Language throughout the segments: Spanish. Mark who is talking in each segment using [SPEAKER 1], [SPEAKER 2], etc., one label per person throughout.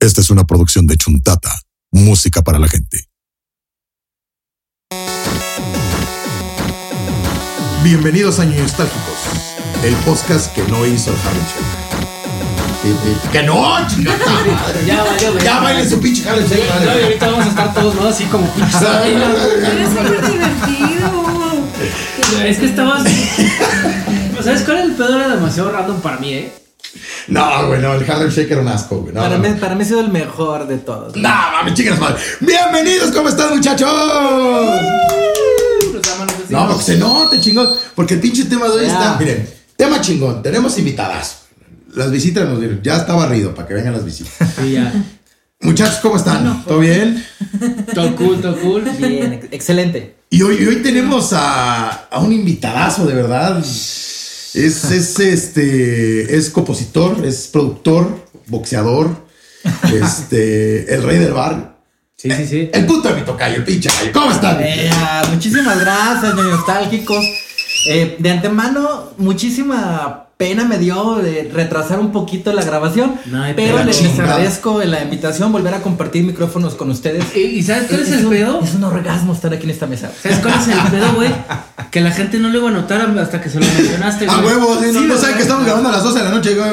[SPEAKER 1] Esta es una producción de Chuntata, música para la gente.
[SPEAKER 2] Bienvenidos a Nostálgicos, el podcast que no hizo el Harlem Shake. ¡Que no, chingata!
[SPEAKER 3] Ya valió,
[SPEAKER 2] Ya bailen su pinche Harlem Shake,
[SPEAKER 3] No, y
[SPEAKER 2] madre.
[SPEAKER 3] ahorita vamos a estar todos, ¿no? Así como pinches.
[SPEAKER 4] Pero es súper divertido.
[SPEAKER 3] Es que estabas. ¿Sabes cuál era el pedo? Era demasiado random para mí, ¿eh?
[SPEAKER 2] No, güey, no, el Harlem Shake era un asco, güey. No,
[SPEAKER 5] Para,
[SPEAKER 2] no,
[SPEAKER 5] mí,
[SPEAKER 2] no.
[SPEAKER 5] para mí ha sido el mejor de todos.
[SPEAKER 2] No, mames, chingas madre. Bienvenidos, ¿cómo están, muchachos?
[SPEAKER 3] Los llámanos así.
[SPEAKER 2] No, porque se note, chingón. Porque el pinche tema de hoy está. Miren, tema chingón. Tenemos invitadas. Las visitas nos dieron. Ya está barrido para que vengan las visitas.
[SPEAKER 3] Sí, ya.
[SPEAKER 2] Muchachos, ¿cómo están? ¿Todo
[SPEAKER 5] pues,
[SPEAKER 2] bien?
[SPEAKER 3] Todo cool, todo cool.
[SPEAKER 5] Bien, ex- excelente.
[SPEAKER 2] Y hoy, y hoy tenemos a, a un invitadazo, de verdad. Es, es, este. Es compositor, es productor, boxeador. Este. El rey del bar.
[SPEAKER 3] Sí, sí, sí.
[SPEAKER 2] El punto de mi tocayo, el pinche gallo. ¿Cómo están?
[SPEAKER 5] Ea, Eh, muchísimas gracias, ñoño nostálgicos. Eh, de antemano, muchísima pena me dio de retrasar un poquito la grabación,
[SPEAKER 3] No hay
[SPEAKER 5] pero
[SPEAKER 3] pena,
[SPEAKER 5] les
[SPEAKER 2] chingada.
[SPEAKER 5] agradezco la invitación, volver a compartir micrófonos con ustedes.
[SPEAKER 3] ¿Y, y sabes cuál es el
[SPEAKER 5] un-
[SPEAKER 3] pedo?
[SPEAKER 5] es un orgasmo estar aquí en esta mesa.
[SPEAKER 3] ¿Sabes cuál es el pedo, güey? Que la gente no lo iba a notar hasta que se lo mencionaste, güey.
[SPEAKER 2] A huevo, sí, no,
[SPEAKER 3] Sí,
[SPEAKER 2] no
[SPEAKER 3] güey.
[SPEAKER 2] saben que estamos grabando a las 12 de la noche, güey.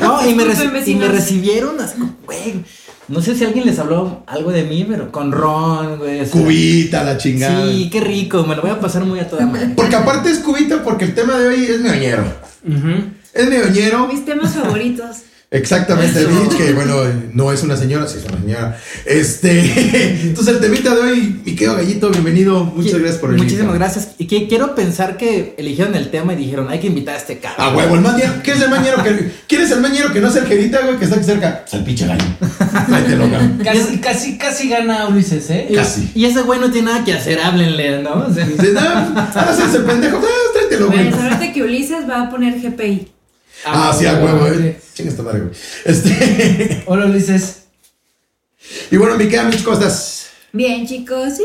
[SPEAKER 5] No, y me, reci-
[SPEAKER 4] Disculpen,
[SPEAKER 5] y me
[SPEAKER 4] vecinos.
[SPEAKER 5] recibieron, así, güey. No sé si alguien les habló algo de mí, pero con Ron, güey. o sea,
[SPEAKER 2] Cubita, la chingada.
[SPEAKER 5] Sí, qué rico, me lo voy a pasar muy a toda madre.
[SPEAKER 2] Porque aparte es cubita, porque el tema de hoy es meoñero.
[SPEAKER 3] Ujú.
[SPEAKER 2] Es meoñero.
[SPEAKER 4] Mis temas favoritos.
[SPEAKER 2] Exactamente,
[SPEAKER 3] Eso.
[SPEAKER 2] Mitch, que bueno, no es una señora, sí es una señora. Este, entonces el temita de hoy, mi querido gallito, bienvenido. Muchas
[SPEAKER 5] Qui-
[SPEAKER 2] gracias por venir.
[SPEAKER 5] Muchísimas gracias. Y que- quiero pensar que eligieron el tema y dijeron, hay que invitar a este
[SPEAKER 2] A
[SPEAKER 5] cabrón.
[SPEAKER 2] Ah, huevo, el mañero. ¿Quién es el mañero que, ¿quién es el mañero que no es el jerita, güey, que está aquí cerca? Es el pinche gallo. Vete loca.
[SPEAKER 3] Casi, casi, casi gana Ulises, ¿eh?
[SPEAKER 2] Casi.
[SPEAKER 5] Y ese güey no tiene nada que hacer, háblenle, ¿no? O sea,
[SPEAKER 2] Dice, no, ahora se hace el pendejo, ah, tráetelo, güey.
[SPEAKER 4] Bueno, ahorita que Ulises va a poner GPI.
[SPEAKER 2] Ah, sí, a huevo, eh. Chinga esta madre, güey. Este,
[SPEAKER 3] Hola, Ulises.
[SPEAKER 2] y bueno, mi querida Mitch, ¿cómo estás?
[SPEAKER 4] Bien, chicos. sí.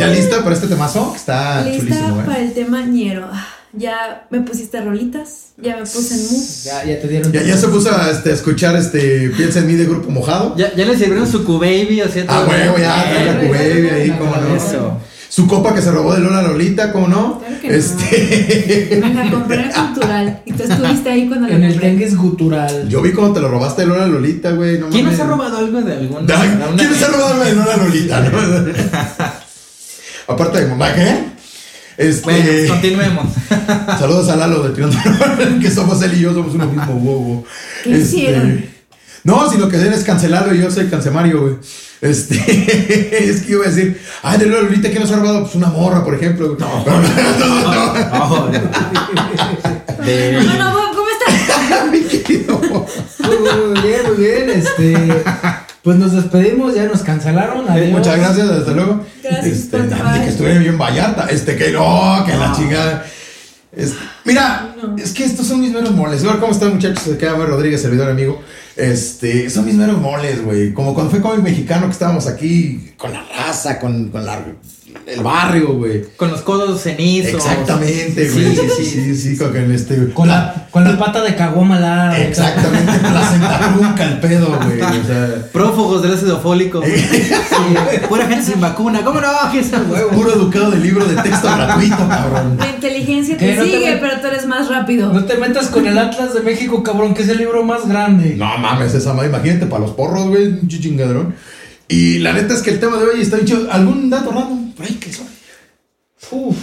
[SPEAKER 2] ¿Ya lista para este temazo? Que está
[SPEAKER 4] Lista
[SPEAKER 2] chulísimo,
[SPEAKER 4] para
[SPEAKER 2] eh.
[SPEAKER 4] el tema ñero. Ah, Ya me pusiste rolitas. Ya me puse en mood.
[SPEAKER 3] Ya, ya te dieron.
[SPEAKER 2] Ya, ya se puso a, este, a escuchar este Piensa en mí de grupo mojado.
[SPEAKER 5] ya, ya le sirvieron su Q-Baby, o sea,
[SPEAKER 2] Ah,
[SPEAKER 5] todo-
[SPEAKER 2] huevo, ya,
[SPEAKER 5] Eh,
[SPEAKER 2] trae la Cubevi ahí, cómo no.
[SPEAKER 5] Eso.
[SPEAKER 2] Su copa que se robó de Lola Lolita, cómo no.
[SPEAKER 4] Claro que no.
[SPEAKER 2] este.
[SPEAKER 4] Me la compré en el cultural. Y tú estuviste ahí cuando la
[SPEAKER 3] En el
[SPEAKER 4] compré.
[SPEAKER 3] dengue gutural.
[SPEAKER 2] Yo vi cómo te lo robaste de Lola Lolita, güey. No
[SPEAKER 5] ¿Quién
[SPEAKER 2] mames.
[SPEAKER 5] nos ha robado algo de alguna?
[SPEAKER 2] Ay,
[SPEAKER 5] de una-
[SPEAKER 2] ¿Quién nos ha robado algo de Lola Lolita? no? Aparte de mi mamá, ¿qué? Este,
[SPEAKER 5] Bueno, pues, continuemos.
[SPEAKER 2] saludos a Lalo de Tirando que somos él y yo, somos uno mismo, bobo.
[SPEAKER 4] ¿Qué hicieron?
[SPEAKER 2] No, si lo que den es cancelarlo, yo soy cancemario, güey. Este, es que iba a decir, ay, de Lola Lolita, ¿qué nos ha robado? Pues una morra, por ejemplo. güey. Pero no, no, no.
[SPEAKER 5] Oh,
[SPEAKER 4] No, no, Bob, ¿cómo estás?
[SPEAKER 2] Mi querido.
[SPEAKER 3] Muy bien, muy bien. Este, pues nos despedimos, ya nos cancelaron. Adiós.
[SPEAKER 2] Eh, Muchas gracias, hasta luego.
[SPEAKER 4] Gracias
[SPEAKER 2] Este,
[SPEAKER 4] por tu
[SPEAKER 2] nada,
[SPEAKER 4] ride.
[SPEAKER 2] que estuviera bien Vallarta. Este, que no, que la chingada. Este, mira, es que estos son mis meros moles. Ahora, ¿Cómo están, muchachos? Acá, Mario Rodríguez, servidor amigo. Este, son mis meros moles, güey. Como cuando fue cómic mexicano que estábamos aquí con la raza, con, con la- el barrio, güey.
[SPEAKER 5] Con los codos cenizos.
[SPEAKER 2] Exactamente,
[SPEAKER 5] Sí,
[SPEAKER 2] güey.
[SPEAKER 5] sí,
[SPEAKER 2] Sí, sí, sí, con el este.
[SPEAKER 3] Con la, con la pata de caguama larga.
[SPEAKER 2] Exactamente, placenta nunca el pedo, güey. O sea.
[SPEAKER 5] Prófugos del ácido fólico. güey.
[SPEAKER 2] Eh.
[SPEAKER 5] Sí, pura gente sin vacuna. ¿Cómo no? ¿Qué es el huevo?
[SPEAKER 2] Puro educado de libro de texto gratuito, cabrón.
[SPEAKER 4] La inteligencia te
[SPEAKER 3] Que no te
[SPEAKER 4] sigue,
[SPEAKER 3] ve-
[SPEAKER 4] pero tú eres más rápido.
[SPEAKER 3] No te metas con el Atlas de México, cabrón, que es el libro más grande.
[SPEAKER 2] No mames, esa madre, imagínate, para los porros, güey, un chingadrón. Y la neta es que el tema de hoy está bien chido. ¿Algún dato random por ahí que son?
[SPEAKER 3] Uf.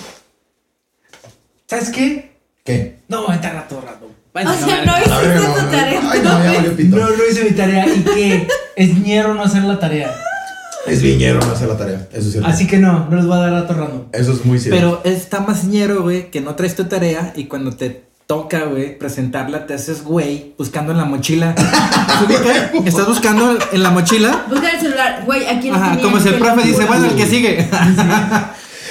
[SPEAKER 3] ¿Sabes qué?
[SPEAKER 2] ¿Qué?
[SPEAKER 3] No, está rato rato.
[SPEAKER 4] O sea, no
[SPEAKER 2] La verga,
[SPEAKER 4] hiciste
[SPEAKER 2] no,
[SPEAKER 4] tu
[SPEAKER 2] no,
[SPEAKER 4] tarea.
[SPEAKER 2] Ay, no, ya valió pito.
[SPEAKER 3] No, no hice mi tarea. ¿Y qué? Es ñero no hacer la tarea.
[SPEAKER 2] Es viñero no hacer la tarea, eso es cierto.
[SPEAKER 3] Así que no, no les voy a dar rato random.
[SPEAKER 2] Eso es muy cierto.
[SPEAKER 5] Pero está más ñero, güey, que no traes tu tarea y cuando te toca, güey, presentarla, te haces, güey, buscando en la mochila. ¿Se ubica? Estás buscando en la mochila.
[SPEAKER 4] Busca el celular. Güey, aquí lo
[SPEAKER 5] Ajá,
[SPEAKER 4] tenía,
[SPEAKER 5] como si el
[SPEAKER 4] qué
[SPEAKER 5] profe dice,
[SPEAKER 4] locura.
[SPEAKER 5] bueno, el que sigue.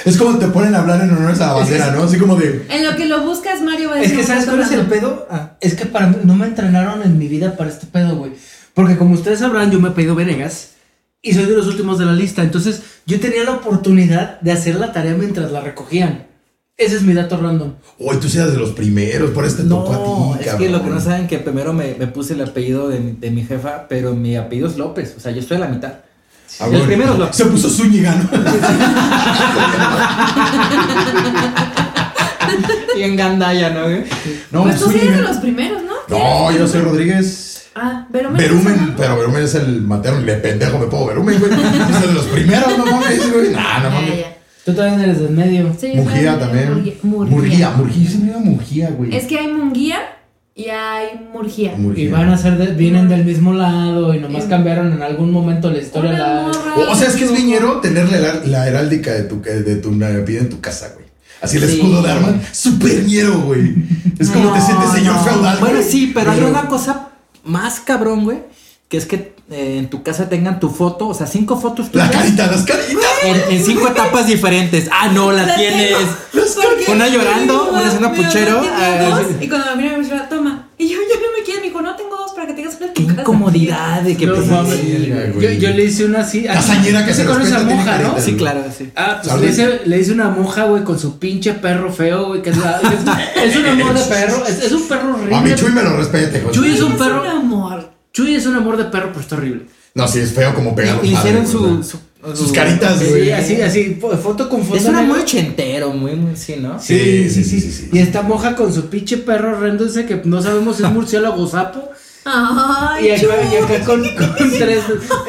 [SPEAKER 2] Es como te ponen a hablar en honor a esa bandera, ¿no? Así como de.
[SPEAKER 4] En lo que lo buscas, Mario va a
[SPEAKER 3] Es
[SPEAKER 4] decir.
[SPEAKER 3] que,
[SPEAKER 4] un
[SPEAKER 3] ¿sabes
[SPEAKER 4] rato
[SPEAKER 3] cuál es el
[SPEAKER 4] random.
[SPEAKER 3] pedo? Ah, Es que para mí, no me entrenaron en mi vida para este pedo, güey. Porque como ustedes sabrán, yo me he pedido Venegas y soy de los últimos de la lista. Entonces, yo tenía la oportunidad de hacer la tarea mientras la recogían. Ese es mi dato random.
[SPEAKER 2] Oye, tú seas de los primeros, por este
[SPEAKER 5] No,
[SPEAKER 2] tocó a ti,
[SPEAKER 5] es que lo que no
[SPEAKER 2] cabrón.
[SPEAKER 5] saben que primero me, me puse el apellido de, mi- de mi jefa, pero mi apellido es López, o sea, yo estoy a la mitad.
[SPEAKER 2] Ah,
[SPEAKER 5] el
[SPEAKER 2] bueno.
[SPEAKER 5] primero es López.
[SPEAKER 2] Se puso Zúñiga, ¿no?
[SPEAKER 5] Y en Gandaya, ¿no? güey?
[SPEAKER 2] No,
[SPEAKER 4] pues tú sí eres de
[SPEAKER 2] Zúñiga.
[SPEAKER 4] los primeros, ¿no?
[SPEAKER 2] No, yo soy Rodríguez.
[SPEAKER 4] Ah, Verumen.
[SPEAKER 2] Verumen, pero Verumen es el materno. Le pendejo me pongo Verumen, güey. Es de los primeros, no mames, güey. Nah, no
[SPEAKER 4] Ah,
[SPEAKER 2] mames.
[SPEAKER 4] ya.
[SPEAKER 3] Tú también eres del medio.
[SPEAKER 4] Sí,
[SPEAKER 2] Mujía
[SPEAKER 4] claro,
[SPEAKER 2] también.
[SPEAKER 4] Murguía.
[SPEAKER 2] Murguía, Murguía. Yo siempre digo Murguía, güey.
[SPEAKER 4] Es que hay Munguía y hay Murgía.
[SPEAKER 3] Y
[SPEAKER 2] Murguía.
[SPEAKER 3] van a ser, de- vienen del mismo lado y nomás cambiaron en algún momento la historia.
[SPEAKER 4] Una
[SPEAKER 3] La...
[SPEAKER 4] morra.
[SPEAKER 2] O, o sea, es que es viñero tener la, her- la heráldica de tu, ca- de tu apellido en tu casa, güey. Así el
[SPEAKER 5] Sí.
[SPEAKER 2] escudo de arma, súper ñero, güey. Es como
[SPEAKER 4] No,
[SPEAKER 2] te sientes señor
[SPEAKER 4] no.
[SPEAKER 2] feudal.
[SPEAKER 5] Bueno,
[SPEAKER 2] güey.
[SPEAKER 5] sí, pero hay una cosa más cabrón, güey, que es que eh, en tu casa tengan tu foto, o sea, cinco fotos
[SPEAKER 2] La
[SPEAKER 5] tuyas
[SPEAKER 2] carita, las caritas.
[SPEAKER 5] en, en cinco etapas diferentes. Ah, no, la,
[SPEAKER 4] La
[SPEAKER 5] tienes.
[SPEAKER 4] tengo. Porque
[SPEAKER 5] Una llorando,
[SPEAKER 4] mi
[SPEAKER 5] una
[SPEAKER 4] mamá-
[SPEAKER 5] haciendo
[SPEAKER 4] mi mamá
[SPEAKER 5] puchero,
[SPEAKER 4] tenía
[SPEAKER 5] ah,
[SPEAKER 4] dos,
[SPEAKER 5] sí.
[SPEAKER 4] Y cuando me vino me dijo, toma. Y yo, yo no me quiero. Me dijo, no tengo dos para que tengas una en
[SPEAKER 5] Qué
[SPEAKER 4] tu casa.
[SPEAKER 5] incomodidad de que
[SPEAKER 3] No
[SPEAKER 5] pues,
[SPEAKER 3] mames.
[SPEAKER 5] sí, güey.
[SPEAKER 3] Yo, yo le hice una así.
[SPEAKER 2] Castañera que
[SPEAKER 3] ¿Sí
[SPEAKER 2] se
[SPEAKER 3] conoces a
[SPEAKER 2] respeta, tiene
[SPEAKER 3] Moja, ¿no?
[SPEAKER 2] carita.
[SPEAKER 5] Sí, claro, sí.
[SPEAKER 3] Ah, pues
[SPEAKER 2] Salud.
[SPEAKER 3] le hice, le hice una moja, güey, con su pinche perro feo, güey. Que es, la- es- es un amor de perro. Es, es un perro
[SPEAKER 2] A mi
[SPEAKER 3] horrible.
[SPEAKER 2] Chuy me lo respete, güey.
[SPEAKER 3] Chuy es un
[SPEAKER 4] Es
[SPEAKER 3] perro.
[SPEAKER 4] un amor.
[SPEAKER 3] Chuy es un amor de perro, pero está horrible.
[SPEAKER 2] No, sí, es feo como pegar
[SPEAKER 5] Y- y
[SPEAKER 2] un padre,
[SPEAKER 5] hicieron
[SPEAKER 2] güey,
[SPEAKER 5] su,
[SPEAKER 2] o sea.
[SPEAKER 5] su-
[SPEAKER 2] pues, Sus
[SPEAKER 5] su-
[SPEAKER 2] caritas,
[SPEAKER 3] Sí,
[SPEAKER 2] güey.
[SPEAKER 3] así, así, fo- foto con foto.
[SPEAKER 5] Es una
[SPEAKER 3] negro.
[SPEAKER 5] muy ochentero, muy, muy, sí, ¿no?
[SPEAKER 2] Sí, sí, sí, sí, sí.
[SPEAKER 3] Y esta moja con su pinche perro horrendo ese que no sabemos si es murciélago o sapo.
[SPEAKER 4] Ay,
[SPEAKER 3] Y acá, y acá con, con tres.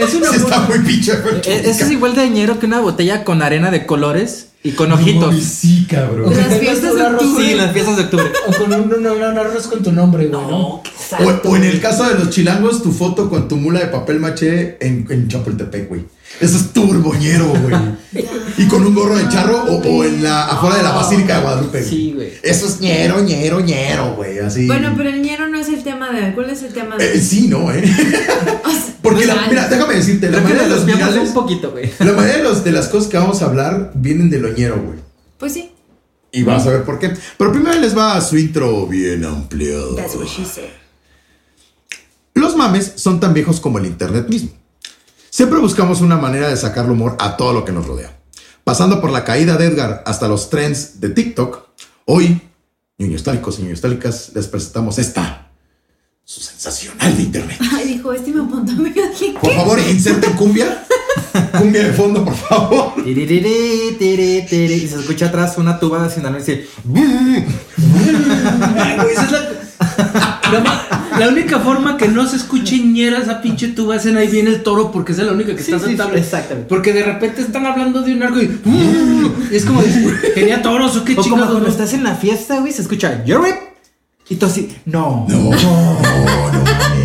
[SPEAKER 3] Es una
[SPEAKER 2] Sí, está muy pinche. güey.
[SPEAKER 5] E- Eso es igual de dinero que una botella con arena de colores y con
[SPEAKER 2] No, y
[SPEAKER 5] ojitos.
[SPEAKER 2] Sí, cabrón.
[SPEAKER 4] Las fiestas de octubre.
[SPEAKER 5] Sí, las fiestas de octubre.
[SPEAKER 3] O con un, un- un- un arroz con tu nombre, güey. ¿no?
[SPEAKER 2] O, o en el caso de los chilangos, tu foto con tu mula de papel maché en, en Chapultepec, güey. Eso es turboñero, güey. y con un gorro de charro o, o en la afuera de la Basílica de Guadalupe. güey.
[SPEAKER 5] Sí, güey.
[SPEAKER 2] Eso es ñero, ñero, ñero, güey. Así.
[SPEAKER 4] Bueno, pero el ñero no es el tema de. ¿Cuál es el tema
[SPEAKER 2] Eh,
[SPEAKER 4] de.?
[SPEAKER 2] sí, no, eh.
[SPEAKER 4] O sea,
[SPEAKER 2] Porque la,
[SPEAKER 4] mal.
[SPEAKER 2] mira, déjame decirte, la
[SPEAKER 5] Pues,
[SPEAKER 2] mayoría de
[SPEAKER 5] Creo que nos
[SPEAKER 2] los
[SPEAKER 5] desviamos
[SPEAKER 2] virales,
[SPEAKER 5] un poquito, güey.
[SPEAKER 2] la mayoría de, los- de las cosas que vamos a hablar vienen de lo ñero, güey.
[SPEAKER 4] Pues sí.
[SPEAKER 2] Y vas a ver por qué. Pero primero les va su intro bien ampliado.
[SPEAKER 4] That's what she said.
[SPEAKER 2] Los mames son tan viejos como el Internet mismo. Siempre buscamos una manera de sacarle humor a todo lo que nos rodea. Pasando por la caída de Edgar hasta los trends de TikTok, hoy, niños tálicos y niños tálicas, les presentamos esta, su sensacional de Internet.
[SPEAKER 4] Ay, dijo, este me apuntó. Me dije,
[SPEAKER 2] Por
[SPEAKER 4] ¿qué?
[SPEAKER 2] favor, inserten cumbia. Cumbia de fondo, por favor.
[SPEAKER 5] Tiriri, tiri, tiri. Y se escucha atrás una tuba de Sinaloa y dice:
[SPEAKER 3] Ay, güey, esa es la, la ma- la única forma que no se escuche ñera esa pinche tuba hacen ahí viene el toro porque esa es la única que
[SPEAKER 5] Sí,
[SPEAKER 3] está
[SPEAKER 5] sí, sí,
[SPEAKER 3] aceptable.
[SPEAKER 5] exactamente.
[SPEAKER 3] Porque de repente están hablando de un arco y, y es como de, tenía toros o qué
[SPEAKER 5] O como
[SPEAKER 3] chingados.
[SPEAKER 5] cuando
[SPEAKER 3] ¿no?
[SPEAKER 5] estás en la fiesta, güey, se escucha Yuri. Y tú así, no.
[SPEAKER 2] No, no.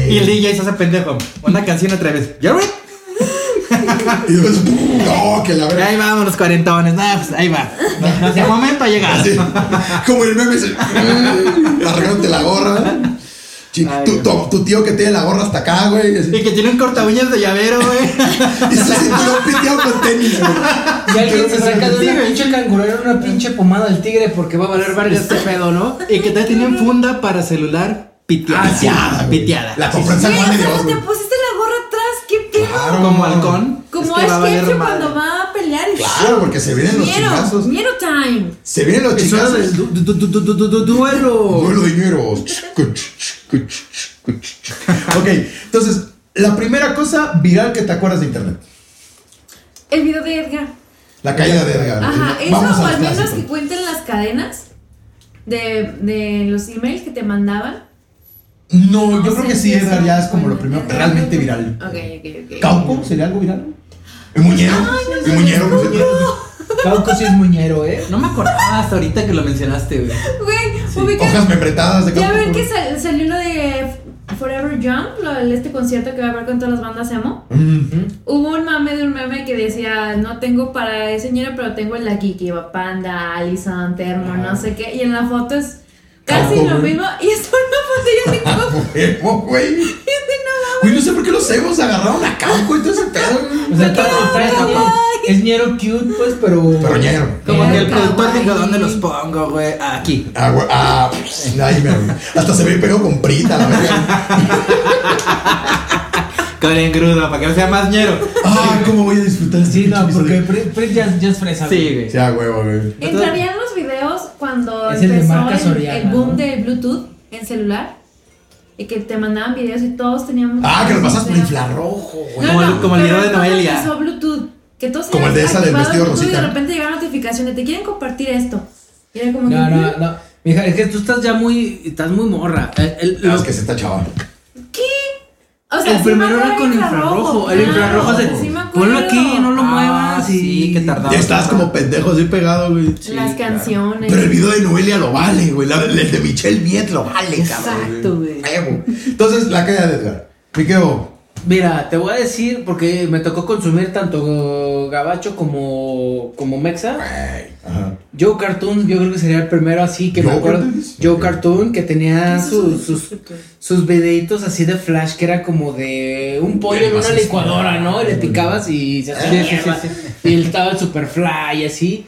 [SPEAKER 5] Y el DJ se hace pendejo. Una canción otra vez. Yuri.
[SPEAKER 2] Y después, no, que la
[SPEAKER 5] Y
[SPEAKER 2] verdad.
[SPEAKER 5] Ahí vamos los cuarentones. Nah, pues, ahí va. No, no, de momento ha llegado.
[SPEAKER 2] Así, como el meme, ese, arreglándote la gorra. Chi-
[SPEAKER 5] Ay,
[SPEAKER 2] tu, tu- tu tío que tiene la gorra hasta acá, güey. así.
[SPEAKER 5] Y que tiene un corta uñas de llavero, güey.
[SPEAKER 2] Y se sintió piteado con tenis, güey.
[SPEAKER 3] Y alguien se saca de
[SPEAKER 5] Sí,
[SPEAKER 3] una
[SPEAKER 5] güey.
[SPEAKER 3] pinche cangurera una pinche pomada del tigre porque va a valer verga este pedo, ¿no?
[SPEAKER 5] Y que todavía tienen funda para celular piteada.
[SPEAKER 2] Piteada, güey.
[SPEAKER 5] piteada.
[SPEAKER 2] Ah, La compré en San
[SPEAKER 4] Güey,
[SPEAKER 2] Juan de
[SPEAKER 4] o sea,
[SPEAKER 2] Dios,
[SPEAKER 4] te
[SPEAKER 2] güey.
[SPEAKER 4] pusiste la gorra atrás, ¿qué pedo?
[SPEAKER 2] Claro.
[SPEAKER 5] Como halcón.
[SPEAKER 4] Como
[SPEAKER 5] que
[SPEAKER 4] es
[SPEAKER 5] va a
[SPEAKER 4] que
[SPEAKER 5] valer madre.
[SPEAKER 4] cuando va a pelear. y-
[SPEAKER 2] Claro, porque se vienen los
[SPEAKER 4] Ñero,
[SPEAKER 2] chingazos.
[SPEAKER 4] ñero time.
[SPEAKER 2] Se vienen los
[SPEAKER 5] Es hora
[SPEAKER 2] chingazos.
[SPEAKER 5] del du- du- du- du- du- du- du- duelo.
[SPEAKER 2] Vuelo de ñero. Ok, entonces, la primera cosa viral que te acuerdas de internet.
[SPEAKER 4] El video de Edgar.
[SPEAKER 2] La caída de Edgar.
[SPEAKER 4] Ajá,
[SPEAKER 2] El-
[SPEAKER 4] eso o
[SPEAKER 2] a
[SPEAKER 4] al
[SPEAKER 2] las
[SPEAKER 4] menos
[SPEAKER 2] clásicas.
[SPEAKER 4] que cuenten las cadenas de, de los emails que te mandaban.
[SPEAKER 2] No, yo
[SPEAKER 4] No
[SPEAKER 2] creo
[SPEAKER 4] sé
[SPEAKER 2] que sí,
[SPEAKER 4] si
[SPEAKER 2] Edgar
[SPEAKER 4] eso-
[SPEAKER 2] ya es como lo
[SPEAKER 4] bueno,
[SPEAKER 2] primero
[SPEAKER 4] Edgar.
[SPEAKER 2] realmente viral.
[SPEAKER 4] Ok, ok, ok.
[SPEAKER 2] ¿Cauco? ¿Sería algo viral? El muñero. El muñero. por cierto.
[SPEAKER 3] Cauco sí es muñero, ¿eh?
[SPEAKER 5] No me acordaba hasta ahorita que lo mencionaste, güey.
[SPEAKER 4] Güey, ubica-
[SPEAKER 2] Hojas membretadas de
[SPEAKER 4] Ya
[SPEAKER 2] Cauco.
[SPEAKER 4] ven que sal- salió lo de Forever Young, lo de este concierto que va a haber con todas las bandas emo.
[SPEAKER 2] Mm.
[SPEAKER 4] Hubo un mame de un meme que decía, no tengo para ese ñero, pero tengo el de aquí, que iba Panda, Allison, Termo, no sé qué. Y en la foto es casi
[SPEAKER 2] Cauco,
[SPEAKER 4] lo
[SPEAKER 2] güey.
[SPEAKER 4] mismo. Y es una foto, yo tengo
[SPEAKER 2] huevo, güey. Güey, no sé por qué los cebos agarraron a Cauco y todo ese pedo.
[SPEAKER 3] O
[SPEAKER 2] güey.
[SPEAKER 3] sea, trae- trae- es ñero cute, pues, pero.
[SPEAKER 2] Pero ñero.
[SPEAKER 5] Como que el
[SPEAKER 4] Kawaii.
[SPEAKER 5] productor dijo, ¿dónde los pongo, güey? Aquí.
[SPEAKER 2] Ah, güey, ah, pff, ay, me- hasta se ve pegado con prita, la verga.
[SPEAKER 5] Con engrudo, para que no sea más ñero.
[SPEAKER 2] Ah, cómo voy a disfrutar este
[SPEAKER 3] Sí, no,
[SPEAKER 2] pinche
[SPEAKER 3] porque
[SPEAKER 2] episodio.
[SPEAKER 3] Pri- Pri ya, ya es fresa.
[SPEAKER 5] Sí,
[SPEAKER 3] güey.
[SPEAKER 5] güey.
[SPEAKER 2] Sí, a huevo, güey.
[SPEAKER 4] ¿Entrarían los videos cuando
[SPEAKER 3] Es el de
[SPEAKER 4] empezó
[SPEAKER 3] marca
[SPEAKER 4] el,
[SPEAKER 3] Soriana,
[SPEAKER 4] el boom
[SPEAKER 3] ¿no?
[SPEAKER 4] del Bluetooth en celular y que te mandaban videos y todos teníamos.
[SPEAKER 2] Ah, que lo pasas por
[SPEAKER 4] Era-
[SPEAKER 2] infrarrojo, güey.
[SPEAKER 5] Como el- como el
[SPEAKER 4] pero
[SPEAKER 5] video de
[SPEAKER 4] cuando
[SPEAKER 5] Noelia.
[SPEAKER 4] empezó Bluetooth, que todos
[SPEAKER 2] Como el
[SPEAKER 4] teníamos
[SPEAKER 2] de esa del
[SPEAKER 4] activado
[SPEAKER 2] vestido
[SPEAKER 4] Bluetooth Y
[SPEAKER 2] rosita.
[SPEAKER 4] de repente llegaba notificación de te quieren compartir esto. Y era
[SPEAKER 3] No,
[SPEAKER 4] como. que,
[SPEAKER 3] no, no. Mija, es que tú estás ya muy. Estás muy morra. El, el-
[SPEAKER 2] Ah,
[SPEAKER 3] lo-
[SPEAKER 2] es que se está chaval.
[SPEAKER 4] O sea,
[SPEAKER 3] el
[SPEAKER 4] sí
[SPEAKER 3] primero
[SPEAKER 4] me acuerdo
[SPEAKER 3] era con
[SPEAKER 4] del
[SPEAKER 3] infrarrojo. El
[SPEAKER 4] claro,
[SPEAKER 3] infrarrojo es de.
[SPEAKER 4] sí me acuerdo.
[SPEAKER 3] ponlo aquí, no lo
[SPEAKER 5] Ah,
[SPEAKER 3] muevas. Y...
[SPEAKER 5] sí, que tardaba.
[SPEAKER 2] Ya estás como pendejo así pegado, güey.
[SPEAKER 4] Las
[SPEAKER 5] Sí, claro.
[SPEAKER 4] canciones.
[SPEAKER 2] Pero el video de Noelia lo vale, güey. La- El de Michelle Miet lo vale, cabrón.
[SPEAKER 3] Exacto, güey.
[SPEAKER 2] Huevo. Entonces, la caída de Edgar. Piqueo.
[SPEAKER 3] Mira, te voy a decir, porque me tocó consumir tanto gabacho como, como mexa.
[SPEAKER 2] Güey. Ajá.
[SPEAKER 3] Joe Cartoon, yo creo que sería el primero así que me
[SPEAKER 2] ¿Joe
[SPEAKER 3] acuerdo.
[SPEAKER 2] Cartoon?
[SPEAKER 3] Joe
[SPEAKER 2] Ok.
[SPEAKER 3] Cartoon, que tenía sus, sus,
[SPEAKER 4] Pero
[SPEAKER 3] sus videitos así de flash que era como de un pollo
[SPEAKER 2] Bien,
[SPEAKER 3] en una
[SPEAKER 2] más
[SPEAKER 3] licuadora, ¿no? Y le picabas y se hacía
[SPEAKER 5] Sí, sí,
[SPEAKER 3] mierda.
[SPEAKER 5] sí,
[SPEAKER 3] Y él estaba el Superfly y así.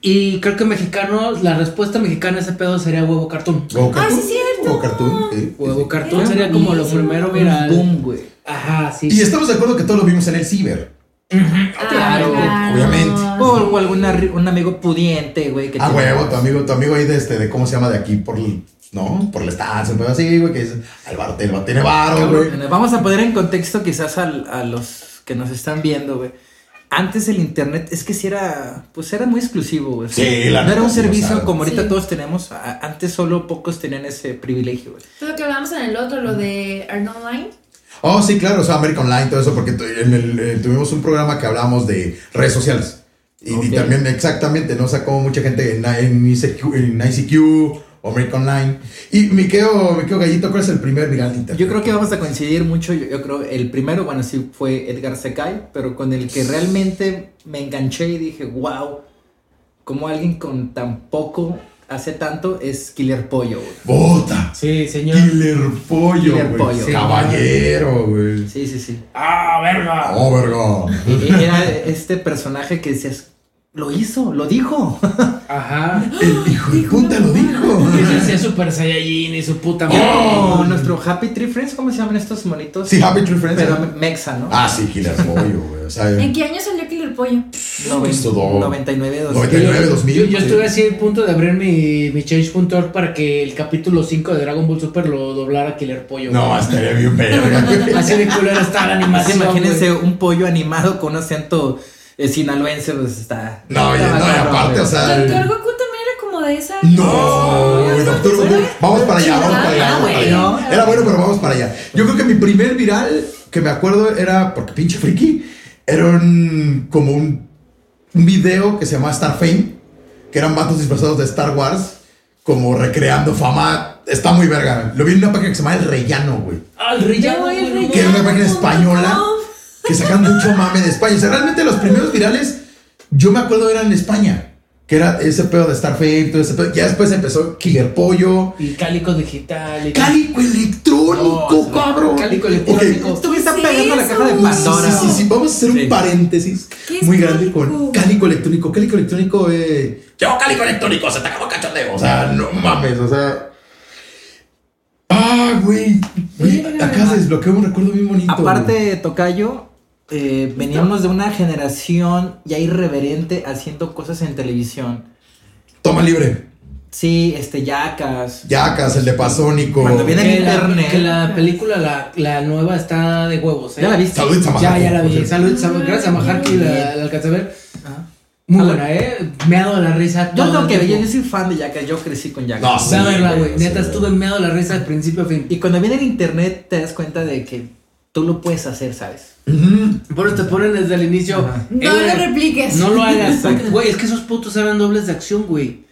[SPEAKER 3] Y creo que mexicanos, la respuesta mexicana a ese pedo sería huevo cartoon.
[SPEAKER 2] Go Cartoon.
[SPEAKER 4] sí, cierto.
[SPEAKER 2] Go Cartoon, sí.
[SPEAKER 3] Huevo cartoon
[SPEAKER 4] Era
[SPEAKER 3] sería como lo
[SPEAKER 4] buenísimo.
[SPEAKER 3] primero
[SPEAKER 5] Mira,
[SPEAKER 3] viral.
[SPEAKER 5] boom, güey.
[SPEAKER 3] Ajá, sí.
[SPEAKER 2] Y estamos de acuerdo que todos lo vimos en el ciber.
[SPEAKER 5] claro,
[SPEAKER 2] obviamente.
[SPEAKER 4] Ah,
[SPEAKER 5] O, o algún arri- un amigo pudiente, güey. que
[SPEAKER 2] Ah,
[SPEAKER 5] tiene-
[SPEAKER 2] huevo, tu amigo, tu amigo ahí de este, de cómo se llama de aquí por el- no, por la estancia, pero así, güey, que es al varo, el varo tiene varo, güey.
[SPEAKER 5] Cabrón, Vamos a poner en contexto quizás al- a los que nos están viendo, güey. Antes el internet es que si era, pues era muy exclusivo, güey.
[SPEAKER 2] Sí, la
[SPEAKER 5] No era
[SPEAKER 2] neta,
[SPEAKER 5] un
[SPEAKER 2] sí,
[SPEAKER 5] servicio
[SPEAKER 2] o sea,
[SPEAKER 5] como ahorita
[SPEAKER 4] Sí.
[SPEAKER 5] todos tenemos. A- Antes solo pocos tenían ese privilegio, güey.
[SPEAKER 4] Todo lo que hablamos en el otro, lo de Arnold Online.
[SPEAKER 2] Oh, sí, claro, o sea, American Online, todo eso, porque tu- en el- eh, tuvimos un programa que hablamos de redes sociales. Y, y
[SPEAKER 5] Ok.
[SPEAKER 2] también, exactamente, ¿no? sacó mucha gente en, en ICQ, en ICQ o American Online. Y Miqueo, Miqueo Gallito, ¿cuál es el primer viral de internet?
[SPEAKER 5] Yo creo que vamos a coincidir mucho. Yo, yo creo el primero, bueno, sí fue Edgar Secai, pero con el que realmente me enganché y dije, wow, como alguien con tan poco hace tanto es Killer Pollo, güey.
[SPEAKER 2] ¡Bota!
[SPEAKER 3] Sí, señor.
[SPEAKER 2] Killer Pollo,
[SPEAKER 5] Killer
[SPEAKER 2] güey.
[SPEAKER 5] Pollo.
[SPEAKER 2] Sí. Caballero, güey.
[SPEAKER 5] Sí, sí, sí.
[SPEAKER 3] ¡Ah, verga!
[SPEAKER 2] Oh, verga.
[SPEAKER 5] Era este personaje que decías, lo hizo, lo dijo.
[SPEAKER 3] Ajá.
[SPEAKER 2] El hijo de puta lo dijo.
[SPEAKER 3] Y se hacía Super Saiyajin y su puta madre.
[SPEAKER 5] Como nuestro Happy Tree Friends, ¿cómo se llaman estos monitos?
[SPEAKER 2] Oh. Sí, Happy Tree Friends.
[SPEAKER 5] Pero me- mexa, ¿no?
[SPEAKER 2] Ah, sí, Killer Pollo, güey. O sea,
[SPEAKER 4] ¿En qué año salió Killer Pollo?
[SPEAKER 5] Noven-
[SPEAKER 2] esto do-
[SPEAKER 5] 99, 2000.
[SPEAKER 2] 99, 2000.
[SPEAKER 3] Yo, yo estuve así a punto de abrir mi, mi change.org para que el capítulo 5 de Dragon Ball Super lo doblara Killer Pollo.
[SPEAKER 2] No,
[SPEAKER 3] güey.
[SPEAKER 2] estaría bien verga, güey.
[SPEAKER 3] Así de culero está la
[SPEAKER 5] Más
[SPEAKER 3] animación.
[SPEAKER 5] imagínense
[SPEAKER 3] güey.
[SPEAKER 5] un pollo animado con un acento eh, sinaloense, pues está.
[SPEAKER 2] No, y-
[SPEAKER 5] está
[SPEAKER 2] no, y
[SPEAKER 5] bacano,
[SPEAKER 2] aparte, o
[SPEAKER 5] güey.
[SPEAKER 2] sea.
[SPEAKER 4] Doctor Goku también era como de esa.
[SPEAKER 2] No, güey, doctor Goku. Vamos para allá, vamos para allá,
[SPEAKER 4] Ah,
[SPEAKER 2] vamos para
[SPEAKER 4] güey,
[SPEAKER 2] allá. Era bueno, pero vamos para allá. Yo creo que mi primer viral que me acuerdo era, porque pinche friki, era un, como un, un video que se llamaba Star Fame, que eran vatos disfrazados de Star Wars, como recreando fama. Está muy verga. Lo vi en una página que se llama El Rellano, güey.
[SPEAKER 3] Ah, el rellano,
[SPEAKER 4] Yo, el
[SPEAKER 3] güey, no
[SPEAKER 4] rellano.
[SPEAKER 2] que era una página
[SPEAKER 4] No,
[SPEAKER 2] española
[SPEAKER 4] no.
[SPEAKER 2] que sacan mucho mame de España. O sea, realmente los primeros virales, yo me acuerdo eran en España, que era ese pedo de Starfame, todo ese pedo. Ya después empezó Killer Pollo,
[SPEAKER 3] Y cálico digital. y-
[SPEAKER 2] Cálico Electrónico,
[SPEAKER 5] No,
[SPEAKER 2] cabrón.
[SPEAKER 3] Cálico
[SPEAKER 2] Ok,
[SPEAKER 3] electrónico.
[SPEAKER 5] Tú me estás
[SPEAKER 4] Sí,
[SPEAKER 5] pegando la
[SPEAKER 4] eso.
[SPEAKER 5] caja de
[SPEAKER 2] Sí,
[SPEAKER 5] Pandora.
[SPEAKER 2] sí, sí, vamos a hacer
[SPEAKER 5] Sí.
[SPEAKER 2] un paréntesis
[SPEAKER 4] ¿Qué es
[SPEAKER 2] muy grande
[SPEAKER 4] cálico?
[SPEAKER 2] con Cálico Electrónico. Cálico Electrónico, eh. Yo, Cálico Electrónico, se te acabó cachondeo. O sea, no mames, o sea. Ah, güey. Güey,
[SPEAKER 4] Verga.
[SPEAKER 2] Acá se desbloqueó un recuerdo bien bonito. güey.
[SPEAKER 5] Aparte, Tocayo, eh, veníamos de una generación ya irreverente haciendo cosas en televisión.
[SPEAKER 2] Toma libre.
[SPEAKER 5] Sí, este, yacas.
[SPEAKER 2] Yacas, el de Pasónico.
[SPEAKER 5] Cuando viene-
[SPEAKER 3] que
[SPEAKER 5] en
[SPEAKER 3] la-
[SPEAKER 5] internet.
[SPEAKER 3] Que la película, la, la nueva, está de huevos, ¿eh?
[SPEAKER 5] ¿Ya la viste?
[SPEAKER 2] Saludos a
[SPEAKER 3] Ya,
[SPEAKER 2] Majaco,
[SPEAKER 3] ya la
[SPEAKER 2] por
[SPEAKER 3] vi.
[SPEAKER 2] cierto.
[SPEAKER 3] Salud, salud. Gracias a Majarki, la, la alcancé a ver. Muy
[SPEAKER 5] Ah,
[SPEAKER 3] buena, ¿eh? Me ha dado la risa.
[SPEAKER 5] Yo
[SPEAKER 3] todo
[SPEAKER 5] tengo
[SPEAKER 3] el
[SPEAKER 5] que ver, yo,
[SPEAKER 3] tiempo.
[SPEAKER 5] yo soy fan de yacas, yo crecí con
[SPEAKER 2] No,
[SPEAKER 5] yacas.
[SPEAKER 3] Ve a verla, güey.
[SPEAKER 2] Sí,
[SPEAKER 3] Neta,
[SPEAKER 2] sí.
[SPEAKER 3] estuve meado la risa de principio a fin.
[SPEAKER 5] Y cuando viene el internet te das cuenta de que tú lo puedes hacer, ¿sabes?
[SPEAKER 2] Ujú.
[SPEAKER 3] Por eso te ponen desde el inicio.
[SPEAKER 5] Ajá.
[SPEAKER 3] "Eh,
[SPEAKER 4] No
[SPEAKER 3] güey,
[SPEAKER 4] lo repliques.
[SPEAKER 3] No lo hagas. Güey, es que esos putos eran dobles de acción, güey.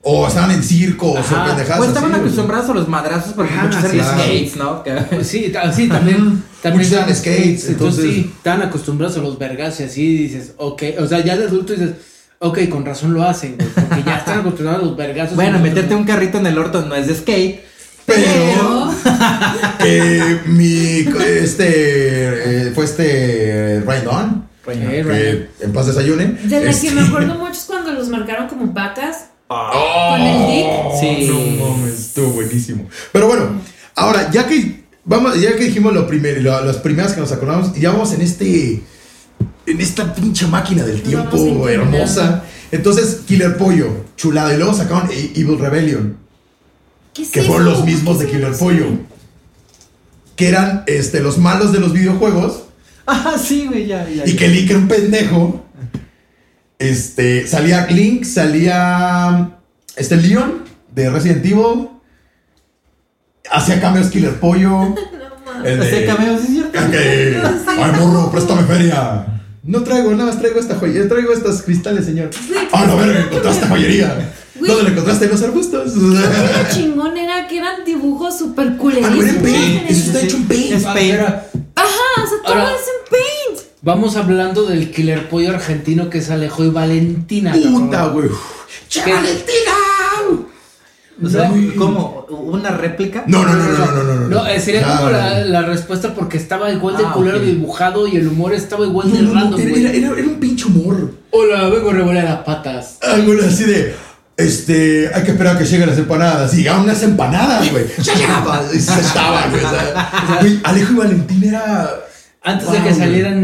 [SPEAKER 2] O estaban en circo, o
[SPEAKER 3] Ajá,
[SPEAKER 2] pendejadas.
[SPEAKER 5] O Pues estaban
[SPEAKER 2] Pues así, güey.
[SPEAKER 5] acostumbrados a los madrazos porque
[SPEAKER 3] Ajá,
[SPEAKER 5] muchos
[SPEAKER 3] sí,
[SPEAKER 5] eran
[SPEAKER 2] claro.
[SPEAKER 5] skates, ¿no? Que-
[SPEAKER 3] Pues Sí, ta- sí, también. también
[SPEAKER 2] Muchos eran skates, entonces-
[SPEAKER 3] sí, estaban acostumbrados a los vergas y así dices, ok. O sea, ya de adulto dices, ok, con razón lo hacen, güey. Porque ya están acostumbrados a los vergazos.
[SPEAKER 5] Bueno,
[SPEAKER 3] Y-
[SPEAKER 5] meterte un carrito en el orto no es de skate.
[SPEAKER 2] Pero
[SPEAKER 4] Pero-
[SPEAKER 2] que mi. Este. eh, fue este. Ryan Don.
[SPEAKER 3] Eh, Ryan.
[SPEAKER 2] Que en paz desayune.
[SPEAKER 4] De la
[SPEAKER 2] Este-
[SPEAKER 4] que me acuerdo mucho es cuando los marcaron como vacas.
[SPEAKER 2] ¡Oh!
[SPEAKER 4] Con el dick.
[SPEAKER 5] Sí.
[SPEAKER 2] No mames, estuvo buenísimo. Pero bueno, ahora, ya que. Vamos, ya que dijimos lo primero, lo- las primeras que nos acordamos, ya vamos en este. En esta pinche máquina del
[SPEAKER 4] Nos
[SPEAKER 2] tiempo
[SPEAKER 4] vamos inclinando.
[SPEAKER 2] hermosa. Entonces, Killer Pollo, chulada. Y luego sacaron E- Evil Rebellion,
[SPEAKER 4] ¿Qué es
[SPEAKER 2] que
[SPEAKER 4] eso?
[SPEAKER 2] fueron los mismos
[SPEAKER 4] ¿Qué
[SPEAKER 2] de
[SPEAKER 4] es
[SPEAKER 2] Killer
[SPEAKER 4] eso?
[SPEAKER 2] Pollo. Que eran este, los malos de los videojuegos.
[SPEAKER 5] Ah, sí, güey, ya, ya.
[SPEAKER 2] Y
[SPEAKER 5] ya.
[SPEAKER 2] que Link era un pendejo. Este, salía Link, salía este Leon de Resident Evil. Hacía cameos Killer Pollo.
[SPEAKER 4] No mames.
[SPEAKER 2] El de,
[SPEAKER 5] Hacía cameos, ¿sí es cierto?
[SPEAKER 2] que- Ay, morro, préstame feria. No traigo, nada más traigo esta joya. Traigo estos cristales, señor. Ah, no, ver, encontraste joyería.
[SPEAKER 4] pues, Güey.
[SPEAKER 2] ¿Dónde la encontraste? En los arbustos.
[SPEAKER 4] Lo chingón era que eran dibujos super culerísimos.
[SPEAKER 2] Ah, no, era
[SPEAKER 4] en
[SPEAKER 2] Paint.
[SPEAKER 4] el-
[SPEAKER 2] Eso está hecho en Paint.
[SPEAKER 5] Es Paint.
[SPEAKER 3] Espera,
[SPEAKER 4] Ajá, o sea, todo
[SPEAKER 3] Ahora-
[SPEAKER 4] es en paint.
[SPEAKER 3] vamos hablando del killer pollo argentino que es Alejo y Valentina.
[SPEAKER 2] Puta,
[SPEAKER 3] cabrón.
[SPEAKER 2] güey.
[SPEAKER 3] ¿Qué?
[SPEAKER 5] O sea,
[SPEAKER 2] No.
[SPEAKER 5] ¿cómo? ¿Una réplica?
[SPEAKER 2] No, no, no, no, no, no, no. no.
[SPEAKER 3] No, eh, sería
[SPEAKER 2] Nada,
[SPEAKER 3] como
[SPEAKER 2] no,
[SPEAKER 3] la,
[SPEAKER 2] no.
[SPEAKER 3] la respuesta porque estaba igual de
[SPEAKER 5] Ah,
[SPEAKER 3] culero
[SPEAKER 5] ok.
[SPEAKER 3] dibujado y el humor estaba igual
[SPEAKER 2] No,
[SPEAKER 3] de
[SPEAKER 2] no, no,
[SPEAKER 3] random,
[SPEAKER 2] era,
[SPEAKER 3] güey.
[SPEAKER 2] era- era- era un pinche humor.
[SPEAKER 3] Hola, vengo a revolear las patas.
[SPEAKER 2] Alguna Ah, así de. Este, hay que esperar a que lleguen las empanadas. Y llegaban unas empanadas, güey. Ya llegaban. Y se estaban, güey. o sea, güey, Alejo y Valentín era.
[SPEAKER 3] Antes de
[SPEAKER 2] Wow,
[SPEAKER 3] que
[SPEAKER 2] güey.
[SPEAKER 3] salieran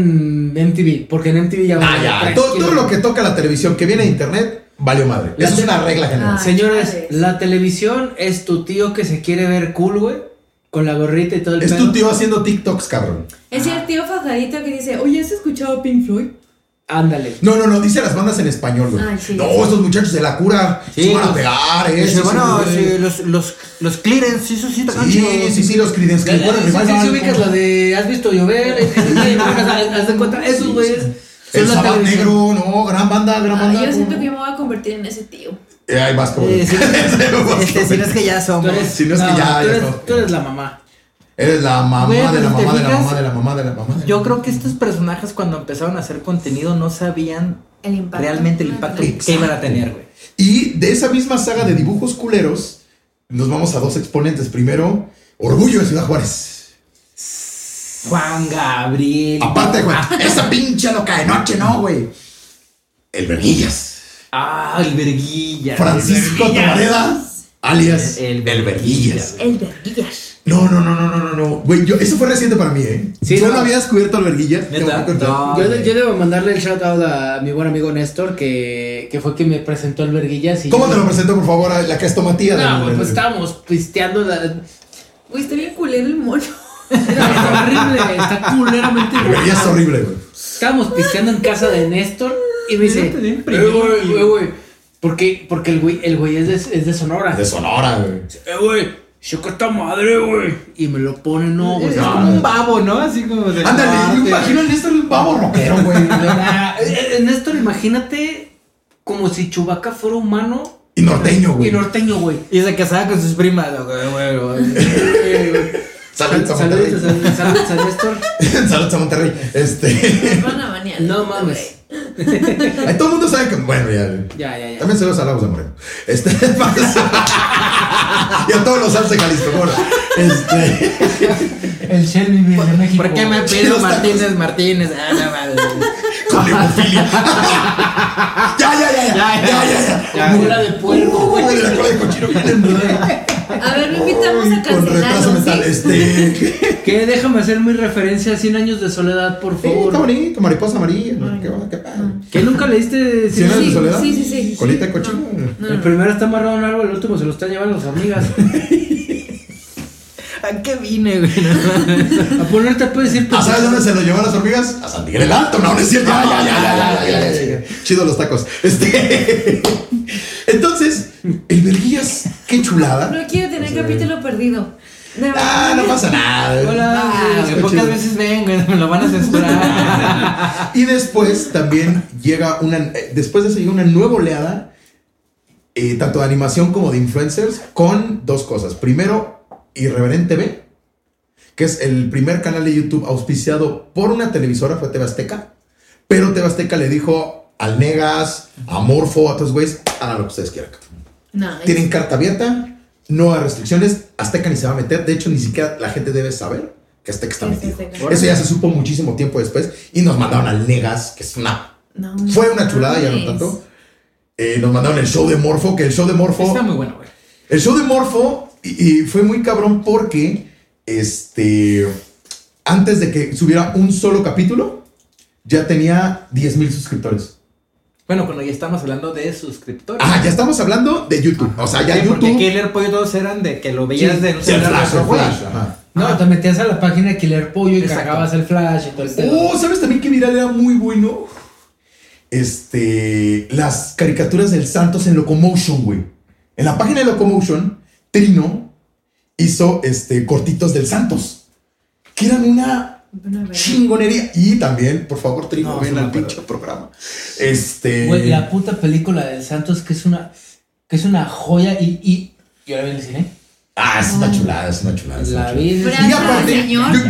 [SPEAKER 3] en MTV, porque en MTV ya
[SPEAKER 2] Ah,
[SPEAKER 3] valía
[SPEAKER 2] ya.
[SPEAKER 3] tres
[SPEAKER 2] Todo, todo
[SPEAKER 3] kilos.
[SPEAKER 2] lo que toca la televisión que viene de internet, valió madre.
[SPEAKER 3] La
[SPEAKER 2] Eso es
[SPEAKER 3] tele-
[SPEAKER 2] una regla general.
[SPEAKER 4] Ah.
[SPEAKER 3] Señores,
[SPEAKER 4] chales.
[SPEAKER 3] la televisión es tu tío que se quiere ver cool, güey, con la gorrita y todo el
[SPEAKER 2] Es
[SPEAKER 3] pedo.
[SPEAKER 2] tu tío haciendo TikToks, cabrón.
[SPEAKER 4] Es el tío fajadito que dice, oye, ¿has escuchado Pink Floyd?
[SPEAKER 3] Ándale.
[SPEAKER 2] No, no, no, dice las bandas en español, güey.
[SPEAKER 4] Ay, sí.
[SPEAKER 2] no, estos muchachos de la cura
[SPEAKER 5] Sí,
[SPEAKER 2] se van a
[SPEAKER 5] los-
[SPEAKER 2] pegar, eh.
[SPEAKER 5] Dice,
[SPEAKER 2] sí,
[SPEAKER 5] bueno,
[SPEAKER 2] sí,
[SPEAKER 5] sí,
[SPEAKER 2] güey.
[SPEAKER 5] los, los, los clearance, eso sí tocan chido.
[SPEAKER 2] sí, sí, sí, los Creedence
[SPEAKER 5] Pues
[SPEAKER 3] Sí,
[SPEAKER 2] Clearwater
[SPEAKER 3] sí,
[SPEAKER 2] Revival,
[SPEAKER 3] sí, ubicas
[SPEAKER 2] ¿cómo?
[SPEAKER 3] la de has visto llover, Eh, eh, haz haz de cuenta, esos güeyes
[SPEAKER 2] El
[SPEAKER 3] la
[SPEAKER 2] Sabbat
[SPEAKER 3] televisión.
[SPEAKER 2] Negro, no, gran banda, gran
[SPEAKER 4] Ah,
[SPEAKER 2] banda.
[SPEAKER 4] yo siento
[SPEAKER 2] ¿cómo?
[SPEAKER 4] que yo me voy a convertir en ese tío.
[SPEAKER 2] Eh, ahí vas, como.
[SPEAKER 5] Eh, sí, este, si no es que ya
[SPEAKER 3] Tú
[SPEAKER 5] somos.
[SPEAKER 3] eres,
[SPEAKER 2] Si no es que ya-
[SPEAKER 3] tú
[SPEAKER 2] ya
[SPEAKER 3] eres,
[SPEAKER 2] no.
[SPEAKER 3] tú eres la mamá.
[SPEAKER 2] Eres la mamá
[SPEAKER 5] Güey,
[SPEAKER 2] de
[SPEAKER 5] pero
[SPEAKER 2] la
[SPEAKER 5] si
[SPEAKER 2] mamá
[SPEAKER 5] te
[SPEAKER 2] de la
[SPEAKER 5] fijas-
[SPEAKER 2] mamá de la mamá de la mamá. de la
[SPEAKER 5] Yo creo que estos personajes cuando empezaron a hacer contenido no sabían
[SPEAKER 4] El impacto.
[SPEAKER 5] realmente el impacto que iban a tener, güey.
[SPEAKER 2] Y de esa misma saga de dibujos culeros, nos vamos a dos exponentes. Primero, Orgullo de Ciudad Juárez.
[SPEAKER 5] Juan Gabriel.
[SPEAKER 2] Aparte, güey, esa pinche loca de noche, no, güey. El Verguillas.
[SPEAKER 5] Ah, el verguilla.
[SPEAKER 2] Francisco
[SPEAKER 5] El Verguillas.
[SPEAKER 2] Tabareda, alias
[SPEAKER 5] El-
[SPEAKER 2] El,
[SPEAKER 5] el
[SPEAKER 2] Verguillas.
[SPEAKER 4] El verguillas.
[SPEAKER 2] No, no, no, no, no, no, no. Güey, yo, eso fue reciente para mí, ¿eh?
[SPEAKER 3] Sí,
[SPEAKER 2] yo no,
[SPEAKER 3] no.
[SPEAKER 2] había descubierto al Verguillas. te voy a
[SPEAKER 5] ¿Neta?
[SPEAKER 2] contar.
[SPEAKER 5] No,
[SPEAKER 3] Yo,
[SPEAKER 5] güey.
[SPEAKER 3] yo debo mandarle el shout out a mi buen amigo Néstor, que, que fue quien me presentó el verguillas. Y
[SPEAKER 2] ¿Cómo
[SPEAKER 3] yo-
[SPEAKER 2] te lo presento, por favor, a la que es tomatía?
[SPEAKER 3] No, güey, pues estábamos pisteando. La...
[SPEAKER 4] Uy, está bien culero el mono.
[SPEAKER 3] Está horrible, está culeramente
[SPEAKER 2] El Verguillas es horrible, Ah, güey.
[SPEAKER 3] Estábamos pisteando en casa de Néstor y me dice,
[SPEAKER 5] Yo te di un
[SPEAKER 3] "Eh,
[SPEAKER 5] primer
[SPEAKER 3] güey,
[SPEAKER 5] tiro".
[SPEAKER 3] güey, güey, porque, porque el güey, el güey es de, es de Sonora.
[SPEAKER 2] De Sonora, güey.
[SPEAKER 3] Eh, güey, choca esta madre, güey. Y me lo pone, no, güey.
[SPEAKER 5] Es
[SPEAKER 3] no,
[SPEAKER 5] como un babo, ¿no? Así como de.
[SPEAKER 2] Ándale, yo
[SPEAKER 5] Marte.
[SPEAKER 2] imagino al Néstor un pavo rockero, güey.
[SPEAKER 3] no, no. Eh, eh, Néstor, imagínate como si Chubaca fuera humano
[SPEAKER 2] Y norteño, güey.
[SPEAKER 3] y norteño, güey.
[SPEAKER 5] Y se casaba con sus primas. güey, güey, güey.
[SPEAKER 2] Saludos a Monterrey.
[SPEAKER 3] Eh, Saludos a- saludos a Néstor.
[SPEAKER 2] Saludos a Monterrey. Este.
[SPEAKER 4] Nos van a banear.
[SPEAKER 3] No mames.
[SPEAKER 2] ahí todo el mundo sabe que. Bueno, ya. güey.
[SPEAKER 3] Ya, ya, ya.
[SPEAKER 2] También saludos a Lagos de Moreno. Este. y a todos los salsa de Jalisco, bueno. Este.
[SPEAKER 3] El Shelby de México.
[SPEAKER 5] ¿Por qué me pido
[SPEAKER 2] Chidos
[SPEAKER 5] Martínez Martínez? Ah, no mames.
[SPEAKER 2] Con hemofilia. ya, ya, ya, ya. Ya, ya, ya.
[SPEAKER 3] Cola de puerco, güey.
[SPEAKER 2] Uy, la cola de cochino viene.
[SPEAKER 4] A ver, lo invitamos a
[SPEAKER 2] Con retraso mental.
[SPEAKER 4] cancelarlo. ¿sí?
[SPEAKER 2] Este.
[SPEAKER 3] ¿Qué? Déjame hacer mi referencia a 100 años de soledad, por
[SPEAKER 2] Sí, está
[SPEAKER 3] favor.
[SPEAKER 2] bonito, mariposa amarilla. ¿no? Qué va, qué padre.
[SPEAKER 3] ¿Qué nunca leíste?
[SPEAKER 2] ¿Cien años de
[SPEAKER 4] Sí,
[SPEAKER 2] soledad?
[SPEAKER 4] sí, sí, sí.
[SPEAKER 2] Colita de cochino.
[SPEAKER 3] El primero está amarrado a un árbol, el último se lo están llevando las hormigas.
[SPEAKER 5] ¿A qué vine, güey? No,
[SPEAKER 3] A ponerte puedes ir
[SPEAKER 2] ¿Ah, ¿Sabes dónde se lo llevó a las hormigas? A San Miguel el Alto, no, no es cierto. Ya, ya, ya, ya, ya, ya, ya. Chido los tacos. Este. Entonces, el Verguillas, qué chulada.
[SPEAKER 4] No quiero tener capítulo perdido. De
[SPEAKER 2] Ah,
[SPEAKER 4] verdad.
[SPEAKER 2] no pasa nada.
[SPEAKER 5] Hola,
[SPEAKER 2] Ah,
[SPEAKER 5] güey,
[SPEAKER 2] qué
[SPEAKER 5] pocas
[SPEAKER 2] chido.
[SPEAKER 5] veces ven, güey, me lo van a censurar.
[SPEAKER 2] Y después también llega una. eh, Después de eso llega una nueva oleada, eh, tanto de animación como de influencers, con dos cosas. Primero, Irreverente B, que es el primer canal de YouTube auspiciado por una televisora, fue TV Azteca. Pero TV Azteca le dijo al Negas, a Morfo, a todos güeyes, hagan lo que ustedes quieran.
[SPEAKER 4] No, es-
[SPEAKER 2] Tienen carta abierta, no hay restricciones, Azteca ni se va a meter. De hecho, ni siquiera la gente debe saber que Azteca está
[SPEAKER 4] Sí, sí,
[SPEAKER 2] metido.
[SPEAKER 4] Azteca.
[SPEAKER 2] Eso ya se supo muchísimo tiempo después y nos mandaron al Negas, que es una...
[SPEAKER 4] no,
[SPEAKER 2] Fue una chulada, ya no
[SPEAKER 4] mames.
[SPEAKER 2] tanto. Eh, nos mandaron el show de Morfo, que el show de Morfo...
[SPEAKER 5] Está muy bueno, güey.
[SPEAKER 2] El show de Morfo y, y fue muy cabrón porque, este, antes de que subiera un solo capítulo, ya tenía 10 mil suscriptores.
[SPEAKER 5] Bueno, cuando ya estamos hablando de suscriptores.
[SPEAKER 2] Ah, ya estamos hablando de YouTube. O sea, ya
[SPEAKER 5] Sí, Porque
[SPEAKER 2] YouTube.
[SPEAKER 5] Killer Pollo todos eran de que lo veías
[SPEAKER 3] Sí,
[SPEAKER 5] de un
[SPEAKER 2] Sí, el
[SPEAKER 5] celular
[SPEAKER 2] flash,
[SPEAKER 5] a
[SPEAKER 2] el
[SPEAKER 5] otro, güey.
[SPEAKER 2] flash. ajá.
[SPEAKER 3] No, te metías a la página de Killer Pollo y
[SPEAKER 5] Exacto.
[SPEAKER 3] cargabas el flash y todo el pedo.
[SPEAKER 2] Oh, ¿sabes también que viral era muy bueno? Este. Las caricaturas del Santos en Locomotion, güey. En la página de Locomotion, Trino hizo este, cortitos del Santos. Que eran una
[SPEAKER 4] Una vez.
[SPEAKER 2] chingonería. Y también, por favor, Trino,
[SPEAKER 5] No,
[SPEAKER 2] ven
[SPEAKER 5] sí me
[SPEAKER 2] al
[SPEAKER 5] acuerdo.
[SPEAKER 2] pinche programa. Este.
[SPEAKER 3] Güey, la puta película del Santos que es una, que es una joya y, y yo la vi en el cine.
[SPEAKER 2] Ah, es una chulada, es una chulada. es una
[SPEAKER 3] La
[SPEAKER 2] chulada.
[SPEAKER 3] vi en el
[SPEAKER 4] Fra-
[SPEAKER 3] cine.
[SPEAKER 2] Y aparte,
[SPEAKER 4] señor.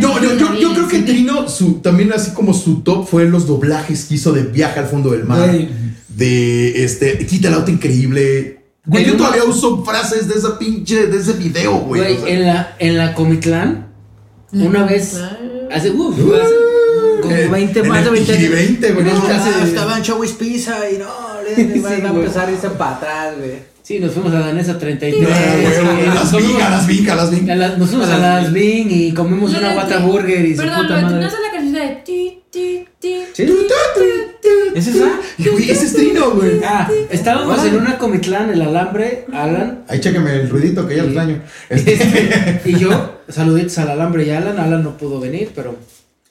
[SPEAKER 2] yo, yo- yo- yo- yo creo que
[SPEAKER 4] Sí.
[SPEAKER 2] Trino, su, también así como su top fue los doblajes que hizo de Viaje al Fondo del Mar,
[SPEAKER 3] Güey.
[SPEAKER 2] de este, Quita el auto increíble. Güey,
[SPEAKER 3] En
[SPEAKER 2] yo
[SPEAKER 3] una-
[SPEAKER 2] todavía uso frases de esa pinche, de ese video, güey.
[SPEAKER 3] Güey,
[SPEAKER 2] o sea.
[SPEAKER 3] en la, en la Comitlán, una vez, hace, uff,
[SPEAKER 2] Uh,
[SPEAKER 5] Como
[SPEAKER 2] en-
[SPEAKER 5] 20
[SPEAKER 2] en
[SPEAKER 5] más
[SPEAKER 2] el
[SPEAKER 5] de 20
[SPEAKER 2] Tijiri 20, güey. no,
[SPEAKER 5] Ah,
[SPEAKER 2] hace-
[SPEAKER 5] Estaba en Showbiz Pizza y no, le va
[SPEAKER 3] Sí,
[SPEAKER 5] a
[SPEAKER 3] güey.
[SPEAKER 5] empezar a irse para atrás, güey.
[SPEAKER 3] sí, nos fuimos a Danesa 33.
[SPEAKER 5] Ah,
[SPEAKER 2] No, Ah, güey,
[SPEAKER 3] nos
[SPEAKER 2] Las
[SPEAKER 3] comimos-
[SPEAKER 2] vingas, las vingas, las
[SPEAKER 3] a
[SPEAKER 2] vingas.
[SPEAKER 3] la- nos fuimos a las Bing y comimos
[SPEAKER 4] No,
[SPEAKER 3] una
[SPEAKER 4] no,
[SPEAKER 3] guata
[SPEAKER 4] sí.
[SPEAKER 3] burger y su
[SPEAKER 4] Perdón,
[SPEAKER 3] puta
[SPEAKER 4] pero
[SPEAKER 3] madre.
[SPEAKER 4] no sé la canción de ti, ti, ti.
[SPEAKER 5] ¿Sí? ¿Es esa?
[SPEAKER 2] Y, Güey, ese es Trino, güey.
[SPEAKER 3] Ah, estábamos en una Comitlán, el alambre, Alan,
[SPEAKER 2] Ahí chéqueme el ruidito que ya lo extraño. Este,
[SPEAKER 3] Este, y yo, saluditos al Alambre y a Alan. Alan no pudo venir, pero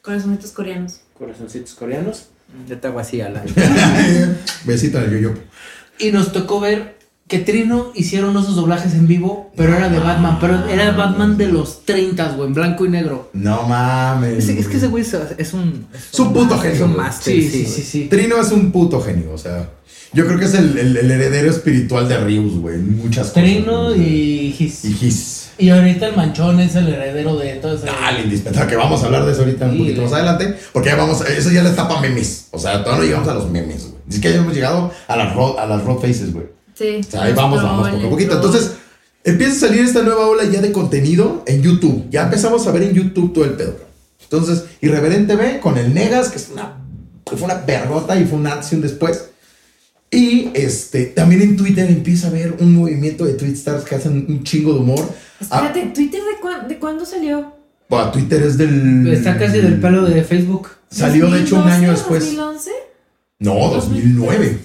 [SPEAKER 4] Corazoncitos coreanos.
[SPEAKER 3] corazoncitos coreanos.
[SPEAKER 5] Ya Mm, te hago así, Alan.
[SPEAKER 2] Besito al yoyo.
[SPEAKER 3] Y nos tocó ver que Trino hicieron esos doblajes en vivo, pero era de Batman. Pero era Batman de los 30, güey, en blanco y negro.
[SPEAKER 2] No mames.
[SPEAKER 5] Es, es que
[SPEAKER 2] güey.
[SPEAKER 5] ese güey es, es un.
[SPEAKER 2] Es un puto
[SPEAKER 5] Es
[SPEAKER 2] genio,
[SPEAKER 5] un
[SPEAKER 2] güey.
[SPEAKER 5] master.
[SPEAKER 3] Sí, sí, sí,
[SPEAKER 5] güey.
[SPEAKER 3] sí.
[SPEAKER 2] Trino es un puto genio, o sea. Yo creo que es el, el- el heredero espiritual de Rius, güey, en muchas cosas.
[SPEAKER 3] Trino
[SPEAKER 2] güey.
[SPEAKER 3] y
[SPEAKER 2] Y
[SPEAKER 3] His.
[SPEAKER 2] His.
[SPEAKER 3] Y ahorita el manchón es el heredero de eh, todo ese.
[SPEAKER 2] Ah, el indispensable, que vamos a hablar de eso ahorita un
[SPEAKER 3] Sí,
[SPEAKER 2] poquito
[SPEAKER 3] güey.
[SPEAKER 2] más adelante, porque ya vamos, eso ya la etapa memes, o sea, todavía no llegamos a los memes, güey. Es que ya hemos llegado a las road, a las road faces, güey.
[SPEAKER 4] Sí.
[SPEAKER 2] O sea, ahí vamos, vamos, poco a poquito. Entonces, empieza a salir esta nueva ola ya de contenido en YouTube. Ya empezamos a ver en YouTube todo el pedo. Entonces, Irreverente B con el Negas, que es una, que fue una vergota y fue un acción después. Y este, también en Twitter empieza a haber un movimiento de Twitstars que hacen un chingo de humor. Ah,
[SPEAKER 4] Espérate, ¿Twitter de, cuán- de cuándo salió?
[SPEAKER 2] bueno, Twitter es del.
[SPEAKER 3] Está casi del pelo de Facebook.
[SPEAKER 2] Salió de hecho un año después.
[SPEAKER 4] ¿2011?
[SPEAKER 2] No, 2009.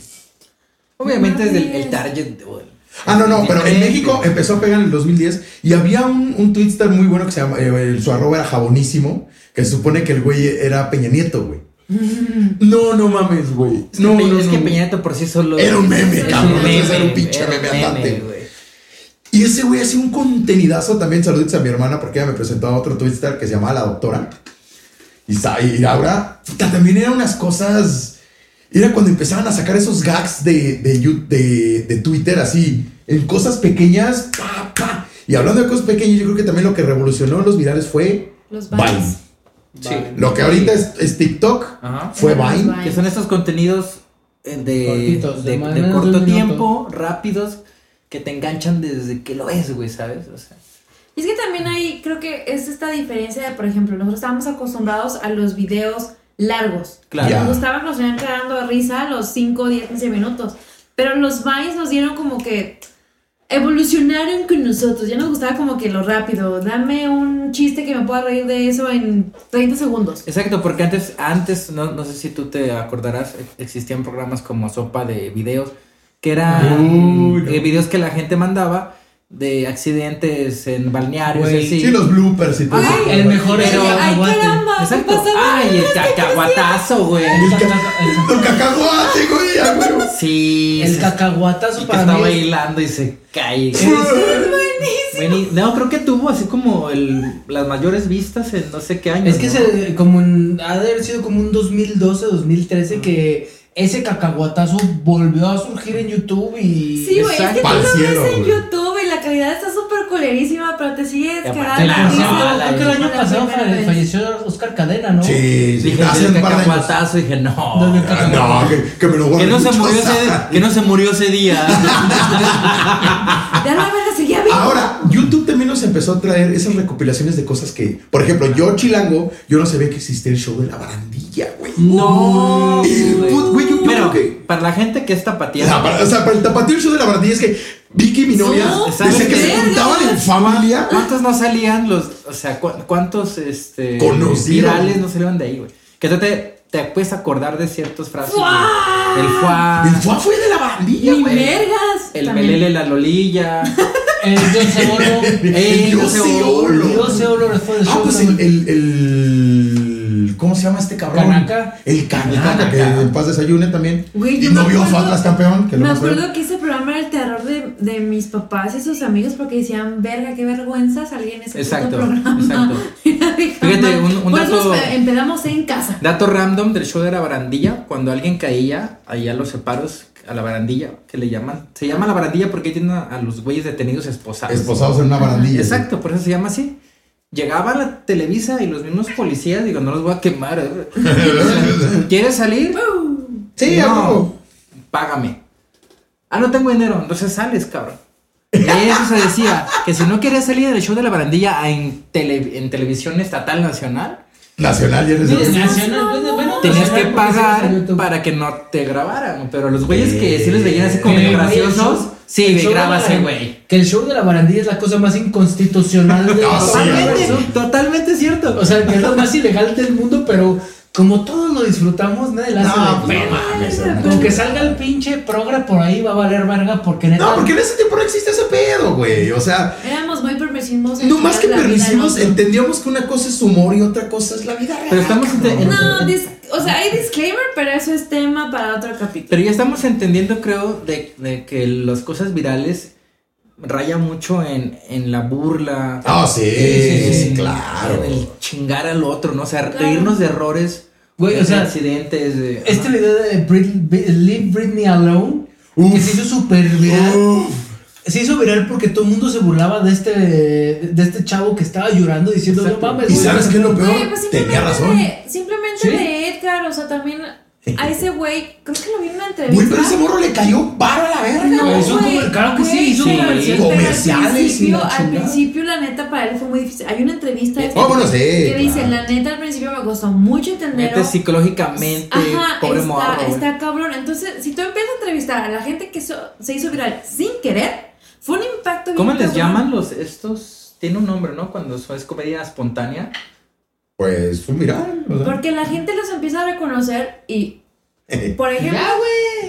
[SPEAKER 5] Obviamente es el, el target. güey.
[SPEAKER 2] Ah, no, no, pero en
[SPEAKER 5] Diferente.
[SPEAKER 2] México empezó a pegar en el 2010 y había un, un twitstar muy bueno que se llama, eh, el- su arroba era jabonísimo, que se supone que el güey era Peña Nieto, güey. No, no mames, güey.
[SPEAKER 5] Mm. Es que,
[SPEAKER 2] No,
[SPEAKER 5] Peña-
[SPEAKER 2] no,
[SPEAKER 5] es que
[SPEAKER 2] no.
[SPEAKER 5] Peña Nieto por sí solo.
[SPEAKER 2] Era un meme,
[SPEAKER 5] es
[SPEAKER 2] cabrón,
[SPEAKER 5] un
[SPEAKER 2] entonces era un pinche
[SPEAKER 5] era un
[SPEAKER 2] meme andante.
[SPEAKER 5] güey.
[SPEAKER 2] Y ese güey hacía un contenidazo también. Saludos a mi hermana porque ella me presentó a otro twitstar que se llamaba La Doctora. Y, sa- y ahora, puta, también eran unas cosas... Era cuando empezaban a sacar esos gags de, de, Yu- de- de Twitter, así, en cosas pequeñas, pa, pa. Y hablando de cosas pequeñas, yo creo que también lo que revolucionó los virales fue
[SPEAKER 4] Los
[SPEAKER 2] Vine.
[SPEAKER 4] Vines.
[SPEAKER 5] Sí.
[SPEAKER 3] Vale.
[SPEAKER 2] Lo que ahorita es, es TikTok
[SPEAKER 5] Ajá.
[SPEAKER 2] fue
[SPEAKER 4] Los
[SPEAKER 2] Vine.
[SPEAKER 5] Que son estos contenidos eh, de,
[SPEAKER 3] Cortitos, de
[SPEAKER 5] de,
[SPEAKER 3] más
[SPEAKER 5] de
[SPEAKER 3] o menos de
[SPEAKER 5] corto
[SPEAKER 3] un
[SPEAKER 5] tiempo, rápidos, que te enganchan desde que lo ves, güey, ¿sabes? O sea,
[SPEAKER 4] Y es que también ahí creo que es esta diferencia de, por ejemplo, nosotros estábamos acostumbrados a los videos largos.
[SPEAKER 5] Claro.
[SPEAKER 4] Que
[SPEAKER 2] Ya.
[SPEAKER 4] Nos gustaban, nos iban quedando de risa los 5, 10, 15 minutos. Pero los Vines nos dieron como que evolucionaron con nosotros. Ya nos gustaba como que lo rápido. Dame un chiste que me pueda reír de eso en 30 segundos.
[SPEAKER 5] Exacto, porque antes, antes no, no sé si tú te acordarás, e- existían programas como Sopa de Videos, que eran
[SPEAKER 2] Uy, no.
[SPEAKER 5] eh, videos que la gente mandaba de accidentes en balnearios y
[SPEAKER 3] Güey,
[SPEAKER 5] así.
[SPEAKER 2] Sí, los bloopers y todo.
[SPEAKER 5] Ah, Ay,
[SPEAKER 2] eso.
[SPEAKER 3] el mejor
[SPEAKER 4] Ay,
[SPEAKER 5] Pero-
[SPEAKER 4] ay,
[SPEAKER 3] aguante.
[SPEAKER 4] caramba, ¿qué
[SPEAKER 5] Exacto.
[SPEAKER 4] pasaba?
[SPEAKER 5] Ay, el cacahuatazo, güey.
[SPEAKER 2] El ca- ¡Tu cacahuate, güey! a huevo.
[SPEAKER 5] Sí.
[SPEAKER 3] El
[SPEAKER 5] sí, y
[SPEAKER 3] cacahuatazo
[SPEAKER 5] que
[SPEAKER 3] para
[SPEAKER 5] está
[SPEAKER 3] mí. es-
[SPEAKER 5] bailando y se cae. Buenísimo. No, creo que tuvo así como el- las mayores vistas en no sé qué año.
[SPEAKER 3] Es que
[SPEAKER 5] ¿no?
[SPEAKER 3] se, como en- ha de haber sido como un 2012, 2013 que ese cacahuatazo volvió a surgir en YouTube y...
[SPEAKER 4] Sí, güey, es que tú
[SPEAKER 2] Pa'l
[SPEAKER 4] lo
[SPEAKER 2] cielo,
[SPEAKER 4] ves en
[SPEAKER 2] güey.
[SPEAKER 4] YouTube y la calidad está súper culerísima, pero te sigues
[SPEAKER 5] aparte
[SPEAKER 4] quedando.
[SPEAKER 3] Que
[SPEAKER 5] la
[SPEAKER 3] por
[SPEAKER 5] Ah,
[SPEAKER 3] cierto,
[SPEAKER 5] no, la-
[SPEAKER 3] creo que el año
[SPEAKER 4] la
[SPEAKER 3] pasado
[SPEAKER 4] primera
[SPEAKER 3] falle-
[SPEAKER 4] vez.
[SPEAKER 3] falleció Oscar Cadena, ¿no?
[SPEAKER 2] Sí, sí,
[SPEAKER 5] Dije,
[SPEAKER 2] hace
[SPEAKER 5] el
[SPEAKER 2] un par de años.
[SPEAKER 5] cacahuatazo, dije,
[SPEAKER 3] No, no,
[SPEAKER 5] no.
[SPEAKER 2] Ah, No, que, que me lo
[SPEAKER 5] Que
[SPEAKER 2] guarden
[SPEAKER 5] no, se
[SPEAKER 2] mucho.
[SPEAKER 5] murió ese, que no se murió ese día.
[SPEAKER 4] Ya la verga seguía vivo.
[SPEAKER 2] Ahora, YouTube también nos empezó a traer esas recopilaciones de cosas que, por ejemplo, yo chilango, yo no sabía que existía el show de la barandilla, güey.
[SPEAKER 5] No.
[SPEAKER 2] El put- pues, güey, yo- yo creo
[SPEAKER 5] Pero
[SPEAKER 2] que-
[SPEAKER 5] para la gente que está
[SPEAKER 2] O sea,
[SPEAKER 5] pateando.
[SPEAKER 2] para, o sea, para el tapatío el show de la barandilla es que Vicky, mi novia,
[SPEAKER 4] No,
[SPEAKER 2] dice que se
[SPEAKER 4] verga.
[SPEAKER 2] juntaban en familia.
[SPEAKER 5] ¿Cuántos no salían los, o sea, cu- cuántos este
[SPEAKER 2] Conocidos.
[SPEAKER 5] virales no salieron de ahí, güey? Que trate te puedes acordar de ciertas frases. güey.
[SPEAKER 4] ¡Fua!
[SPEAKER 5] El fuá.
[SPEAKER 2] El fuá fue de la bandilla,
[SPEAKER 4] ¡Ni
[SPEAKER 2] güey.
[SPEAKER 4] vergas!
[SPEAKER 5] El
[SPEAKER 4] También.
[SPEAKER 5] melele la lolilla.
[SPEAKER 3] El Yo Seolo.
[SPEAKER 5] Ey,
[SPEAKER 2] Yo
[SPEAKER 5] no sé,
[SPEAKER 2] sé
[SPEAKER 5] olo.
[SPEAKER 2] olo.
[SPEAKER 3] Yo Seolo le fue el
[SPEAKER 2] Ah,
[SPEAKER 3] show.
[SPEAKER 2] pues el,
[SPEAKER 3] también.
[SPEAKER 2] el, el- ¿Cómo se llama este cabrón?
[SPEAKER 3] Canaca.
[SPEAKER 2] El Canaca,
[SPEAKER 5] Canaca.
[SPEAKER 2] que en paz desayune también.
[SPEAKER 4] Güey,
[SPEAKER 2] y
[SPEAKER 4] yo
[SPEAKER 2] no
[SPEAKER 4] me
[SPEAKER 2] vio
[SPEAKER 4] acuerdo-
[SPEAKER 2] Fatlas campeón. Que lo
[SPEAKER 4] Me
[SPEAKER 2] más feo.
[SPEAKER 4] acuerdo que ese programa era el terror de, de mis papás y sus amigos porque decían, verga, qué vergüenza salir en ese puto
[SPEAKER 5] Exacto,
[SPEAKER 4] programa.
[SPEAKER 5] exacto.
[SPEAKER 4] Era de
[SPEAKER 5] Fíjate,
[SPEAKER 4] jamás.
[SPEAKER 5] un- un
[SPEAKER 4] Por eso
[SPEAKER 5] dato-
[SPEAKER 4] nos pe- empezamos en casa.
[SPEAKER 5] Dato random del show de la barandilla, cuando alguien caía allá a los separos, a la barandilla, que le llaman. Se llama la barandilla porque tienen a, a los güeyes detenidos esposados.
[SPEAKER 2] Esposados en una barandilla.
[SPEAKER 5] Exacto, por eso se llama así. Llegaba la Televisa y los mismos policías, digo, no los voy a quemar. eh. ¿Quieres salir?
[SPEAKER 2] Sí, a huevo.
[SPEAKER 5] no, págame. Ah, no tengo dinero, entonces sales, cabrón. Eso se decía, que si no querías salir del show de la barandilla en, tele- en televisión estatal nacional,
[SPEAKER 2] Nacional ya les
[SPEAKER 3] El
[SPEAKER 4] Mira.
[SPEAKER 3] Pues Nacional, bueno, bueno,
[SPEAKER 5] tenías que
[SPEAKER 3] Nacional, pues, porque se
[SPEAKER 5] pagar
[SPEAKER 3] salió todo.
[SPEAKER 5] para que no te grabaran. Pero los güeyes que sí les veían así como
[SPEAKER 3] Eh, güey, el
[SPEAKER 5] graciosos,
[SPEAKER 3] show- el
[SPEAKER 5] sí,
[SPEAKER 3] show de la
[SPEAKER 5] grábase,
[SPEAKER 3] baran-
[SPEAKER 5] güey.
[SPEAKER 3] Que el show de la barandilla es la cosa más inconstitucional del
[SPEAKER 2] No, Ah, sí,
[SPEAKER 3] totalmente.
[SPEAKER 5] Totalmente,
[SPEAKER 2] güey.
[SPEAKER 5] totalmente cierto.
[SPEAKER 3] O sea, que es lo más ilegal del mundo, pero como todos lo disfrutamos, nadie la hace.
[SPEAKER 2] No, pues,
[SPEAKER 3] güey.
[SPEAKER 2] no mames, hermano.
[SPEAKER 3] Con que salga el pinche progra por ahí va a valer verga porque neta.
[SPEAKER 2] No, porque en ese tiempo no existe ese pedo, güey. O sea,
[SPEAKER 4] Éramos muy permisivos.
[SPEAKER 2] no más que
[SPEAKER 4] La vida
[SPEAKER 2] permisivos,
[SPEAKER 4] del otro.
[SPEAKER 2] entendíamos que una cosa es humor y otra cosa es la vida real.
[SPEAKER 5] Pero estamos
[SPEAKER 2] cabrón.
[SPEAKER 5] ente-
[SPEAKER 4] No, dis- o sea, hay disclaimer, pero eso es tema para otro capítulo.
[SPEAKER 5] Pero ya estamos entendiendo, creo, de, de que las cosas virales rayan mucho en, en la burla.
[SPEAKER 2] Ah, sí,
[SPEAKER 5] en-
[SPEAKER 2] sí, claro.
[SPEAKER 5] En el chingar al otro, ¿no? O sea,
[SPEAKER 4] Claro.
[SPEAKER 5] reírnos de errores,
[SPEAKER 3] Güey, o
[SPEAKER 5] de
[SPEAKER 3] sea,
[SPEAKER 5] accidentes. De,
[SPEAKER 3] Este
[SPEAKER 5] ajá.
[SPEAKER 3] video de Brit- Bri- Leave Britney Alone, que
[SPEAKER 2] Uf.
[SPEAKER 3] se hizo súper viral.
[SPEAKER 2] Uf.
[SPEAKER 4] Pues
[SPEAKER 3] Se hizo viral porque todo el mundo se burlaba de este, de este chavo que estaba llorando diciendo,
[SPEAKER 5] Exacto.
[SPEAKER 3] no mames,
[SPEAKER 2] ¿Y
[SPEAKER 3] güey".
[SPEAKER 2] sabes qué es lo peor?
[SPEAKER 4] Güey, pues simplemente
[SPEAKER 2] Tenía razón.
[SPEAKER 4] De, simplemente
[SPEAKER 3] ¿Sí?
[SPEAKER 4] de Edgar, o sea, también a ese güey, creo que lo vi en una entrevista.
[SPEAKER 2] Güey, pero ese morro le cayó varo a la verga,
[SPEAKER 4] No,
[SPEAKER 2] güey.
[SPEAKER 3] hizo
[SPEAKER 4] güey,
[SPEAKER 3] comer- claro que sí, hizo
[SPEAKER 4] güey,
[SPEAKER 5] comerciales.
[SPEAKER 4] pero
[SPEAKER 2] Comerciales y
[SPEAKER 4] Al principio,
[SPEAKER 2] la
[SPEAKER 4] al
[SPEAKER 2] chingada.
[SPEAKER 4] principio, la neta, para él fue muy difícil. Hay una entrevista de
[SPEAKER 2] Oh, bueno, sí,
[SPEAKER 4] que
[SPEAKER 2] claro.
[SPEAKER 4] dice, la neta, al principio me costó mucho entenderlo.
[SPEAKER 5] Neta, psicológicamente,
[SPEAKER 4] Ajá,
[SPEAKER 5] pobre
[SPEAKER 4] está,
[SPEAKER 5] morro. güey.
[SPEAKER 4] está cabrón. Entonces, si tú empiezas a entrevistar a la gente que eso- se hizo viral sin querer, fue un impacto bien
[SPEAKER 5] ¿Cómo les
[SPEAKER 4] cabrón.
[SPEAKER 5] llaman los estos? Tiene un nombre, ¿no? Cuando son- es comedia espontánea.
[SPEAKER 2] Pues un viral. o sea.
[SPEAKER 4] Porque la gente los empieza a reconocer y, por ejemplo,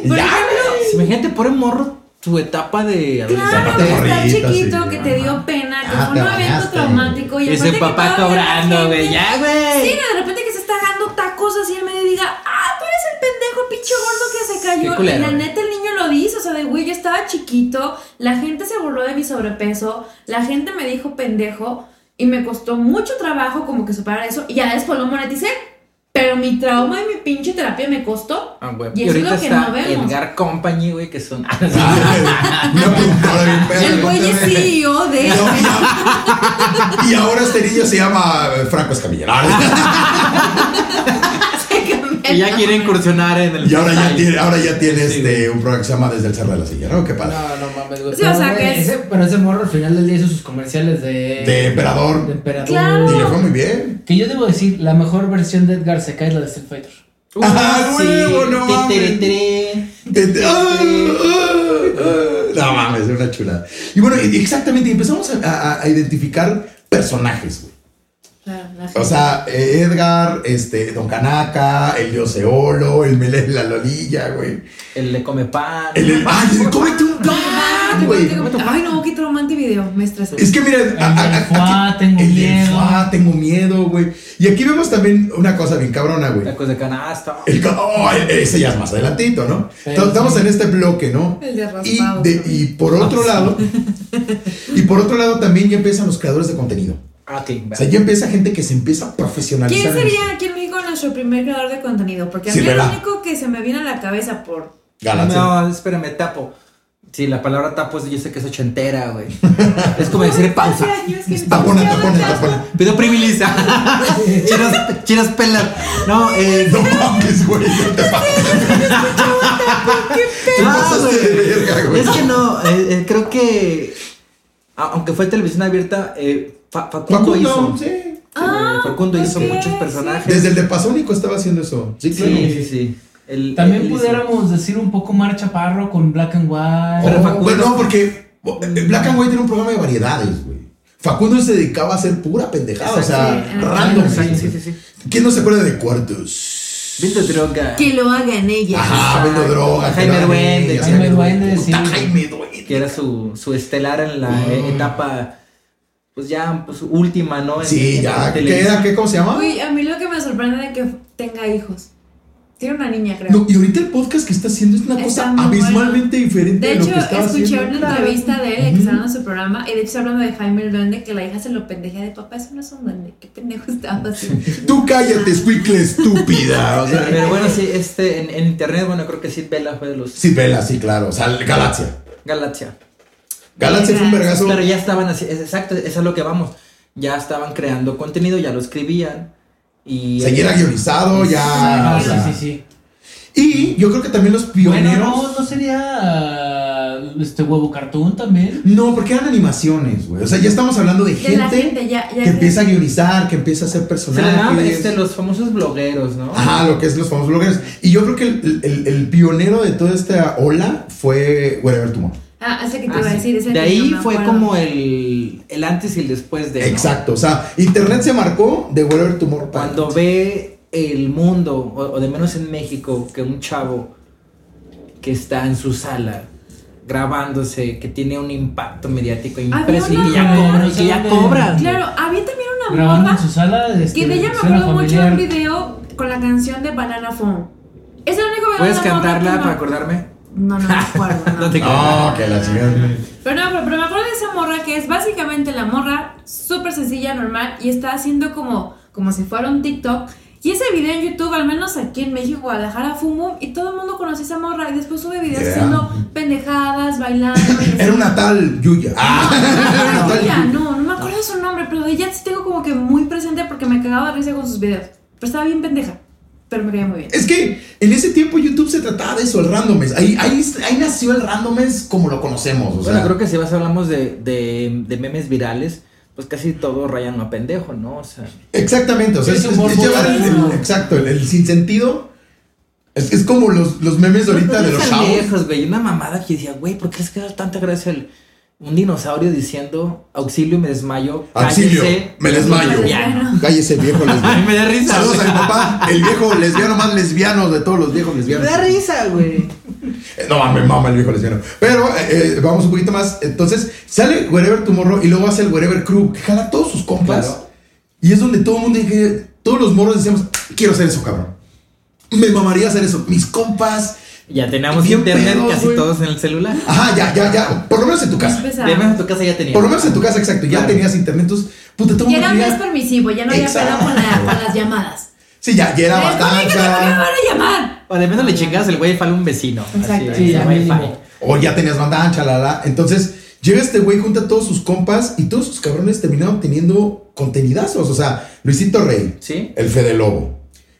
[SPEAKER 4] por
[SPEAKER 2] Ya,
[SPEAKER 4] ejemplo,
[SPEAKER 5] Imagínate, pobre morro, su etapa de
[SPEAKER 4] Claro,
[SPEAKER 2] Aparte
[SPEAKER 4] que está
[SPEAKER 2] morrillito,
[SPEAKER 4] chiquito,
[SPEAKER 2] sí.
[SPEAKER 4] que te dio
[SPEAKER 5] Ajá.
[SPEAKER 4] pena, que
[SPEAKER 2] Ah,
[SPEAKER 4] fue un
[SPEAKER 2] te
[SPEAKER 4] evento
[SPEAKER 2] bañaste.
[SPEAKER 4] traumático y
[SPEAKER 5] Y su
[SPEAKER 4] aparte que
[SPEAKER 5] papá
[SPEAKER 4] todavía la
[SPEAKER 5] cobrando, güey.
[SPEAKER 4] gente-
[SPEAKER 5] Ya, güey.
[SPEAKER 4] Sí, no, de repente que se está dando tacos así en medio y diga, ah, tú eres el pendejo, pinche gordo que se
[SPEAKER 5] Qué
[SPEAKER 4] cayó.
[SPEAKER 5] culero,
[SPEAKER 4] y la
[SPEAKER 5] güey.
[SPEAKER 4] neta el niño lo dice, o sea, de güey, yo estaba chiquito, la gente se burló de mi sobrepeso, la gente me dijo pendejo y me costó mucho trabajo como que superar eso y ya después lo moneticé. Pero mi trauma y mi pinche terapia me costó.
[SPEAKER 5] Ah, güey.
[SPEAKER 4] Y
[SPEAKER 5] Y,
[SPEAKER 4] eso es
[SPEAKER 5] ahorita
[SPEAKER 4] lo que
[SPEAKER 5] está
[SPEAKER 4] no vemos.
[SPEAKER 5] Edgar Company, güey, que son. Ah,
[SPEAKER 2] Una productora bien perra,
[SPEAKER 4] El güey es
[SPEAKER 2] güey.
[SPEAKER 4] CEO de...
[SPEAKER 2] Y ahora este niño se llama eh, Franco Escamilla.
[SPEAKER 5] y ya quiere incursionar en el.
[SPEAKER 2] Y ahora ya tiene, ahora ya tiene
[SPEAKER 5] Sí,
[SPEAKER 2] este, un programa que se llama Desde el Cerro de la Silla, ¿no? Qué padre.
[SPEAKER 3] No, no mames, güey.
[SPEAKER 4] Sí, o
[SPEAKER 3] Pero,
[SPEAKER 4] sea,
[SPEAKER 3] güey,
[SPEAKER 4] que es-
[SPEAKER 3] ese- pero ese morro al final del día hizo sus comerciales de.
[SPEAKER 2] De
[SPEAKER 3] de
[SPEAKER 2] Emperador.
[SPEAKER 3] emperador.
[SPEAKER 4] Claro.
[SPEAKER 2] Y le fue muy bien.
[SPEAKER 3] Que yo debo decir, la mejor versión de Edgar Seca es la de Street Fighter.
[SPEAKER 5] Uh,
[SPEAKER 2] Ah,
[SPEAKER 5] sí.
[SPEAKER 2] huevo, no
[SPEAKER 5] Te, te,
[SPEAKER 2] mames.
[SPEAKER 5] te.
[SPEAKER 2] Este, ah, ah, ah. No mames, es una chulada. Y bueno, y- exactamente, y empezamos a, a- a identificar personajes, güey.
[SPEAKER 4] Claro, la
[SPEAKER 2] O
[SPEAKER 4] gente-
[SPEAKER 2] sea, eh, Edgar, este, Don Canaca, el Dioseolo, el Melé de la Lolilla, güey.
[SPEAKER 5] El le come pan.
[SPEAKER 2] El, el, ay, el cómete un
[SPEAKER 4] Ah,
[SPEAKER 2] pan, güey.
[SPEAKER 4] Ay, no, qué traumante video. Me estresé.
[SPEAKER 2] Es que mira, a- a- a-
[SPEAKER 3] del fuá,
[SPEAKER 2] aquí-
[SPEAKER 3] tengo
[SPEAKER 2] el del
[SPEAKER 3] miedo.
[SPEAKER 2] fuá, tengo miedo, güey. Y aquí vemos también una cosa bien cabrona, güey.
[SPEAKER 5] Tacos de canasta.
[SPEAKER 2] El, ca- oh, el- ese ya es más adelantito, ¿no?
[SPEAKER 3] Pero
[SPEAKER 2] Estamos
[SPEAKER 3] sí.
[SPEAKER 2] en este bloque, ¿no?
[SPEAKER 4] El de raspados,
[SPEAKER 2] y, de- y por otro
[SPEAKER 5] Ah, sí.
[SPEAKER 2] lado, y por otro lado también ya empiezan los creadores de contenido.
[SPEAKER 5] Ah, ok.
[SPEAKER 2] O
[SPEAKER 5] va.
[SPEAKER 2] sea, ya empieza gente que se empieza a profesionalizar.
[SPEAKER 4] ¿Quién
[SPEAKER 2] en
[SPEAKER 4] sería aquí en México nuestro primer creador de contenido? Porque a mí
[SPEAKER 2] Silvela.
[SPEAKER 4] lo único que se me viene a la cabeza por.
[SPEAKER 2] esto. Galaxia.
[SPEAKER 5] No, espérame, tapo. Sí, la palabra tapo es- yo sé que es ochentera, güey. es como decir
[SPEAKER 4] este
[SPEAKER 5] pausa.
[SPEAKER 2] Tapona, tapona, tapona.
[SPEAKER 5] Pido privilegia. chiras, chiras pelas. No, eh.
[SPEAKER 2] No mames, güey, no te pases. Te
[SPEAKER 5] Ah,
[SPEAKER 2] pasaste
[SPEAKER 5] güey.
[SPEAKER 2] de verga, güey.
[SPEAKER 5] Es que no, eh, eh, creo que. a- Aunque fue televisión abierta, eh, Fa- Facundo,
[SPEAKER 2] Facundo,
[SPEAKER 5] hizo.
[SPEAKER 2] sí.
[SPEAKER 5] Sí, güey, Facundo hizo
[SPEAKER 3] Ah,
[SPEAKER 4] ok,
[SPEAKER 5] muchos
[SPEAKER 4] sí.
[SPEAKER 5] personajes.
[SPEAKER 2] Desde el de Pasónico estaba haciendo eso. Sí, claro.
[SPEAKER 5] Sí, sí, sí. El-
[SPEAKER 3] También
[SPEAKER 5] el-
[SPEAKER 3] pudiéramos decir un poco Mar Chaparro con Black and White.
[SPEAKER 5] Pero
[SPEAKER 2] Oh,
[SPEAKER 5] Facundo-
[SPEAKER 2] bueno, no, porque eh, Black and White tiene un programa de variedades, güey. Facundo se dedicaba a hacer pura pendejada, o sea,
[SPEAKER 4] Exacto, sí,
[SPEAKER 2] random.
[SPEAKER 5] Sí, sí,
[SPEAKER 2] güey.
[SPEAKER 5] sí, sí.
[SPEAKER 2] ¿Quién no se acuerda de cuartos?
[SPEAKER 5] Vendo droga.
[SPEAKER 4] Que lo hagan ellas.
[SPEAKER 2] Ajá, vendo droga.
[SPEAKER 5] Jaime
[SPEAKER 2] que lo hagan
[SPEAKER 5] Duende,
[SPEAKER 2] ellas,
[SPEAKER 3] Jaime Duende,
[SPEAKER 2] Puta,
[SPEAKER 3] sí.
[SPEAKER 2] Jaime Duende.
[SPEAKER 5] Que era su, su estelar en la
[SPEAKER 2] Mm.
[SPEAKER 5] eh, etapa, pues ya, pues última, ¿no? En-
[SPEAKER 2] Sí,
[SPEAKER 5] en
[SPEAKER 2] ya.
[SPEAKER 5] la
[SPEAKER 2] ¿Qué
[SPEAKER 5] televisión.
[SPEAKER 2] era? ¿Qué? ¿Cómo se llama?
[SPEAKER 4] Uy, a mí lo que me sorprende es que tenga hijos. Tiene una niña, creo.
[SPEAKER 2] No, y ahorita el podcast que está haciendo es una
[SPEAKER 4] Está
[SPEAKER 2] cosa
[SPEAKER 4] muy
[SPEAKER 2] abismalmente diferente
[SPEAKER 4] De
[SPEAKER 2] de,
[SPEAKER 4] hecho,
[SPEAKER 2] lo que estaba
[SPEAKER 4] escuché
[SPEAKER 2] haciendo.
[SPEAKER 4] una entrevista de él que estaba en su programa y de hecho está hablando de Jaime el Duende que la hija se lo pendejea de papá, eso no es un duende, qué pendejo estaba así.
[SPEAKER 2] Tú cállate, squinkle estúpida. O
[SPEAKER 5] Pero,
[SPEAKER 2] sea,
[SPEAKER 5] pero bueno, sí, este, en, en internet, bueno, creo que sí, Vela fue de los
[SPEAKER 2] sí, Vela, sí, claro. O sea, Galaxia.
[SPEAKER 5] Galaxia.
[SPEAKER 2] Galaxia es un vergazo.
[SPEAKER 5] Pero ya estaban así, es exacto, es a lo que vamos. Ya estaban creando contenido, ya lo escribían. Y pues,
[SPEAKER 2] Seguirá guionizado, ya.
[SPEAKER 3] Ah,
[SPEAKER 2] o sea.
[SPEAKER 3] sí, sí, sí.
[SPEAKER 2] Y yo creo que también los
[SPEAKER 3] Bueno,
[SPEAKER 2] pioneros.
[SPEAKER 3] no, no sería ah, este huevo cartoon también.
[SPEAKER 2] No, porque eran animaciones, güey. O sea, ya estamos hablando de,
[SPEAKER 4] De la gente, ya, ya.
[SPEAKER 2] que empieza a guionizar, que empieza a hacer
[SPEAKER 5] se le llamaban
[SPEAKER 2] personajes.
[SPEAKER 5] este, los famosos blogueros, ¿no? Ah,
[SPEAKER 2] Ajá, lo que es los famosos bloggers. Y yo creo que el, el- el pionero de toda esta ola fue Whatever Tomorrow.
[SPEAKER 4] Ah, ese que te
[SPEAKER 5] Ah,
[SPEAKER 4] iba a
[SPEAKER 5] sí.
[SPEAKER 4] decir, ese
[SPEAKER 5] de
[SPEAKER 4] que
[SPEAKER 5] ahí
[SPEAKER 4] no me
[SPEAKER 5] fue
[SPEAKER 4] acuerdo.
[SPEAKER 5] como el, el antes y el después de. ¿no?
[SPEAKER 2] Exacto, o sea, Internet se marcó de Whatever Tomorrow. para
[SPEAKER 5] Cuando
[SPEAKER 2] adelante.
[SPEAKER 5] ve el mundo, o, o de menos en México, que un chavo que está en su sala grabándose, que tiene un impacto mediático
[SPEAKER 4] Ah,
[SPEAKER 5] impresionante, y que ya
[SPEAKER 4] una
[SPEAKER 5] cobra, y
[SPEAKER 3] cosa
[SPEAKER 5] que ya
[SPEAKER 3] de-
[SPEAKER 5] cobran.
[SPEAKER 4] Claro, había también una
[SPEAKER 3] Grabando
[SPEAKER 4] morra
[SPEAKER 3] en su sala. Este,
[SPEAKER 4] que de ella me
[SPEAKER 3] escena
[SPEAKER 4] acuerdo mucho de
[SPEAKER 3] familiar.
[SPEAKER 4] un video con la canción de Banana Phone. Es la única
[SPEAKER 5] ¿Puedes
[SPEAKER 4] banana phone que
[SPEAKER 5] cantarla
[SPEAKER 4] me-
[SPEAKER 5] para acordarme?
[SPEAKER 4] No, no me acuerdo.
[SPEAKER 5] No te
[SPEAKER 3] Ah,
[SPEAKER 5] Ah.
[SPEAKER 2] No, que la chingada.
[SPEAKER 4] Pero no, pero, pero me acuerdo de esa morra que es básicamente la morra súper sencilla, normal, y está haciendo como, como si fuera un TikTok. Y ese video en YouTube, al menos aquí en México, Guadalajara, fue un boom, y todo el mundo conoce a esa morra. Y después sube videos
[SPEAKER 2] Yeah.
[SPEAKER 4] haciendo pendejadas, bailando. y así.
[SPEAKER 2] Era una tal Yuya. Ah,
[SPEAKER 4] No,
[SPEAKER 2] una tal
[SPEAKER 4] ella,
[SPEAKER 2] Yuya.
[SPEAKER 4] no, no me acuerdo de su nombre, pero de ella sí tengo como que muy presente porque me cagaba de risa con sus videos. Pero estaba bien pendeja, pero me caía muy bien.
[SPEAKER 2] Es que en ese tiempo YouTube se trataba de eso, el randomness. Ahí, ahí, ahí nació el randomness como lo conocemos. O sea,
[SPEAKER 5] bueno, creo que si vas hablamos de, de, de memes virales, pues casi todo rayan a pendejo, ¿no? O sea,
[SPEAKER 2] Exactamente, o sea,
[SPEAKER 3] Es
[SPEAKER 2] es,
[SPEAKER 3] humor
[SPEAKER 2] es llevar el, el-
[SPEAKER 3] moderno.
[SPEAKER 2] exacto, el, el sinsentido. Es, es como los, los memes ahorita de los
[SPEAKER 5] están
[SPEAKER 2] chavos.
[SPEAKER 5] lejos, güey. Una mamada que decía, güey, ¿por qué es que da tanta gracia el, un dinosaurio diciendo auxilio, me desmayo?
[SPEAKER 2] Auxilio,
[SPEAKER 5] cállese"?
[SPEAKER 2] me desmayo.
[SPEAKER 5] Ya.
[SPEAKER 2] Cállese, viejo
[SPEAKER 5] A mí
[SPEAKER 2] lesbiano.
[SPEAKER 5] me da risa.
[SPEAKER 2] Saludos a
[SPEAKER 5] güey.
[SPEAKER 2] mi papá, el viejo lesbiano más lesbiano de todos los viejos
[SPEAKER 5] Me
[SPEAKER 2] lesbianos.
[SPEAKER 5] da risa, güey.
[SPEAKER 2] Eh, No, me mama el viejo lesbiano. Pero eh, eh, vamos un poquito más. Entonces, sale Wherever Tomorrow y luego hace el Wherever Crew, que jala a todos sus compas.
[SPEAKER 5] Claro.
[SPEAKER 2] Y es donde todo el mundo, dije- todos los morros decíamos, quiero hacer eso, cabrón. Me mamaría hacer eso. Mis compas.
[SPEAKER 5] Ya teníamos
[SPEAKER 2] Bien
[SPEAKER 5] internet
[SPEAKER 2] pedos,
[SPEAKER 5] casi
[SPEAKER 2] güey.
[SPEAKER 5] todos en el celular.
[SPEAKER 2] Ajá, ya, ya, ya. Por lo menos en tu casa.
[SPEAKER 3] Ah.
[SPEAKER 4] Empezaba.
[SPEAKER 5] De menos en tu casa ya tenías.
[SPEAKER 2] Por lo menos en tu casa, exacto. Ya
[SPEAKER 5] Eh, Claro.
[SPEAKER 2] tenías internet, entonces, puta, todo el
[SPEAKER 4] Y era
[SPEAKER 2] mundo
[SPEAKER 4] más
[SPEAKER 2] quería-
[SPEAKER 4] permisivo, ya no había pedo
[SPEAKER 2] Exacto.
[SPEAKER 4] con, la- con las llamadas.
[SPEAKER 2] Sí, ya, ya era
[SPEAKER 4] Eh, comunícate, ¿por qué me
[SPEAKER 2] bastanza.
[SPEAKER 4] van a llamar?
[SPEAKER 5] O de menos le chingabas el wifi a un vecino.
[SPEAKER 4] Exacto.
[SPEAKER 5] Así,
[SPEAKER 3] Sí,
[SPEAKER 5] el
[SPEAKER 3] ya
[SPEAKER 5] wifi.
[SPEAKER 3] mínimo.
[SPEAKER 2] O ya tenías banda ancha, la, la. Entonces, llega este güey, junta a todos sus compas y todos sus cabrones terminaron teniendo contenidazos. O sea, Luisito Rey,
[SPEAKER 5] ¿Sí?
[SPEAKER 2] el Fede Lobo,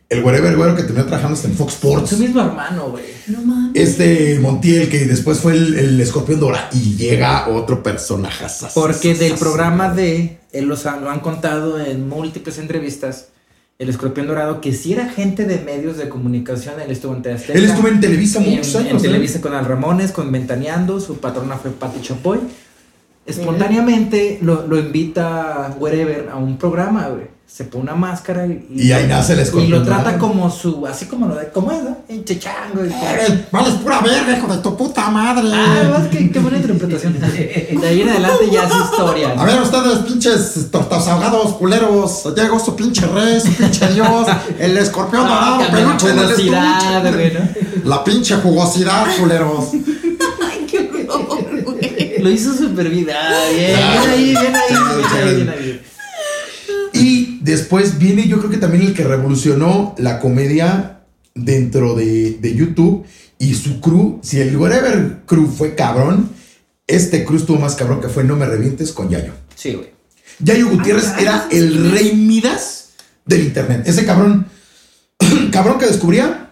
[SPEAKER 2] el Wherever Güero que terminó trabajando hasta en Fox
[SPEAKER 5] Su
[SPEAKER 2] Sports.
[SPEAKER 5] mismo hermano, güey.
[SPEAKER 4] No mames.
[SPEAKER 2] Este Montiel, que después fue el, el escorpión dorado. Y llega otro personaje.
[SPEAKER 5] Porque del programa de, él los han- lo han contado en múltiples entrevistas, el escorpión dorado, que si era gente de medios de comunicación, él estuvo en TV Azteca.
[SPEAKER 2] Él estuvo en Televisa muchos
[SPEAKER 5] en,
[SPEAKER 2] años.
[SPEAKER 5] en
[SPEAKER 2] ¿eh?
[SPEAKER 5] Televisa con Al Ramones, con Ventaneando, su patrona fue Pati Chapoy. Espontáneamente lo, lo invita Wherever a un programa, güey. Se pone una máscara y,
[SPEAKER 2] Y ahí nace el
[SPEAKER 5] y
[SPEAKER 2] escorpión
[SPEAKER 5] lo trata
[SPEAKER 2] dorado.
[SPEAKER 5] como su, así como lo de, ¿cómo es, no? Pinche chango. y-
[SPEAKER 2] Eres- Vales pura verga, hijo de tu puta madre.
[SPEAKER 5] Ah, vas, qué, qué buena interpretación. De ahí en adelante ya es historia. ¿no?
[SPEAKER 2] A ver, ustedes, pinches tortas ahogados, culeros. Llegó su pinche rey, su pinche dios, el escorpión
[SPEAKER 5] Ah,
[SPEAKER 2] dorado,
[SPEAKER 5] cambia la
[SPEAKER 2] peluche en el
[SPEAKER 5] jugosidad,
[SPEAKER 2] estuche.
[SPEAKER 5] güey,
[SPEAKER 2] La pinche jugosidad, culeros.
[SPEAKER 4] Ay, qué horror, güey.
[SPEAKER 5] ¿no? Lo hizo súper bien. Ah, bien,
[SPEAKER 2] Ah,
[SPEAKER 5] bien ahí, bien ahí,
[SPEAKER 2] chévere,
[SPEAKER 5] bien ahí,
[SPEAKER 2] chévere.
[SPEAKER 5] bien ahí.
[SPEAKER 2] Y después viene, yo creo que también el que revolucionó la comedia dentro de, de YouTube y su crew. Si el Wherever Crew fue cabrón, este crew estuvo más cabrón que fue No Me Revientes con Yayo.
[SPEAKER 5] Sí, güey.
[SPEAKER 2] Yayo Gutiérrez
[SPEAKER 4] caray,
[SPEAKER 2] era
[SPEAKER 4] sí, sí, sí.
[SPEAKER 2] el rey Midas del internet. Ese cabrón, cabrón que descubría,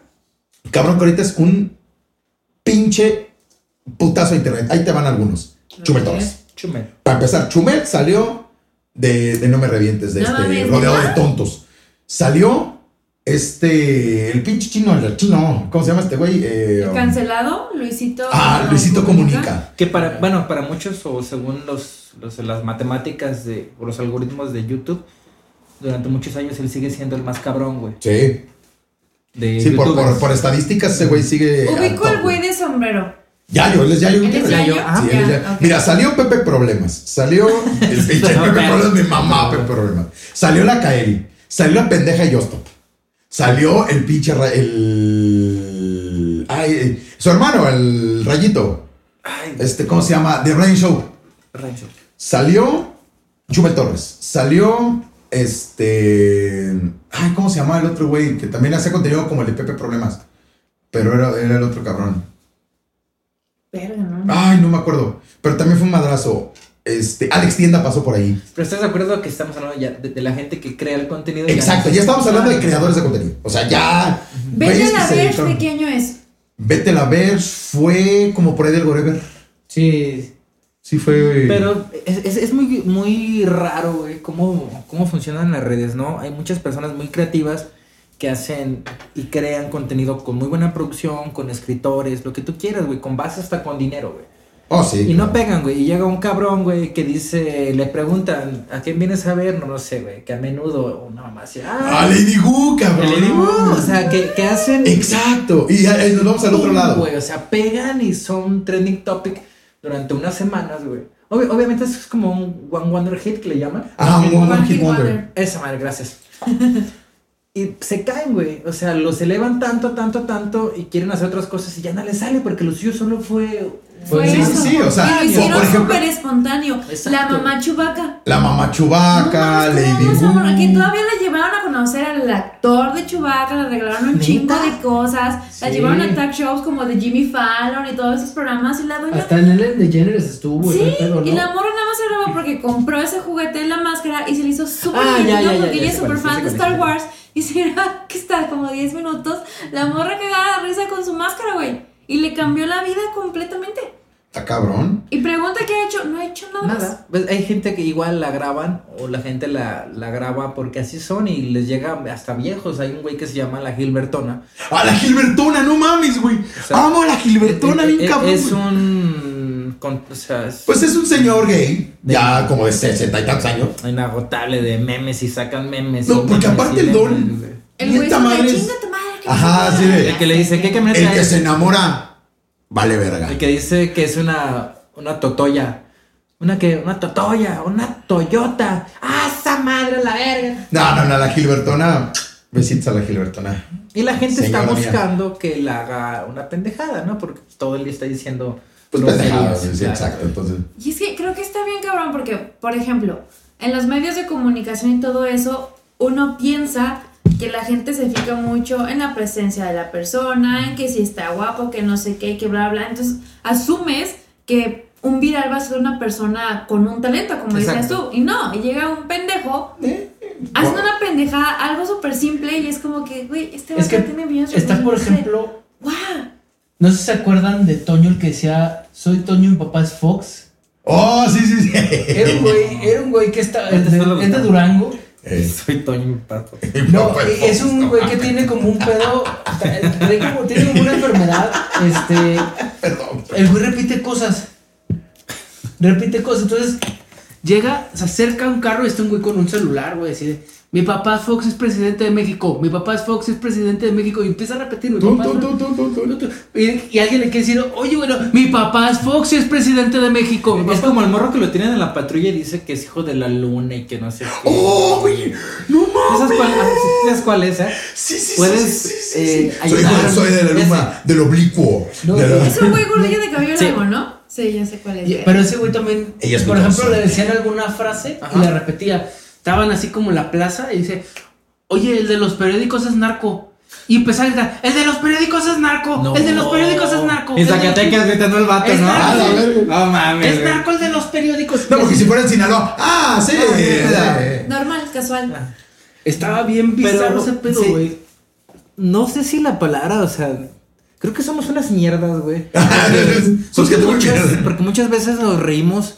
[SPEAKER 2] cabrón que ahorita es un pinche putazo de internet. Ahí te van algunos. Chumel Torres.
[SPEAKER 5] Chumel.
[SPEAKER 2] Para empezar, Chumel salió de, de No Me Revientes, de
[SPEAKER 4] No
[SPEAKER 2] este,
[SPEAKER 4] mames,
[SPEAKER 2] rodeado
[SPEAKER 4] ¿neta?
[SPEAKER 2] de tontos. Salió este, el pinche chino, el chino, ¿cómo se llama este güey? Eh,
[SPEAKER 4] El Cancelado, Luisito.
[SPEAKER 2] ah, Luisito Comunica.
[SPEAKER 5] Que para, bueno, para muchos, o según los, los- las matemáticas de, o los algoritmos de YouTube, durante muchos años él sigue siendo el más cabrón, güey.
[SPEAKER 2] Sí.
[SPEAKER 5] de
[SPEAKER 2] Sí, por,
[SPEAKER 5] youtubers.
[SPEAKER 2] por, por estadísticas ese güey sigue. al
[SPEAKER 4] Ubico
[SPEAKER 2] top,
[SPEAKER 4] al güey de sombrero.
[SPEAKER 2] Yayo, él es Yayo
[SPEAKER 4] ¿Él es
[SPEAKER 2] Gutiérrez.
[SPEAKER 4] Yayo?
[SPEAKER 5] Ah,
[SPEAKER 2] Sí,
[SPEAKER 4] Ya,
[SPEAKER 2] él es Yayo.
[SPEAKER 4] ok.
[SPEAKER 2] Mira, salió Pepe Problemas. Salió el pinche
[SPEAKER 5] No,
[SPEAKER 2] Pepe
[SPEAKER 5] pero-
[SPEAKER 2] Problemas, mi mamá Pepe Problemas. Salió la Kaeli. Salió la pendeja Yostop. Salió el pinche. Ra- El. Ay, eh, su hermano, el Rayito.
[SPEAKER 5] Ay,
[SPEAKER 2] Este, ¿cómo se llama? The Rain Show.
[SPEAKER 5] rancho.
[SPEAKER 2] Salió Chumel Torres. Salió este. Ay, ¿cómo se llama el otro güey? Que también hacía contenido como el de Pepe Problemas. Pero era, era el otro cabrón.
[SPEAKER 4] Verga, ¿no?
[SPEAKER 2] Ay, no me acuerdo. Pero también fue un madrazo. Este, Alex Tienda pasó por ahí.
[SPEAKER 5] Pero estás de acuerdo que estamos hablando ya de, de la gente que crea el contenido. y Ah,
[SPEAKER 2] Exacto, ya estamos hablando de creadores de contenido. O sea, ya. güeyes
[SPEAKER 4] Vete
[SPEAKER 2] que
[SPEAKER 4] a
[SPEAKER 2] se
[SPEAKER 4] ver
[SPEAKER 2] dedicaron.
[SPEAKER 4] de qué año es.
[SPEAKER 2] Vete a ver, fue como por ahí del Gorever.
[SPEAKER 3] Sí.
[SPEAKER 2] Sí, fue.
[SPEAKER 5] Pero es, es- es muy, muy raro, güey, cómo, cómo funcionan las redes, ¿no? Hay muchas personas muy creativas que hacen y crean contenido con muy buena producción, con escritores, lo que tú quieras, güey, con base hasta con dinero, güey.
[SPEAKER 2] Oh, sí.
[SPEAKER 5] Y no pegan, güey. Y llega un cabrón, güey, que dice, le preguntan, ¿a quién vienes a ver? No lo sé, güey. Que a menudo una mamá dice,
[SPEAKER 2] Ah,
[SPEAKER 5] ¡ah!
[SPEAKER 2] Lady Gu, cabrón.
[SPEAKER 5] le digo, o sea, que, que hacen.
[SPEAKER 2] Exacto. Y ahí nos vamos al otro
[SPEAKER 5] ¡pum!,
[SPEAKER 2] lado.
[SPEAKER 5] Güey, o sea, pegan y son trending topic durante unas semanas, güey. Obvi- obviamente eso es como un One Wonder Hit que le llaman.
[SPEAKER 2] Ah, un One
[SPEAKER 4] One
[SPEAKER 2] Hit
[SPEAKER 4] Hit
[SPEAKER 2] Wonder.
[SPEAKER 4] Wonder.
[SPEAKER 5] Esa madre, gracias. y se caen, güey. O sea, los elevan tanto, tanto, tanto y quieren hacer otras cosas y ya no les sale porque lo suyo solo fue.
[SPEAKER 4] Fue
[SPEAKER 2] Pues Sí,
[SPEAKER 4] eso.
[SPEAKER 2] sí, sí, o sea, o por
[SPEAKER 4] y lo hicieron
[SPEAKER 2] ejemplo-
[SPEAKER 4] súper espontáneo.
[SPEAKER 5] Exacto.
[SPEAKER 4] La mamá Chubaca.
[SPEAKER 2] La mamá Chubaca, Lady Gu.
[SPEAKER 4] Que todavía la llevaron a conocer al actor de Chubaca, le regalaron un
[SPEAKER 5] ¿Neta?
[SPEAKER 4] chingo de cosas. La
[SPEAKER 3] Sí.
[SPEAKER 4] llevaron a talk shows como de Jimmy Fallon y todos esos programas. Y la doña
[SPEAKER 3] Hasta en el DeGeneres estuvo.
[SPEAKER 4] Sí,
[SPEAKER 3] y todo el pedo,
[SPEAKER 4] y
[SPEAKER 3] ¿no?
[SPEAKER 4] la morra nada más se grabó porque compró ese juguete en la máscara y se le hizo súper
[SPEAKER 5] Ah, ya,
[SPEAKER 4] bien,
[SPEAKER 5] ya, ya,
[SPEAKER 4] porque
[SPEAKER 5] ya
[SPEAKER 4] ella es
[SPEAKER 5] sé
[SPEAKER 4] súper
[SPEAKER 5] cuál es, ya sé
[SPEAKER 4] fan de
[SPEAKER 5] cuál es.
[SPEAKER 4] Star Wars y se graba que está como 10 minutos, la morra cagada de risa con su máscara, güey. Y le cambió la vida completamente.
[SPEAKER 2] Está cabrón.
[SPEAKER 4] Y pregunta qué ha hecho, no ha hecho nada. más.
[SPEAKER 5] Nada. Pues hay gente que igual la graban o la gente la, la graba porque así son y les llega hasta viejos. Hay un güey que se llama la Gilbertona.
[SPEAKER 2] A la Gilbertona, no mames, güey.
[SPEAKER 5] O sea,
[SPEAKER 2] Amo a la Gilbertona,
[SPEAKER 5] Eh,
[SPEAKER 2] bien
[SPEAKER 5] eh,
[SPEAKER 2] cabrón.
[SPEAKER 5] Es
[SPEAKER 2] güey.
[SPEAKER 5] un. con- o sea, es
[SPEAKER 2] Pues es un señor gay, ya como de 60 y tantos años.
[SPEAKER 5] inagotable de memes y sacan memes. y
[SPEAKER 2] No, porque
[SPEAKER 5] memes
[SPEAKER 2] aparte
[SPEAKER 5] y
[SPEAKER 2] el don-
[SPEAKER 5] memes, güey.
[SPEAKER 4] El güey
[SPEAKER 2] Neta
[SPEAKER 4] se
[SPEAKER 2] madre es-
[SPEAKER 4] chinga tu madre. que
[SPEAKER 2] Ajá,
[SPEAKER 4] no
[SPEAKER 2] sí,
[SPEAKER 4] sé qué".
[SPEAKER 2] de-
[SPEAKER 5] El que le dice, ¿qué camioneta
[SPEAKER 2] El que
[SPEAKER 5] es?
[SPEAKER 2] se enamora, vale verga.
[SPEAKER 5] El que dice que es una, una totoya. Una que, una totoya, una Toyota. ¡Ah, esa madre, la verga!
[SPEAKER 2] No, no, no, la Gilbertona. Besitos a la Gilbertona.
[SPEAKER 5] Y la gente
[SPEAKER 2] Señora
[SPEAKER 5] está
[SPEAKER 2] mía.
[SPEAKER 5] buscando que la haga una pendejada, ¿no? Porque todo el día está diciendo.
[SPEAKER 2] Pues
[SPEAKER 5] groserías,
[SPEAKER 2] pendejadas, sí,
[SPEAKER 5] claro.
[SPEAKER 2] exacto. Entonces,
[SPEAKER 4] Y es que creo que está bien cabrón porque, por ejemplo, en los medios de comunicación y todo eso, uno piensa que la gente se fija mucho en la presencia de la persona, en que si está guapo, que no sé qué, que bla, bla. Entonces, asumes que un viral va a ser una persona con un talento, como dices
[SPEAKER 5] Exacto.
[SPEAKER 4] tú. Y no, y llega un pendejo, haciendo una pendejada, algo súper simple, y es como que, güey, este
[SPEAKER 3] Es que
[SPEAKER 4] vato tiene millones de
[SPEAKER 3] Está, por
[SPEAKER 4] seguidores,
[SPEAKER 3] ejemplo,
[SPEAKER 4] ¡guau!
[SPEAKER 3] no sé si se acuerdan de Toño, el que decía, soy Toño, mi papá es Fox.
[SPEAKER 2] Oh, sí, sí, sí.
[SPEAKER 3] Era un güey, era un güey que Este está, es
[SPEAKER 5] Antes no lo
[SPEAKER 3] de, es de
[SPEAKER 5] gustaba.
[SPEAKER 3] Durango.
[SPEAKER 2] Eh,
[SPEAKER 5] Soy Toño Pato.
[SPEAKER 3] No, eh,
[SPEAKER 2] papá,
[SPEAKER 3] es un güey que tiene como un pedo, o sea, el güey como- tiene como una enfermedad, este,
[SPEAKER 2] Perdón.
[SPEAKER 3] el güey repite cosas, repite cosas, entonces llega, se acerca a un carro y está un güey con un celular, güey, así de, mi papá Fox es presidente de México, mi papá es Fox es presidente de México, y empieza a repetir, mi
[SPEAKER 2] Tú,
[SPEAKER 3] papá es
[SPEAKER 2] tú,
[SPEAKER 3] Fox".
[SPEAKER 2] tú, tú, tú, tú.
[SPEAKER 3] Y, y alguien le quiere decir, oye, bueno, mi papá es Fox y es presidente de México, mi
[SPEAKER 5] Es
[SPEAKER 3] papá-
[SPEAKER 5] como el morro que lo tienen en la patrulla y dice que es hijo de la luna y que no sé qué.
[SPEAKER 2] ¡Oh, güey! ¡No mames!
[SPEAKER 5] ¿Sabes cuál, Ah,
[SPEAKER 3] ah,
[SPEAKER 5] ¿Sabes cuál es, eh?
[SPEAKER 2] Sí, sí,
[SPEAKER 5] Puedes,
[SPEAKER 2] sí, sí, sí, sí.
[SPEAKER 5] eh,
[SPEAKER 2] soy,
[SPEAKER 5] ayudar.
[SPEAKER 2] de- soy de la luma, del oblicuo.
[SPEAKER 3] No,
[SPEAKER 2] de la-
[SPEAKER 4] Es un güey gordillo de cabello
[SPEAKER 5] Sí.
[SPEAKER 4] largo, ¿no? Sí, ya sé cuál es.
[SPEAKER 3] Y- Pero ese güey también,
[SPEAKER 2] Ella es
[SPEAKER 3] por
[SPEAKER 2] muy
[SPEAKER 3] ejemplo,
[SPEAKER 2] cansona.
[SPEAKER 3] le decían alguna frase
[SPEAKER 5] Ajá.
[SPEAKER 3] y la repetía. Estaban así como en la plaza y dice, oye, el de los periódicos es narco. Y empezaba a gritar, el de los periódicos es narco, el de los periódicos es narco.
[SPEAKER 5] En
[SPEAKER 3] el de los-
[SPEAKER 5] Zacatecas gritando el vato,
[SPEAKER 3] Es
[SPEAKER 5] ¿no?
[SPEAKER 3] narco.
[SPEAKER 2] Ah, la verga.
[SPEAKER 5] No mames.
[SPEAKER 3] Es
[SPEAKER 5] güey.
[SPEAKER 3] narco el de los periódicos.
[SPEAKER 2] No, porque si fuera en Sinaloa. ¡Ah, sí! eh,
[SPEAKER 4] Normal, casual.
[SPEAKER 3] Estaba bien bizarro
[SPEAKER 5] Pero,
[SPEAKER 3] ese pedo,
[SPEAKER 5] sí.
[SPEAKER 3] güey.
[SPEAKER 5] No sé si la palabra, o sea, creo que somos unas mierdas, güey.
[SPEAKER 2] Sos que
[SPEAKER 5] porque,
[SPEAKER 2] te
[SPEAKER 5] muchas,
[SPEAKER 2] mierda.
[SPEAKER 5] porque muchas veces nos reímos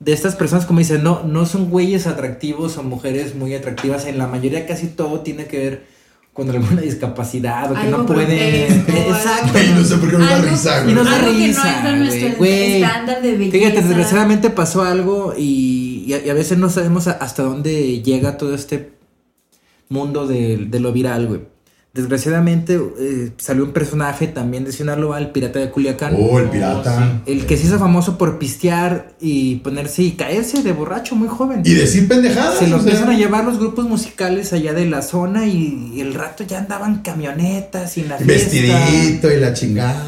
[SPEAKER 5] de estas personas, como dicen, no, no son güeyes atractivos o mujeres muy atractivas. En la mayoría casi todo tiene que ver con alguna discapacidad o que
[SPEAKER 4] Algo
[SPEAKER 5] no pueden.
[SPEAKER 4] grotesco,
[SPEAKER 5] Exacto.
[SPEAKER 2] Güey, no sé por qué me da
[SPEAKER 4] Algo-
[SPEAKER 2] risa,
[SPEAKER 5] Y
[SPEAKER 2] güey.
[SPEAKER 5] nos da
[SPEAKER 4] Algo que no
[SPEAKER 5] risa,
[SPEAKER 4] entra en nuestro
[SPEAKER 5] güey.
[SPEAKER 4] estándar de belleza.
[SPEAKER 5] Fíjate, desgraciadamente pasó algo y, y a, y a veces no sabemos a- hasta dónde llega todo este mundo del- de, lo viral, güey. Desgraciadamente eh, salió un personaje también de Sinaloa, el pirata de Culiacán.
[SPEAKER 2] Oh, el pirata.
[SPEAKER 5] El que se hizo famoso por pistear y ponerse y caerse de borracho muy joven.
[SPEAKER 2] Y decir pendejadas.
[SPEAKER 5] Se lo
[SPEAKER 2] o sea,
[SPEAKER 5] empiezan a llevar los grupos musicales allá de la zona y, y el rato ya andaban camionetas y en la fiesta.
[SPEAKER 2] Vestidito y la chingada.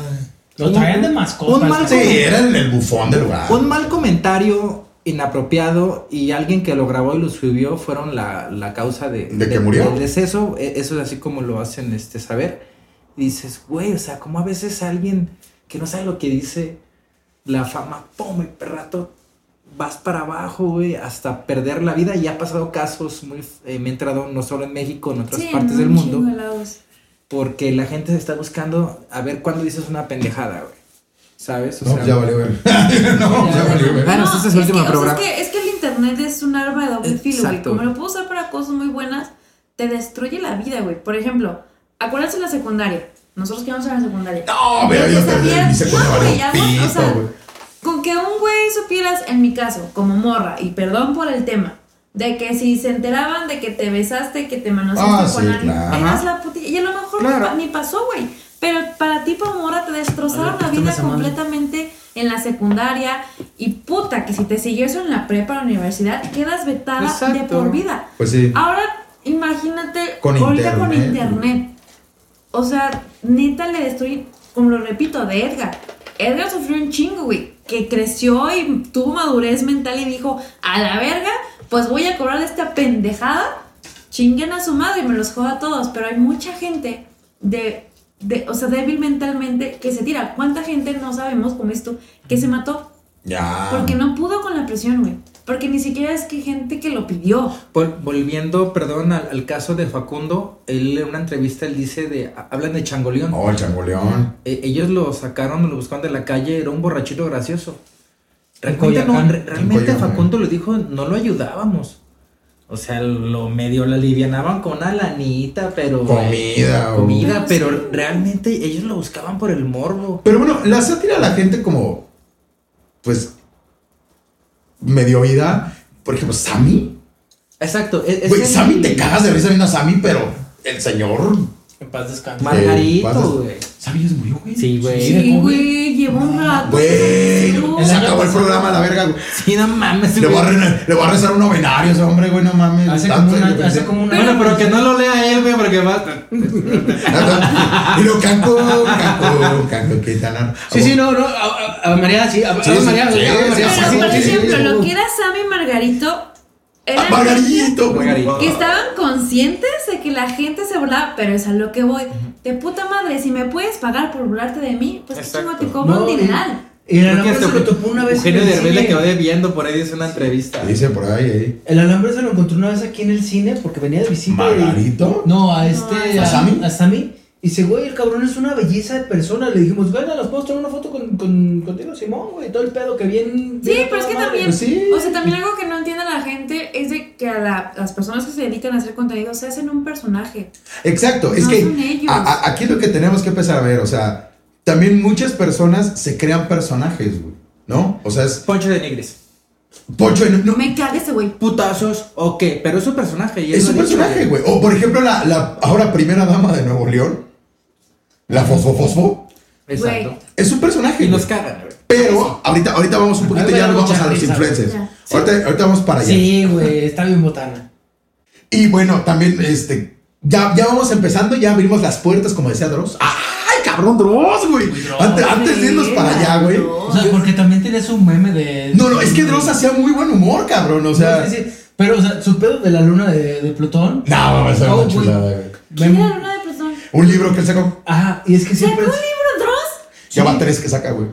[SPEAKER 6] Lo traían de mascota.
[SPEAKER 5] un mal-
[SPEAKER 2] Sí, eran el bufón del lugar.
[SPEAKER 5] Un mal comentario inapropiado y alguien que lo grabó y lo subió fueron la, la causa de,
[SPEAKER 2] ¿De que murió?
[SPEAKER 5] del deceso. E- Eso es así como lo hacen este saber. Y dices, güey, o sea, como a veces alguien que no sabe lo que dice, la fama, pum, el perrato, vas para abajo, güey, hasta perder la vida. Y ha pasado casos muy, eh, me he entrado no solo en México, en otras
[SPEAKER 4] Sí,
[SPEAKER 5] partes
[SPEAKER 4] en
[SPEAKER 5] del
[SPEAKER 4] un
[SPEAKER 5] mundo.
[SPEAKER 4] chingo de lados.
[SPEAKER 2] Ah,
[SPEAKER 5] Porque la gente se está buscando a ver cuándo dices una pendejada, güey. ¿Sabes? O
[SPEAKER 2] No,
[SPEAKER 5] sea,
[SPEAKER 2] ya valió ver. no, ya valió ver.
[SPEAKER 5] Bueno, este es el último
[SPEAKER 4] que, o sea,
[SPEAKER 5] programa.
[SPEAKER 4] es, que, es que el internet es un arma de doble filo, güey.
[SPEAKER 5] Exacto.
[SPEAKER 4] Como lo puedo usar para cosas muy buenas, te destruye la vida, güey. Por ejemplo, acuérdense de la secundaria. Nosotros quedamos en la secundaria.
[SPEAKER 2] No, pero
[SPEAKER 4] Y
[SPEAKER 2] yo
[SPEAKER 4] sabías-
[SPEAKER 2] perdí mi secundaria
[SPEAKER 4] No,
[SPEAKER 2] valió
[SPEAKER 4] güey, ya, güey, o sea,
[SPEAKER 2] pito, güey.
[SPEAKER 4] Con que un güey supieras, en mi caso, como morra, y perdón por el tema, de que si se enteraban de que te besaste, que te manoseaste
[SPEAKER 2] Ah,
[SPEAKER 4] con
[SPEAKER 2] sí,
[SPEAKER 4] alguien,
[SPEAKER 2] claro.
[SPEAKER 4] eras la putilla. Y a lo mejor ni
[SPEAKER 5] Claro.
[SPEAKER 4] pa- ni pasó, güey. Pero para ti, como morra, te destrozaron
[SPEAKER 6] A ver,
[SPEAKER 2] pues,
[SPEAKER 4] la vida
[SPEAKER 6] esa madre.
[SPEAKER 4] completamente en la secundaria. Y puta, que si te siguió eso en la prepa o la universidad, quedas vetada de
[SPEAKER 5] Exacto.
[SPEAKER 4] por vida.
[SPEAKER 2] Pues sí.
[SPEAKER 4] Ahora, imagínate,
[SPEAKER 2] Con
[SPEAKER 4] ahorita con
[SPEAKER 2] internet.
[SPEAKER 4] internet. O sea, neta le destruyen, como lo repito, de Edgar. Edgar sufrió un chingo, güey, que creció y tuvo madurez mental y dijo, a la verga, pues voy a cobrar esta pendejada, chinguen a su madre y me los joda a todos, pero hay mucha gente de, de, o sea, débil mentalmente que se tira. ¿Cuánta gente no sabemos, como es tú, que se mató?
[SPEAKER 2] Ya.
[SPEAKER 4] Porque no pudo con la presión, güey. Porque ni siquiera es que gente que lo pidió.
[SPEAKER 5] Vol- volviendo, perdón, al, al caso de Facundo, él en una entrevista él dice de, a- hablan de Changoleón.
[SPEAKER 2] Oh, el changoleón.
[SPEAKER 5] E- ellos lo sacaron, lo buscaron de la calle, era un borrachito gracioso. Realmente,
[SPEAKER 6] Coyoacán.
[SPEAKER 5] no, re- realmente
[SPEAKER 2] Coyoacán.
[SPEAKER 5] Facundo lo dijo, no lo ayudábamos. O sea, lo medio la alivianaban con una lanita, pero... eh,
[SPEAKER 2] Comida, o-
[SPEAKER 5] comida, pero
[SPEAKER 4] Sí.
[SPEAKER 5] realmente ellos lo buscaban por el morbo.
[SPEAKER 2] Pero bueno, la sátira a la gente como, pues, medio oída. Por ejemplo, Sammy.
[SPEAKER 5] Exacto. es- es
[SPEAKER 2] Güey,
[SPEAKER 5] el-
[SPEAKER 2] Sammy te cagas de risa viendo a Sammy, pero el señor.
[SPEAKER 6] En paz descanse.
[SPEAKER 5] Margarito,
[SPEAKER 2] pasas-
[SPEAKER 5] güey.
[SPEAKER 2] Sammy ya se murió, güey.
[SPEAKER 5] Sí, güey.
[SPEAKER 6] Sí,
[SPEAKER 4] Sí,
[SPEAKER 6] ¿cómo?
[SPEAKER 4] güey, llevó un rato.
[SPEAKER 2] Güey,
[SPEAKER 4] No,
[SPEAKER 2] se
[SPEAKER 6] año
[SPEAKER 2] acabó el
[SPEAKER 6] pasado.
[SPEAKER 2] programa a la verga, güey.
[SPEAKER 5] Sí, no mames,
[SPEAKER 2] Le voy,
[SPEAKER 5] güey.
[SPEAKER 2] a re- le voy a rezar un novenario a ese hombre, güey, no mames.
[SPEAKER 6] Hace
[SPEAKER 2] Tanto
[SPEAKER 6] como un
[SPEAKER 2] que
[SPEAKER 6] año.
[SPEAKER 2] pensé.
[SPEAKER 6] Hace como un
[SPEAKER 5] Bueno,
[SPEAKER 6] año.
[SPEAKER 5] pero que no lo lea él, güey, porque va.
[SPEAKER 2] y lo Cancún, Cancún, Cancún, Quintana.
[SPEAKER 3] Sí, sí, no, no. A, a- a María, sí. A, a
[SPEAKER 2] Sí, sí,
[SPEAKER 3] María,
[SPEAKER 2] sí,
[SPEAKER 3] sí, a María.
[SPEAKER 2] sí,
[SPEAKER 3] sí,
[SPEAKER 4] Pero, por
[SPEAKER 3] sí, sí,
[SPEAKER 4] ejemplo,
[SPEAKER 3] sí.
[SPEAKER 4] lo que era Sam y Margarito
[SPEAKER 2] Ah,
[SPEAKER 4] eran
[SPEAKER 2] Margarito, güey.
[SPEAKER 5] Margarito.
[SPEAKER 4] que estaban conscientes de que la gente se burlaba, pero es a lo que voy. De puta madre, si me puedes pagar por burlarte de mí, pues qué
[SPEAKER 5] Exacto.
[SPEAKER 4] chingo te cobro un
[SPEAKER 3] No, y-
[SPEAKER 4] dineral.
[SPEAKER 3] Y el
[SPEAKER 5] Creo que
[SPEAKER 3] alambre
[SPEAKER 5] hasta
[SPEAKER 3] se lo topó una vez. en
[SPEAKER 5] Eugenio
[SPEAKER 3] el
[SPEAKER 5] Derbez
[SPEAKER 3] cine.
[SPEAKER 5] le quedó debiendo, por ahí dice una entrevista.
[SPEAKER 2] Dice por ahí, eh, ahí.
[SPEAKER 3] El alambre se lo encontró una vez aquí en el cine porque venía de visita. y-
[SPEAKER 2] ¿Margarito?
[SPEAKER 3] No, a
[SPEAKER 4] No,
[SPEAKER 3] este.
[SPEAKER 2] ¿a Sammy?
[SPEAKER 3] A Sammy. Y dice, güey, el cabrón es una belleza de persona. Le dijimos, venga, nos podemos tomar una foto con, con, contigo, Simón, güey. Todo el pedo que bien.
[SPEAKER 4] Sí,
[SPEAKER 3] bien a toda
[SPEAKER 4] pero es que
[SPEAKER 3] madre".
[SPEAKER 4] también,
[SPEAKER 2] pues sí.
[SPEAKER 4] o sea, también algo que no entiende la gente es de que a la- las personas que se dedican a hacer contenido se hacen un personaje.
[SPEAKER 2] Exacto, es
[SPEAKER 4] No son
[SPEAKER 2] que
[SPEAKER 4] ellos.
[SPEAKER 2] a- a- aquí lo que tenemos que empezar a ver, o sea, también muchas personas se crean personajes, güey, ¿no? O sea, es
[SPEAKER 5] Poncho de Nigris.
[SPEAKER 2] Pocho en... no,
[SPEAKER 4] Me caga ese güey.
[SPEAKER 5] Putazos, ok, pero es su personaje. y él
[SPEAKER 2] es
[SPEAKER 5] lo
[SPEAKER 2] un
[SPEAKER 5] ha dicho,
[SPEAKER 2] personaje, güey. O por ejemplo, la, la ahora primera dama de Nuevo León, la Fosfo Fosfo,
[SPEAKER 5] Exacto.
[SPEAKER 4] Güey.
[SPEAKER 2] es un personaje.
[SPEAKER 5] Y
[SPEAKER 2] güey.
[SPEAKER 5] nos cagan, güey.
[SPEAKER 2] Pero ahorita, ahorita vamos un poquito,
[SPEAKER 6] Ahora
[SPEAKER 2] ya nos
[SPEAKER 6] vamos
[SPEAKER 2] vamos a
[SPEAKER 6] a
[SPEAKER 2] los
[SPEAKER 6] risa,
[SPEAKER 2] influencers.
[SPEAKER 4] ya.
[SPEAKER 2] Ahorita, ahorita vamos para allá.
[SPEAKER 3] Sí, güey, está bien botana.
[SPEAKER 2] Y bueno, también, este, ya, ya vamos empezando, ya abrimos las puertas, como decía Dross. ¡Ay, cabrón, Dross, güey!
[SPEAKER 6] Uy, Dross.
[SPEAKER 2] Antes, antes de irnos para allá, güey.
[SPEAKER 4] No.
[SPEAKER 6] O sea, porque también tenías un meme de.
[SPEAKER 2] No, no, es que Dross hacía muy buen humor, cabrón, o sea...
[SPEAKER 3] No, sí, sí. Pero, o sea, su pedo de la luna de, de Plutón.
[SPEAKER 2] No, mamá, eso era
[SPEAKER 3] Oh,
[SPEAKER 2] una
[SPEAKER 3] güey.
[SPEAKER 2] chulada, güey.
[SPEAKER 4] ¿Quién
[SPEAKER 3] Mem-
[SPEAKER 4] era la luna de Plutón?
[SPEAKER 2] Un libro que él sacó.
[SPEAKER 3] Ajá, y es que
[SPEAKER 4] ¿Sacó un
[SPEAKER 3] siempre.
[SPEAKER 4] libro, Dross?
[SPEAKER 2] Ya va tres que saca, güey.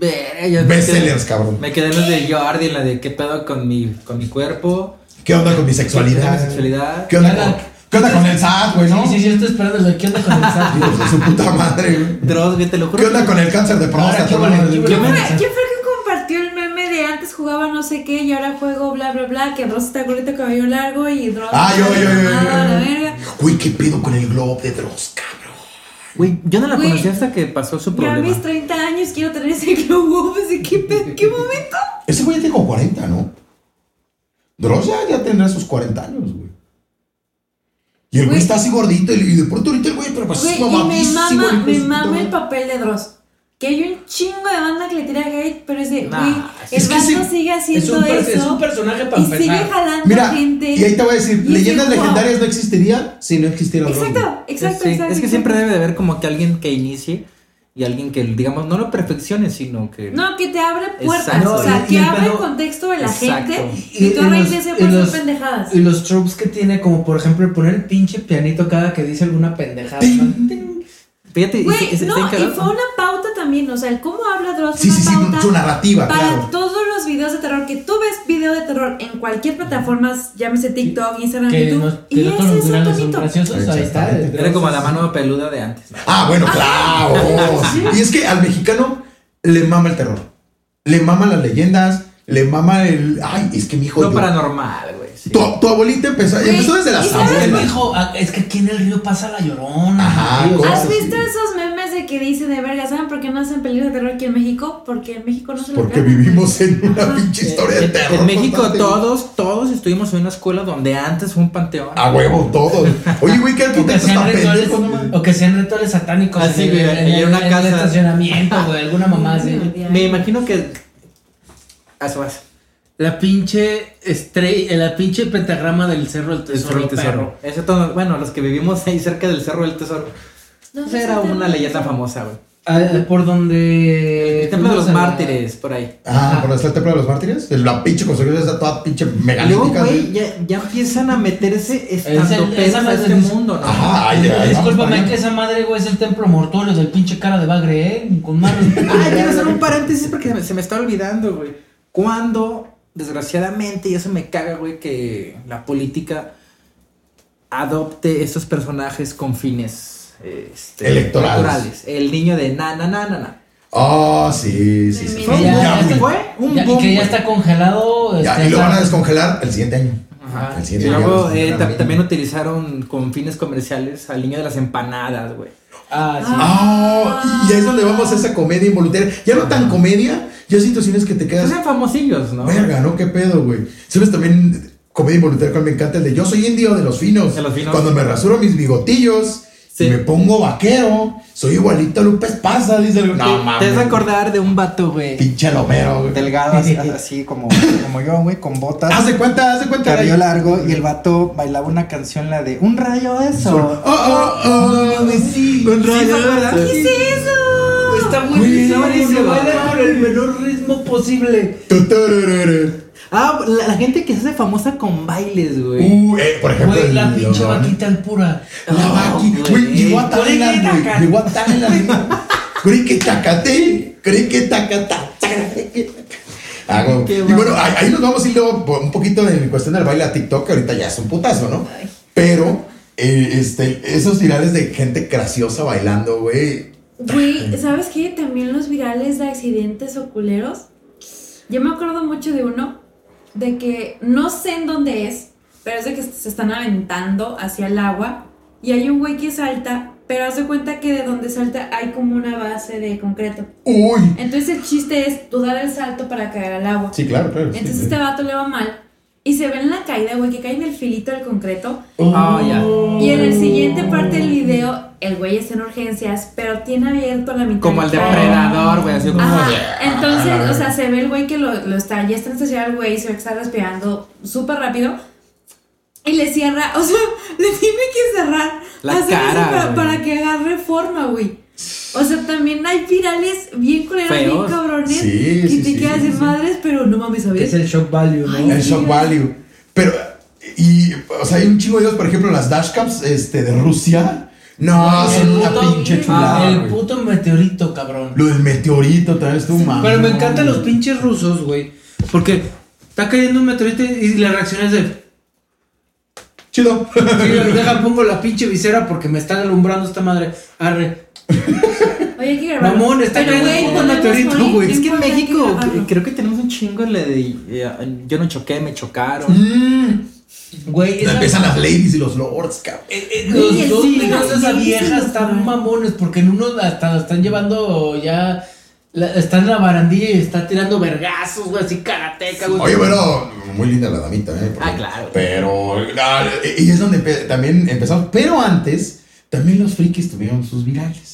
[SPEAKER 5] Verga, yo me
[SPEAKER 2] Bestsellers,
[SPEAKER 5] quedé-
[SPEAKER 2] cabrón.
[SPEAKER 5] Me quedé en los de Jordi, la de qué pedo con mi, con mi cuerpo.
[SPEAKER 2] ¿Qué onda con mi
[SPEAKER 5] con
[SPEAKER 2] sexualidad?
[SPEAKER 5] mi sexualidad.
[SPEAKER 2] ¿Qué onda
[SPEAKER 3] Ya
[SPEAKER 2] con,
[SPEAKER 3] la-
[SPEAKER 2] ¿qué onda con el SAT, güey, no?
[SPEAKER 3] Sí, sí, sí, estoy esperando desde aquí onda con el SAT.
[SPEAKER 2] Hijos de su puta madre, güey.
[SPEAKER 5] Dross, güey, te lo juro.
[SPEAKER 2] ¿Qué onda con el cáncer de
[SPEAKER 3] Ahora, ¿qué
[SPEAKER 2] próstata?
[SPEAKER 3] vale? ¿Qué
[SPEAKER 2] no?
[SPEAKER 3] vale?
[SPEAKER 4] ¿Quién fue,
[SPEAKER 3] Ajá.
[SPEAKER 4] quién fue el que compartió el meme de antes jugaba no sé qué y ahora juego bla bla bla? Que Ross está cortito cabello largo y Ross.
[SPEAKER 2] Ah, yo, yo, yo, yo, yo.
[SPEAKER 4] Ah, la verga.
[SPEAKER 2] Güey, ¿qué pedo con el globo de Dross, cabrón?
[SPEAKER 5] Güey, yo no la
[SPEAKER 4] Güey.
[SPEAKER 5] conocí hasta que pasó su
[SPEAKER 4] Yo a
[SPEAKER 5] problema.
[SPEAKER 4] mis 30 años quiero tener ese globo. ¿Qué, pe- ¿Qué momento?
[SPEAKER 2] Ese güey ya tiene como 40, ¿no? Dross ya, ya tendrá sus 40 años, güey. Y el güey
[SPEAKER 4] Güey.
[SPEAKER 2] está así gordito y, y de pronto ahorita el güey, pero pues
[SPEAKER 4] Güey,
[SPEAKER 2] es
[SPEAKER 4] y me
[SPEAKER 2] mamadísimo.
[SPEAKER 4] mama,
[SPEAKER 2] hijo de
[SPEAKER 4] me
[SPEAKER 2] su puta ¿eh?
[SPEAKER 4] mama el
[SPEAKER 2] madre.
[SPEAKER 4] papel de Dross. Que hay un chingo de banda que le tira hate, pero es de, güey,
[SPEAKER 5] Nah,
[SPEAKER 4] el
[SPEAKER 2] es que
[SPEAKER 4] vato
[SPEAKER 2] sí.
[SPEAKER 4] sigue
[SPEAKER 3] Es
[SPEAKER 4] haciendo
[SPEAKER 3] un, per- es un
[SPEAKER 4] eso.
[SPEAKER 3] personaje para
[SPEAKER 4] Y sigue
[SPEAKER 3] empezar.
[SPEAKER 4] jalando
[SPEAKER 2] Mira,
[SPEAKER 4] gente.
[SPEAKER 2] y ahí te voy a decir,
[SPEAKER 4] Y
[SPEAKER 2] leyendas
[SPEAKER 4] dice, wow.
[SPEAKER 2] legendarias no existiría si no existiera Dross, güey.
[SPEAKER 4] Exacto, exacto,
[SPEAKER 5] Sí,
[SPEAKER 4] exacto.
[SPEAKER 5] es que siempre debe de haber como que alguien que inicie y alguien que, digamos, no lo perfeccione, sino que...
[SPEAKER 4] No, que te abre puertas,
[SPEAKER 5] Exacto.
[SPEAKER 4] o sea,
[SPEAKER 6] Y-
[SPEAKER 4] que
[SPEAKER 6] y el
[SPEAKER 4] abre el
[SPEAKER 6] pedo-
[SPEAKER 4] contexto de la
[SPEAKER 5] Exacto.
[SPEAKER 4] gente y, tú a
[SPEAKER 6] los-
[SPEAKER 4] raíz de ese
[SPEAKER 6] y
[SPEAKER 4] puedes hacer
[SPEAKER 6] los-
[SPEAKER 4] pendejadas.
[SPEAKER 6] Y los tropes que tiene, como por ejemplo, el poner el pinche pianito cada que dice alguna pendejada. ¿no?
[SPEAKER 5] Fíjate, y
[SPEAKER 4] Güey,
[SPEAKER 5] se- y se-
[SPEAKER 4] no,
[SPEAKER 5] está
[SPEAKER 4] y
[SPEAKER 5] encargado.
[SPEAKER 4] fue una pauta también, o sea, el cómo habla Dross
[SPEAKER 2] Sí,
[SPEAKER 4] una
[SPEAKER 2] sí, sí,
[SPEAKER 4] pauta
[SPEAKER 2] su narrativa,
[SPEAKER 4] para
[SPEAKER 2] claro.
[SPEAKER 4] todos los videos de terror, que tú ves video de terror en cualquier plataforma, llámese TikTok, Instagram,
[SPEAKER 6] Que,
[SPEAKER 4] YouTube,
[SPEAKER 6] nos, que
[SPEAKER 4] y
[SPEAKER 6] no todos
[SPEAKER 4] ese
[SPEAKER 6] los
[SPEAKER 4] es un
[SPEAKER 6] veranos son
[SPEAKER 4] tonito.
[SPEAKER 6] graciosos. Ahí está.
[SPEAKER 2] Exactamente.
[SPEAKER 5] Era como la mano peluda de antes.
[SPEAKER 2] Ah, bueno, claro. Y es que al mexicano le mama el terror. Le mama las leyendas, le mama el. Ay, es que mi hijo.
[SPEAKER 5] Lo paranormal, güey. sí.
[SPEAKER 2] Tu, tu abuelita empezó,
[SPEAKER 4] Güey,
[SPEAKER 2] empezó desde las
[SPEAKER 4] ¿y sabes,
[SPEAKER 6] Es,
[SPEAKER 2] abuelas.
[SPEAKER 6] mijo, ah, es que aquí en el río pasa la llorona.
[SPEAKER 2] Ajá,
[SPEAKER 6] Sí, o sea,
[SPEAKER 2] cosas.
[SPEAKER 4] ¿Has
[SPEAKER 2] Sí.
[SPEAKER 4] visto esos memes de que dice de verga? ¿Saben por qué no hacen películas de terror aquí en México? Porque en México no se lo
[SPEAKER 2] Porque
[SPEAKER 4] tragan.
[SPEAKER 2] vivimos en una
[SPEAKER 4] Ajá.
[SPEAKER 2] pinche historia de
[SPEAKER 5] Eh, En-
[SPEAKER 2] terror.
[SPEAKER 5] En México
[SPEAKER 2] constante.
[SPEAKER 5] todos, todos estuvimos en una escuela donde antes fue un panteón.
[SPEAKER 2] A huevo, todos. Oye, güey, qué
[SPEAKER 6] O que,
[SPEAKER 2] arquitectos
[SPEAKER 6] sean
[SPEAKER 2] tan
[SPEAKER 6] rituales,
[SPEAKER 2] pendejos, no mames.
[SPEAKER 6] o que sean rituales satánicos
[SPEAKER 5] Así,
[SPEAKER 6] en, el-
[SPEAKER 5] güey,
[SPEAKER 6] en
[SPEAKER 5] Ah, en
[SPEAKER 6] el-
[SPEAKER 5] una
[SPEAKER 6] en el
[SPEAKER 5] casa.
[SPEAKER 6] estacionamiento, güey, alguna mamá así.
[SPEAKER 5] Me imagino que. A su base.
[SPEAKER 3] La pinche estrella, la pinche pentagrama del cerro del
[SPEAKER 5] El
[SPEAKER 3] tesoro. perro.
[SPEAKER 5] Excepto, bueno, los que vivimos ahí cerca del Cerro del Tesoro.
[SPEAKER 4] No,
[SPEAKER 5] Esa era
[SPEAKER 4] no se
[SPEAKER 5] una
[SPEAKER 4] tragan.
[SPEAKER 5] leyenda famosa, güey.
[SPEAKER 6] Ah, ah, por donde.
[SPEAKER 3] Eh,
[SPEAKER 5] El Templo de los
[SPEAKER 6] fuimos a la-
[SPEAKER 5] Mártires, por ahí.
[SPEAKER 2] Ah, por está el templo de los mártires. La pinche construcción está toda pinche
[SPEAKER 5] Y luego,
[SPEAKER 2] megalítica.
[SPEAKER 5] güey,
[SPEAKER 2] güey.
[SPEAKER 5] ya, ya empiezan a meterse
[SPEAKER 6] el-
[SPEAKER 5] estando
[SPEAKER 6] esa
[SPEAKER 5] pedos a
[SPEAKER 6] madre
[SPEAKER 5] este
[SPEAKER 6] es-
[SPEAKER 5] mundo, ¿no?
[SPEAKER 2] Ajá, ay, ay, vamos
[SPEAKER 6] Discúlpame
[SPEAKER 2] para allá.
[SPEAKER 6] que esa madre, güey, es el templo mortuorio del pinche cara de bagre, ¿eh? Con manos.
[SPEAKER 5] Ah, quiero hacer un paréntesis porque se me- se me está olvidando, güey. Cuando, desgraciadamente, y eso me caga, güey, que la política adopte estos personajes con fines este,
[SPEAKER 2] Electorales.
[SPEAKER 5] El niño de na, na, na, na, na.
[SPEAKER 2] Ah, sí, sí, sí.
[SPEAKER 4] Mira,
[SPEAKER 5] Ya,
[SPEAKER 6] ya
[SPEAKER 2] güey.
[SPEAKER 6] está-
[SPEAKER 5] fue un
[SPEAKER 6] Ya, y
[SPEAKER 5] boom,
[SPEAKER 6] que ya
[SPEAKER 5] güey.
[SPEAKER 6] está congelado.
[SPEAKER 2] Ya,
[SPEAKER 6] este,
[SPEAKER 2] y lo van a
[SPEAKER 6] está-
[SPEAKER 2] descongelar el siguiente año. El
[SPEAKER 5] Y
[SPEAKER 2] siguiente año
[SPEAKER 5] luego
[SPEAKER 2] ya
[SPEAKER 5] eh,
[SPEAKER 2] lo
[SPEAKER 5] tam-
[SPEAKER 2] descongelan.
[SPEAKER 5] también utilizaron con fines comerciales al niño de las empanadas, güey.
[SPEAKER 6] Ah, sí.
[SPEAKER 2] Ah, y ahí es donde vamos a esa comedia involuntaria. Ya no tan comedia, ya situaciones que te
[SPEAKER 5] Se
[SPEAKER 2] quedas.
[SPEAKER 5] hacen famosillos, ¿no?
[SPEAKER 2] Verga, ¿no? ¿Qué pedo, güey? ¿Sabes también comedia involuntaria cuál me encanta? El de Yo soy indio de los finos.
[SPEAKER 5] De los finos.
[SPEAKER 2] Cuando me rasuro mis bigotillos
[SPEAKER 5] Sí.
[SPEAKER 2] y me pongo vaquero, soy igualito a Lupe Esparza, dice el
[SPEAKER 5] Te- Te vas a acordar de un vato, güey.
[SPEAKER 2] Pinche lomero, güey.
[SPEAKER 7] Delgado, así, así como, como yo, güey, con botas.
[SPEAKER 2] Haz de cuenta, haz de cuenta.
[SPEAKER 7] Cabello
[SPEAKER 2] güey.
[SPEAKER 7] largo y el vato bailaba una canción, la de Un rayo
[SPEAKER 2] Oh,
[SPEAKER 7] eso.
[SPEAKER 2] oh, oh, sí.
[SPEAKER 5] Con rayas.
[SPEAKER 4] ¿Qué es eso?
[SPEAKER 3] Está
[SPEAKER 5] está
[SPEAKER 3] buenísimo,
[SPEAKER 5] buenísimo.
[SPEAKER 3] se baila con el menor ritmo posible.
[SPEAKER 2] Tuturururu.
[SPEAKER 5] Ah, la, la gente que se hace famosa con bailes, güey. Oh,
[SPEAKER 2] Uh, eh, por ejemplo.
[SPEAKER 6] Güey, la
[SPEAKER 2] el-
[SPEAKER 6] pinche
[SPEAKER 2] no,
[SPEAKER 6] vaquita al pura.
[SPEAKER 2] La vaqui,
[SPEAKER 5] güey.
[SPEAKER 2] güey, llegó a
[SPEAKER 6] Güey,
[SPEAKER 2] Thailand,
[SPEAKER 6] neta,
[SPEAKER 2] güey.
[SPEAKER 6] cara.
[SPEAKER 2] Llegó a Thailand. güey. Cree que tacate, cree que tacata. Ah, güey.
[SPEAKER 5] Qué
[SPEAKER 2] y
[SPEAKER 5] guapo.
[SPEAKER 2] bueno, ahí, ahí nos vamos a ir luego por un poquito en cuestión del baile a TikTok, que ahorita ya es un putazo, ¿no? Pero eh, este, esos virales de gente graciosa bailando, güey.
[SPEAKER 4] Güey, ¿sabes qué? También los virales de accidentes oculeros. Yo me acuerdo mucho de uno, de que no sé en dónde es, pero es de que se están aventando hacia el agua y hay un güey que salta, pero haz de cuenta que de donde salta hay como una base de concreto.
[SPEAKER 2] Uy.
[SPEAKER 4] Entonces el chiste es tú dar el salto para caer al agua.
[SPEAKER 2] Sí, claro, claro. sí,
[SPEAKER 4] Entonces
[SPEAKER 2] sí.
[SPEAKER 4] este vato le va mal y se ve en la caída, güey, que cae en el filito del concreto.
[SPEAKER 5] Ah, ya.
[SPEAKER 4] Y en el
[SPEAKER 2] Oh.
[SPEAKER 4] siguiente parte del video, el güey está en urgencias, pero tiene abierto la mitad.
[SPEAKER 5] Como
[SPEAKER 4] del
[SPEAKER 5] el
[SPEAKER 4] cráneo.
[SPEAKER 5] depredador, güey, así como.
[SPEAKER 4] Ajá. Entonces, o sea, se ve el güey que lo, lo está, ya está en estacionado el güey, se ve que está respirando súper rápido. Y le cierra, o sea, le tiene que cerrar.
[SPEAKER 5] La
[SPEAKER 4] así
[SPEAKER 5] cara,
[SPEAKER 4] Para,
[SPEAKER 5] güey.
[SPEAKER 4] para que agarre forma, güey. O sea, también hay virales bien culeros, bien
[SPEAKER 5] Feos.
[SPEAKER 4] cabrones.
[SPEAKER 2] Sí,
[SPEAKER 4] que
[SPEAKER 2] sí,
[SPEAKER 4] te
[SPEAKER 2] sí,
[SPEAKER 4] quedas
[SPEAKER 2] sí,
[SPEAKER 4] de
[SPEAKER 2] sí.
[SPEAKER 4] madres, pero no mames,
[SPEAKER 6] Que es
[SPEAKER 4] ¿sabes?
[SPEAKER 6] el shock value, ¿no?
[SPEAKER 4] Ay,
[SPEAKER 2] El shock value. Pero, y, o sea, hay un chingo de ellos, por ejemplo, las dashcams este, de Rusia.
[SPEAKER 3] Ah,
[SPEAKER 2] No,
[SPEAKER 6] Güey,
[SPEAKER 2] son
[SPEAKER 6] el
[SPEAKER 2] una
[SPEAKER 6] puto-
[SPEAKER 2] pinche
[SPEAKER 6] ah,
[SPEAKER 2] chulada.
[SPEAKER 6] El
[SPEAKER 2] güey.
[SPEAKER 6] puto meteorito, cabrón.
[SPEAKER 2] Lo del meteorito, tal vez tú, mamá.
[SPEAKER 3] Pero me encantan los pinches rusos, güey. Porque está cayendo un meteorito y la reacción es de.
[SPEAKER 2] Chido.
[SPEAKER 3] Sí, deja, pongo la pinche visera porque me están alumbrando esta madre. Arre.
[SPEAKER 4] Oye, hay que grabarlo.
[SPEAKER 3] Mamón, está
[SPEAKER 4] Pero,
[SPEAKER 3] cayendo
[SPEAKER 4] güey, ¿eh?
[SPEAKER 3] un
[SPEAKER 4] podemos
[SPEAKER 3] meteorito,
[SPEAKER 4] poner-
[SPEAKER 3] güey.
[SPEAKER 4] no
[SPEAKER 5] Es que en
[SPEAKER 4] importa, hay
[SPEAKER 5] México eh,
[SPEAKER 4] grabarlo.
[SPEAKER 5] creo que tenemos un chingo le de eh, yo no choqué, me chocaron.
[SPEAKER 2] Mm.
[SPEAKER 6] Güey, esa-
[SPEAKER 2] Empiezan las ladies y los lords, cabrón.
[SPEAKER 6] eh, eh,
[SPEAKER 4] Güey,
[SPEAKER 6] los
[SPEAKER 4] el
[SPEAKER 6] dos
[SPEAKER 4] sí,
[SPEAKER 6] videos
[SPEAKER 4] los
[SPEAKER 6] de esa
[SPEAKER 4] videos,
[SPEAKER 6] vieja
[SPEAKER 4] los-
[SPEAKER 6] están mamones porque en uno hasta la están llevando ya
[SPEAKER 3] la- está en la barandilla y está tirando vergazos, güey, así karateca, güey.
[SPEAKER 2] Oye, pero muy linda la damita, ¿eh? Porque-
[SPEAKER 5] Ah, claro.
[SPEAKER 2] Pero, ah, y es donde empe- también empezamos. Pero antes, también los frikis tuvieron sus virales.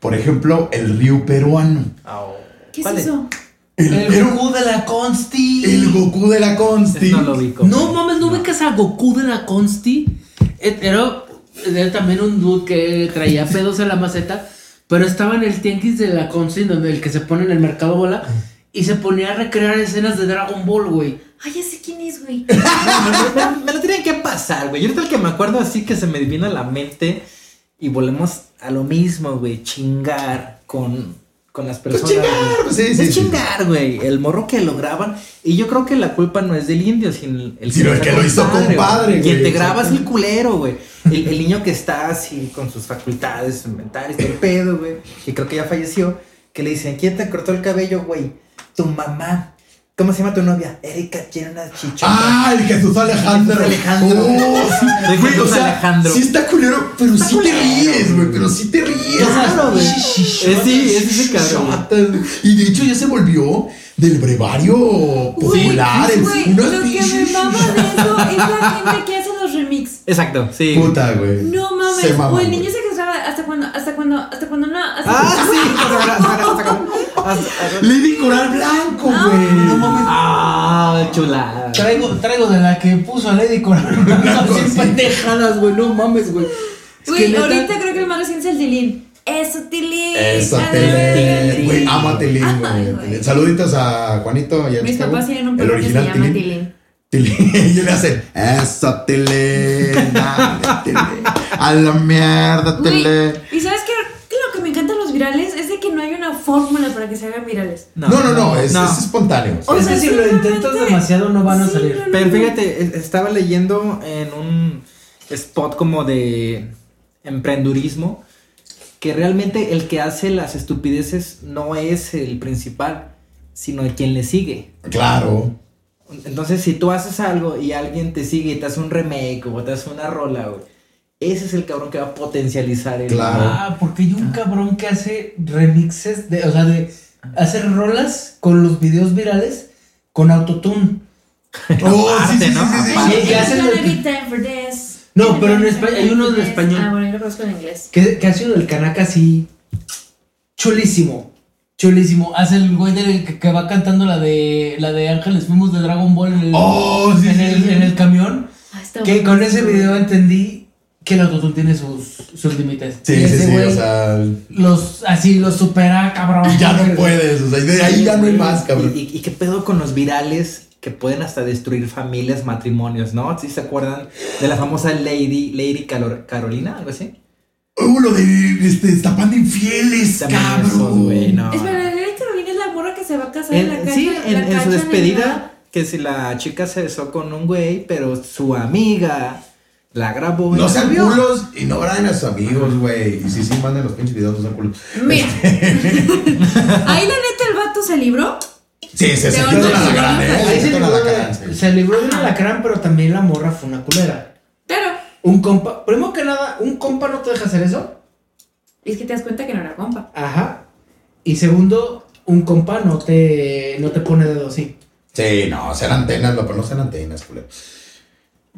[SPEAKER 2] Por ejemplo, el río peruano.
[SPEAKER 5] Ah, oh.
[SPEAKER 4] ¿Qué
[SPEAKER 5] ¿Cuál
[SPEAKER 4] es
[SPEAKER 5] es?
[SPEAKER 4] eso?
[SPEAKER 2] El,
[SPEAKER 6] El
[SPEAKER 2] era
[SPEAKER 6] Goku de la Consti.
[SPEAKER 2] el Goku de la Consti.
[SPEAKER 5] No lo ubico.
[SPEAKER 3] No mames, ¿no ubicas a Goku de la Consti? Eh, Era, era también un dude que traía pedos en la maceta, pero estaba en el tianguis de la Consti, donde el que se pone en el mercado bola, y se ponía a recrear escenas de Dragon Ball, güey.
[SPEAKER 4] Ay, ya sé quién es, güey.
[SPEAKER 5] me, me- me lo tienen que pasar, güey. Yo ahorita el que me acuerdo así que se me divina la mente y volvemos a lo mismo, güey. Chingar con, con las
[SPEAKER 2] Pues
[SPEAKER 5] personas. güey.
[SPEAKER 2] chingar, sí, sí.
[SPEAKER 5] es
[SPEAKER 2] sí.
[SPEAKER 5] chingar, güey. El morro que lo graban. Y yo creo que la culpa no es del indio, sino el,
[SPEAKER 2] Sino el
[SPEAKER 5] está
[SPEAKER 2] que lo hizo compadre,
[SPEAKER 5] güey. Quien
[SPEAKER 2] güey,
[SPEAKER 5] te graba es el
[SPEAKER 2] exactamente.
[SPEAKER 5] culero, güey. El, el niño que está así con sus facultades, su inventario, todo el pedo, güey. Que creo que ya falleció. Que le dicen, ¿quién te cortó el cabello, güey? Tu mamá. ¿Cómo se llama tu novia? Erika tiene unas chichotas.
[SPEAKER 2] Ah, el Jesús Alejandro.
[SPEAKER 5] Alejandro.
[SPEAKER 2] Oh, sí,
[SPEAKER 5] De
[SPEAKER 2] güey, o
[SPEAKER 5] Jesús
[SPEAKER 2] sea,
[SPEAKER 5] Alejandro.
[SPEAKER 2] Sí está culero, pero sí te ríes, güey. Pero sí te ríes.
[SPEAKER 5] Claro, güey. Es sí, es ese cabrón.
[SPEAKER 2] Chotas, güey. Y de hecho ya se volvió del brevario popular.
[SPEAKER 4] Güey,
[SPEAKER 2] el-
[SPEAKER 4] güey,
[SPEAKER 2] unos
[SPEAKER 4] lo que me
[SPEAKER 2] pinches-
[SPEAKER 4] mama de eso es la gente que hace los remix.
[SPEAKER 5] Exacto, sí.
[SPEAKER 2] Puta, güey.
[SPEAKER 4] No
[SPEAKER 2] Se
[SPEAKER 4] mames,
[SPEAKER 2] maman,
[SPEAKER 4] o el
[SPEAKER 2] güey.
[SPEAKER 4] niño se quejaba hasta cuando, hasta cuando, hasta cuando no, hasta
[SPEAKER 5] Ah, sí. Hasta- hasta- hasta- hasta- hasta-
[SPEAKER 2] Lady Coral Blanco, güey. No mames.
[SPEAKER 5] Ah, chulada.
[SPEAKER 6] Traigo, traigo de la que puso a Lady Coral.
[SPEAKER 2] Blanco,
[SPEAKER 3] Son
[SPEAKER 2] sí.
[SPEAKER 3] pendejadas, güey, no mames, güey. Es
[SPEAKER 4] Güey,
[SPEAKER 3] que neta-
[SPEAKER 4] ahorita creo que el más reciente es el Tilín. Eso, Tilín. Ah,
[SPEAKER 2] Eso,
[SPEAKER 4] A ver.
[SPEAKER 2] Telín. Ah, Güey, ah, ama Telín,
[SPEAKER 4] Ay,
[SPEAKER 2] güey.
[SPEAKER 4] güey.
[SPEAKER 2] Telín. Saluditos a Juanito y a
[SPEAKER 4] Mis
[SPEAKER 2] Chicago.
[SPEAKER 4] papás tienen un
[SPEAKER 2] El
[SPEAKER 4] perro que se
[SPEAKER 2] original
[SPEAKER 4] llama Tilín.
[SPEAKER 2] Tilín. Y le hacen, eso, Tilín. dale, Tilín. A la mierda,
[SPEAKER 4] Güey,
[SPEAKER 2] Tilín.
[SPEAKER 4] Y sabes qué? que lo que me encanta de los virales es de que no hay una fórmula para que se hagan virales.
[SPEAKER 2] No, no, no, es, es espontáneo.
[SPEAKER 4] O
[SPEAKER 6] Es
[SPEAKER 4] sea,
[SPEAKER 6] que si lo
[SPEAKER 4] simplemente-
[SPEAKER 6] intentas demasiado no van a
[SPEAKER 4] Sí,
[SPEAKER 6] salir.
[SPEAKER 5] Pero fíjate, es- estaba leyendo en un spot como de emprendurismo que realmente el que hace las estupideces no es el principal, sino el quien le sigue.
[SPEAKER 2] Claro.
[SPEAKER 5] Entonces, si tú haces algo y alguien te sigue y te hace un remake o te hace una rola, güey, ese es el cabrón que va a potencializar el.
[SPEAKER 2] Claro.
[SPEAKER 6] Ah, porque hay un cabrón que hace remixes de, o sea, de hacer rolas con los videos virales con autotune.
[SPEAKER 2] Oh, sí, sí, sí,
[SPEAKER 5] ¿no?
[SPEAKER 2] sí, sí.
[SPEAKER 6] Aparte.
[SPEAKER 4] It's
[SPEAKER 6] que hacen
[SPEAKER 4] gonna
[SPEAKER 6] lo
[SPEAKER 4] be
[SPEAKER 6] que-
[SPEAKER 4] time for this.
[SPEAKER 6] No, pero en
[SPEAKER 4] It's gonna
[SPEAKER 6] espa-
[SPEAKER 4] be
[SPEAKER 6] hay uno
[SPEAKER 4] time
[SPEAKER 6] en
[SPEAKER 4] for this.
[SPEAKER 6] español.
[SPEAKER 4] Ah, bueno, yo lo conozco en inglés.
[SPEAKER 6] Que, que ha sido del canaca así. Chulísimo. Chulísimo. Hace el güey del que, que va cantando la de la de Ángeles Fuimos de Dragon Ball en el,
[SPEAKER 2] Oh, sí,
[SPEAKER 6] en
[SPEAKER 2] sí,
[SPEAKER 6] el,
[SPEAKER 2] sí.
[SPEAKER 6] en el camión.
[SPEAKER 4] Ah, está
[SPEAKER 6] Que
[SPEAKER 4] bueno.
[SPEAKER 6] con ese video entendí que el autotune tiene sus, sus límites. Y
[SPEAKER 2] Sí, sí,
[SPEAKER 6] ese
[SPEAKER 2] sí,
[SPEAKER 6] güey
[SPEAKER 2] o sea,
[SPEAKER 6] Los así los supera, cabrón.
[SPEAKER 2] ya no puedes, o sea, de ahí ya no hay más, cabrón.
[SPEAKER 5] ¿Y, y- y qué pedo con los virales que pueden hasta destruir familias, matrimonios, ¿no? Si se acuerdan de la famosa Lady, Lady Calor- Carolina, algo así.
[SPEAKER 2] Uh, lo de este, estapan infieles,
[SPEAKER 5] También esos,
[SPEAKER 2] cabrón.
[SPEAKER 5] güey, no.
[SPEAKER 4] Es verdad, Lady Carolina es la morra que se va a casar en,
[SPEAKER 5] En-
[SPEAKER 4] la cancha.
[SPEAKER 5] sí, en,
[SPEAKER 4] la
[SPEAKER 5] en
[SPEAKER 4] cancha
[SPEAKER 5] su
[SPEAKER 4] el
[SPEAKER 5] despedida,
[SPEAKER 4] bar.
[SPEAKER 5] que si la chica se besó con un güey, pero su amiga la grabó. y
[SPEAKER 2] No
[SPEAKER 5] la
[SPEAKER 2] sean
[SPEAKER 5] subió.
[SPEAKER 2] culos y no graben a sus amigos, güey. Y sí, sí, manden los pinches videos, no sean culos.
[SPEAKER 4] Mira. Ahí la neta el vato se libró.
[SPEAKER 2] Sí, se
[SPEAKER 4] Te
[SPEAKER 2] sentó
[SPEAKER 4] van
[SPEAKER 2] la
[SPEAKER 4] a llevar
[SPEAKER 2] gran,
[SPEAKER 4] a
[SPEAKER 2] eh. Se
[SPEAKER 6] Ahí se
[SPEAKER 2] sentó
[SPEAKER 6] libró,
[SPEAKER 2] la
[SPEAKER 6] de-
[SPEAKER 2] gran, sí.
[SPEAKER 6] se libró de un alacrán, pero también la morra fue una culera.
[SPEAKER 4] Pero
[SPEAKER 6] Un compa, primero que nada, un compa no te deja hacer eso.
[SPEAKER 4] es que te das cuenta que no era compa.
[SPEAKER 6] Ajá. Y segundo, un compa no te, no te pone dedo así.
[SPEAKER 2] Sí, no, sean antenas, papá, no sean antenas, culero.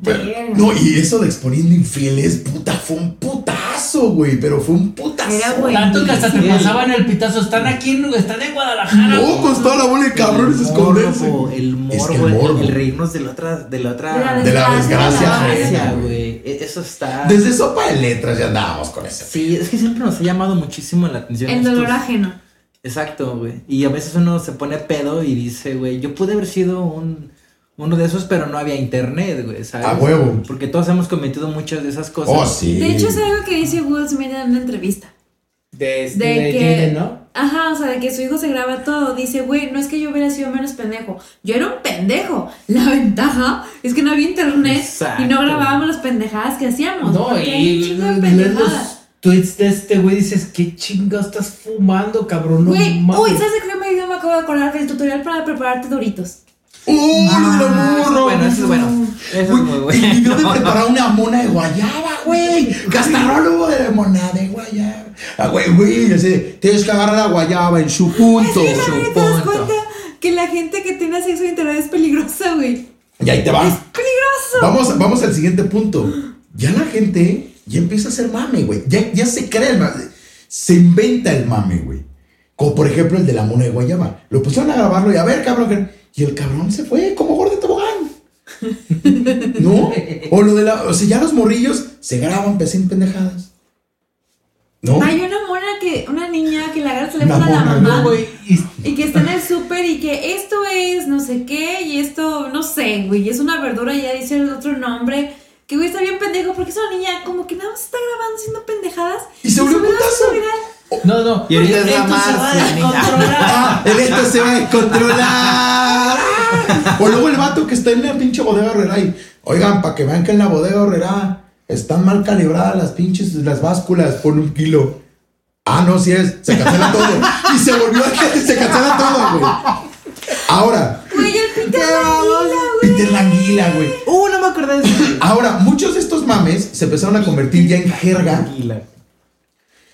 [SPEAKER 2] Pero-
[SPEAKER 4] Bien.
[SPEAKER 2] No, y eso de exponiendo infieles, puta, fue un putazo, güey. Pero fue un putazo.
[SPEAKER 4] Era güey.
[SPEAKER 6] Tanto que hasta te
[SPEAKER 5] Sí.
[SPEAKER 6] pasaban el pitazo. Están aquí, en- están en Guadalajara.
[SPEAKER 2] No, con toda la bola de cabrones
[SPEAKER 5] el
[SPEAKER 2] esconderse.
[SPEAKER 5] morbo, el morbo,
[SPEAKER 2] Es que el
[SPEAKER 5] el,
[SPEAKER 2] morbo.
[SPEAKER 5] el reírnos de la otra, de la otra
[SPEAKER 2] De la desgracia,
[SPEAKER 5] desgracia,
[SPEAKER 2] ajena,
[SPEAKER 5] güey. E- Eso está.
[SPEAKER 2] Desde sopa de letras ya andábamos con eso.
[SPEAKER 5] Sí, es que siempre nos ha llamado muchísimo la atención.
[SPEAKER 4] El
[SPEAKER 5] estos-
[SPEAKER 4] dolor ajeno.
[SPEAKER 5] Exacto, güey. Y a veces uno se pone pedo y dice, güey, yo pude haber sido un, uno de esos, pero no había internet, güey, ¿sabes?
[SPEAKER 2] A huevo.
[SPEAKER 5] Porque todos hemos cometido muchas de esas cosas.
[SPEAKER 2] Ah, Oh, sí.
[SPEAKER 4] De hecho, es algo que dice Will Smith en una entrevista.
[SPEAKER 6] De, este,
[SPEAKER 4] De
[SPEAKER 6] de
[SPEAKER 4] que-
[SPEAKER 6] Jaden, ¿no?
[SPEAKER 4] Ajá, o sea, de que su hijo se graba todo. Dice, güey, no es que yo hubiera sido menos pendejo. Yo era un pendejo. La ventaja es que no había internet
[SPEAKER 5] Exacto.
[SPEAKER 4] y no grabábamos las pendejadas que hacíamos.
[SPEAKER 6] No,
[SPEAKER 4] porque hay un
[SPEAKER 6] y
[SPEAKER 4] chingo de
[SPEAKER 6] lees los
[SPEAKER 4] pendejadas.
[SPEAKER 6] tweets de este güey. Dices, ¿qué chinga estás fumando, cabrón? No
[SPEAKER 4] Güey,
[SPEAKER 6] mames".
[SPEAKER 4] uy, ¿sabes de qué me, yo me acabo de acordar del tutorial para prepararte duritos?
[SPEAKER 2] ¡Uh, lo de
[SPEAKER 5] Ah,
[SPEAKER 2] la
[SPEAKER 5] eso es
[SPEAKER 2] burro!
[SPEAKER 5] bueno, eso es bueno. Eso es muy
[SPEAKER 2] Güey,
[SPEAKER 5] bueno.
[SPEAKER 2] el video de preparar una mona de guayaba, güey. Gastarrólogo de la mona de guayaba. Ah, güey, güey, así de, tienes que agarrar la guayaba en su punto.
[SPEAKER 4] Es que Pues la neta, te das
[SPEAKER 5] punto.
[SPEAKER 4] cuenta que la gente que tiene sexo interior es peligrosa, güey.
[SPEAKER 2] Y ahí te
[SPEAKER 4] Es
[SPEAKER 2] vas.
[SPEAKER 4] peligroso.
[SPEAKER 2] Vamos, vamos al siguiente punto. Ya la gente ya empieza a hacer mame, güey. Ya, ya se crea el mame. Se inventa el mame, güey. Como por ejemplo el de la mona de Guayaba. Lo pusieron a grabarlo y a ver, cabrón. que- Y el cabrón se fue como gordo de tobogán. ¿No? O lo de la. O sea, ya los morrillos se graban, pues, sin pendejadas. ¿No?
[SPEAKER 4] Hay una mona que, una niña que le agarra el
[SPEAKER 2] Una
[SPEAKER 4] teléfono a la
[SPEAKER 2] mona,
[SPEAKER 4] mamá
[SPEAKER 2] ¿no,
[SPEAKER 6] Güey, y-
[SPEAKER 4] y que está en el súper y que esto es no sé qué y esto, no sé, güey, es una verdura y ya dice el otro nombre. Que güey está bien pendejo porque es una niña como que nada más está grabando haciendo pendejadas.
[SPEAKER 2] Y se volvió
[SPEAKER 4] sube
[SPEAKER 2] un
[SPEAKER 4] la
[SPEAKER 2] putazo.
[SPEAKER 4] viral.
[SPEAKER 6] No, no.
[SPEAKER 5] Y ahorita es la
[SPEAKER 6] Esto se va
[SPEAKER 5] Marcia,
[SPEAKER 6] a
[SPEAKER 5] niña.
[SPEAKER 6] descontrolar.
[SPEAKER 2] Ah, el esto se va a descontrolar. O luego el vato que está en la pinche bodega horrera y, oigan, para que vean que en la bodega horrera están mal calibradas las pinches, las básculas, por un kilo. Ah, no, si es, se cancela todo. Y se volvió a se cancela todo, güey. Ahora,
[SPEAKER 4] Güey, el Peter Languila, güey.
[SPEAKER 2] Peter la anguila, güey.
[SPEAKER 5] Uh, no me acordé de eso.
[SPEAKER 2] Ahora, muchos de estos mames se empezaron a convertir ya en jerga
[SPEAKER 5] Tranquila.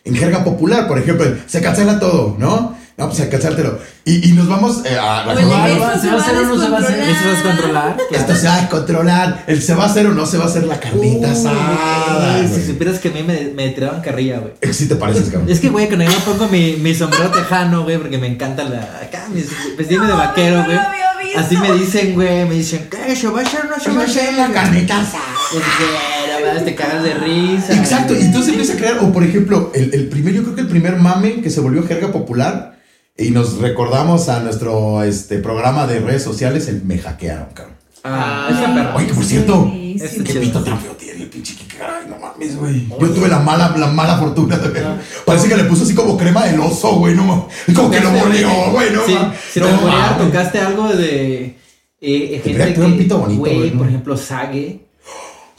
[SPEAKER 2] en jerga popular, por ejemplo, el, se cancela todo, ¿no? No, pues a cancelártelo. Y, y nos vamos eh, a
[SPEAKER 4] O el de
[SPEAKER 2] recordar-
[SPEAKER 6] Oye,
[SPEAKER 4] esto
[SPEAKER 6] ¿se va a hacer o no se va a hacer?
[SPEAKER 5] ¿Eso es controlar?
[SPEAKER 2] Esto se va a controlar. El se va a hacer o no se va a hacer la carnita
[SPEAKER 5] Uy,
[SPEAKER 2] asada.
[SPEAKER 5] güey, Si
[SPEAKER 2] güey.
[SPEAKER 5] supieras que a mí me, me tiraban carrilla, güey.
[SPEAKER 2] Eh, sí te pareces, cabrón.
[SPEAKER 5] Es que, güey, cuando yo me pongo mi, mi sombrero tejano, güey, porque me encanta la. Acá, mis vestirme de
[SPEAKER 4] No,
[SPEAKER 5] vaquero,
[SPEAKER 4] no lo
[SPEAKER 5] güey.
[SPEAKER 4] había visto.
[SPEAKER 5] Así me dicen, güey, me dicen, ¿qué? ¿Se va a hacer o no se va a hacer?
[SPEAKER 2] la carnita asada.
[SPEAKER 5] Pues, güey, la verdad, te cagas de risa.
[SPEAKER 2] Exacto, y
[SPEAKER 5] güey.
[SPEAKER 2] entonces empieza a crear, o por ejemplo, el, el primer, yo creo que el primer mame que se volvió jerga popular, y nos recordamos a nuestro este, programa de redes sociales, el me hackearon, cabrón.
[SPEAKER 5] Ah, esa perra.
[SPEAKER 2] Oye, que por cierto,
[SPEAKER 4] Sí, sí.
[SPEAKER 5] Este
[SPEAKER 2] qué
[SPEAKER 5] chido.
[SPEAKER 2] pito tan feo tiene el pinche Kike, caray, no mames, güey. Yo tuve la mala, la mala fortuna de verlo. Parece que le puso así como crema del oso, güey, no mames. Como que lo boleó, güey, no
[SPEAKER 5] Sí,
[SPEAKER 2] mames.
[SPEAKER 5] si
[SPEAKER 2] no,
[SPEAKER 5] te morías,
[SPEAKER 2] mames.
[SPEAKER 5] tocaste algo de. eh, Eh,
[SPEAKER 2] Tendría
[SPEAKER 5] gente
[SPEAKER 2] que tener un pito bonito,
[SPEAKER 5] güey,
[SPEAKER 2] güey, ¿no?
[SPEAKER 5] por ejemplo, Sage,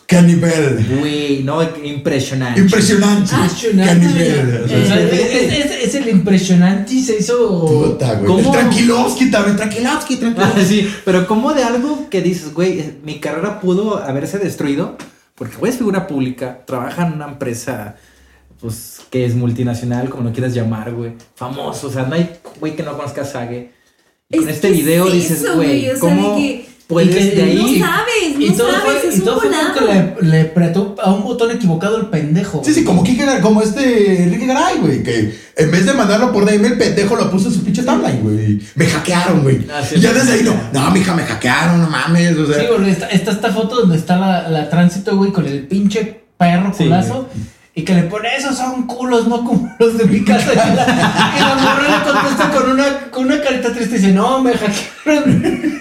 [SPEAKER 2] ¿Qué nivel?
[SPEAKER 5] güey, no, impresionante.
[SPEAKER 2] Impresionante. ¿Qué
[SPEAKER 6] Impresionante.
[SPEAKER 2] nivel? O
[SPEAKER 6] O
[SPEAKER 2] sea,
[SPEAKER 6] sea, es, es- es el impresionante y se hizo.
[SPEAKER 2] Puta, güey.
[SPEAKER 5] ¿Cómo?
[SPEAKER 2] El Tranquilovsky también, Tranquilovsky,
[SPEAKER 5] Ah,
[SPEAKER 2] Tranquilovsky.
[SPEAKER 5] sí, pero como de algo que dices, güey, eh, mi carrera pudo haberse destruido, porque güey es figura pública, trabaja en una empresa, pues, que es multinacional, como lo quieras llamar, güey, famoso, o sea, no hay güey que no conozca a Sage. Y
[SPEAKER 4] Es
[SPEAKER 5] con este
[SPEAKER 4] que
[SPEAKER 5] video
[SPEAKER 4] es
[SPEAKER 5] dices,
[SPEAKER 4] eso,
[SPEAKER 5] güey,
[SPEAKER 4] güey, o sea,
[SPEAKER 5] ¿cómo
[SPEAKER 4] de que-
[SPEAKER 5] puedes
[SPEAKER 6] Y que
[SPEAKER 5] de
[SPEAKER 4] No
[SPEAKER 5] ahí?
[SPEAKER 4] sabes,
[SPEAKER 6] Y
[SPEAKER 4] no
[SPEAKER 6] todo
[SPEAKER 4] sabes,
[SPEAKER 6] fue,
[SPEAKER 4] es
[SPEAKER 6] y
[SPEAKER 4] un
[SPEAKER 6] todo fue
[SPEAKER 4] volado.
[SPEAKER 6] porque le, le apretó a un botón equivocado el pendejo.
[SPEAKER 2] Sí, sí, como Kike Gar- como este Enrique Garay, güey, que en vez de mandarlo por DM, el pendejo lo puso en su pinche timeline, güey. Me hackearon, güey.
[SPEAKER 5] Ah, sí,
[SPEAKER 2] y ya
[SPEAKER 5] sí.
[SPEAKER 2] desde ahí, no, no, mija, me hackearon, no mames, o sea.
[SPEAKER 6] Sí, porque está, está esta foto donde está la, la tránsito, güey, con el pinche perro
[SPEAKER 5] Sí,
[SPEAKER 6] culazo. Y que le pone, esos son culos, no como los de mi casa. Y la, y la morra le contesta con una, con una carita triste y dice, no, me hackearon.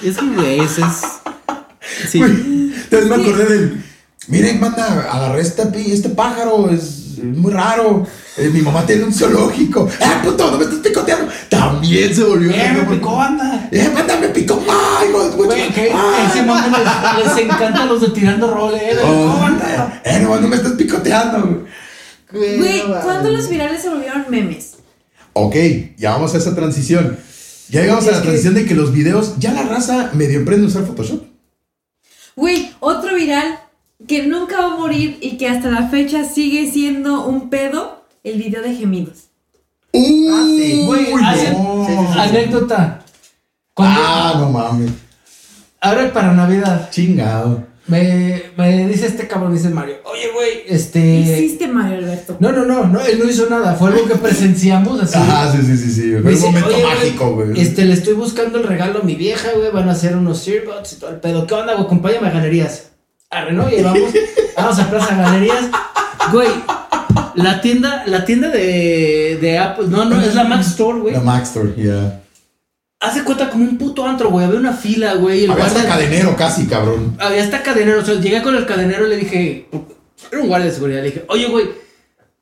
[SPEAKER 5] Es que, güey, eso es... Sí,
[SPEAKER 2] Entonces me acordé del. Miren, manda, agarré este, pi- este pájaro, es muy raro. eh, mi mamá tiene un zoológico. ¡Ah, puto! ¡No me estás picoteando! También se volvió.
[SPEAKER 6] Eh, me picó, anda.
[SPEAKER 2] ¡Eh, manda, me picó! ¡Ay, güey!
[SPEAKER 6] Güey, que
[SPEAKER 2] ¡Ay!
[SPEAKER 6] "Ah, ese mame les, les encanta los de tirando roles. Eh,
[SPEAKER 2] Oh,
[SPEAKER 6] ¿Cómo anda?
[SPEAKER 2] manda, ¡Eh, no, no me estás picoteando! güey.
[SPEAKER 4] Güey, ¿cuándo los virales se volvieron memes?
[SPEAKER 2] Ok, ya vamos a esa transición. Ya llegamos a la transición de que los videos, ya la raza medio emprende a usar Photoshop.
[SPEAKER 4] Güey, otro viral que nunca va a morir y que hasta la fecha sigue siendo un pedo, el video de gemidos.
[SPEAKER 2] ¡Uy!
[SPEAKER 5] sí,
[SPEAKER 6] güey,
[SPEAKER 3] Ah,
[SPEAKER 6] hacen-
[SPEAKER 2] no.
[SPEAKER 6] Anécdota. Cuando-
[SPEAKER 2] Oh. ¡Ah, no mames!
[SPEAKER 6] Ahora para Navidad,
[SPEAKER 2] ¡Chingado!
[SPEAKER 6] me, me dice este cabrón, dice Mario, oye, güey,
[SPEAKER 4] ¿Qué
[SPEAKER 3] Eh,
[SPEAKER 6] este...
[SPEAKER 4] hiciste, Mario Alberto?
[SPEAKER 6] No, no, no, no, él no hizo nada, fue algo que presenciamos así.
[SPEAKER 2] Ah, sí, sí, sí, sí. Fue
[SPEAKER 6] Me
[SPEAKER 2] un
[SPEAKER 6] dice,
[SPEAKER 2] momento
[SPEAKER 6] "Oye,
[SPEAKER 2] mágico, güey.
[SPEAKER 6] Este, le estoy buscando el regalo a mi vieja, güey, van a hacer unos earbuds y todo el pedo. ¿Qué onda, güey? Acompáñame a galerías. Arre, ¿no? Y vamos, vamos a Plaza Galerías.
[SPEAKER 3] Güey, la tienda, la tienda de, de Apple, no, no, es la Mac Store, güey.
[SPEAKER 2] La Max Store, ya.
[SPEAKER 3] Hace cuenta como un puto antro, güey. Había una fila, güey. El
[SPEAKER 2] Había hasta
[SPEAKER 3] guardia,
[SPEAKER 2] cadenero casi, cabrón.
[SPEAKER 3] había hasta cadenero. O sea, llegué con el cadenero y le dije, era un guardia de seguridad. Le dije, oye, güey,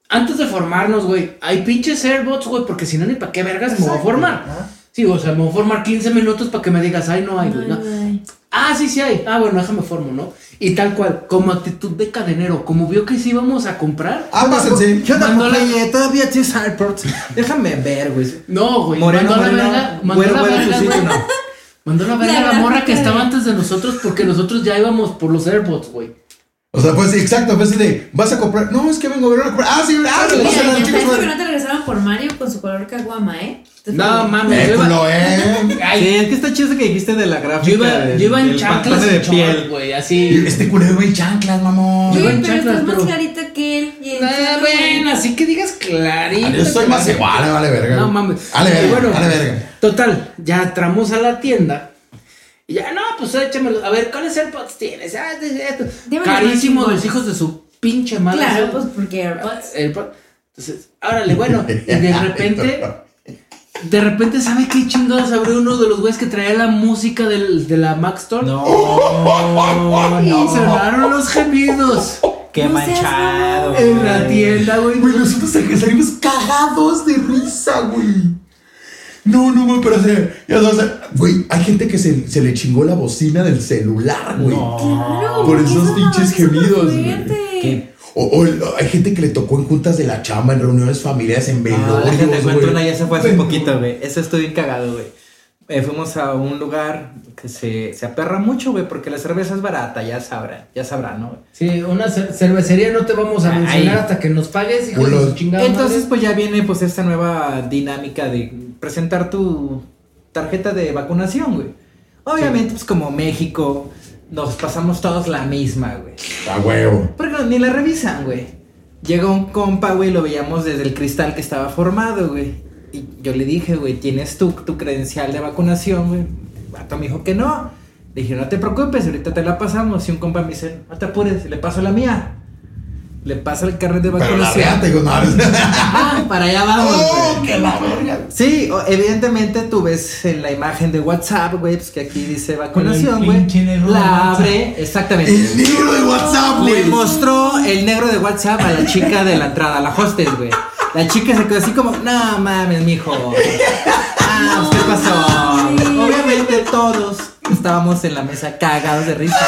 [SPEAKER 3] antes de formarnos, güey, hay pinches airbots, güey, porque si no, ni para qué vergas me voy a formar. Sí, o sea, me voy a formar 15 minutos para que me digas, ay, no hay, güey. no".
[SPEAKER 4] Ay,
[SPEAKER 3] Ah, sí, sí hay. Ah, bueno, déjame formo, ¿no? Y tal cual, como actitud de cadenero, como vio que sí íbamos a comprar.
[SPEAKER 2] Ah, pásense.
[SPEAKER 5] ¿Qué onda,
[SPEAKER 3] Mandó la-
[SPEAKER 5] compadre? Todavía tienes airports. Déjame ver, güey.
[SPEAKER 3] No, güey.
[SPEAKER 5] Moreno,
[SPEAKER 3] mandó a la
[SPEAKER 5] moreno.
[SPEAKER 3] verga- mandó a
[SPEAKER 5] Güero,
[SPEAKER 3] la
[SPEAKER 5] güero,
[SPEAKER 3] verga,
[SPEAKER 5] sí,
[SPEAKER 3] güey.
[SPEAKER 5] no.
[SPEAKER 3] Mandó la verga
[SPEAKER 4] La
[SPEAKER 3] a la
[SPEAKER 4] gran
[SPEAKER 3] morra que
[SPEAKER 4] puta
[SPEAKER 3] estaba
[SPEAKER 4] de-
[SPEAKER 3] antes de nosotros porque nosotros ya íbamos por los AirPods, güey.
[SPEAKER 2] O sea, pues sí, exacto, pues sí de, vas a comprar. No, es que vengo a ver a comprar. Ah, sí, ah, sí,
[SPEAKER 4] Mira,
[SPEAKER 2] vas a ver,
[SPEAKER 4] ya
[SPEAKER 2] chicos,
[SPEAKER 4] sabes que
[SPEAKER 2] madre.
[SPEAKER 4] no te regresaron por Mario con su color caguama, ¿eh? Te
[SPEAKER 3] No
[SPEAKER 4] fue-
[SPEAKER 3] mames,
[SPEAKER 2] Eh,
[SPEAKER 3] yo iba,
[SPEAKER 2] culo, eh.
[SPEAKER 3] Ay,
[SPEAKER 5] Sí, es que está chido eso que dijiste de la gráfica.
[SPEAKER 3] yo iba,
[SPEAKER 5] del-
[SPEAKER 3] yo iba en
[SPEAKER 5] del
[SPEAKER 3] chanclas
[SPEAKER 5] pantalón
[SPEAKER 3] y
[SPEAKER 5] de
[SPEAKER 3] short,
[SPEAKER 5] piel.
[SPEAKER 3] güey, así.
[SPEAKER 2] Este culero iba en chanclas, mamón.
[SPEAKER 3] Yo iba en
[SPEAKER 4] Güey, pero
[SPEAKER 3] chanclas,
[SPEAKER 4] estás más
[SPEAKER 3] pero-
[SPEAKER 4] clarita que él. y
[SPEAKER 3] Ah,
[SPEAKER 4] entonces,
[SPEAKER 3] bueno, así que digas clarito.
[SPEAKER 2] Yo soy más
[SPEAKER 3] clarito.
[SPEAKER 2] igual, vale verga.
[SPEAKER 3] No
[SPEAKER 2] güey.
[SPEAKER 3] mames.
[SPEAKER 2] Vale
[SPEAKER 3] Y
[SPEAKER 2] verga, vale verga.
[SPEAKER 3] Total, ya entramos a la tienda. Y ya, no, pues échamelo. A ver, ¿cuáles AirPods tienes? Ah, de- de- de-
[SPEAKER 4] Dímelo
[SPEAKER 3] Carísimo
[SPEAKER 4] más,
[SPEAKER 3] los hijos de su pinche madre.
[SPEAKER 4] Claro, pues
[SPEAKER 3] Esos-
[SPEAKER 4] porque AirPods.
[SPEAKER 3] AirPods. Entonces, árale, bueno. Y de repente, de repente, ¿sabe qué chingados abrió uno de los güeyes que traía la música del, de la Mac Store?
[SPEAKER 5] No,
[SPEAKER 3] Y
[SPEAKER 5] no.
[SPEAKER 3] sonaron los gemidos
[SPEAKER 5] Qué
[SPEAKER 4] No seas
[SPEAKER 5] manchado.
[SPEAKER 3] en la tienda, güey.
[SPEAKER 2] Güey, nosotros que salimos cagados de risa, güey. No, no, güey, pero se, ya sabes, güey, hay gente que se, se le chingó la bocina del celular, güey.
[SPEAKER 4] Claro,
[SPEAKER 2] Por
[SPEAKER 4] porque
[SPEAKER 2] esos
[SPEAKER 4] esa
[SPEAKER 2] pinches
[SPEAKER 4] mamá es súper
[SPEAKER 2] gemidos, güey.
[SPEAKER 4] fuerte.
[SPEAKER 5] ¿Qué?
[SPEAKER 2] O, o el- hay gente que le tocó en juntas de la chamba, en reuniones familiares, en
[SPEAKER 5] Ah,
[SPEAKER 2] velorios,
[SPEAKER 5] déjate cuento
[SPEAKER 2] güey.
[SPEAKER 5] una, ya se fue hace
[SPEAKER 2] Güey,
[SPEAKER 5] poquito, güey. Eso estoy bien cagado, güey. Eh, fuimos a un lugar que se, se aperra mucho, güey, porque la cerveza es barata, ya sabrán, ya sabrán, ¿no?
[SPEAKER 6] Sí, una cer- cervecería no te vamos a mencionar
[SPEAKER 5] Ay.
[SPEAKER 6] hasta que nos pagues, hijo de
[SPEAKER 2] Culos.
[SPEAKER 6] su chingada
[SPEAKER 5] Entonces,
[SPEAKER 6] madre.
[SPEAKER 5] pues ya viene pues esta nueva dinámica de presentar tu tarjeta de vacunación, güey. Obviamente, pues como México, nos pasamos todos la misma, güey.
[SPEAKER 2] A Ah, huevo.
[SPEAKER 5] Porque ni la revisan, güey. Llega un compa, güey, lo veíamos desde el cristal que estaba formado, güey. Y yo le dije, güey, ¿tienes tú tu credencial de vacunación, güey? El Vato me dijo que no. Le dije, no te preocupes, ahorita te la pasamos. Y un compa me dice, no te apures, le paso la mía. Le pasa el carnet de
[SPEAKER 2] Pero la
[SPEAKER 5] vacunación.
[SPEAKER 2] reata, digo, no.
[SPEAKER 5] Ah, para allá vamos,
[SPEAKER 2] ¡Oh,
[SPEAKER 5] güey.
[SPEAKER 2] que la verga!
[SPEAKER 5] Sí, o- evidentemente tú ves en la imagen de WhatsApp, güey, pues que aquí dice vacunación,
[SPEAKER 6] el
[SPEAKER 5] güey.
[SPEAKER 6] pinche negro de
[SPEAKER 5] La
[SPEAKER 6] WhatsApp.
[SPEAKER 5] abre, exactamente.
[SPEAKER 2] El libro de WhatsApp,
[SPEAKER 5] Le
[SPEAKER 2] güey.
[SPEAKER 5] mostró el negro de WhatsApp a la chica de la entrada, a la hostess, güey. La chica se quedó así como, no mames, mijo. Ah, pues, ¿qué pasó?
[SPEAKER 4] No,
[SPEAKER 5] Obviamente todos estábamos en la mesa cagados de risa.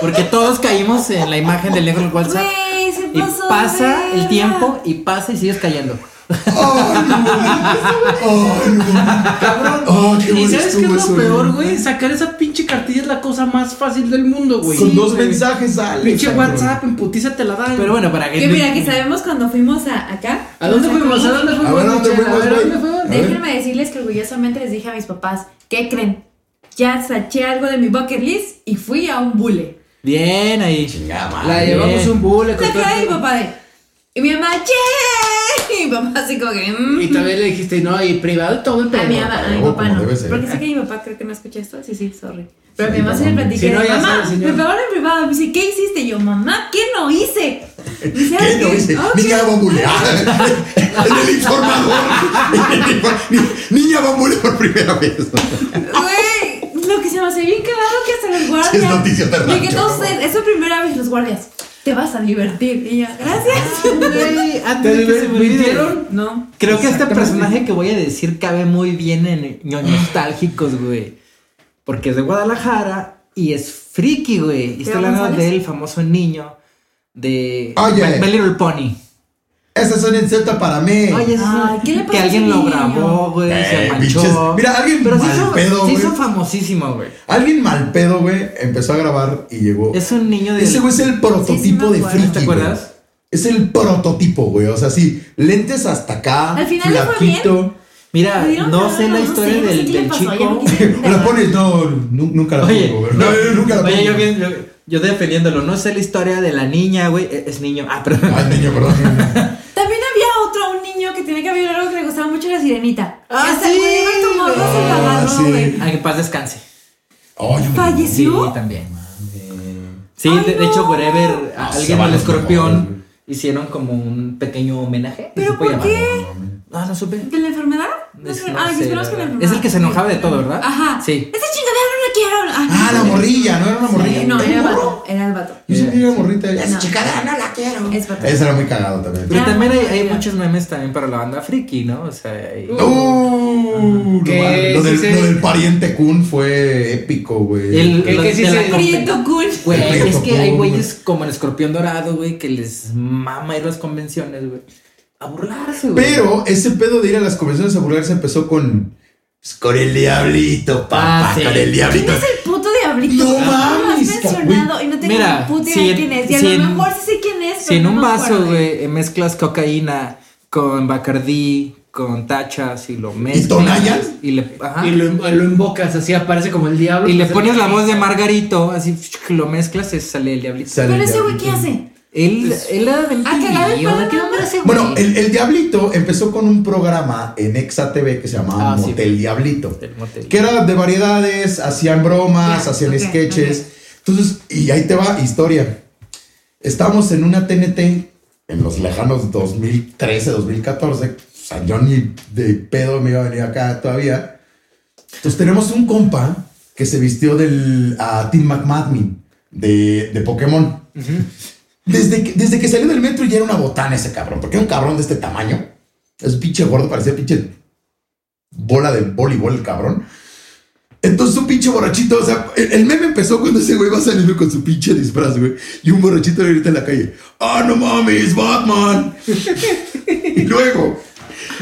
[SPEAKER 5] Porque todos caímos en la imagen del negro de WhatsApp.
[SPEAKER 4] Güey, se
[SPEAKER 5] Y
[SPEAKER 4] pasó
[SPEAKER 5] pasa el
[SPEAKER 4] verga.
[SPEAKER 5] tiempo y pasa y sigues cayendo.
[SPEAKER 2] ¡Oh, no! ¡Oh, no! ¡Cabrón! ¡Oh, qué
[SPEAKER 3] ¿Y
[SPEAKER 2] bueno
[SPEAKER 3] sabes qué es
[SPEAKER 2] estuvo eso,
[SPEAKER 3] lo peor, güey? Sacar esa pinche cartilla es la cosa más fácil del mundo, güey.
[SPEAKER 2] Con dos
[SPEAKER 3] güey.
[SPEAKER 2] mensajes sale.
[SPEAKER 3] Pinche
[SPEAKER 2] cabrón.
[SPEAKER 3] WhatsApp, en putiza te la dan.
[SPEAKER 5] Pero bueno, para que.
[SPEAKER 4] Que mira, que sabemos cuando fuimos a acá.
[SPEAKER 3] ¿A dónde
[SPEAKER 4] fuimos
[SPEAKER 3] fuimos? ¿A dónde
[SPEAKER 2] A
[SPEAKER 3] fuimos?
[SPEAKER 2] ver, ¿a dónde
[SPEAKER 3] Michelle?
[SPEAKER 2] fuimos,
[SPEAKER 3] ¿A ver, ¿a
[SPEAKER 2] güey?
[SPEAKER 3] dónde fuimos?
[SPEAKER 2] A ver.
[SPEAKER 4] Déjenme decirles que orgullosamente les dije a mis papás, ¿qué creen? Ya saché algo de mi bucket list y fui a un bule.
[SPEAKER 5] Bien ahí.
[SPEAKER 2] Chingada madre.
[SPEAKER 3] La
[SPEAKER 5] Bien.
[SPEAKER 3] llevamos un bule con
[SPEAKER 4] La
[SPEAKER 3] todo-
[SPEAKER 4] cara de mi papá de... Y mi mamá, ¡che! Y mi papá así como que... mm.
[SPEAKER 3] Y también le dijiste, no, y privado todo el
[SPEAKER 4] A mi
[SPEAKER 3] pedo.
[SPEAKER 4] mamá, a mi
[SPEAKER 2] Como
[SPEAKER 4] papá no.
[SPEAKER 2] debe ser.
[SPEAKER 4] Porque sé que mi papá creo que no escucha esto. Sí, sí, sorry. Pero a mi
[SPEAKER 2] Sí,
[SPEAKER 4] mamá se le
[SPEAKER 2] mamá.
[SPEAKER 4] platica.
[SPEAKER 3] Si no, ya
[SPEAKER 4] mamá,
[SPEAKER 3] sabe,
[SPEAKER 4] me
[SPEAKER 3] señor".
[SPEAKER 4] pagaron en privado. Me dice, ¿qué hiciste? Y yo, mamá, ¿qué no hice? Me dice, "Ah,
[SPEAKER 2] ¿Qué no
[SPEAKER 4] ok,
[SPEAKER 2] hice?
[SPEAKER 4] ok".
[SPEAKER 2] Niña bambulea. en el informador. Ni- Niña bambulea por primera vez.
[SPEAKER 4] Güey, lo que se me hace bien cagado que hasta los guardias.
[SPEAKER 2] Sí, es noticia de
[SPEAKER 4] De que
[SPEAKER 2] rancho,
[SPEAKER 4] todos,
[SPEAKER 2] ¿no?
[SPEAKER 4] se- es su primera vez los guardias. Te vas a divertir. Y yo, gracias.
[SPEAKER 5] Ah, Güey,
[SPEAKER 3] ¿Te
[SPEAKER 5] antes de que se me olvide.
[SPEAKER 3] divirtieron?
[SPEAKER 4] No.
[SPEAKER 5] Creo que este
[SPEAKER 3] Exactamente.
[SPEAKER 5] personaje que voy a decir cabe muy bien en ñoños nostálgicos, güey. Porque es de Guadalajara y es friki, güey. Y estoy
[SPEAKER 4] ¿Teo
[SPEAKER 5] hablando
[SPEAKER 4] González?
[SPEAKER 5] del famoso niño de
[SPEAKER 2] Oye.
[SPEAKER 5] My, My Little Pony.
[SPEAKER 2] Esa es una insulta para mí.
[SPEAKER 5] Oye, es
[SPEAKER 4] Ay,
[SPEAKER 5] un-
[SPEAKER 4] ¿qué le
[SPEAKER 5] que
[SPEAKER 4] pasa a
[SPEAKER 5] alguien
[SPEAKER 4] ese
[SPEAKER 5] lo
[SPEAKER 4] niño?
[SPEAKER 5] grabó, güey,
[SPEAKER 2] Eh,
[SPEAKER 5] se
[SPEAKER 2] pinches-
[SPEAKER 5] manchó.
[SPEAKER 2] mira, alguien
[SPEAKER 5] Pero se
[SPEAKER 2] mal
[SPEAKER 5] hizo,
[SPEAKER 2] pedo,
[SPEAKER 5] se
[SPEAKER 2] güey.
[SPEAKER 5] hizo famosísimo, güey.
[SPEAKER 2] Alguien mal pedo, güey, empezó a grabar y llegó.
[SPEAKER 5] Es un niño de
[SPEAKER 2] Ese güey es el prototipo
[SPEAKER 4] me
[SPEAKER 2] de
[SPEAKER 4] acuerdo.
[SPEAKER 2] friki.
[SPEAKER 5] ¿Te
[SPEAKER 2] güey.
[SPEAKER 5] acuerdas?
[SPEAKER 2] Es el prototipo, güey. O sea, sí, lentes hasta acá.
[SPEAKER 4] Al final le fue
[SPEAKER 2] flaquito.
[SPEAKER 5] Mira,
[SPEAKER 4] Me dieron
[SPEAKER 5] no
[SPEAKER 4] ganas,
[SPEAKER 5] sé la
[SPEAKER 4] no
[SPEAKER 5] historia
[SPEAKER 4] sé, no sé
[SPEAKER 5] del,
[SPEAKER 4] qué le
[SPEAKER 5] del
[SPEAKER 4] pasó,
[SPEAKER 5] chico.
[SPEAKER 4] ya no quise enterar.
[SPEAKER 2] La pones, no, nu- nunca la
[SPEAKER 5] Oye,
[SPEAKER 2] pongo, güey. No, yo nunca la pongo.
[SPEAKER 5] Oye, yo, bien- yo, yo defendiéndolo, no sé la historia de la niña, güey. e- Es niño. Ah, perdón.
[SPEAKER 2] Ay, niño, perdón.
[SPEAKER 4] También había otro, un niño que tenía cabello largo que le gustaba mucho la sirenita.
[SPEAKER 5] Ah,
[SPEAKER 4] Hasta
[SPEAKER 5] sí,
[SPEAKER 4] el güey Alberto Morro se
[SPEAKER 2] güey.
[SPEAKER 4] lo
[SPEAKER 2] Ah,
[SPEAKER 4] agarró,
[SPEAKER 2] sí.
[SPEAKER 4] güey.
[SPEAKER 5] Ay, que paz descanse.
[SPEAKER 2] Oye,
[SPEAKER 5] Sí,
[SPEAKER 4] ¿Falleció?
[SPEAKER 5] también. Sí,
[SPEAKER 4] Ay,
[SPEAKER 5] de, de hecho,
[SPEAKER 4] no.
[SPEAKER 5] Wherever, a-
[SPEAKER 2] No, se
[SPEAKER 5] alguien
[SPEAKER 2] van
[SPEAKER 5] del
[SPEAKER 2] los
[SPEAKER 5] escorpión
[SPEAKER 2] mejores, güey.
[SPEAKER 5] hicieron como un pequeño homenaje.
[SPEAKER 4] ¿Pero
[SPEAKER 5] ¿se puede
[SPEAKER 4] por
[SPEAKER 5] llamar?
[SPEAKER 4] qué?
[SPEAKER 5] Ah, no supe.
[SPEAKER 4] ¿De la enfermedad? No
[SPEAKER 5] Es-
[SPEAKER 4] sé.
[SPEAKER 5] no
[SPEAKER 4] Ah,
[SPEAKER 5] sé,
[SPEAKER 4] que esperamos
[SPEAKER 5] la
[SPEAKER 4] que la
[SPEAKER 5] verdad.
[SPEAKER 4] enfermedad.
[SPEAKER 5] Es el que se enojaba de todo, ¿verdad?
[SPEAKER 4] Ajá.
[SPEAKER 5] Sí.
[SPEAKER 4] Esa chingadera no la quiero.
[SPEAKER 2] Ah, la morrilla, ¿no? Era una morrilla.
[SPEAKER 4] Sí, No, era el
[SPEAKER 2] ¿Morro?
[SPEAKER 4] vato. Era el vato.
[SPEAKER 2] Yo sentí
[SPEAKER 5] Eh,
[SPEAKER 2] una morrita.
[SPEAKER 4] No.
[SPEAKER 2] Esa chicada no la quiero.
[SPEAKER 4] Es vato.
[SPEAKER 2] Esa era muy cagado también.
[SPEAKER 5] Pero
[SPEAKER 4] Ah,
[SPEAKER 5] también hay,
[SPEAKER 4] bueno,
[SPEAKER 5] hay
[SPEAKER 4] ya.
[SPEAKER 5] muchos memes también para la banda friki, ¿no? O sea, y-
[SPEAKER 2] Uh,
[SPEAKER 3] Que
[SPEAKER 2] no mames. lo,
[SPEAKER 3] sí
[SPEAKER 2] del,
[SPEAKER 3] se-
[SPEAKER 2] lo del pariente Kun fue épico, güey.
[SPEAKER 5] el,
[SPEAKER 3] ¿Qué-
[SPEAKER 5] lo-
[SPEAKER 3] qué sí
[SPEAKER 5] de la
[SPEAKER 3] se-
[SPEAKER 5] compe-
[SPEAKER 4] Prieto cool.
[SPEAKER 5] Güey,
[SPEAKER 2] El
[SPEAKER 5] es que
[SPEAKER 2] Prieto
[SPEAKER 5] hay
[SPEAKER 2] Kun,
[SPEAKER 5] güeyes como el escorpión dorado, güey, que les mama ir a las convenciones, güey. A burlarse, güey.
[SPEAKER 2] Pero ese pedo de ir a las convenciones a burlarse empezó con Pues con el diablito, papá,
[SPEAKER 5] Ah, sí.
[SPEAKER 2] con el
[SPEAKER 4] ¿Quién
[SPEAKER 2] diablito.
[SPEAKER 4] es el puto diablito?
[SPEAKER 2] No
[SPEAKER 4] Nunca lo has
[SPEAKER 2] mames, cabrón.
[SPEAKER 4] mencionado y no tengo
[SPEAKER 5] Mira,
[SPEAKER 4] ni puta
[SPEAKER 5] si
[SPEAKER 4] idea
[SPEAKER 5] en-
[SPEAKER 4] quién es. Y a
[SPEAKER 5] si
[SPEAKER 4] lo
[SPEAKER 5] en-
[SPEAKER 4] mejor sí sé quién es,
[SPEAKER 5] Si
[SPEAKER 4] pero
[SPEAKER 5] en
[SPEAKER 4] no
[SPEAKER 5] un
[SPEAKER 4] me
[SPEAKER 5] vaso,
[SPEAKER 4] acuerdo.
[SPEAKER 5] güey, eh, mezclas cocaína con bacardí, con tachas y lo mezclas.
[SPEAKER 2] tonallas?
[SPEAKER 5] Y le, ajá.
[SPEAKER 3] Y lo, lo invocas, así aparece como el diablo.
[SPEAKER 5] Ah. Y le
[SPEAKER 3] pues,
[SPEAKER 5] pones
[SPEAKER 3] el-
[SPEAKER 5] la voz de Margarito, así lo mezclas y sale el diablito.
[SPEAKER 2] Sale
[SPEAKER 4] Pero
[SPEAKER 2] el
[SPEAKER 4] ese güey, ¿qué
[SPEAKER 2] diablito.
[SPEAKER 4] hace?
[SPEAKER 5] Él, él era del
[SPEAKER 4] Ah, cagado el
[SPEAKER 5] tío,
[SPEAKER 4] palo,
[SPEAKER 5] ¿de qué
[SPEAKER 4] nada
[SPEAKER 5] hombre
[SPEAKER 4] más.
[SPEAKER 5] ese güey?
[SPEAKER 2] Bueno, el, el Diablito empezó con un programa en Exa TV que se llamaba
[SPEAKER 5] Ah, sí.
[SPEAKER 2] Motel Diablito.
[SPEAKER 5] Del motel.
[SPEAKER 2] Que era de variedades, hacían bromas,
[SPEAKER 4] Ya,
[SPEAKER 2] hacían
[SPEAKER 4] ok,
[SPEAKER 2] sketches. Entonces, y ahí te va, historia. Estábamos en una TNT en los lejanos 2013, 2014. O sea, yo ni de pedo me iba a venir acá todavía. Entonces, tenemos un compa que se vistió del, a Tim McMadmin de, de Pokémon. Desde que, desde que salió del metro ya era una botana ese cabrón, porque era un cabrón de este tamaño. Es pinche gordo, parecía pinche bola de voleibol el cabrón. Entonces un pinche borrachito, o sea, el, el meme empezó cuando ese güey va saliendo con su pinche disfraz, güey. Y un borrachito le grita en la calle, ¡Ah, no mames, Batman! y luego,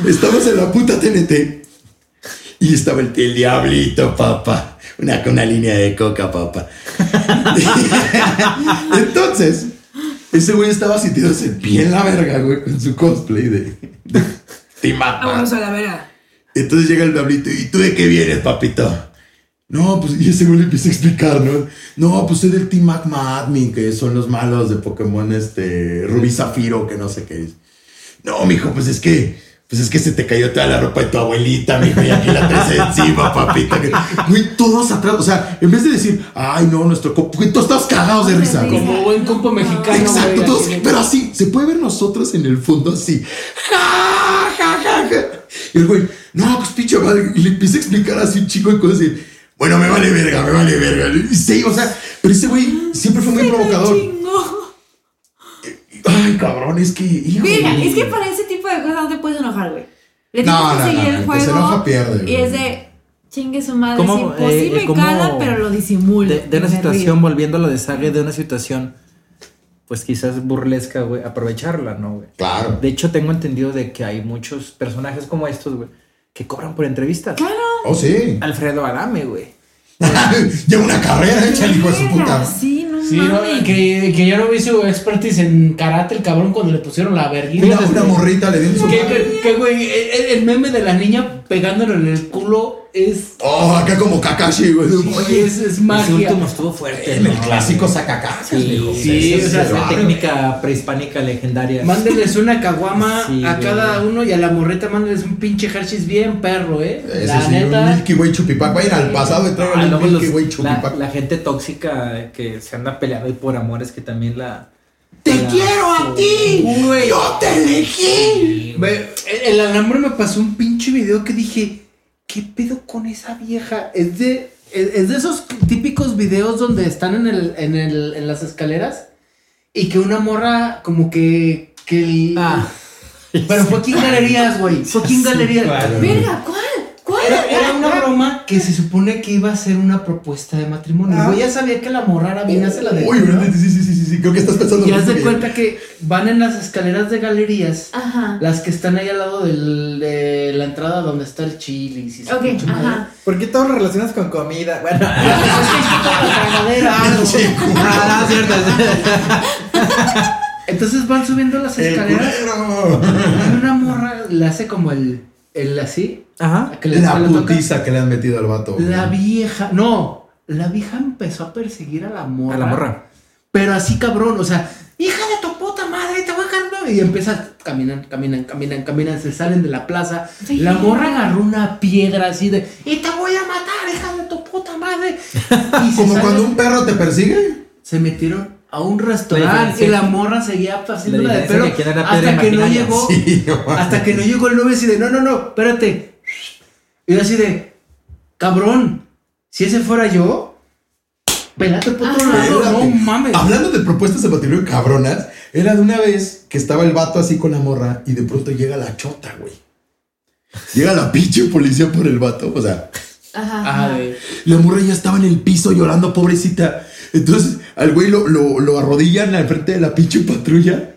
[SPEAKER 2] estamos en la puta TNT y estaba el, el diablito, papá. Una, con una línea de coca, papá. Entonces, ese güey estaba sintiéndose bien la verga, güey, con su cosplay de... de Tim Batman.
[SPEAKER 4] Vámonos Ah, a la vera.
[SPEAKER 2] Entonces llega el diablito, ¿y tú de qué vienes, papito? No, pues, y ese güey le empieza a explicar, ¿no? No, pues soy del Team McMadmin, que son los malos de Pokémon, este, Rubí Zafiro, que no sé qué es. No, mijo, pues es que, pues es que se te cayó toda la ropa de tu abuelita, mijo, y aquí la traes encima, papita. que- Güey, todos atrás, o sea, en vez de decir, ay, no, nuestro copo, güey, todos estamos cagados de risa, güey.
[SPEAKER 3] Como buen compa mexicano.
[SPEAKER 2] Exacto,
[SPEAKER 3] güey,
[SPEAKER 2] todos-
[SPEAKER 3] así de-
[SPEAKER 2] pero así, se puede ver nosotros en el fondo así. Ja, ja, ja, ja. Y el güey, no, pues pinche madre, y le empieza a explicar así un chico de cosas y, bueno, me vale verga, me vale verga. Y sí, o sea, pero ese güey siempre fue muy provocador.
[SPEAKER 4] Chingo.
[SPEAKER 2] Ay, cabrón, es que, híjole.
[SPEAKER 4] Mira, es que para ese tipo de cosas no te puedes enojar, güey. Le tienes
[SPEAKER 2] No,
[SPEAKER 4] que
[SPEAKER 2] no,
[SPEAKER 4] seguir
[SPEAKER 2] no,
[SPEAKER 4] el
[SPEAKER 2] el que
[SPEAKER 4] juego.
[SPEAKER 2] se enoja pierde,
[SPEAKER 4] Y
[SPEAKER 2] güey.
[SPEAKER 4] es de chingue su madre.
[SPEAKER 5] ¿Cómo,
[SPEAKER 4] es
[SPEAKER 5] eh,
[SPEAKER 4] imposible
[SPEAKER 5] cómo-
[SPEAKER 4] cala, pero lo disimula.
[SPEAKER 5] De, de una situación, volviendo a lo de Sage, de una situación, pues quizás burlesca, güey, aprovecharla, ¿no, güey?
[SPEAKER 2] Claro.
[SPEAKER 5] De hecho, tengo entendido de que hay muchos personajes como estos, güey, que cobran por entrevistas.
[SPEAKER 4] Claro.
[SPEAKER 2] Oh, sí.
[SPEAKER 5] Alfredo Adame, güey.
[SPEAKER 2] Lleva una carrera hecha el hijo de su puta.
[SPEAKER 4] Sí, no
[SPEAKER 3] Sí, ¿no?
[SPEAKER 4] mames.
[SPEAKER 3] Y que, que ya no vi su expertise en karate, el cabrón, cuando le pusieron la vergüenza.
[SPEAKER 2] Una, una morrita le dio en su
[SPEAKER 3] Que,
[SPEAKER 2] madre.
[SPEAKER 3] que- que, güey, el, el meme de la niña pegándole en el culo es.
[SPEAKER 2] Oh, acá como Kakashi, güey.
[SPEAKER 3] Oye, es, es
[SPEAKER 5] El
[SPEAKER 3] magia.
[SPEAKER 5] último estuvo fuerte.
[SPEAKER 2] En el
[SPEAKER 5] ¿no?
[SPEAKER 2] clásico Sacacacas, mijo.
[SPEAKER 5] Sí,
[SPEAKER 2] Ese
[SPEAKER 5] o
[SPEAKER 2] es
[SPEAKER 5] sea,
[SPEAKER 2] el
[SPEAKER 5] es una
[SPEAKER 2] barrio.
[SPEAKER 5] técnica prehispánica legendaria.
[SPEAKER 3] Mándenles una caguama
[SPEAKER 5] Sí,
[SPEAKER 3] a
[SPEAKER 5] güey.
[SPEAKER 3] cada uno y a la morreta mándenles un pinche Hershey's bien perro, ¿eh?
[SPEAKER 2] Ese
[SPEAKER 3] la
[SPEAKER 2] sí, un
[SPEAKER 3] neta.
[SPEAKER 2] Milky Way chupipac. Vayan al pasado y traigan
[SPEAKER 5] Ah,
[SPEAKER 2] un
[SPEAKER 3] pues,
[SPEAKER 2] Milky
[SPEAKER 5] luego los-
[SPEAKER 2] Way
[SPEAKER 5] la,
[SPEAKER 2] chupipac.
[SPEAKER 5] la gente tóxica que se anda peleando y por amores que también la.
[SPEAKER 2] ¡Te
[SPEAKER 5] la-
[SPEAKER 2] quiero a ti!
[SPEAKER 3] Güey.
[SPEAKER 2] ¡Yo te elegí!
[SPEAKER 3] Ve, El, el alambre me pasó un pinche video que dije, ¿qué pedo con esa vieja? Es de, es, es de esos típicos videos donde están en, el, en, el, en las escaleras y que una morra como que... que el-
[SPEAKER 5] Ah.
[SPEAKER 3] Pero fue aquí en galerías, güey. Fue aquí en galerías.
[SPEAKER 4] Verga, ¿cuál? ¿Cuál?
[SPEAKER 3] Era, era una broma que se supone que iba a ser una propuesta de matrimonio. Yo ya sabía que la morra era bien, hace la de...
[SPEAKER 2] Ah. Uy, ¿verdad? sí, sí, sí, sí, sí, creo que estás pensando
[SPEAKER 3] Y
[SPEAKER 2] en
[SPEAKER 3] haz de
[SPEAKER 2] eso.
[SPEAKER 3] cuenta que van en las escaleras de galerías.
[SPEAKER 4] Ajá.
[SPEAKER 3] Las que están ahí al lado del- de la entrada donde está el chili. Si
[SPEAKER 4] Ok, ajá.
[SPEAKER 5] ¿Por qué todo lo relacionas con comida? Bueno,
[SPEAKER 2] Sí,
[SPEAKER 5] ah, no, cierto.
[SPEAKER 3] Entonces van subiendo las
[SPEAKER 2] el
[SPEAKER 3] escaleras
[SPEAKER 2] culero.
[SPEAKER 3] y una morra le hace como el, el así.
[SPEAKER 5] Ajá.
[SPEAKER 3] que le- que
[SPEAKER 2] La
[SPEAKER 3] le toca.
[SPEAKER 2] putiza que le han metido al vato. güey.
[SPEAKER 3] La vieja, no, la vieja empezó a perseguir a la morra.
[SPEAKER 5] A la morra.
[SPEAKER 3] Pero así cabrón, o sea, hija de tu puta madre, te voy a cargar. Y empieza, caminan, caminan, caminan, caminan, se salen de la plaza.
[SPEAKER 4] Sí.
[SPEAKER 3] La morra agarró una piedra así de, y te voy a matar, hija de tu puta madre. Y se,
[SPEAKER 2] Como
[SPEAKER 3] salen,
[SPEAKER 2] cuando un perro te persigue.
[SPEAKER 3] se metieron a un
[SPEAKER 5] La
[SPEAKER 3] restaurante
[SPEAKER 5] diferencia-
[SPEAKER 3] y la morra seguía haciendo
[SPEAKER 5] La
[SPEAKER 3] la de
[SPEAKER 5] diferencia
[SPEAKER 3] pelo
[SPEAKER 5] que quién era
[SPEAKER 3] hasta
[SPEAKER 5] piedra
[SPEAKER 3] que no
[SPEAKER 5] imaginaria.
[SPEAKER 3] llegó,
[SPEAKER 2] Sí, no mames.
[SPEAKER 3] hasta que no llegó el novio así de, no, no, no, espérate. Y yo así de, cabrón, si ese fuera yo, pelate por otro
[SPEAKER 4] Ajá.
[SPEAKER 3] lado, no
[SPEAKER 2] Espérate.
[SPEAKER 3] mames.
[SPEAKER 2] Hablando de propuestas de matrimonio cabronas, era de una vez que estaba el vato así con la morra y de pronto llega la chota, güey. Llega la pinche policía por el vato, o sea,
[SPEAKER 4] Ajá.
[SPEAKER 3] Ah,
[SPEAKER 4] ajá.
[SPEAKER 3] de-
[SPEAKER 2] La morra ya estaba en el piso llorando, pobrecita. Entonces al güey lo, lo, lo arrodillan al frente de la pinche patrulla.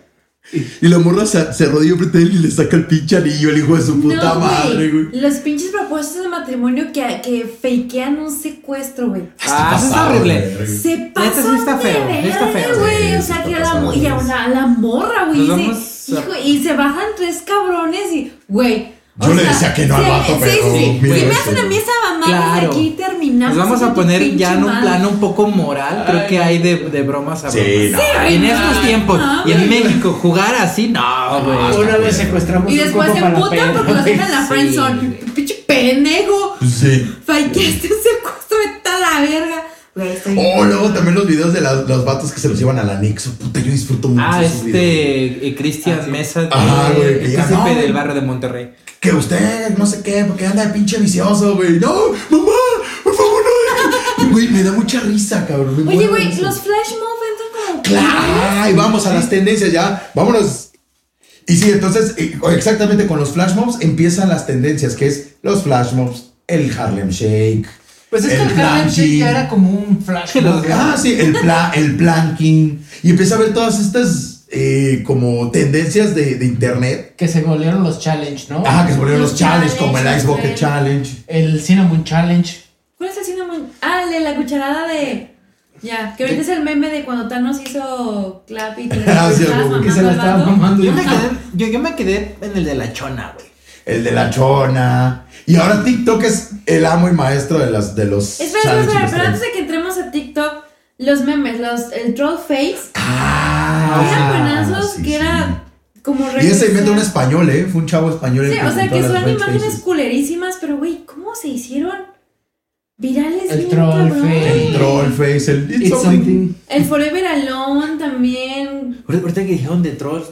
[SPEAKER 2] Y la morra se, se rodilla frente a él y le saca el pinche anillo, el hijo de su puta
[SPEAKER 4] No,
[SPEAKER 2] madre, güey.
[SPEAKER 4] Los pinches propuestas de matrimonio que, que fakean un secuestro, güey.
[SPEAKER 5] Ah, eso está
[SPEAKER 2] pasado,
[SPEAKER 5] horrible.
[SPEAKER 2] güey.
[SPEAKER 4] Se
[SPEAKER 5] Neta, sí
[SPEAKER 4] pasan
[SPEAKER 5] está
[SPEAKER 4] de
[SPEAKER 5] feo, sí está
[SPEAKER 4] verga,
[SPEAKER 5] feo.
[SPEAKER 2] Sí,
[SPEAKER 4] güey. O
[SPEAKER 2] sí
[SPEAKER 4] sea,
[SPEAKER 2] está
[SPEAKER 4] que a la,
[SPEAKER 2] pasado
[SPEAKER 4] mo-
[SPEAKER 2] de
[SPEAKER 4] y a
[SPEAKER 2] verga.
[SPEAKER 4] una- a la morra, güey.
[SPEAKER 5] Nos
[SPEAKER 4] y
[SPEAKER 5] vamos
[SPEAKER 4] se-
[SPEAKER 5] a-
[SPEAKER 4] hijo, Y se bajan tres cabrones y, güey. o
[SPEAKER 2] Yo le
[SPEAKER 4] sea,
[SPEAKER 2] decía que no al
[SPEAKER 4] sí,
[SPEAKER 2] vato,
[SPEAKER 4] sí,
[SPEAKER 2] pero
[SPEAKER 4] Sí, sí,
[SPEAKER 2] mil
[SPEAKER 4] Si me
[SPEAKER 2] veces,
[SPEAKER 4] hacen a mí esa mamá,
[SPEAKER 5] Claro.
[SPEAKER 4] aquí terminamos.
[SPEAKER 5] Nos vamos
[SPEAKER 4] hijo
[SPEAKER 5] a
[SPEAKER 4] de
[SPEAKER 5] poner
[SPEAKER 4] tu
[SPEAKER 5] ya en un
[SPEAKER 4] pues pinche
[SPEAKER 5] plano un poco moral, creo que hay de, de bromas a
[SPEAKER 2] Sí,
[SPEAKER 5] bromas.
[SPEAKER 2] no.
[SPEAKER 4] madre.
[SPEAKER 5] En
[SPEAKER 4] Ay,
[SPEAKER 5] estos
[SPEAKER 4] no,
[SPEAKER 5] tiempos, y en
[SPEAKER 4] mames.
[SPEAKER 5] México, jugar así, no,
[SPEAKER 2] Ah,
[SPEAKER 5] güey.
[SPEAKER 6] Una vez secuestramos
[SPEAKER 4] Y
[SPEAKER 6] un
[SPEAKER 4] después
[SPEAKER 6] coco
[SPEAKER 4] se
[SPEAKER 6] para la
[SPEAKER 4] emputan
[SPEAKER 6] peda,
[SPEAKER 4] porque los
[SPEAKER 6] güey.
[SPEAKER 4] dejan en la
[SPEAKER 5] Sí,
[SPEAKER 4] friendzone.
[SPEAKER 5] güey.
[SPEAKER 4] Pinche pendejo.
[SPEAKER 2] Sí.
[SPEAKER 4] Fakeaste un secuestro, vete a la verga. Güey, estoy.
[SPEAKER 2] Oh, luego también los videos de las- los vatos que se los llevan al anexo. Puta, yo disfruto mucho.
[SPEAKER 5] Ah,
[SPEAKER 2] esos videos.
[SPEAKER 5] este eh, Cristian Mesa, de,
[SPEAKER 2] Ah, güey, que ya
[SPEAKER 5] KCP
[SPEAKER 2] no.
[SPEAKER 5] del barrio de Monterrey.
[SPEAKER 2] Que usted, no sé qué, porque anda de pinche vicioso, güey. No, mamá, por favor, no. deje". Güey, me da mucha risa, cabrón. me
[SPEAKER 4] Oye,
[SPEAKER 2] muero
[SPEAKER 4] güey,
[SPEAKER 2] de risa.
[SPEAKER 4] los flash mob entran como.
[SPEAKER 2] Claro, y vamos a las tendencias ya, vámonos. Y sí, entonces, eh, exactamente con los flash mobs empiezan las tendencias, que es los flash mobs, el Harlem Shake.
[SPEAKER 6] Pues es que el
[SPEAKER 2] planking.
[SPEAKER 6] Harlem Shake ya era como un flash. ¿no?
[SPEAKER 2] Ah, sí, el, pla- el planking. Y empieza a ver todas estas eh, como tendencias de, de internet.
[SPEAKER 6] Que se golearon los challenge, ¿no?
[SPEAKER 2] Ah, que se volvieron los,
[SPEAKER 4] Los
[SPEAKER 2] challenges, como el Ice
[SPEAKER 4] challenges,
[SPEAKER 2] Bucket
[SPEAKER 4] güey.
[SPEAKER 2] Challenge.
[SPEAKER 6] El Cinnamon Challenge.
[SPEAKER 4] ¿Cuál es el cinnamon? Ah, el de la cucharada de. Ya, que ahorita es el meme de cuando Thanos hizo clap y que le
[SPEAKER 2] Ah, sí,
[SPEAKER 4] estabas
[SPEAKER 2] güey,
[SPEAKER 6] que se la
[SPEAKER 4] al
[SPEAKER 6] estaba
[SPEAKER 4] vato.
[SPEAKER 6] mamando.
[SPEAKER 5] Yo me quedé, yo, yo me quedé en el de la chona, güey.
[SPEAKER 2] El de la chona. Y ahora TikTok es el amo y maestro de, las, de los.
[SPEAKER 4] Espera, espera,
[SPEAKER 2] challenges y
[SPEAKER 4] espera,
[SPEAKER 2] los
[SPEAKER 4] pero antes
[SPEAKER 2] trends.
[SPEAKER 4] de que entremos a TikTok, los memes, los, el troll face,
[SPEAKER 2] Ah,
[SPEAKER 4] eran buenazos,
[SPEAKER 2] sí,
[SPEAKER 4] que era como
[SPEAKER 2] sí. Y ese inventó
[SPEAKER 4] regresar-
[SPEAKER 2] un español, ¿eh? Fue un chavo español. el
[SPEAKER 4] Sí, o sea,
[SPEAKER 2] inventó
[SPEAKER 4] que
[SPEAKER 2] las
[SPEAKER 4] son
[SPEAKER 2] French
[SPEAKER 4] imágenes
[SPEAKER 2] faces.
[SPEAKER 4] culerísimas, pero güey, ¿cómo se hicieron? Virales
[SPEAKER 6] El
[SPEAKER 4] bien
[SPEAKER 6] troll
[SPEAKER 4] cabrón.
[SPEAKER 6] face.
[SPEAKER 2] El troll face, el it's something.
[SPEAKER 4] El Forever Alone también.
[SPEAKER 5] Ahorita ahorita que dijeron de trolls,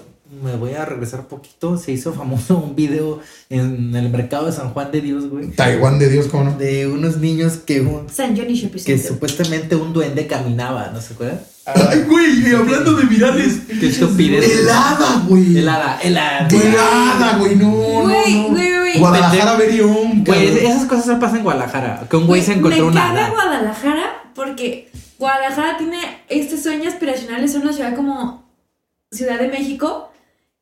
[SPEAKER 5] me voy a regresar poquito. Se hizo famoso un video en el mercado de San Juan de Dios, güey.
[SPEAKER 2] Taiwán de Dios, ¿cómo no?
[SPEAKER 5] De unos niños que un-
[SPEAKER 4] San Johnny Shopping
[SPEAKER 5] que
[SPEAKER 4] Center.
[SPEAKER 5] supuestamente un duende caminaba, ¿no se acuerdan?
[SPEAKER 2] Ay, güey, y hablando de virales.
[SPEAKER 5] Qué estupidez.
[SPEAKER 2] Helada, güey.
[SPEAKER 5] Helada, helada.
[SPEAKER 2] Helada, güey, no,
[SPEAKER 4] Güey,
[SPEAKER 2] no, no.
[SPEAKER 4] güey, güey.
[SPEAKER 2] Guadalajara Berión,
[SPEAKER 5] Güey,
[SPEAKER 2] cabrón.
[SPEAKER 5] esas cosas solo pasan en Guadalajara. Que un güey se encontró
[SPEAKER 4] me
[SPEAKER 5] una
[SPEAKER 4] caga
[SPEAKER 5] hada.
[SPEAKER 4] Guadalajara porque Guadalajara tiene este sueño aspiracional es una ciudad como Ciudad de México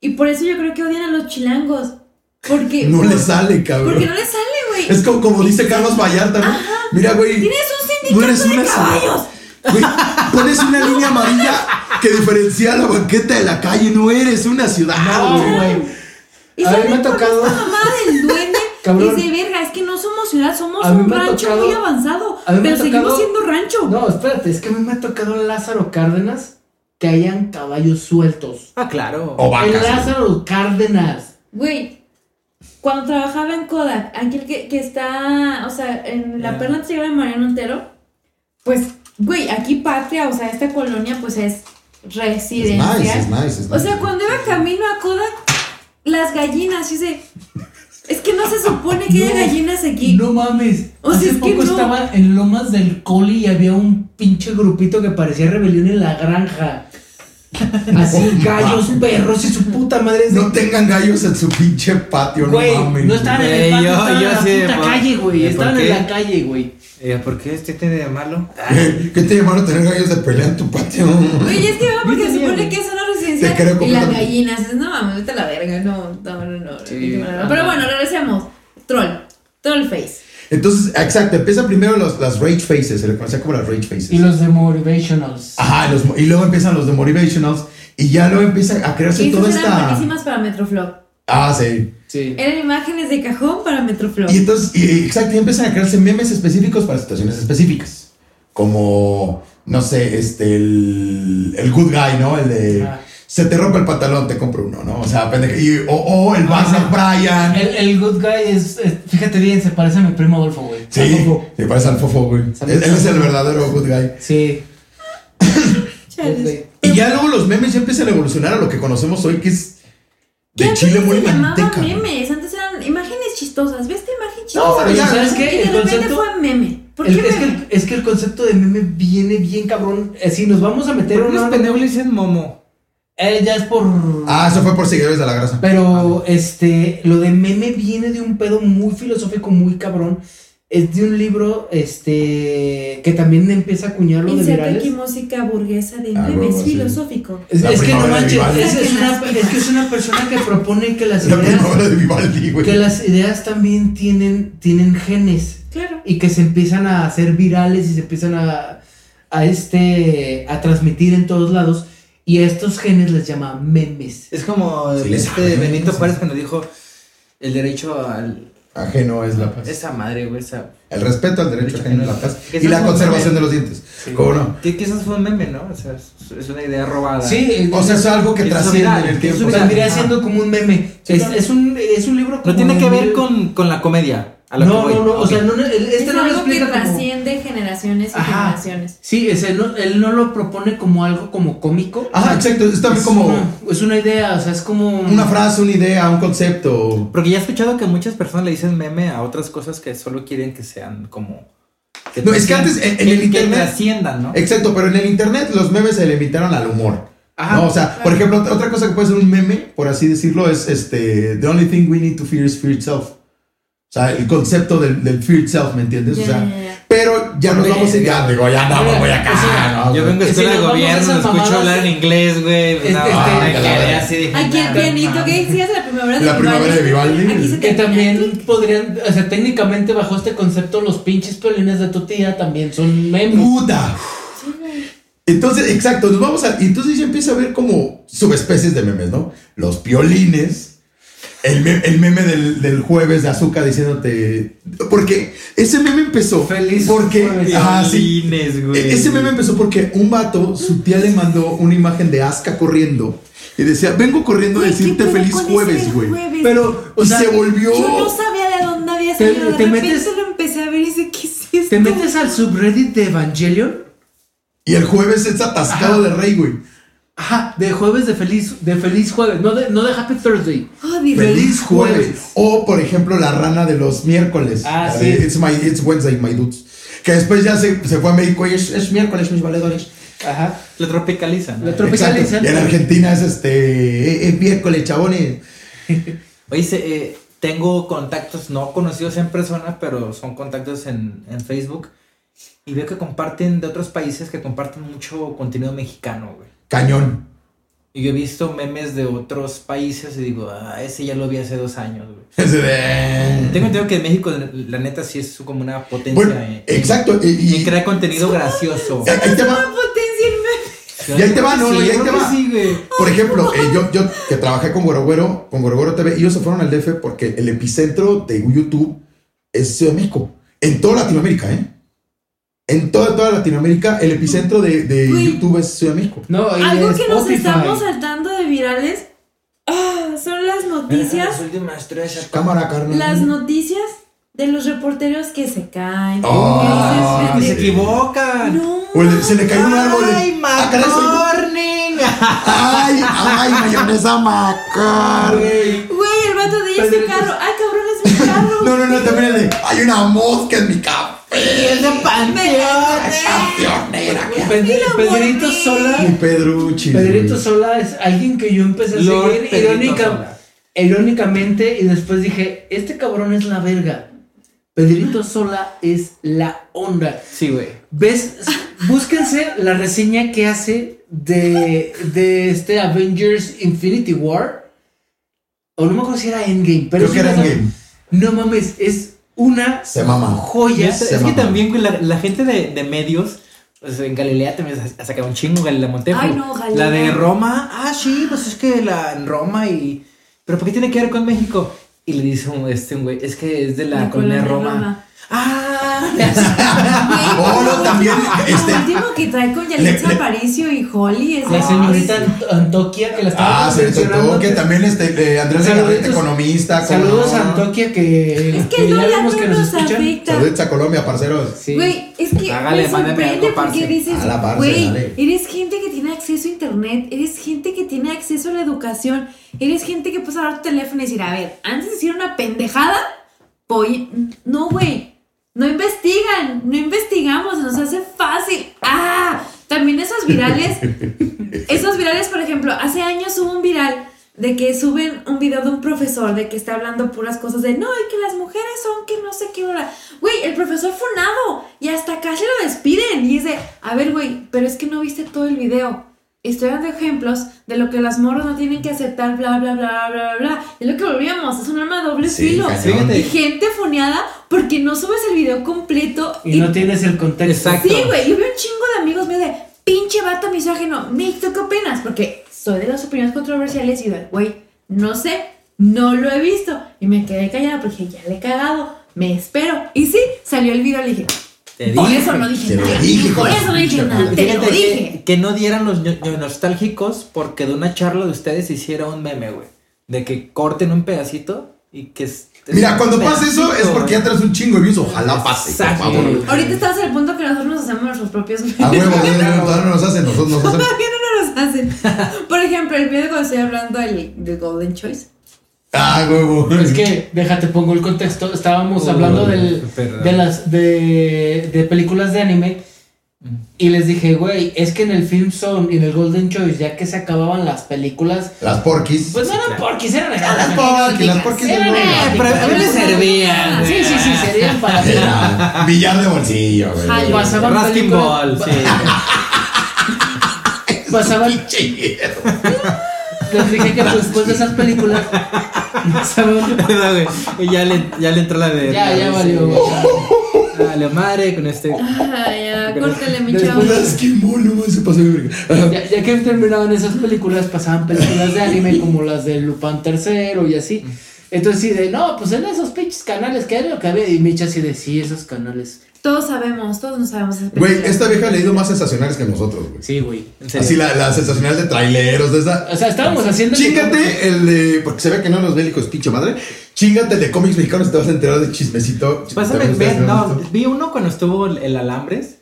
[SPEAKER 4] y por eso yo creo que odian a los chilangos porque
[SPEAKER 2] No le
[SPEAKER 4] por-
[SPEAKER 2] sale,
[SPEAKER 4] porque
[SPEAKER 2] cabrón.
[SPEAKER 4] no les sale güey
[SPEAKER 2] Es como, como dice Carlos Vallarta, ¿no? Mira, güey.
[SPEAKER 4] tienes un
[SPEAKER 2] No
[SPEAKER 4] sindicato
[SPEAKER 2] eres
[SPEAKER 4] de
[SPEAKER 2] una
[SPEAKER 4] caballos
[SPEAKER 2] ciudad. Güey, pones una línea amarilla que diferencia la banqueta de la calle. No eres una ciudad,
[SPEAKER 6] No,
[SPEAKER 2] güey.
[SPEAKER 6] Ah, güey.
[SPEAKER 4] Oh, y
[SPEAKER 6] A mí
[SPEAKER 4] salen
[SPEAKER 6] me ha
[SPEAKER 4] con
[SPEAKER 6] tocado-
[SPEAKER 4] esta mamada del duende
[SPEAKER 6] Cabrón.
[SPEAKER 4] y de verga es que no somos ciudad somos
[SPEAKER 6] A mí
[SPEAKER 4] un
[SPEAKER 6] me ha
[SPEAKER 4] rancho
[SPEAKER 6] tocado-
[SPEAKER 4] muy avanzado
[SPEAKER 6] a mí me
[SPEAKER 4] pero
[SPEAKER 6] ha
[SPEAKER 4] seguimos
[SPEAKER 6] tocado-
[SPEAKER 4] siendo rancho
[SPEAKER 6] No, espérate, es que a mí me ha tocado Lázaro Cárdenas que hayan caballos sueltos.
[SPEAKER 5] Ah, claro.
[SPEAKER 2] O
[SPEAKER 6] el
[SPEAKER 2] vacas. güey.
[SPEAKER 6] Lázaro Cárdenas.
[SPEAKER 4] Güey, cuando trabajaba en Kodak, aquel que, que está, o sea, en la
[SPEAKER 5] Ya.
[SPEAKER 4] perla anterior de Mariano Montero, pues, güey, aquí patria, o sea, esta colonia, pues es residencial.
[SPEAKER 2] nice, es
[SPEAKER 4] o sea, cuando iba camino a Kodak, las gallinas, yo sé, es que no se supone que
[SPEAKER 6] No,
[SPEAKER 4] haya gallinas aquí.
[SPEAKER 6] No mames.
[SPEAKER 4] O sea,
[SPEAKER 6] Hace
[SPEAKER 4] es que
[SPEAKER 6] poco
[SPEAKER 4] no.
[SPEAKER 6] estaba en Lomas del Coli y había un pinche grupito que parecía rebelión en la granja. Así, gallos, perros y su puta madre. es de-
[SPEAKER 2] No tengan gallos en su pinche patio,
[SPEAKER 6] Güey,
[SPEAKER 2] no mames.
[SPEAKER 6] no estaban en
[SPEAKER 5] Güey,
[SPEAKER 6] el patio,
[SPEAKER 5] yo-
[SPEAKER 6] estaban
[SPEAKER 5] yo
[SPEAKER 6] en la
[SPEAKER 5] sé,
[SPEAKER 6] puta
[SPEAKER 5] por-
[SPEAKER 6] calle, güey.
[SPEAKER 5] ¿por
[SPEAKER 6] Estaban en
[SPEAKER 5] qué?
[SPEAKER 6] la calle, güey.
[SPEAKER 5] Eh, ¿Por qué este tiene de malo?
[SPEAKER 2] ¿Qué qué te llamaron a tener gallos de pelea en tu patio?
[SPEAKER 4] Güey, es que va porque
[SPEAKER 6] Yo
[SPEAKER 4] se
[SPEAKER 6] tenía,
[SPEAKER 4] supone
[SPEAKER 6] güey.
[SPEAKER 4] que es una
[SPEAKER 2] Te creo
[SPEAKER 4] residencial y las
[SPEAKER 2] completamente.
[SPEAKER 4] gallinas, es, no mames, vete a la verga, no, no, no, no.
[SPEAKER 5] Sí,
[SPEAKER 4] vete a la verga.
[SPEAKER 5] no,
[SPEAKER 4] Pero
[SPEAKER 5] no.
[SPEAKER 4] bueno, regresemos. Troll, troll face.
[SPEAKER 2] Entonces, exacto, empieza primero los, las rage faces, se le conoce como las rage faces.
[SPEAKER 6] Y los de Motivationals.
[SPEAKER 5] Ah.
[SPEAKER 2] Ajá, los mo- y luego empiezan los de motivationals y ya luego empieza a crearse
[SPEAKER 4] Y
[SPEAKER 2] toda
[SPEAKER 4] esas eran
[SPEAKER 2] esta...
[SPEAKER 4] buenísimas para Metroflop.
[SPEAKER 2] Ah, sí.
[SPEAKER 5] Sí.
[SPEAKER 4] Eran imágenes de cajón para Metroflop.
[SPEAKER 2] Y entonces, y- exacto, y empiezan a crearse memes específicos para situaciones específicas. Como, no sé, este, el, el good guy, ¿no? El de...
[SPEAKER 6] Ah.
[SPEAKER 2] Se te rompe el pantalón, te compro uno, ¿no? O sea, pendeja. Y, o, o el Basler Brian.
[SPEAKER 6] El, el good guy es, es- Fíjate bien, se parece a mi primo Adolfo, güey.
[SPEAKER 2] sí,
[SPEAKER 6] Adolfo.
[SPEAKER 2] me parece al fofo, güey.
[SPEAKER 6] San-
[SPEAKER 2] Él, él es el verdadero good guy.
[SPEAKER 6] Sí. Este,
[SPEAKER 4] Chales.
[SPEAKER 2] Y ya luego los memes ya empiezan a evolucionar a lo que conocemos hoy, que es de chile
[SPEAKER 4] antes
[SPEAKER 2] mole y
[SPEAKER 4] se
[SPEAKER 2] manteca.
[SPEAKER 4] llamaban memes, antes eran imágenes chistosas. ¿Ves esta imagen
[SPEAKER 2] No,
[SPEAKER 4] chistosa?
[SPEAKER 2] pero ya,
[SPEAKER 6] ¿sabes qué?
[SPEAKER 4] Y de
[SPEAKER 6] El
[SPEAKER 4] repente
[SPEAKER 6] concepto-
[SPEAKER 4] fue meme. ¿Por
[SPEAKER 6] El-
[SPEAKER 4] qué
[SPEAKER 6] es, que
[SPEAKER 4] meme?
[SPEAKER 6] el, es que el concepto de meme viene bien cabrón. Eh, Si nos vamos a meter
[SPEAKER 5] Pero
[SPEAKER 6] una
[SPEAKER 5] unos
[SPEAKER 6] onda-
[SPEAKER 5] pendejos le dicen momo.
[SPEAKER 6] eh, ya es por.
[SPEAKER 2] Ah, eso fue por seguidores de la grasa.
[SPEAKER 6] Pero este, lo de meme viene de un pedo muy filosófico, muy cabrón.
[SPEAKER 3] es de un libro este que también empieza a acuñar lo de
[SPEAKER 4] Inserta
[SPEAKER 3] virales.
[SPEAKER 4] aquí música burguesa de
[SPEAKER 2] Ah,
[SPEAKER 4] memes
[SPEAKER 2] huevo, sí.
[SPEAKER 4] filosófico.
[SPEAKER 3] Es,
[SPEAKER 2] La
[SPEAKER 3] es que no
[SPEAKER 2] primavera de
[SPEAKER 3] manches,
[SPEAKER 2] Vivaldi.
[SPEAKER 3] es que es, una, es que es una persona que propone que las
[SPEAKER 2] La
[SPEAKER 3] ideas,
[SPEAKER 2] primavera de Vivaldi, güey.
[SPEAKER 3] que las ideas también tienen, tienen genes
[SPEAKER 4] Claro.
[SPEAKER 3] y que se empiezan a hacer virales y se empiezan a, a, este, a transmitir en todos lados. Y a estos genes les llama memes.
[SPEAKER 5] Es como
[SPEAKER 2] Sí le
[SPEAKER 5] este
[SPEAKER 2] sabe,
[SPEAKER 5] Benito
[SPEAKER 2] sí.
[SPEAKER 5] Juárez cuando dijo el derecho al.
[SPEAKER 2] Ajeno es la paz.
[SPEAKER 5] Esa madre, güey, esa.
[SPEAKER 2] El respeto al derecho ajeno es la paz.
[SPEAKER 5] Que
[SPEAKER 2] Y la
[SPEAKER 5] somos
[SPEAKER 2] conservación de
[SPEAKER 5] también.
[SPEAKER 2] los dientes. ¿Cómo no?
[SPEAKER 5] Que quizás fue un meme, ¿no? O sea, es es una idea robada.
[SPEAKER 3] Sí,
[SPEAKER 2] O sea, es algo que
[SPEAKER 5] Eso es
[SPEAKER 2] trasciende en
[SPEAKER 5] viral,
[SPEAKER 2] el tiempo.
[SPEAKER 5] eso
[SPEAKER 3] o
[SPEAKER 5] es
[SPEAKER 3] sea,
[SPEAKER 5] viral.
[SPEAKER 3] vendría
[SPEAKER 5] ah.
[SPEAKER 3] siendo como un meme.
[SPEAKER 2] Sí,
[SPEAKER 3] es,
[SPEAKER 2] claro.
[SPEAKER 3] es un, es un libro
[SPEAKER 5] No
[SPEAKER 3] como
[SPEAKER 5] tiene que
[SPEAKER 3] de
[SPEAKER 5] ver
[SPEAKER 3] mil-
[SPEAKER 5] con, con la comedia. A lo
[SPEAKER 3] No,
[SPEAKER 5] que voy.
[SPEAKER 3] no, no, o
[SPEAKER 5] Ok.
[SPEAKER 3] sea, no, el- este
[SPEAKER 4] es
[SPEAKER 3] no lo
[SPEAKER 4] algo que
[SPEAKER 3] explica como...
[SPEAKER 4] trasciende generaciones y
[SPEAKER 3] Ajá.
[SPEAKER 4] generaciones.
[SPEAKER 3] Sí, ese, no- él no lo propone como algo como cómico.
[SPEAKER 2] Ajá, exacto. Es también como
[SPEAKER 3] una, es una idea, o sea, es como
[SPEAKER 2] una frase, una idea, un concepto.
[SPEAKER 5] Porque ya he escuchado que muchas personas le dicen meme a otras cosas que solo quieren que sean como. que
[SPEAKER 2] No, es que
[SPEAKER 5] trasciendan-
[SPEAKER 2] antes en- en el
[SPEAKER 5] que-
[SPEAKER 2] internet-
[SPEAKER 5] Que trasciendan, ¿no?
[SPEAKER 2] Exacto, pero en el internet los memes se limitaron al humor.
[SPEAKER 3] Ajá.
[SPEAKER 2] No, o sea, por ejemplo, otra- otra cosa que puede ser un meme, por así decirlo, es este The only thing we need to fear is fear itself. O sea, el concepto del, del fear itself, ¿me entiendes? O
[SPEAKER 4] Ya,
[SPEAKER 2] sea,
[SPEAKER 4] ya, ya.
[SPEAKER 2] pero ya nos vamos a ya digo, ya no, me voy acá.
[SPEAKER 3] O sea,
[SPEAKER 2] no,
[SPEAKER 5] Yo vengo a
[SPEAKER 3] Que si
[SPEAKER 5] escuela de
[SPEAKER 3] nos vamos a
[SPEAKER 5] gobierno,
[SPEAKER 3] esas
[SPEAKER 5] lo escucho
[SPEAKER 3] mamadas-
[SPEAKER 5] hablar en inglés, güey.
[SPEAKER 3] Este,
[SPEAKER 5] No,
[SPEAKER 3] este,
[SPEAKER 5] me
[SPEAKER 2] que
[SPEAKER 5] quedé
[SPEAKER 2] la-
[SPEAKER 5] así, dije,
[SPEAKER 4] Aquí el
[SPEAKER 5] no,
[SPEAKER 4] pianito,
[SPEAKER 5] no.
[SPEAKER 4] ¿qué decías? La primavera de
[SPEAKER 2] La primavera de Vivaldi.
[SPEAKER 4] Aquí se
[SPEAKER 3] que
[SPEAKER 4] termina.
[SPEAKER 3] también podrían, o sea, técnicamente bajo este concepto los pinches piolines de tu tía también son memes.
[SPEAKER 2] Puta. Entonces, exacto, nos vamos a. y Entonces ya empieza a ver como subespecies de memes, ¿no? Los piolines, el, me- el meme del, del jueves de azúcar diciéndote. Porque ese meme empezó.
[SPEAKER 3] Feliz
[SPEAKER 2] Porque.
[SPEAKER 3] jueves.
[SPEAKER 2] Ah, sí.
[SPEAKER 5] Violines, güey.
[SPEAKER 2] E- Ese meme empezó porque un vato, su tía le mandó una imagen de Aska corriendo y decía: Vengo corriendo a
[SPEAKER 4] Güey, ¿qué
[SPEAKER 2] decirte
[SPEAKER 4] pedo
[SPEAKER 2] feliz
[SPEAKER 4] con ese
[SPEAKER 2] jueves, güey.
[SPEAKER 4] jueves?
[SPEAKER 2] Pero,
[SPEAKER 3] O
[SPEAKER 2] y
[SPEAKER 3] sea,
[SPEAKER 2] se volvió.
[SPEAKER 4] Yo no sabía de dónde había
[SPEAKER 3] Te-
[SPEAKER 4] salido. De
[SPEAKER 3] te
[SPEAKER 4] repente
[SPEAKER 3] metes-
[SPEAKER 4] lo empecé a ver y dije, ¿qué es esto?
[SPEAKER 3] ¿Te metes al subreddit de Evangelion?
[SPEAKER 2] Y el jueves es atascado de rey, güey.
[SPEAKER 3] Ajá, de jueves de feliz, de feliz jueves, no de, no de Happy Thursday.
[SPEAKER 4] Oh, Dios.
[SPEAKER 2] Feliz jueves.
[SPEAKER 3] jueves.
[SPEAKER 2] O, por ejemplo, la rana de los miércoles.
[SPEAKER 3] Ah,
[SPEAKER 2] La de
[SPEAKER 3] sí.
[SPEAKER 2] It's, my, it's Wednesday, my dudes. Que después ya se, se fue a México y es, es miércoles, mis valedores.
[SPEAKER 3] Ajá.
[SPEAKER 5] Lo tropicalizan. ¿no?
[SPEAKER 3] Lo tropicalizan.
[SPEAKER 2] Exacto. Y en Argentina es este. Es, es miércoles, chabones.
[SPEAKER 5] Oye, se- eh, tengo contactos no conocidos en persona, pero son contactos en, en Facebook. Y veo que comparten de otros países que comparten mucho contenido mexicano, güey.
[SPEAKER 2] Cañón.
[SPEAKER 5] Y yo he visto memes de otros países y digo, ah, ese ya lo vi hace dos años, güey.
[SPEAKER 2] Ese de-
[SPEAKER 5] Tengo entendido que México, la neta, sí es como una eh. potencia
[SPEAKER 2] Bueno,
[SPEAKER 5] en,
[SPEAKER 2] exacto. Y,
[SPEAKER 5] en
[SPEAKER 2] y-
[SPEAKER 5] crear contenido gracioso.
[SPEAKER 2] y ahí te va.
[SPEAKER 4] La potencia en memes.
[SPEAKER 2] Y ahí te va, no,
[SPEAKER 5] Sí,
[SPEAKER 2] no, y ahí
[SPEAKER 5] creo
[SPEAKER 2] te
[SPEAKER 5] que
[SPEAKER 2] va.
[SPEAKER 5] sí, güey.
[SPEAKER 2] Por ejemplo, eh, yo, yo que trabajé con Gorogüero, con Gorogüero TV, ellos se fueron al DF porque el epicentro de YouTube es Ciudad de México. En toda Latinoamérica, ¿eh? En toda, toda Latinoamérica, el epicentro de, de
[SPEAKER 4] Güey.
[SPEAKER 2] YouTube es Ciudad de México.
[SPEAKER 3] No, y
[SPEAKER 4] Algo
[SPEAKER 3] de
[SPEAKER 4] que nos
[SPEAKER 3] Spotify.
[SPEAKER 4] estamos saltando de virales ah, son las noticias.
[SPEAKER 5] Soy de maestría.
[SPEAKER 2] Cámara, carnal.
[SPEAKER 4] Las noticias de los reporteros que se caen.
[SPEAKER 2] Ah,
[SPEAKER 5] Que
[SPEAKER 4] que
[SPEAKER 5] se
[SPEAKER 4] se venden.
[SPEAKER 5] equivocan.
[SPEAKER 2] O
[SPEAKER 4] No.
[SPEAKER 2] el- se le cayó un árbol.
[SPEAKER 5] ¡Ay,
[SPEAKER 2] Ah, caray, soy yo.
[SPEAKER 5] McCorning!
[SPEAKER 2] ¡Ay, ay, mayonesa macar!
[SPEAKER 4] Güey, el vato de ella es mi carro. Ay, cabrón, es mi carro.
[SPEAKER 2] No, no, no, también el de, hay una mosca en mi café.
[SPEAKER 5] ¡Es de
[SPEAKER 2] Campeonera.
[SPEAKER 3] Pedri-
[SPEAKER 4] Mira,
[SPEAKER 3] Pedrito
[SPEAKER 4] morí.
[SPEAKER 2] Mi
[SPEAKER 3] Sola.
[SPEAKER 2] Pedruchi.
[SPEAKER 3] Pedrito
[SPEAKER 2] güey.
[SPEAKER 3] Sola es alguien que yo empecé a
[SPEAKER 5] Lord
[SPEAKER 3] seguir
[SPEAKER 5] Pedrito
[SPEAKER 3] irónica-
[SPEAKER 5] Sola.
[SPEAKER 3] irónicamente y después dije, este cabrón es la verga. Pedrito Sola es la onda.
[SPEAKER 5] Sí, güey.
[SPEAKER 3] ¿Ves? Búsquense la reseña que hace de, de este Avengers Infinity War. O no me acuerdo si era Endgame, pero
[SPEAKER 2] Creo que
[SPEAKER 3] es
[SPEAKER 2] era
[SPEAKER 3] una-
[SPEAKER 2] Endgame.
[SPEAKER 3] No mames, es una
[SPEAKER 2] Se mama.
[SPEAKER 3] joya.
[SPEAKER 5] es
[SPEAKER 2] se
[SPEAKER 5] es que
[SPEAKER 2] mamaron.
[SPEAKER 5] también, güey, la, la gente de, de medios. Pues en Galilea también ha ha sacado un chingo Galilea Montejo.
[SPEAKER 4] Ay, no, Galilea.
[SPEAKER 5] La de Roma. Ah, sí, pues es que la en Roma y. ¿Pero por qué tiene que ver con México? Y le dice un, este, un güey, es que es de la, colonia Roma. Ah,
[SPEAKER 2] Oh, no, también, este-
[SPEAKER 4] Lo último que trae con
[SPEAKER 2] Le- le-
[SPEAKER 4] Yalitza Aparicio y Holly es
[SPEAKER 3] La
[SPEAKER 4] de-
[SPEAKER 3] señorita Ant- Antoquia que la estaba
[SPEAKER 2] Ah, se tocó
[SPEAKER 3] mencionando.
[SPEAKER 2] que también este eh, Andrés Legarreta,
[SPEAKER 3] Saluditos-
[SPEAKER 2] economista. como
[SPEAKER 3] Saludos
[SPEAKER 2] no.
[SPEAKER 3] a Antoquia que,
[SPEAKER 4] Es que no,
[SPEAKER 3] ya
[SPEAKER 4] ya
[SPEAKER 3] vemos
[SPEAKER 4] no
[SPEAKER 3] que nos
[SPEAKER 4] nos
[SPEAKER 3] escuchan.
[SPEAKER 4] afecta.
[SPEAKER 2] Saludos a Colombia, parceros.
[SPEAKER 3] Sí.
[SPEAKER 4] Güey, es que
[SPEAKER 5] Hágale,
[SPEAKER 4] me
[SPEAKER 5] mándeme
[SPEAKER 4] sorprende
[SPEAKER 5] algo, parce.
[SPEAKER 4] porque dices,
[SPEAKER 2] A la parce, dale.
[SPEAKER 4] güey, eres gente que tiene acceso a internet, eres gente que tiene acceso a la educación, eres gente que puedes hablar tu teléfono y decir, a ver, antes de decir una pendejada, voy, no, güey, no investigan, no investigamos, nos hace fácil. Ah, también esos virales, esos virales, por ejemplo, hace años hubo un viral de que suben un video de un profesor de que está hablando puras cosas de no, y que las mujeres son que no sé qué, bla, bla". Güey, el profesor funado y hasta casi lo despiden. Y dice, a ver, güey, pero es que no viste todo el video. Estoy dando ejemplos de lo que las morras no tienen que aceptar, bla, bla, bla, bla, bla, bla. Es lo que volvíamos, es un arma de doble
[SPEAKER 2] Sí,
[SPEAKER 4] filo.
[SPEAKER 2] cañón.
[SPEAKER 5] Fíjate.
[SPEAKER 4] Y gente funeada porque no subes el video completo
[SPEAKER 3] Y no tienes el contexto.
[SPEAKER 5] Exacto.
[SPEAKER 4] Sí, güey, yo vi un chingo de amigos me de pinche vato misógino. Me ¿tú qué opinas? Porque soy de las opiniones controversiales y de, güey, no sé, no lo he visto. Y me quedé callada porque dije, ya le he cagado, me espero. Y sí, salió el video, le dije,
[SPEAKER 5] Te
[SPEAKER 4] por
[SPEAKER 5] dije.
[SPEAKER 4] eso no dije
[SPEAKER 2] Te lo
[SPEAKER 4] nada.
[SPEAKER 2] dije, hijo
[SPEAKER 4] Por
[SPEAKER 2] de
[SPEAKER 4] eso no dije
[SPEAKER 2] pinche
[SPEAKER 4] nada,
[SPEAKER 2] madre.
[SPEAKER 4] te lo
[SPEAKER 5] Fíjate
[SPEAKER 4] dije.
[SPEAKER 5] que, que no dieran los ño- ño- nostálgicos porque de una charla de ustedes hiciera un meme, güey. De que corten un pedacito y que... es-
[SPEAKER 2] Mira, cucuando pasa eso es
[SPEAKER 5] pedacito,
[SPEAKER 2] porque ya
[SPEAKER 5] güey.
[SPEAKER 2] traes un chingo de views. Ojalá pase, por
[SPEAKER 5] Exacto.
[SPEAKER 2] favor.
[SPEAKER 4] Ahorita estamos en el punto que nosotros nos hacemos nuestros propios
[SPEAKER 2] A huevo, güey, no, no nos hacen, nosotros nos hacen.
[SPEAKER 4] Todavía no nos hacen. Por ejemplo, el video cuando estoy hablando del, del Golden Choice.
[SPEAKER 2] Ah, huevo.
[SPEAKER 3] Es que, déjate, pongo el contexto. Estábamos
[SPEAKER 5] Uy,
[SPEAKER 3] hablando del-
[SPEAKER 5] perdón.
[SPEAKER 3] de las de, de películas de anime. Y les dije, güey, es que en el Film Zone y en el Golden Choice, ya que se acababan las películas,
[SPEAKER 2] Las porquis.
[SPEAKER 3] pues no eran porque eran
[SPEAKER 2] las porquis, las porquis de
[SPEAKER 3] Eran
[SPEAKER 2] huevo.
[SPEAKER 5] Pero a mí me servía.
[SPEAKER 3] Sí, sí, sí, serían para
[SPEAKER 2] Era Billar de bolsillo, güey.
[SPEAKER 4] Ay,
[SPEAKER 3] Pasaban
[SPEAKER 5] Rasking
[SPEAKER 3] películas-
[SPEAKER 5] Ball, sí.
[SPEAKER 3] Pasaban
[SPEAKER 2] Pinche.
[SPEAKER 3] Les dije que después de esas películas. ¿saben?
[SPEAKER 5] No, güey, y ya le, ya le entró la de...
[SPEAKER 3] Ya, ya valió. güey.
[SPEAKER 5] Dale, madre, con este...
[SPEAKER 4] Ay, ya, córtale, mi chavo.
[SPEAKER 2] Después las que mono, güey, se pasó de verga.
[SPEAKER 3] Ya, ya que terminaban esas películas, pasaban películas de anime como las de Lupin III y así. Entonces, sí, de no, pues en esos pinches canales, que era lo que había. Y Micha, así de sí, esos canales.
[SPEAKER 4] Todos sabemos, todos nos sabemos. esas
[SPEAKER 2] Güey,
[SPEAKER 4] películas.
[SPEAKER 2] esta vieja ha leído más sensacionales que nosotros, güey.
[SPEAKER 3] Sí, güey.
[SPEAKER 5] En
[SPEAKER 2] Así
[SPEAKER 5] serio.
[SPEAKER 2] la, la sensacional de traileros, de esa.
[SPEAKER 3] O sea, estábamos haciendo.
[SPEAKER 2] Chingate el de. Porque se ve que no los bélicos, pinche madre. Chingate el de cómics mexicanos, te vas a enterar de chismecito.
[SPEAKER 5] Pásame,
[SPEAKER 2] También
[SPEAKER 5] ve,
[SPEAKER 2] estás
[SPEAKER 5] no,
[SPEAKER 2] viendo
[SPEAKER 5] vi uno cuando estuvo el, el Alambres.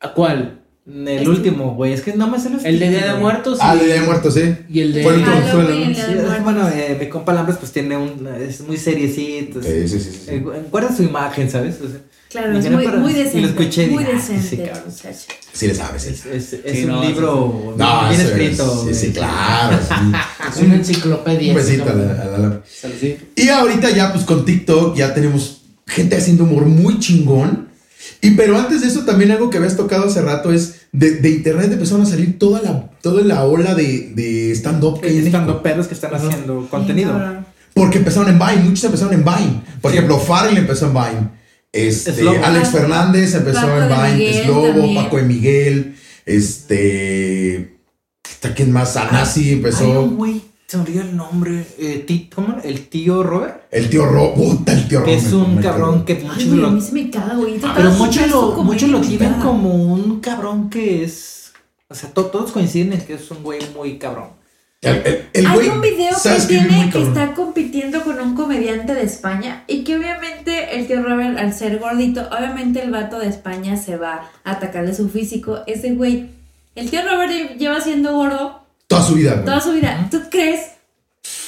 [SPEAKER 3] ¿A ¿Cuál?
[SPEAKER 5] El último, güey. Es que no me sé los
[SPEAKER 3] Este. El de Día de
[SPEAKER 5] títulos.
[SPEAKER 3] Muertos.
[SPEAKER 2] esto. Ah, el
[SPEAKER 3] y-
[SPEAKER 2] de Día de Muertos, sí.
[SPEAKER 3] Y el de.
[SPEAKER 2] Fue el último.
[SPEAKER 4] Halloween,
[SPEAKER 2] fue el-
[SPEAKER 4] el de
[SPEAKER 5] Sí,
[SPEAKER 4] los muertos.
[SPEAKER 5] bueno, eh, mi compa Alambres pues tiene un... Es muy seriecito.
[SPEAKER 2] Sí, sí, sí. sí, sí.
[SPEAKER 5] Eh, gu- Guarda su imagen, ¿sabes? O sea,
[SPEAKER 4] Claro,
[SPEAKER 5] y
[SPEAKER 4] es
[SPEAKER 5] era
[SPEAKER 4] muy,
[SPEAKER 5] para-
[SPEAKER 4] muy
[SPEAKER 5] Y lo
[SPEAKER 4] decente.
[SPEAKER 5] escuché y
[SPEAKER 4] muy
[SPEAKER 5] dije, ah, sí,
[SPEAKER 4] decente,
[SPEAKER 5] sí, cabrón.
[SPEAKER 4] muchacho.
[SPEAKER 2] Sí le sabes, sí. le
[SPEAKER 5] Es,
[SPEAKER 2] sabes.
[SPEAKER 5] es- es
[SPEAKER 3] Sí,
[SPEAKER 5] un
[SPEAKER 3] no,
[SPEAKER 5] libro
[SPEAKER 2] No,
[SPEAKER 5] bien
[SPEAKER 2] eso es-
[SPEAKER 5] escrito.
[SPEAKER 2] Sí, sí,
[SPEAKER 5] güey.
[SPEAKER 2] claro.
[SPEAKER 3] Es
[SPEAKER 2] sí.
[SPEAKER 3] una enciclopedia.
[SPEAKER 2] Un besito
[SPEAKER 3] ese
[SPEAKER 2] a la-
[SPEAKER 3] nombre.
[SPEAKER 2] a la-
[SPEAKER 3] Sí.
[SPEAKER 2] Y ahorita ya, pues con TikTok, ya tenemos gente haciendo humor muy chingón. Y pero antes de eso, también algo que habías tocado hace rato es de, de internet empezaron a salir toda la, toda la ola de, de stand-up que hay
[SPEAKER 5] Que
[SPEAKER 2] en
[SPEAKER 5] estando
[SPEAKER 2] México.
[SPEAKER 5] pedos que están haciendo contenido.
[SPEAKER 4] Bien, cabrón.
[SPEAKER 2] Porque empezaron en Vine, muchos empezaron en Vine. Por ejemplo, Farrell empezó en Vine. Este,
[SPEAKER 5] Slobo.
[SPEAKER 2] Alex Fernández empezó
[SPEAKER 4] Paco
[SPEAKER 2] en
[SPEAKER 4] de
[SPEAKER 2] Vine.
[SPEAKER 4] Miguel
[SPEAKER 2] Es Lobo,
[SPEAKER 4] también.
[SPEAKER 2] Paco de Miguel. Este. ¿Quién más? Anasi
[SPEAKER 5] Hay
[SPEAKER 2] empezó.
[SPEAKER 5] un güey, se me olvidó el nombre. eh, ti- ¿Cómo? era? El tío Robert.
[SPEAKER 2] El tío Ro. Puta, el tío Ro.
[SPEAKER 5] Que es
[SPEAKER 2] me-
[SPEAKER 5] un
[SPEAKER 2] me-
[SPEAKER 5] cabrón que
[SPEAKER 4] Ay,
[SPEAKER 5] muchos
[SPEAKER 4] güey, a
[SPEAKER 5] lo.
[SPEAKER 4] mí se me caga, güey. Trataba
[SPEAKER 5] Pero
[SPEAKER 4] de
[SPEAKER 5] muchos
[SPEAKER 4] escuchar su
[SPEAKER 5] lo,
[SPEAKER 4] comedia
[SPEAKER 5] muchos lo
[SPEAKER 4] mexicana.
[SPEAKER 5] tienen como un cabrón que es. O sea, to- todos coinciden en que es un güey muy cabrón.
[SPEAKER 2] El, el- el
[SPEAKER 4] Hay
[SPEAKER 2] güey
[SPEAKER 4] un video
[SPEAKER 2] sabe
[SPEAKER 4] que
[SPEAKER 2] escribir muy
[SPEAKER 4] tiene que
[SPEAKER 2] cabrón.
[SPEAKER 4] está compitiendo con un comediante de España y que obviamente el tío Robert, al ser gordito, obviamente el vato de España se va a atacarle su físico. Ese güey, el tío Robert lleva siendo gordo
[SPEAKER 2] Toda su vida, güey.
[SPEAKER 4] toda su vida. ¿Tú crees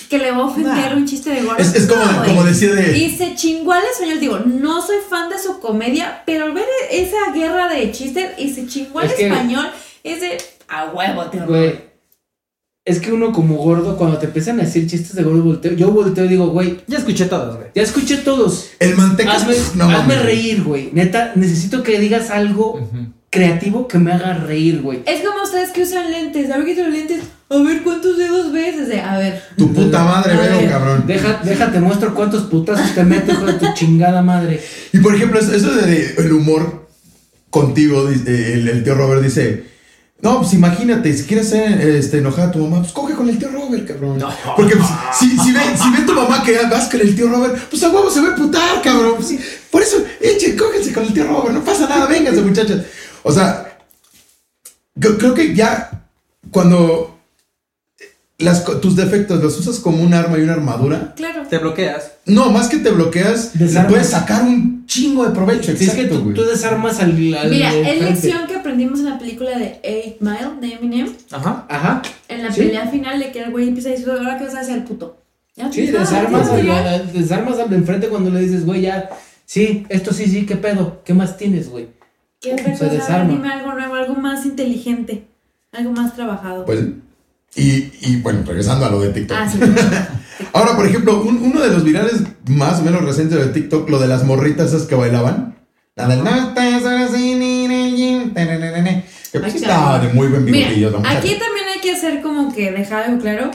[SPEAKER 4] que le va a ofender
[SPEAKER 5] Nah.
[SPEAKER 4] un chiste de gordo?
[SPEAKER 2] Es- es como-
[SPEAKER 4] güey.
[SPEAKER 2] como decir de-
[SPEAKER 4] Y se chingó al español. Digo, no soy fan de su comedia, pero ver esa guerra de chistes y se chingó al
[SPEAKER 3] Es que-
[SPEAKER 4] español es de a huevo, tío.
[SPEAKER 3] Güey. Es que uno como gordo, cuando te empiezan a decir chistes de gordo, volteo. Yo volteo y digo, güey,
[SPEAKER 5] Ya escuché todos, güey.
[SPEAKER 3] ya escuché todos.
[SPEAKER 2] El manteca.
[SPEAKER 3] Hazme,
[SPEAKER 2] pf, no
[SPEAKER 3] hazme
[SPEAKER 2] mames.
[SPEAKER 3] reír, güey. Neta, necesito que digas algo creativo que me haga reír, güey.
[SPEAKER 4] Es como ustedes que usan lentes. A ver, quítate los lentes. A ver, ¿cuántos dedos ves? Es de, a ver.
[SPEAKER 2] Tu puta madre,
[SPEAKER 4] A
[SPEAKER 2] veo,
[SPEAKER 4] ver,
[SPEAKER 2] cabrón.
[SPEAKER 3] Deja, déjate, muestro cuántos putazos te meto, hijo de tu chingada madre.
[SPEAKER 2] Y por ejemplo, eso eso de el humor contigo, dice- el, el tío Robert dice. No, pues imagínate, si quieres ser este, enojada a tu mamá, pues coge con el tío Robert, cabrón. Porque pues, si, si, ve, si ve tu mamá que vas con el tío Robert, pues a huevo se va a putar, cabrón. Pues, sí, por eso, eche, cógense con el tío Robert, no pasa nada, vénganse, muchachas. O sea, yo creo que ya cuando las, co- tus defectos los usas como un arma y una armadura,
[SPEAKER 4] Claro.
[SPEAKER 5] Te bloqueas.
[SPEAKER 2] No, más que te bloqueas, le
[SPEAKER 3] Desarmas.
[SPEAKER 2] puedes sacar un chingo de provecho.
[SPEAKER 3] Si es que
[SPEAKER 2] exacto,
[SPEAKER 3] tú,
[SPEAKER 2] güey.
[SPEAKER 3] tú desarmas al. al
[SPEAKER 4] Mira,
[SPEAKER 3] al
[SPEAKER 4] es
[SPEAKER 3] frente.
[SPEAKER 4] lección que aprendimos en la película de Eight Mile de Eminem.
[SPEAKER 5] Ajá.
[SPEAKER 3] Ajá.
[SPEAKER 4] En la
[SPEAKER 3] Sí.
[SPEAKER 4] pelea final de que el güey empieza a decir, ahora que vas a hacer puto. Ya no
[SPEAKER 3] Sí,
[SPEAKER 4] tienes nada,
[SPEAKER 3] desarmas
[SPEAKER 4] tienes
[SPEAKER 3] al,
[SPEAKER 4] que Ah, ya.
[SPEAKER 3] al- desarmas al de enfrente cuando le dices, güey, ya. Sí, esto sí, sí, qué pedo. ¿Qué más tienes, güey?
[SPEAKER 4] ¿Qué
[SPEAKER 3] Se
[SPEAKER 4] otra cosa? A ver,
[SPEAKER 3] desarma.
[SPEAKER 4] Dime algo nuevo, algo más inteligente, algo más trabajado.
[SPEAKER 2] Pues Y, y, bueno, regresando a lo de TikTok.
[SPEAKER 4] Ah, sí.
[SPEAKER 2] Ahora, por ejemplo, un- uno de los virales más o menos recientes de TikTok, lo de las morritas esas que bailaban. La del no estás así ni en el gym, tarararara", Que pues
[SPEAKER 4] Ay,
[SPEAKER 2] estaba
[SPEAKER 4] claro.
[SPEAKER 2] de muy buen
[SPEAKER 4] Mira,
[SPEAKER 2] video.
[SPEAKER 4] aquí también hay que hacer como que dejar algo claro.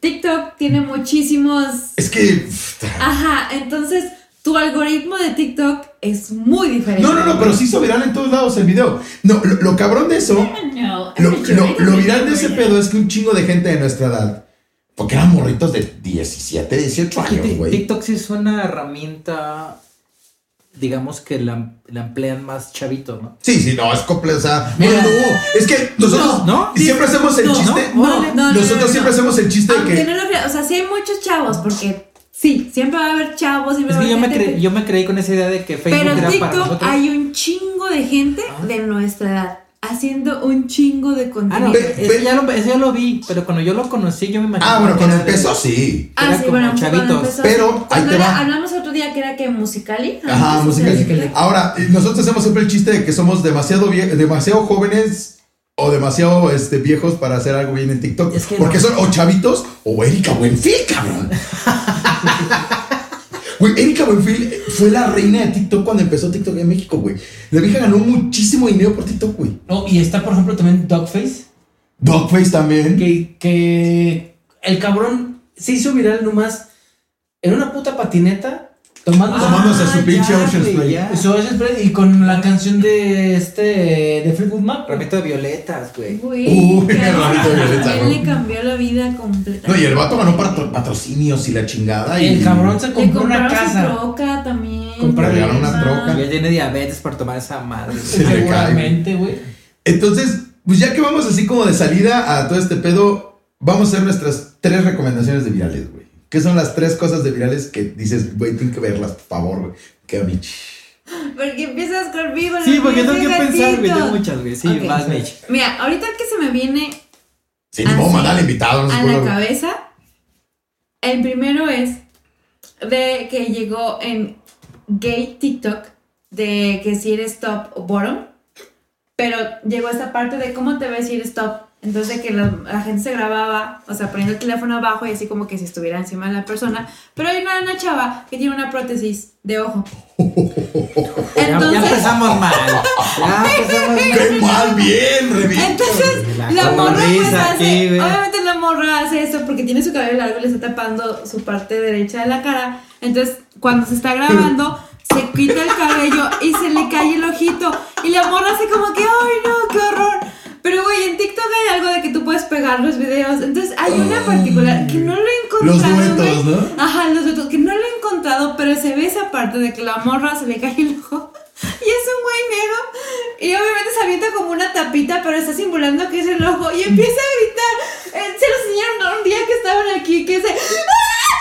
[SPEAKER 4] TikTok
[SPEAKER 2] Mm.
[SPEAKER 4] tiene muchísimos.
[SPEAKER 2] Es que. pff,
[SPEAKER 4] Ajá, entonces tu algoritmo de TikTok es muy diferente.
[SPEAKER 2] No, no, no, pero sí hizo viral en todos lados el video. No, lo, lo cabrón de eso.
[SPEAKER 4] No,
[SPEAKER 2] Lo,
[SPEAKER 4] es que
[SPEAKER 2] lo-
[SPEAKER 4] yo-
[SPEAKER 2] lo viral de ese pedo es que un chingo de gente de nuestra edad. Porque eran morritos de 17, 18 años,
[SPEAKER 5] Ti-
[SPEAKER 2] güey.
[SPEAKER 5] TikTok sí es una herramienta, digamos que la, la emplean más chavitos, ¿no?
[SPEAKER 2] Sí, sí, no, es completo. O sea, no,
[SPEAKER 5] Mira.
[SPEAKER 2] no, es que nosotros
[SPEAKER 5] No, no.
[SPEAKER 2] siempre hacemos el
[SPEAKER 4] No,
[SPEAKER 2] chiste.
[SPEAKER 4] no, no, no,
[SPEAKER 2] nosotros
[SPEAKER 4] no, no.
[SPEAKER 2] siempre hacemos el chiste de
[SPEAKER 4] Aunque
[SPEAKER 2] que.
[SPEAKER 4] no lo creas, o sea, sí hay muchos chavos, porque sí, siempre va a haber chavos, siempre
[SPEAKER 5] Es
[SPEAKER 4] va a
[SPEAKER 5] que yo
[SPEAKER 4] haber
[SPEAKER 5] me,
[SPEAKER 4] gente.
[SPEAKER 5] cre- yo me creí con esa idea de que Facebook
[SPEAKER 4] pero en
[SPEAKER 5] era para
[SPEAKER 4] TikTok
[SPEAKER 5] nosotros.
[SPEAKER 4] hay un chingo de gente de nuestra edad haciendo un chingo de
[SPEAKER 5] Ah,
[SPEAKER 4] contenido.
[SPEAKER 5] no,
[SPEAKER 2] Ve-
[SPEAKER 5] ese,
[SPEAKER 2] ve-
[SPEAKER 5] ya lo, ese ya lo vi, pero cuando yo lo conocí, yo me imaginé.
[SPEAKER 2] Ah, bueno, cuando empezó, sí.
[SPEAKER 4] Ah,
[SPEAKER 5] Era
[SPEAKER 4] sí,
[SPEAKER 5] como
[SPEAKER 4] bueno,
[SPEAKER 5] chavitos.
[SPEAKER 4] cuando empezó-
[SPEAKER 2] Pero ahí
[SPEAKER 4] cuando
[SPEAKER 2] te
[SPEAKER 4] era-
[SPEAKER 2] va.
[SPEAKER 4] Hablamos otro día que era que Musicali.
[SPEAKER 2] Ajá, música. Ahora, eh, nosotros hacemos siempre el chiste de que somos demasiado, vie- demasiado jóvenes o demasiado este, viejos para hacer algo bien en TikTok.
[SPEAKER 5] Es que
[SPEAKER 2] porque
[SPEAKER 5] no.
[SPEAKER 2] son o chavitos o Erika Buenfil, cabrón. Güey, Erika Buenfil fue la reina de TikTok cuando empezó TikTok en México, güey. La vieja ganó muchísimo dinero por TikTok, güey.
[SPEAKER 6] No, y está, por ejemplo, también Dogface.
[SPEAKER 2] Dogface también.
[SPEAKER 6] Que, que el cabrón se hizo viral nomás en una puta patineta tomando.
[SPEAKER 4] Ah.
[SPEAKER 2] Tomándose su pinche Ocean Spray.
[SPEAKER 5] Ah, ya.
[SPEAKER 6] Su Ocean Spray y con la canción de este de Fleetwood Mac.
[SPEAKER 5] Ramito de violetas, güey.
[SPEAKER 4] Güey,
[SPEAKER 2] Uy,
[SPEAKER 4] que
[SPEAKER 2] qué raro, Violeta,
[SPEAKER 4] él
[SPEAKER 2] güey.
[SPEAKER 4] le cambió la vida completa.
[SPEAKER 2] No, y el vato ganó patro- patrocinios y la chingada. Y
[SPEAKER 6] El cabrón se
[SPEAKER 4] Le
[SPEAKER 6] compró una
[SPEAKER 4] compraron su
[SPEAKER 6] casa.
[SPEAKER 4] troca también.
[SPEAKER 6] Compraron
[SPEAKER 2] Le regalaron una
[SPEAKER 4] Ah,
[SPEAKER 2] troca.
[SPEAKER 5] Ya tiene diabetes por tomar esa madre.
[SPEAKER 2] Se le cae.
[SPEAKER 6] Seguramente, güey.
[SPEAKER 2] Entonces, pues ya que vamos así como de salida a todo este pedo, vamos a hacer nuestras tres recomendaciones de virales, güey. ¿Qué son las tres cosas de virales que dices, güey, tienen que verlas, por favor, güey? Qué bicho.
[SPEAKER 4] Porque empiezas conmigo.
[SPEAKER 5] Sí,
[SPEAKER 4] los
[SPEAKER 5] porque tengo que
[SPEAKER 4] pies de
[SPEAKER 5] pensar, güey. Tengo
[SPEAKER 4] gatito.
[SPEAKER 5] muchas, güey. Sí,
[SPEAKER 4] Ok.
[SPEAKER 5] más Mitch.
[SPEAKER 4] Mira, ahorita que se me viene
[SPEAKER 2] Sí,
[SPEAKER 4] Ah,
[SPEAKER 2] no,
[SPEAKER 4] sí.
[SPEAKER 2] mandar al invitado, no se
[SPEAKER 4] a la
[SPEAKER 2] puede.
[SPEAKER 4] cabeza. El primero es de que llegó en gay TikTok de que si eres top o bottom, pero llegó esta parte de cómo te ves si eres top. Entonces de que la, la gente se grababa, o sea, poniendo el teléfono abajo y así como que si estuviera encima de la persona. Pero hay una, una chava que tiene una prótesis de ojo.
[SPEAKER 5] Ya, ya
[SPEAKER 4] Entonces,
[SPEAKER 5] empezamos mal. Ya empezamos mal.
[SPEAKER 2] ¡Qué mal, bien, revista!
[SPEAKER 4] entonces
[SPEAKER 5] La
[SPEAKER 4] La morra pues
[SPEAKER 5] cotorriza aquí,
[SPEAKER 4] hace,
[SPEAKER 5] güey.
[SPEAKER 4] obviamente la morra hace eso porque tiene su cabello largo y le está tapando su parte derecha de la cara. Entonces, cuando se está grabando, se quita el cabello y se le cae el ojito. Y la morra hace como que, ay no, qué horror. Pero güey, en TikTok hay algo de que tú puedes pegar los videos. Entonces, hay una particular que no lo he
[SPEAKER 2] Los
[SPEAKER 4] encontrado.
[SPEAKER 2] duetos,
[SPEAKER 4] güey.
[SPEAKER 2] ¿no?
[SPEAKER 4] Ajá, los duetos, que no lo he encontrado, pero se ve esa parte de que la morra se le cae el ojo. Y es un güey negro. Y obviamente se avienta como una tapita, pero está simulando que es el ojo. Y empieza a gritar. Eh, se lo enseñaron un día que estaban aquí, que se. ¡Ah!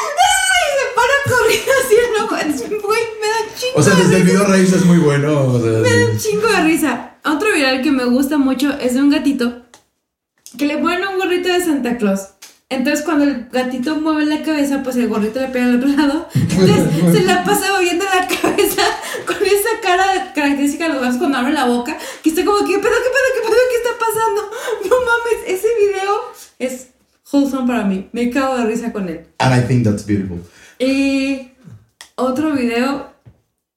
[SPEAKER 4] ¡Ah! Y se para corriendo así el ojo. Es- Güey, me da un chingo
[SPEAKER 2] O sea,
[SPEAKER 4] de
[SPEAKER 2] desde el
[SPEAKER 4] risa.
[SPEAKER 2] video raíz es muy bueno. o sea,
[SPEAKER 4] Me da un chingo de risa. Otro viral que me gusta mucho es de un gatito que le ponen un gorrito de Santa Claus. Entonces, cuando el gatito mueve la cabeza, pues el gorrito le pega al otro lado. Entonces, se la pasa moviendo la cabeza con esa cara característica de los gatos cuando abre la boca. Que está como, ¿qué pedo, qué pedo, qué pedo, qué está pasando? No mames, ese video es wholesome para mí. Me cago de risa con él.
[SPEAKER 2] And I think that's beautiful.
[SPEAKER 4] Y otro video.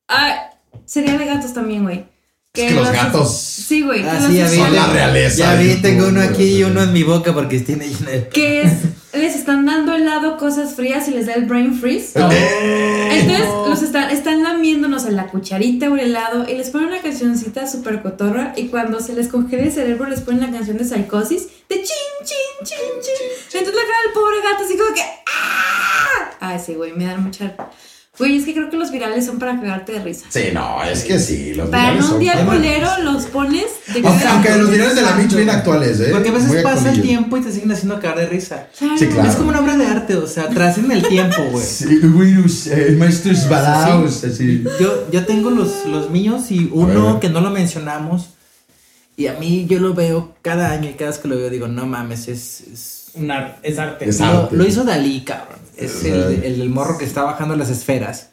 [SPEAKER 4] Ah, sería de gatos también, güey.
[SPEAKER 2] Es que los
[SPEAKER 4] hace-
[SPEAKER 2] gatos-
[SPEAKER 4] Sí, güey. que
[SPEAKER 5] Ah,
[SPEAKER 4] los
[SPEAKER 5] sí, ya
[SPEAKER 4] hace-
[SPEAKER 5] vi.
[SPEAKER 2] Son la realeza.
[SPEAKER 5] Ya vi, tengo uno aquí y
[SPEAKER 2] Sí.
[SPEAKER 5] uno en mi boca porque tiene llena de.
[SPEAKER 4] Que es. Les están dando helado cosas frías y les da el brain freeze. Entonces, los están, están lamiéndonos en la cucharita o el helado y les ponen una cancioncita súper cotorra. Y cuando se les congela el cerebro, les ponen la canción de psicosis de chin, chin, chin, chin. Entonces, la cara del pobre gato, así como que. ¡Ah! Ay, sí, güey, me dan mucha. Güey, es que creo que los virales son para cagarte de risa.
[SPEAKER 2] Sí, no, es que sí. Los
[SPEAKER 4] Para
[SPEAKER 2] virales
[SPEAKER 4] un
[SPEAKER 2] son-
[SPEAKER 4] día culero los pones de
[SPEAKER 2] Aunque,
[SPEAKER 4] cara.
[SPEAKER 2] aunque los virales de la Mitch bien actuales, ¿eh?
[SPEAKER 5] Porque a veces
[SPEAKER 2] Muy
[SPEAKER 5] pasa el
[SPEAKER 2] actualillos.
[SPEAKER 5] tiempo y te siguen haciendo cagar de risa.
[SPEAKER 4] Claro.
[SPEAKER 2] Sí, claro.
[SPEAKER 5] Es como una obra de arte, o sea, tracen el tiempo, güey.
[SPEAKER 2] Sí, güey, eh, el maestro es badaos, así.
[SPEAKER 5] Yo, yo tengo los, los míos y
[SPEAKER 2] A ver.
[SPEAKER 5] uno que no lo mencionamos. Y a mí yo lo veo cada año y cada vez que lo veo digo, no mames, es. es-
[SPEAKER 6] Una- es arte.
[SPEAKER 2] Es
[SPEAKER 5] lo,
[SPEAKER 2] arte.
[SPEAKER 5] lo hizo Dalí, cabrón. Es el,
[SPEAKER 2] Ay.
[SPEAKER 5] el del morro que está bajando las esferas.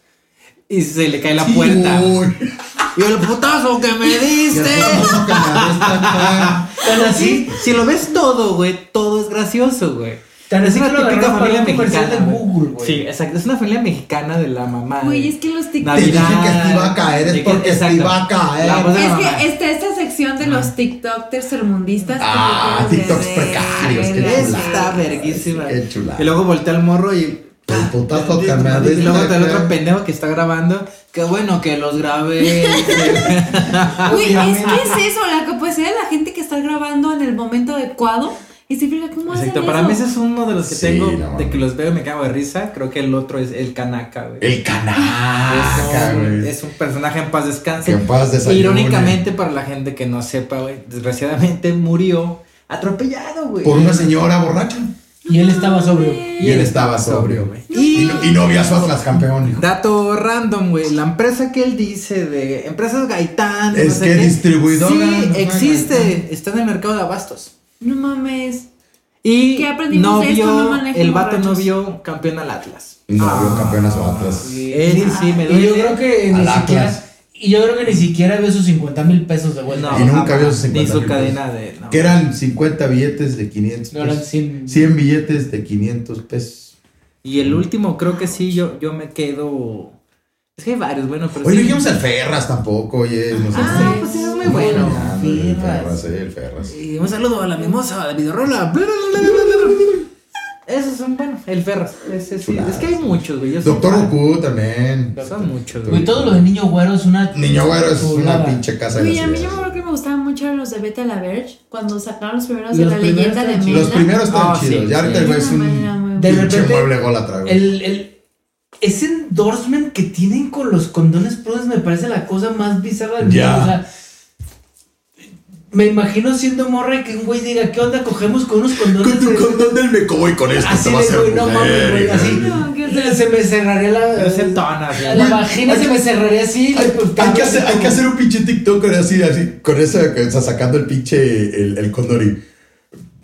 [SPEAKER 5] Y se le cae la puerta.
[SPEAKER 2] Uy,
[SPEAKER 5] Y el putazo que me
[SPEAKER 2] ya
[SPEAKER 5] diste.
[SPEAKER 2] estamos acá, ya está acá.
[SPEAKER 5] Pero así, si lo ves todo, güey, todo es es gracioso, güey.
[SPEAKER 3] Tan
[SPEAKER 5] Es
[SPEAKER 3] así que
[SPEAKER 5] una
[SPEAKER 3] lo
[SPEAKER 5] típica
[SPEAKER 3] agarraron para
[SPEAKER 5] familia
[SPEAKER 3] un comercial de
[SPEAKER 5] mexicana. güey.
[SPEAKER 3] Google, güey.
[SPEAKER 5] Sí, exacto. Es una familia mexicana de la mamá.
[SPEAKER 4] Güey,
[SPEAKER 5] de
[SPEAKER 4] es que los TikToks.
[SPEAKER 2] Te dije
[SPEAKER 5] Navidad.
[SPEAKER 2] que te iba a caer, es
[SPEAKER 5] de que-
[SPEAKER 2] porque te
[SPEAKER 5] exacto.
[SPEAKER 2] iba a caer.
[SPEAKER 5] La voz de la
[SPEAKER 4] Es
[SPEAKER 5] mamá.
[SPEAKER 4] que está esta sección de los TikTok tercermundistas. que
[SPEAKER 2] Ah,
[SPEAKER 4] te quieres
[SPEAKER 2] TikToks
[SPEAKER 4] de
[SPEAKER 2] precarios, qué
[SPEAKER 4] verga,
[SPEAKER 2] chulada.
[SPEAKER 5] Está
[SPEAKER 4] sí.
[SPEAKER 5] verguísima.
[SPEAKER 2] Qué chula.
[SPEAKER 5] Y luego voltea al morro y.
[SPEAKER 2] El putazo que me
[SPEAKER 5] Y luego está el
[SPEAKER 2] acá.
[SPEAKER 5] otro pendejo que está grabando. Qué bueno que los grabé.
[SPEAKER 4] Güey, es que es eso, la capacidad de la gente que está grabando en el momento adecuado. Y se fija cómo hacen
[SPEAKER 5] Exacto, para mí ese
[SPEAKER 4] eso?
[SPEAKER 5] es uno de los que
[SPEAKER 2] Sí,
[SPEAKER 5] tengo,
[SPEAKER 2] no
[SPEAKER 5] de que
[SPEAKER 2] mames.
[SPEAKER 5] los veo y me cago de risa. Creo que el otro es el Kanaka, güey.
[SPEAKER 2] El
[SPEAKER 5] es,
[SPEAKER 2] canaca,
[SPEAKER 5] un,
[SPEAKER 2] Este güey.
[SPEAKER 5] es un personaje en
[SPEAKER 2] Ah,
[SPEAKER 5] paz
[SPEAKER 2] Que
[SPEAKER 5] descanse.
[SPEAKER 2] en paz desayune.
[SPEAKER 5] Irónicamente, para la gente que no sepa, güey, desgraciadamente murió atropellado, güey.
[SPEAKER 2] Por una señora borracha.
[SPEAKER 3] Y él estaba sobrio.
[SPEAKER 2] Y él estaba sobrio, güey. Y, no- y no vi a su Atlas campeón, hijo.
[SPEAKER 5] Dato random, güey. La empresa que él dice de empresas Gaitán.
[SPEAKER 2] Es que
[SPEAKER 5] qué,
[SPEAKER 2] distribuidora, no
[SPEAKER 5] Sí,
[SPEAKER 2] fue Gaitán.
[SPEAKER 5] existe. Está en el mercado de abastos.
[SPEAKER 4] No mames.
[SPEAKER 5] Y
[SPEAKER 4] ¿Qué aprendimos
[SPEAKER 5] no
[SPEAKER 4] de esto?
[SPEAKER 5] vio,
[SPEAKER 4] No manejen
[SPEAKER 5] el vato no
[SPEAKER 4] borrachos.
[SPEAKER 5] vio campeón al Atlas.
[SPEAKER 2] No vio campeón a su Atlas.
[SPEAKER 5] Él sí
[SPEAKER 4] Ah,
[SPEAKER 5] me
[SPEAKER 3] Y
[SPEAKER 5] duele.
[SPEAKER 3] yo creo que
[SPEAKER 2] Al
[SPEAKER 3] ni
[SPEAKER 2] Atlas.
[SPEAKER 3] siquiera. Y yo creo que ni siquiera vio sus 50 mil pesos de vuelta.
[SPEAKER 5] No,
[SPEAKER 2] Y nunca
[SPEAKER 5] jamás.
[SPEAKER 2] vio sus
[SPEAKER 5] Ni
[SPEAKER 2] 50
[SPEAKER 5] su
[SPEAKER 2] mil
[SPEAKER 5] cadena de. no.
[SPEAKER 2] Que eran 50 billetes de 500
[SPEAKER 3] No, eran
[SPEAKER 2] pesos.
[SPEAKER 3] 100.
[SPEAKER 2] 100 billetes de 500 pesos.
[SPEAKER 5] Y el último, creo que sí, yo, yo me quedo. Es que hay varios, bueno, pero.
[SPEAKER 2] Oye, no
[SPEAKER 5] Pues sí.
[SPEAKER 2] dijimos el Ferras tampoco, oye. No sé.
[SPEAKER 5] Ah, pues eso es muy bueno.
[SPEAKER 2] Ah, no, el Ferras,
[SPEAKER 3] Ferras.
[SPEAKER 2] eh, el Ferras.
[SPEAKER 5] Y un saludo a la mimosa de Vidorrola. Esos son, bueno, el Ferras. ese sí.
[SPEAKER 2] Chuladas.
[SPEAKER 5] Es que hay muchos, güey. yo
[SPEAKER 2] Doctor
[SPEAKER 5] soy-
[SPEAKER 2] Goku también.
[SPEAKER 5] Son muchos,
[SPEAKER 3] Güey,
[SPEAKER 5] güey.
[SPEAKER 3] todo lo de niño güero es una.
[SPEAKER 2] Niño Güero es una
[SPEAKER 3] chulada.
[SPEAKER 2] pinche casa de
[SPEAKER 4] Güey, a
[SPEAKER 2] las
[SPEAKER 4] mí yo me
[SPEAKER 2] ideas.
[SPEAKER 4] acuerdo que me gustaban mucho los de Beta la Verge cuando sacaron los primeros de
[SPEAKER 3] Los
[SPEAKER 4] la
[SPEAKER 3] primeros
[SPEAKER 4] leyenda de
[SPEAKER 3] estaban
[SPEAKER 4] Mela.
[SPEAKER 3] chidos.
[SPEAKER 2] Los primeros están
[SPEAKER 5] Ah, sí,
[SPEAKER 2] chidos. ya ahorita
[SPEAKER 5] sí.
[SPEAKER 2] el güey es
[SPEAKER 4] Era
[SPEAKER 2] un
[SPEAKER 4] muy
[SPEAKER 3] De
[SPEAKER 4] bueno.
[SPEAKER 2] pinche
[SPEAKER 3] repente,
[SPEAKER 2] mueble gol atrás. güey.
[SPEAKER 3] El, el, ese endorsement que tienen con los condones pros me parece la cosa más bizarra del
[SPEAKER 2] Ya.
[SPEAKER 3] mundo. O sea, me imagino siendo morra y que un güey diga, ¿qué onda? Cogemos con unos condones.
[SPEAKER 2] Con tu
[SPEAKER 3] de-
[SPEAKER 2] condón del meco voy con esto,
[SPEAKER 3] Así
[SPEAKER 2] te va a
[SPEAKER 3] de
[SPEAKER 2] hacer
[SPEAKER 3] güey, no mames,
[SPEAKER 2] mujer.
[SPEAKER 3] güey,
[SPEAKER 2] hija.
[SPEAKER 3] así.
[SPEAKER 4] No, qué raro.
[SPEAKER 3] se me cerraría la.
[SPEAKER 5] Pero se entona, güey.
[SPEAKER 3] la vagina
[SPEAKER 2] hay
[SPEAKER 3] se
[SPEAKER 2] que-
[SPEAKER 3] me cerraría así.
[SPEAKER 2] Hay,
[SPEAKER 3] pues,
[SPEAKER 2] hay que hacer, hay que hacer un pinche TikTok con así, así, con eso, con eso, sacando el pinche, el, el cóndor y...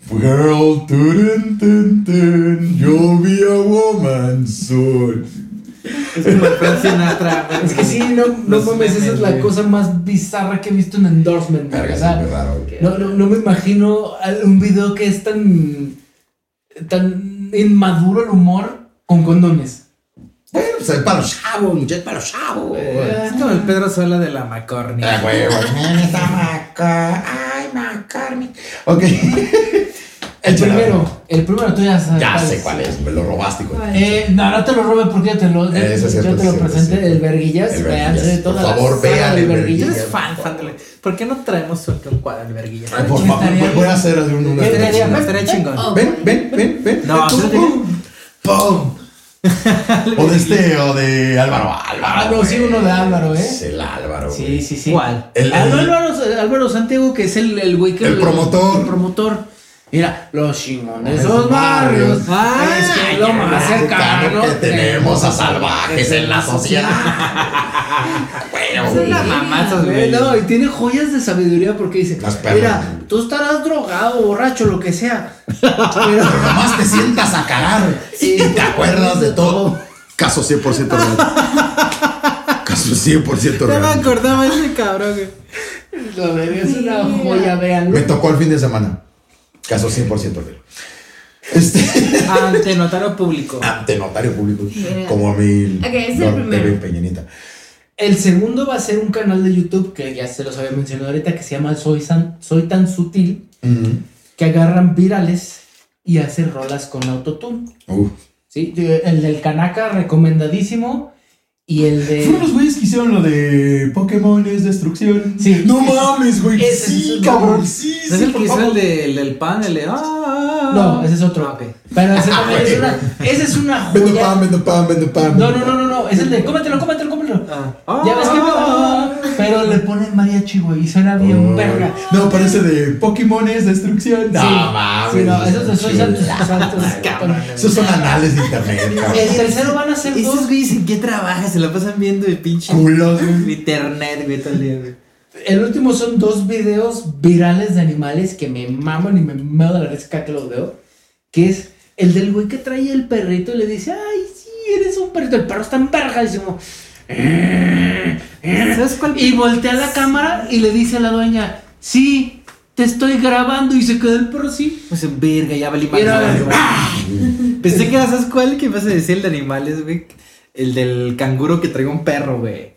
[SPEAKER 2] Girl, turun, tun, tun, you'll be a woman soon.
[SPEAKER 5] Es como el Frank Sinatra, güey.
[SPEAKER 3] Es que sí, no, no
[SPEAKER 5] Los
[SPEAKER 3] mames, esa es la
[SPEAKER 5] memes,
[SPEAKER 3] cosa más bizarra que he visto en endorsement. güey,
[SPEAKER 2] Verga,
[SPEAKER 3] o
[SPEAKER 2] es
[SPEAKER 3] sea,
[SPEAKER 2] muy raro. güey.
[SPEAKER 3] No, no, no me imagino al- un video que es tan. tan inmaduro el humor con condones.
[SPEAKER 2] Bueno, pues es para los chavos, muchachos, para los chavos.
[SPEAKER 5] güey.
[SPEAKER 3] Eh,
[SPEAKER 5] Es como el Pedro Sola de la Macorni.
[SPEAKER 2] Ah, güey, güey. Está Maca- Ay, Macarmi. Ok.
[SPEAKER 3] El
[SPEAKER 2] Échala, güey.
[SPEAKER 3] primero, el primero tú ya sabes.
[SPEAKER 2] Ya
[SPEAKER 3] cuál
[SPEAKER 2] sé
[SPEAKER 3] es.
[SPEAKER 2] cuál es, me lo robaste, güey.
[SPEAKER 4] ¿Cuál?
[SPEAKER 3] Eh, no, no te lo robe porque yo te lo,
[SPEAKER 2] Eso es cierto, es
[SPEAKER 3] yo te lo
[SPEAKER 2] cierto, es
[SPEAKER 3] presenté.
[SPEAKER 2] cierto.
[SPEAKER 3] El verguillas,
[SPEAKER 2] El
[SPEAKER 3] vean,
[SPEAKER 2] Verguillas,
[SPEAKER 3] de toda
[SPEAKER 2] por
[SPEAKER 3] la
[SPEAKER 2] favor,
[SPEAKER 3] saga
[SPEAKER 2] vean
[SPEAKER 3] del
[SPEAKER 2] el
[SPEAKER 5] Yo
[SPEAKER 2] Verguillas.
[SPEAKER 5] eres fan, fan de la- ¿Por qué no traemos suerte un cuadro del verguilla?
[SPEAKER 2] Ay, Ah, por favor,
[SPEAKER 3] Estaría
[SPEAKER 2] voy a hacer de un... una-
[SPEAKER 5] Estaría
[SPEAKER 3] Estaría-
[SPEAKER 5] chingón, estaría chingón.
[SPEAKER 4] Oh,
[SPEAKER 2] Ven, ven, ven, ven.
[SPEAKER 5] No,
[SPEAKER 2] Tú,
[SPEAKER 5] pero te-
[SPEAKER 2] pum, pum. O de este, o de Álvaro. Álvaro.
[SPEAKER 3] Ah, no, sí,
[SPEAKER 2] güey.
[SPEAKER 3] uno de Álvaro, ¿eh?
[SPEAKER 2] Es el Álvaro.
[SPEAKER 3] Sí,
[SPEAKER 2] güey.
[SPEAKER 3] sí, sí.
[SPEAKER 5] ¿Cuál?
[SPEAKER 2] El, el-
[SPEAKER 8] Ah, Álvaro, Álvaro Santiago, que es el, el güey que.
[SPEAKER 2] El promotor.
[SPEAKER 8] El promotor.
[SPEAKER 3] Mira, los chingones.
[SPEAKER 2] Esos
[SPEAKER 3] Esos
[SPEAKER 2] barrios.
[SPEAKER 3] barrios. Ah, es que lo más cercano
[SPEAKER 2] que tenemos a salvajes en la sociedad. Bueno, güey.
[SPEAKER 5] Una mamaza,
[SPEAKER 8] Eh,
[SPEAKER 5] güey.
[SPEAKER 8] No, y tiene joyas de sabiduría porque dice,
[SPEAKER 2] Las perras.
[SPEAKER 8] mira, tú estarás drogado, borracho, lo que sea. Pero
[SPEAKER 2] Pero nomás te sientas a cagar y te acuerdas de todo. Caso 100% real. Caso 100%
[SPEAKER 5] No me
[SPEAKER 2] real.
[SPEAKER 5] acordaba ese cabrón, güey.
[SPEAKER 3] Lo de- es una joya, véanlo.
[SPEAKER 2] Me tocó el fin de semana. Caso 100% real. Este.
[SPEAKER 5] Ah, Ante notario público.
[SPEAKER 8] Ah,
[SPEAKER 2] ante notario público,
[SPEAKER 4] Verga.
[SPEAKER 2] como a mí
[SPEAKER 4] Ok, ese es el
[SPEAKER 2] Lord
[SPEAKER 4] primero.
[SPEAKER 2] David Peñanita.
[SPEAKER 3] El segundo va a ser un canal de YouTube que ya se los había mencionado ahorita que se llama Soy, San- Soy tan sutil
[SPEAKER 2] Ujú.
[SPEAKER 3] que agarran virales y hacen rolas con autotune.
[SPEAKER 2] Uf.
[SPEAKER 3] Sí, de- el del Kanaka recomendadísimo y el
[SPEAKER 2] Fueron
[SPEAKER 3] de
[SPEAKER 2] los güeyes que hicieron lo de Pokémon es destrucción.
[SPEAKER 3] Sí.
[SPEAKER 2] No mames, güey.
[SPEAKER 3] Ese
[SPEAKER 2] Sí,
[SPEAKER 3] es el
[SPEAKER 2] cabrón.
[SPEAKER 3] nombre.
[SPEAKER 2] Sí,
[SPEAKER 5] ¿Es
[SPEAKER 2] sí,
[SPEAKER 5] el
[SPEAKER 2] por
[SPEAKER 5] que hizo
[SPEAKER 2] favor.
[SPEAKER 5] el, de- el del pan? El de. ah, ah, ah?
[SPEAKER 3] No, ese es otro.
[SPEAKER 5] Ah, ok.
[SPEAKER 3] Pero ese también es una esa es una
[SPEAKER 4] Ah,
[SPEAKER 2] Vendo pan,
[SPEAKER 3] joya.
[SPEAKER 2] vendo pan, vendo pan.
[SPEAKER 3] No, no, no, no, no, es el de cómetelo, cómetelo, cómetelo.
[SPEAKER 5] Ah.
[SPEAKER 3] Ya ves que
[SPEAKER 5] Ah.
[SPEAKER 3] pero le ponen mariachi, güey, y suena bien
[SPEAKER 2] Ay.
[SPEAKER 3] verga.
[SPEAKER 2] No, parece de Pokémon es destrucción. No
[SPEAKER 3] Sí,
[SPEAKER 2] mames.
[SPEAKER 3] sí, no, esos de Soy
[SPEAKER 2] chido.
[SPEAKER 3] Santos, Santos,
[SPEAKER 2] Esos son anales de internet, cabrón.
[SPEAKER 3] El tercero van a ser dos
[SPEAKER 5] ah, Esos güeyes en qué trabajan, se la pasan viendo el pinche.
[SPEAKER 2] Culos, güey.
[SPEAKER 5] Internet, güey, todo el día, güey.
[SPEAKER 3] El último son dos videos virales de animales que me maman y me meo de la risa cada que los veo. Que es el del güey que trae el perrito y le dice, ay, sí, eres un perrito. El perro está en verga. Y, "Eh, como,
[SPEAKER 5] ¿Sabes cuál?
[SPEAKER 8] Y voltea la cámara y le dice a la dueña, sí,
[SPEAKER 9] te estoy grabando y se quedó el perro así.
[SPEAKER 5] Pues verga, ya valí más.
[SPEAKER 9] Era-
[SPEAKER 5] madre, güey. Pensé que era, ¿sabes cuál? Que ibas a decir el de animales, güey. El del canguro que traía un perro, güey.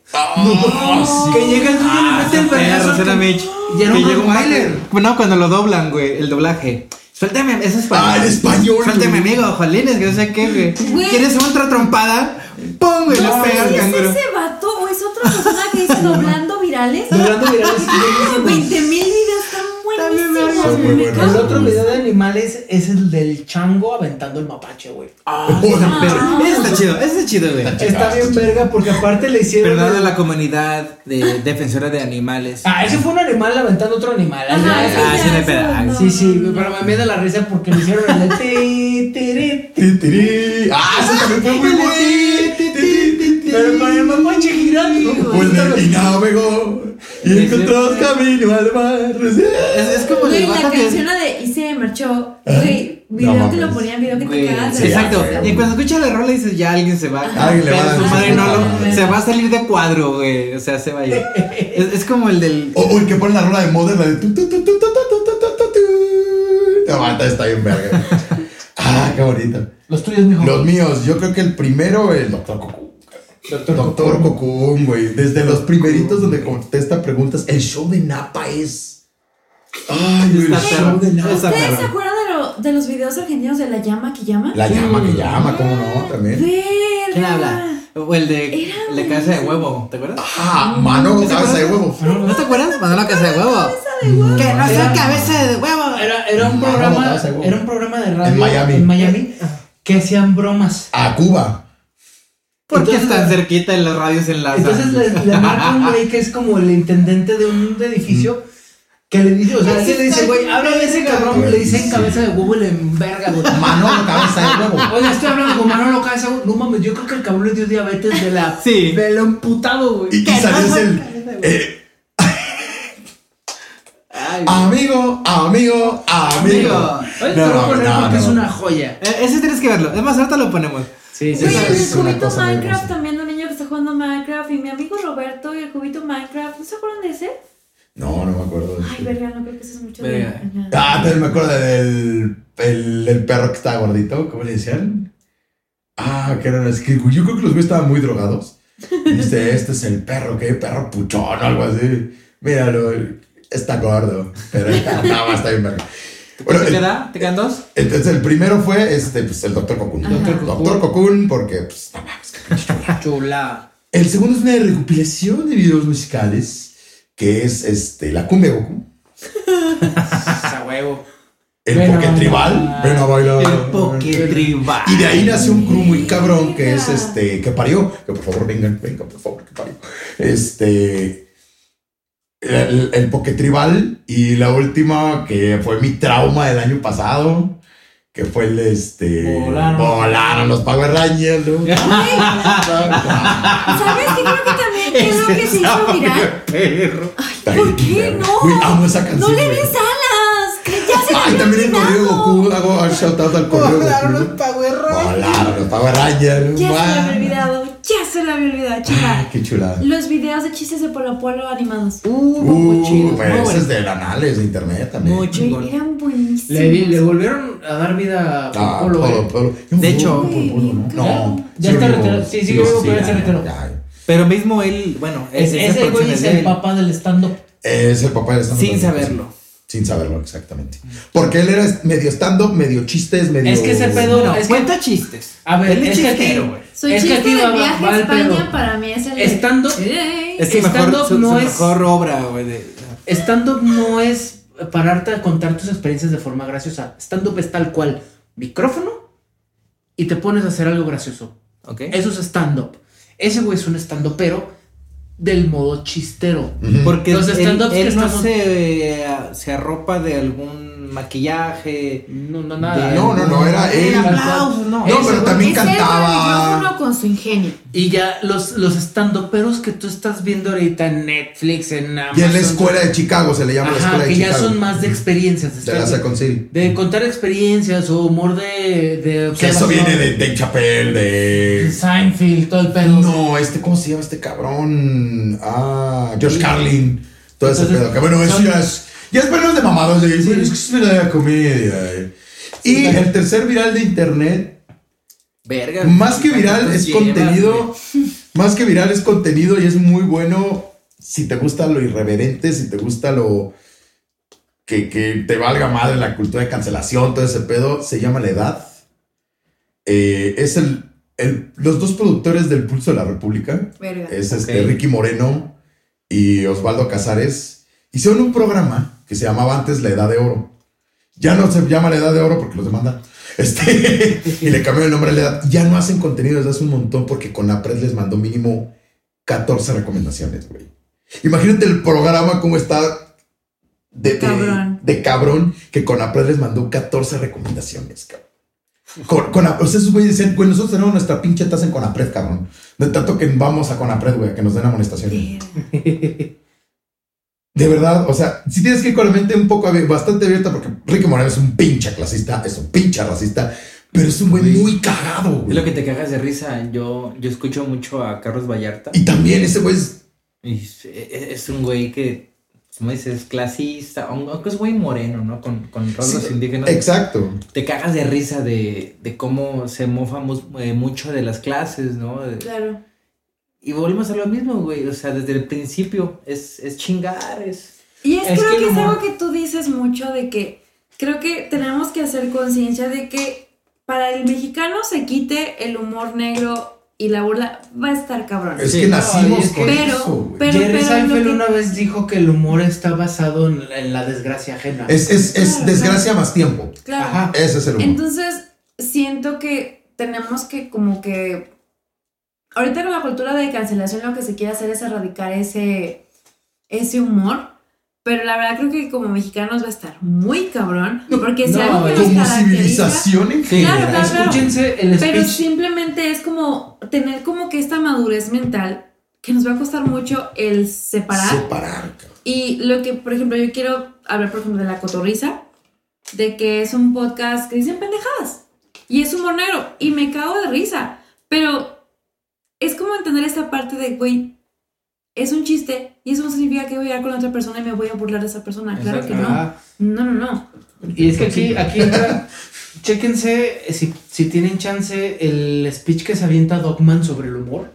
[SPEAKER 9] Que llega el dueño y le
[SPEAKER 5] Ah,
[SPEAKER 9] mete el
[SPEAKER 5] ese
[SPEAKER 9] vergazo.
[SPEAKER 5] perro,
[SPEAKER 9] al
[SPEAKER 5] ese era
[SPEAKER 9] can-
[SPEAKER 5] Mitch.
[SPEAKER 9] Y era
[SPEAKER 5] Que
[SPEAKER 9] un
[SPEAKER 5] llegó un
[SPEAKER 9] Rottweiler.
[SPEAKER 5] vato- No, cuando lo doblan, güey, el doblaje. Suéltame, ese es español.
[SPEAKER 2] Ah, en español,
[SPEAKER 5] Suéltame,
[SPEAKER 2] güey.
[SPEAKER 5] amigo, Jolines, que no sé qué, güey.
[SPEAKER 4] Güey.
[SPEAKER 5] ¿Quieres otra trompada? ¡Pum, güey!
[SPEAKER 4] No
[SPEAKER 5] Le
[SPEAKER 4] sé
[SPEAKER 5] pega
[SPEAKER 4] si
[SPEAKER 5] al
[SPEAKER 4] es
[SPEAKER 5] canguro.
[SPEAKER 4] ese vato o es otra persona que dice doblando virales.
[SPEAKER 3] Doblando virales, sí,
[SPEAKER 4] ¡Ah! 20 mil videos están
[SPEAKER 5] También me
[SPEAKER 4] buenísimos.
[SPEAKER 2] Son muy
[SPEAKER 4] me
[SPEAKER 2] buenos.
[SPEAKER 3] El
[SPEAKER 4] cago.
[SPEAKER 3] otro video de animales es el del chango aventando el mapache, güey.
[SPEAKER 5] Ah, sí, está perro. Ese está chido, ese está chido, güey.
[SPEAKER 3] Está bien verga porque aparte le hicieron...
[SPEAKER 5] Perdón a la comunidad de defensora de animales.
[SPEAKER 3] Ah, ese fue un animal aventando otro animal. Ay,
[SPEAKER 4] Ajá,
[SPEAKER 3] ay,
[SPEAKER 4] es
[SPEAKER 5] sí,
[SPEAKER 3] ay.
[SPEAKER 4] que
[SPEAKER 5] sí,
[SPEAKER 4] ya
[SPEAKER 5] me
[SPEAKER 4] eso,
[SPEAKER 5] pega.
[SPEAKER 4] no.
[SPEAKER 3] Ah, Sí, sí, güey, pero me da la risa porque le hicieron el de ti, tiri, ti.
[SPEAKER 2] Titirí. Ah, eso también fue muy bueno. Titirí.
[SPEAKER 3] Pero con el mapache girando.
[SPEAKER 2] O el del dinámago. Y
[SPEAKER 5] Ese-
[SPEAKER 2] encontrás camino al mar.
[SPEAKER 5] Es, es como el
[SPEAKER 4] Güey, la
[SPEAKER 5] vato que-
[SPEAKER 4] canción la de Y se marchó.
[SPEAKER 5] ¿Eh?
[SPEAKER 4] Güey, video
[SPEAKER 2] No
[SPEAKER 4] que lo
[SPEAKER 2] mames.
[SPEAKER 4] ponían, video que
[SPEAKER 5] Güey,
[SPEAKER 4] te cagas.
[SPEAKER 5] sí,
[SPEAKER 4] de la-
[SPEAKER 5] exacto.
[SPEAKER 2] güey.
[SPEAKER 5] Y cuando escuchas la rola dices, ya alguien se va a
[SPEAKER 2] Alguien le va a
[SPEAKER 5] Pero
[SPEAKER 2] dar
[SPEAKER 5] su
[SPEAKER 2] un
[SPEAKER 5] madre no
[SPEAKER 2] putazo.
[SPEAKER 5] lo- se va a salir de cuadro, güey. O sea, se va a ir. Es, es como el del.
[SPEAKER 2] O, o el Oh, que pone la rola de Mother, la de. tu, tu, tu, tu, tu, tu, tu, tu, tu, tu. La banda está bien verga. Ah, qué bonito.
[SPEAKER 3] Los tuyos, mijo.
[SPEAKER 2] Los míos, yo creo que el primero, el Doctor Cocoon.
[SPEAKER 3] Doctor
[SPEAKER 2] Doctor Cocoon, güey. Desde los primeritos donde contesta preguntas, el show de Napa es. Ay, güey, el
[SPEAKER 5] Está
[SPEAKER 2] show
[SPEAKER 5] perro.
[SPEAKER 2] de Napa.
[SPEAKER 5] Está
[SPEAKER 4] ¿Ustedes se
[SPEAKER 5] perro.
[SPEAKER 4] acuerdan de, lo- de los videos argentinos de la llama que llama?
[SPEAKER 2] La llama que llama, ¿cómo no? También.
[SPEAKER 4] Verga.
[SPEAKER 5] ¿Quién habla? O el de
[SPEAKER 4] Era
[SPEAKER 5] la casa de huevo, ¿te acuerdas?
[SPEAKER 2] Ah, mano, cabeza de huevo.
[SPEAKER 5] ¿No te acuerdas? Mandó la casa de huevo. Que no sea cabeza de huevo.
[SPEAKER 3] Era, era un
[SPEAKER 2] No, no,
[SPEAKER 3] programa,
[SPEAKER 2] no, seguro.
[SPEAKER 3] era un programa de radio
[SPEAKER 2] En Miami.
[SPEAKER 3] en Miami, que hacían bromas.
[SPEAKER 2] A Cuba.
[SPEAKER 5] Porque
[SPEAKER 3] Entonces,
[SPEAKER 5] están
[SPEAKER 3] la-
[SPEAKER 5] cerquita y las radios enlazan.
[SPEAKER 3] Entonces le, le marca un güey que es como el intendente de un edificio que le dice, o sea,
[SPEAKER 5] Ese
[SPEAKER 3] ese le dice,
[SPEAKER 5] está
[SPEAKER 3] güey, habla de ese cabrón,
[SPEAKER 2] güey,
[SPEAKER 3] le dicen
[SPEAKER 2] sí.
[SPEAKER 3] cabeza de huevo y le enverga, güey.
[SPEAKER 2] Manolo, cabeza de huevo.
[SPEAKER 3] Oye, estoy hablando con Manolo Cabeza, de Huevo. no mames, yo creo que el cabrón le dio diabetes de la...
[SPEAKER 5] Sí.
[SPEAKER 3] De lo emputado, güey.
[SPEAKER 2] Y, y salías el. eh, Ah, amigo, amigo, amigo.
[SPEAKER 5] Amigo.
[SPEAKER 3] Oye, te lo voy a poner porque es una joya.
[SPEAKER 5] E- Ese tienes que verlo. Es más, ahorita lo ponemos.
[SPEAKER 3] Sí,
[SPEAKER 4] Güey,
[SPEAKER 2] Esa
[SPEAKER 4] el
[SPEAKER 2] es una
[SPEAKER 4] cubito
[SPEAKER 2] cosa muy
[SPEAKER 4] Minecraft
[SPEAKER 2] hermosa.
[SPEAKER 4] también, un niño que está jugando Minecraft. Y mi amigo Roberto y el cubito Minecraft. ¿No se acuerdan de ese?
[SPEAKER 2] No, no me acuerdo. de
[SPEAKER 4] Ay,
[SPEAKER 2] eso.
[SPEAKER 4] verga, no creo que eso es mucho.
[SPEAKER 5] Verga.
[SPEAKER 4] de- Ajá.
[SPEAKER 2] Ah, también me acuerdo del el, el perro que estaba gordito, ¿cómo le decían? Ah, que era es que yo creo que los güeyes estaban muy drogados. Y Dice, este es el perro, que perro puchón o algo así. Míralo, está gordo, pero está, nada más está bien verga. Bueno,
[SPEAKER 5] ¿Te
[SPEAKER 2] el-
[SPEAKER 5] queda? ¿Te quedan dos?
[SPEAKER 2] entonces el primero fue este, pues, el Doctor Cocoon.
[SPEAKER 4] Ajá. Dr.
[SPEAKER 2] Doctor Cocoon, porque pues, no mames, qué pinche chula.
[SPEAKER 3] Chula.
[SPEAKER 2] El segundo es una recopilación de videos musicales, que es este, la cumbia Goku.
[SPEAKER 3] Esa huevo.
[SPEAKER 2] El
[SPEAKER 3] Ven a
[SPEAKER 2] Poké Tribal.
[SPEAKER 3] bailar.
[SPEAKER 2] Ven a bailar.
[SPEAKER 5] El Poketribal.
[SPEAKER 2] Y de ahí nace un crew muy cabrón que es
[SPEAKER 4] Mira.
[SPEAKER 2] este, que parió, que por favor vengan, vengan, por favor, que parió. Este, el, el Poké Tribal y la última que fue mi trauma del año pasado, que fue el este,
[SPEAKER 3] Volaron.
[SPEAKER 2] volaron los Power Rangers. ¿no?
[SPEAKER 4] ¿Sabes qué? Creo que también creo que se hizo viral.
[SPEAKER 5] Perro.
[SPEAKER 4] ¿Por qué no?
[SPEAKER 2] Güey, amo esa
[SPEAKER 4] ¡No
[SPEAKER 2] canción.
[SPEAKER 4] le
[SPEAKER 2] güey.
[SPEAKER 4] des alas! ¡Que ya se
[SPEAKER 2] Ay,
[SPEAKER 4] te
[SPEAKER 2] también el
[SPEAKER 4] había
[SPEAKER 2] correo
[SPEAKER 4] olvidado!
[SPEAKER 2] Goku, hago shout out al correo
[SPEAKER 5] Volaron los
[SPEAKER 2] Goku.
[SPEAKER 5] Power Rangers.
[SPEAKER 2] Volaron los Power Rangers.
[SPEAKER 4] Ya se le
[SPEAKER 2] guau.
[SPEAKER 4] había olvidado, ya se le había olvidado,
[SPEAKER 2] Ay,
[SPEAKER 4] chica.
[SPEAKER 2] Qué chulada.
[SPEAKER 4] Los videos de chistes de Polo Polo animados.
[SPEAKER 5] Uh, muy chido.
[SPEAKER 2] Uh, pero
[SPEAKER 5] muy
[SPEAKER 2] ese
[SPEAKER 5] bueno.
[SPEAKER 2] es del anales de internet también.
[SPEAKER 5] Muy
[SPEAKER 4] Güey,
[SPEAKER 5] chingón.
[SPEAKER 4] eran
[SPEAKER 3] Le, di- le
[SPEAKER 4] buenísimos.
[SPEAKER 3] volvieron a dar vida a
[SPEAKER 2] Ah,
[SPEAKER 3] Polo,
[SPEAKER 2] Polo,
[SPEAKER 3] eh.
[SPEAKER 2] Polo.
[SPEAKER 5] De hecho,
[SPEAKER 2] Polo, Polo, no. No,
[SPEAKER 3] Ya
[SPEAKER 2] sí
[SPEAKER 3] está
[SPEAKER 2] vivo.
[SPEAKER 3] retirado. Sí, sí, vivo, pero ya se retiró.
[SPEAKER 2] ya.
[SPEAKER 5] Pero mismo él, bueno,
[SPEAKER 3] Es-
[SPEAKER 5] esa
[SPEAKER 3] ese
[SPEAKER 5] producción
[SPEAKER 3] güey es
[SPEAKER 5] de
[SPEAKER 3] el
[SPEAKER 5] él.
[SPEAKER 3] papá del stand-up.
[SPEAKER 2] Es el papá de stand-up.
[SPEAKER 5] Sin
[SPEAKER 2] Sí,
[SPEAKER 5] saberlo.
[SPEAKER 2] Sin saberlo, exactamente. Porque él era medio stand-up, medio chistes, medio.
[SPEAKER 3] Es que ese pedo-
[SPEAKER 5] No,
[SPEAKER 3] Es que-
[SPEAKER 5] cuenta chistes.
[SPEAKER 3] A ver,
[SPEAKER 5] Él
[SPEAKER 3] es que aquí-
[SPEAKER 5] chistero, güey.
[SPEAKER 4] Su
[SPEAKER 3] Es que
[SPEAKER 4] chiste
[SPEAKER 3] aquí
[SPEAKER 4] de
[SPEAKER 3] va-
[SPEAKER 4] viaje
[SPEAKER 3] va
[SPEAKER 4] a
[SPEAKER 3] el pedo.
[SPEAKER 4] España para mí es el de-
[SPEAKER 3] Stand-up.
[SPEAKER 4] Ey.
[SPEAKER 5] Es que mejor,
[SPEAKER 3] Stand-up
[SPEAKER 5] su,
[SPEAKER 3] no
[SPEAKER 5] su
[SPEAKER 3] es-
[SPEAKER 5] mejor obra, güey. de-
[SPEAKER 3] Stand-up no es pararte a contar tus experiencias de forma graciosa. Stand-up es tal cual micrófono y te pones a hacer algo gracioso.
[SPEAKER 5] ¿Ok?
[SPEAKER 3] Eso es stand-up. Ese güey es un stand pero del modo chistero.
[SPEAKER 2] Ujú.
[SPEAKER 5] Porque
[SPEAKER 3] Los
[SPEAKER 5] él,
[SPEAKER 3] stand-ups
[SPEAKER 5] él
[SPEAKER 3] que
[SPEAKER 5] no
[SPEAKER 3] estamos-
[SPEAKER 5] se, eh, se arropa de algún maquillaje.
[SPEAKER 3] No, no, nada.
[SPEAKER 2] No, no, no, era él.
[SPEAKER 5] Era aplausos, no.
[SPEAKER 2] No, pero también
[SPEAKER 4] Es él con el
[SPEAKER 2] cantaba.
[SPEAKER 4] micrófono con su ingenio.
[SPEAKER 3] Y ya los, los stand-uperos que tú estás viendo ahorita en Netflix, en Amazon.
[SPEAKER 2] Y en la escuela de Chicago se le llama la
[SPEAKER 3] Ajá,
[SPEAKER 2] escuela de
[SPEAKER 3] que ya
[SPEAKER 2] Chicago.
[SPEAKER 3] son más de experiencias.
[SPEAKER 2] De la
[SPEAKER 3] stand-up.
[SPEAKER 2] Second City.
[SPEAKER 3] De contar experiencias o humor de, de
[SPEAKER 2] Que eso
[SPEAKER 3] observación.
[SPEAKER 2] viene de Dave Chappelle, de.
[SPEAKER 3] Seinfeld, todo el pedo.
[SPEAKER 2] No, este, ¿cómo se llama este cabrón? Ah, George Carlin. Todo ese
[SPEAKER 3] Entonces,
[SPEAKER 2] pedo. Que bueno, eso
[SPEAKER 3] son-
[SPEAKER 2] ya es. Ya esperamos de mamados de decir, es que es verdadera comedia. eh". Y el tercer viral de internet
[SPEAKER 5] Verga.
[SPEAKER 2] Más que
[SPEAKER 5] ¿cuántos
[SPEAKER 2] viral es
[SPEAKER 5] llevas,
[SPEAKER 2] contenido.
[SPEAKER 5] güey?
[SPEAKER 2] Más que viral es contenido y es muy bueno si te gusta lo irreverente, si te gusta lo que, que te valga madre la cultura de cancelación, todo ese pedo. Se llama La Edad. Eh, es el, el- los dos productores del Pulso de la República.
[SPEAKER 4] Verga.
[SPEAKER 2] Es este
[SPEAKER 5] Ok.
[SPEAKER 2] Ricky Moreno y Osvaldo Casares. Hicieron un programa que se llamaba antes La Edad de Oro. Ya no se llama La Edad de Oro porque los demandan. Este, y le cambiaron el nombre a La Edad. Ya no hacen contenido desde hace un montón porque con la pres les mandó mínimo 14 recomendaciones, güey. Imagínate el programa como está de, de-
[SPEAKER 4] Cabrón.
[SPEAKER 2] de cabrón que con la pres les mandó 14 recomendaciones, cabrón. Con, con, o sea, esos güeyes decían, güey, nosotros tenemos nuestra pinche taza en Conapred, cabrón. De tanto que vamos a Conapred, güey, a que nos den amonestaciones.
[SPEAKER 4] Verga.
[SPEAKER 2] De verdad, o sea, si tienes que ir con la mente un poco abier- bastante abierta, porque Ricky Moreno es un pinche clasista, es un pinche racista, pero es un güey
[SPEAKER 5] Güey.
[SPEAKER 2] muy cagado,
[SPEAKER 5] Es
[SPEAKER 2] güey.
[SPEAKER 5] lo que te cagas de risa. Yo, yo escucho mucho a Carlos Vallarta.
[SPEAKER 2] Y también ese güey es
[SPEAKER 5] Y es- es un güey que, como dices, clasista. Aunque es güey moreno, ¿no? Con, con rasgos
[SPEAKER 2] Sí,
[SPEAKER 5] indígenas.
[SPEAKER 2] Exacto.
[SPEAKER 5] te cagas de risa de, de cómo se mofa mu- eh, mucho de las clases, ¿no? De-
[SPEAKER 4] Claro.
[SPEAKER 5] Y volvemos a lo mismo, güey. O sea, desde el principio es, es chingar, es...
[SPEAKER 4] Y es,
[SPEAKER 5] Es
[SPEAKER 4] creo
[SPEAKER 5] que
[SPEAKER 4] que,
[SPEAKER 5] el
[SPEAKER 4] es
[SPEAKER 5] humor-
[SPEAKER 4] algo que tú dices mucho de que creo que tenemos que hacer conciencia de que para el mexicano se quite el humor negro y la burla va a estar cabrón.
[SPEAKER 2] Es
[SPEAKER 5] Sí,
[SPEAKER 2] que
[SPEAKER 5] no,
[SPEAKER 2] nacimos
[SPEAKER 6] y es que-
[SPEAKER 2] con
[SPEAKER 4] pero,
[SPEAKER 2] eso, güey.
[SPEAKER 4] pero,
[SPEAKER 6] Jerry
[SPEAKER 4] pero, lo
[SPEAKER 6] Seinfeld
[SPEAKER 4] que-
[SPEAKER 6] una vez dijo que el humor está basado en la, en la desgracia ajena.
[SPEAKER 2] Es, es, es
[SPEAKER 4] Claro,
[SPEAKER 2] desgracia más tiempo.
[SPEAKER 4] claro.
[SPEAKER 6] Ajá.
[SPEAKER 2] Ese es el humor.
[SPEAKER 4] Entonces, siento que tenemos que como que... Ahorita con la cultura de cancelación lo que se quiere hacer es erradicar ese, ese humor. Pero la verdad creo que como mexicanos va a estar muy cabrón. Porque si
[SPEAKER 6] no,
[SPEAKER 4] algo que nos
[SPEAKER 2] Como
[SPEAKER 4] caracteriza-
[SPEAKER 2] civilización en
[SPEAKER 5] Sí,
[SPEAKER 4] Claro, claro, claro.
[SPEAKER 6] Escúchense el speech.
[SPEAKER 4] Pero simplemente es como tener como que esta madurez mental que nos va a costar mucho el separar.
[SPEAKER 2] separar. cabrón.
[SPEAKER 4] Y lo que, por ejemplo, yo quiero hablar, por ejemplo, de La Cotorrisa, de que es un podcast que dicen pendejadas. Y es humor negro. Y me cago de risa. Pero es como entender esta parte de, güey, es un chiste. Y eso no significa que voy a ir con la otra persona y me voy a burlar de esa persona. Claro que no.
[SPEAKER 6] Ajá.
[SPEAKER 4] No, no, no.
[SPEAKER 6] Y es que aquí, aquí entra- chéquense eh, si, si tienen chance el speech que se avienta Dogman sobre el humor.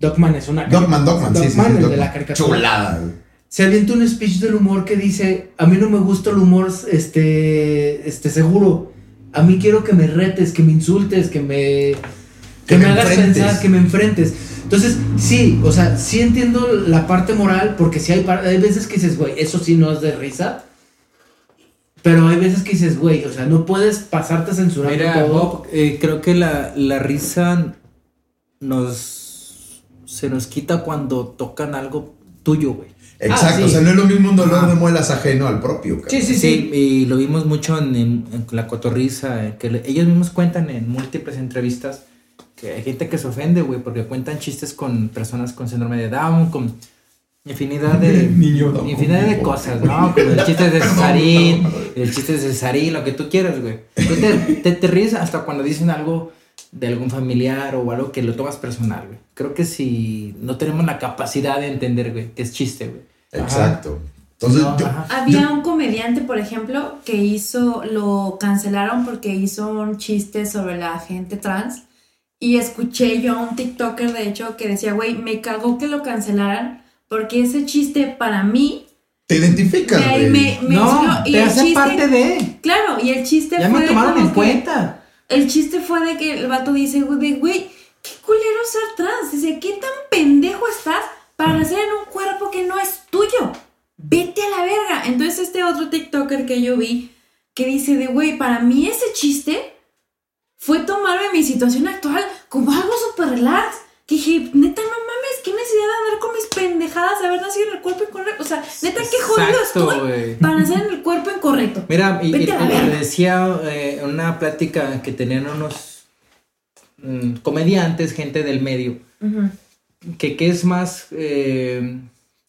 [SPEAKER 6] Dogman es una...
[SPEAKER 2] Dogman, Dogman, sí, sí,
[SPEAKER 6] Dogman,
[SPEAKER 2] sí,
[SPEAKER 6] el de
[SPEAKER 2] Dogman.
[SPEAKER 6] la caricatura.
[SPEAKER 2] Chulada. güey.
[SPEAKER 6] Se avienta un speech del humor que dice, a mí no me gusta el humor este, este seguro. A mí quiero que me retes, que me insultes, que me, que me, hagas
[SPEAKER 2] enfrentes.
[SPEAKER 6] pensar, que me enfrentes. Entonces, sí, o sea, sí entiendo la parte moral, porque sí hay, par- hay veces que dices, güey, eso sí no es de risa. Pero hay veces que dices, güey, o sea, no puedes pasarte censurando
[SPEAKER 5] Mira,
[SPEAKER 6] todo.
[SPEAKER 5] Bob, eh, creo que la, la risa nos... Se nos quita cuando tocan algo tuyo, güey.
[SPEAKER 2] Exacto.
[SPEAKER 6] sí.
[SPEAKER 2] O sea, no es lo mismo un dolor de muelas ajeno al propio. cabrón.
[SPEAKER 6] sí, sí, sí.
[SPEAKER 5] y lo vimos mucho en, en- en la cotorriza, eh, que le- ellos mismos cuentan en múltiples entrevistas que hay gente que se ofende, güey, porque cuentan chistes con personas con síndrome de Down, con infinidad de
[SPEAKER 2] Niño Down.
[SPEAKER 5] infinidad de cosas, ¿no? Como el chiste de Cesarín, el chiste de Cesarín, lo que tú quieras, güey. Tú te, te, te ríes hasta cuando dicen algo de algún familiar o algo que lo tomas personal, güey. Creo que si no tenemos la capacidad de entender, güey, que es chiste, güey.
[SPEAKER 2] Exacto. Entonces,
[SPEAKER 5] No,
[SPEAKER 2] yo-
[SPEAKER 5] ajá.
[SPEAKER 4] Había un comediante, por ejemplo, que hizo, lo cancelaron porque hizo un chiste sobre la gente trans. Y escuché yo a un TikToker, de hecho, que decía, güey, me cagó que lo cancelaran porque ese chiste para mí
[SPEAKER 2] te identificas.
[SPEAKER 4] me,
[SPEAKER 2] güey.
[SPEAKER 4] me, me
[SPEAKER 5] No,
[SPEAKER 4] excluyó. Y
[SPEAKER 5] te
[SPEAKER 4] el
[SPEAKER 5] hace
[SPEAKER 4] chiste,
[SPEAKER 5] parte de...
[SPEAKER 4] claro, y el chiste
[SPEAKER 5] Ya
[SPEAKER 4] fue
[SPEAKER 5] me tomaron
[SPEAKER 4] como
[SPEAKER 5] en
[SPEAKER 4] que-
[SPEAKER 5] cuenta.
[SPEAKER 4] El chiste fue de que el vato dice, güey, güey, qué culero ser trans. Dice, ¿qué tan pendejo estás para nacer en un cuerpo que no es tuyo? Vete a la verga. Entonces este otro TikToker que yo vi, que dice de, güey, para mí ese chiste fue tomarme mi situación actual como algo súper relax. Que dije, neta, no mames, qué necesidad de andar con mis pendejadas, de haber nacido en el cuerpo incorrecto. O sea, neta, qué jodido estoy
[SPEAKER 5] güey.
[SPEAKER 4] para nacer en el cuerpo incorrecto.
[SPEAKER 5] Mira, y,
[SPEAKER 4] Vete
[SPEAKER 5] y-
[SPEAKER 4] a la
[SPEAKER 5] y
[SPEAKER 4] verga.
[SPEAKER 5] le decía eh, en una plática que tenían unos mm, comediantes, gente del medio,
[SPEAKER 4] Ujú.
[SPEAKER 5] que qué es más, eh,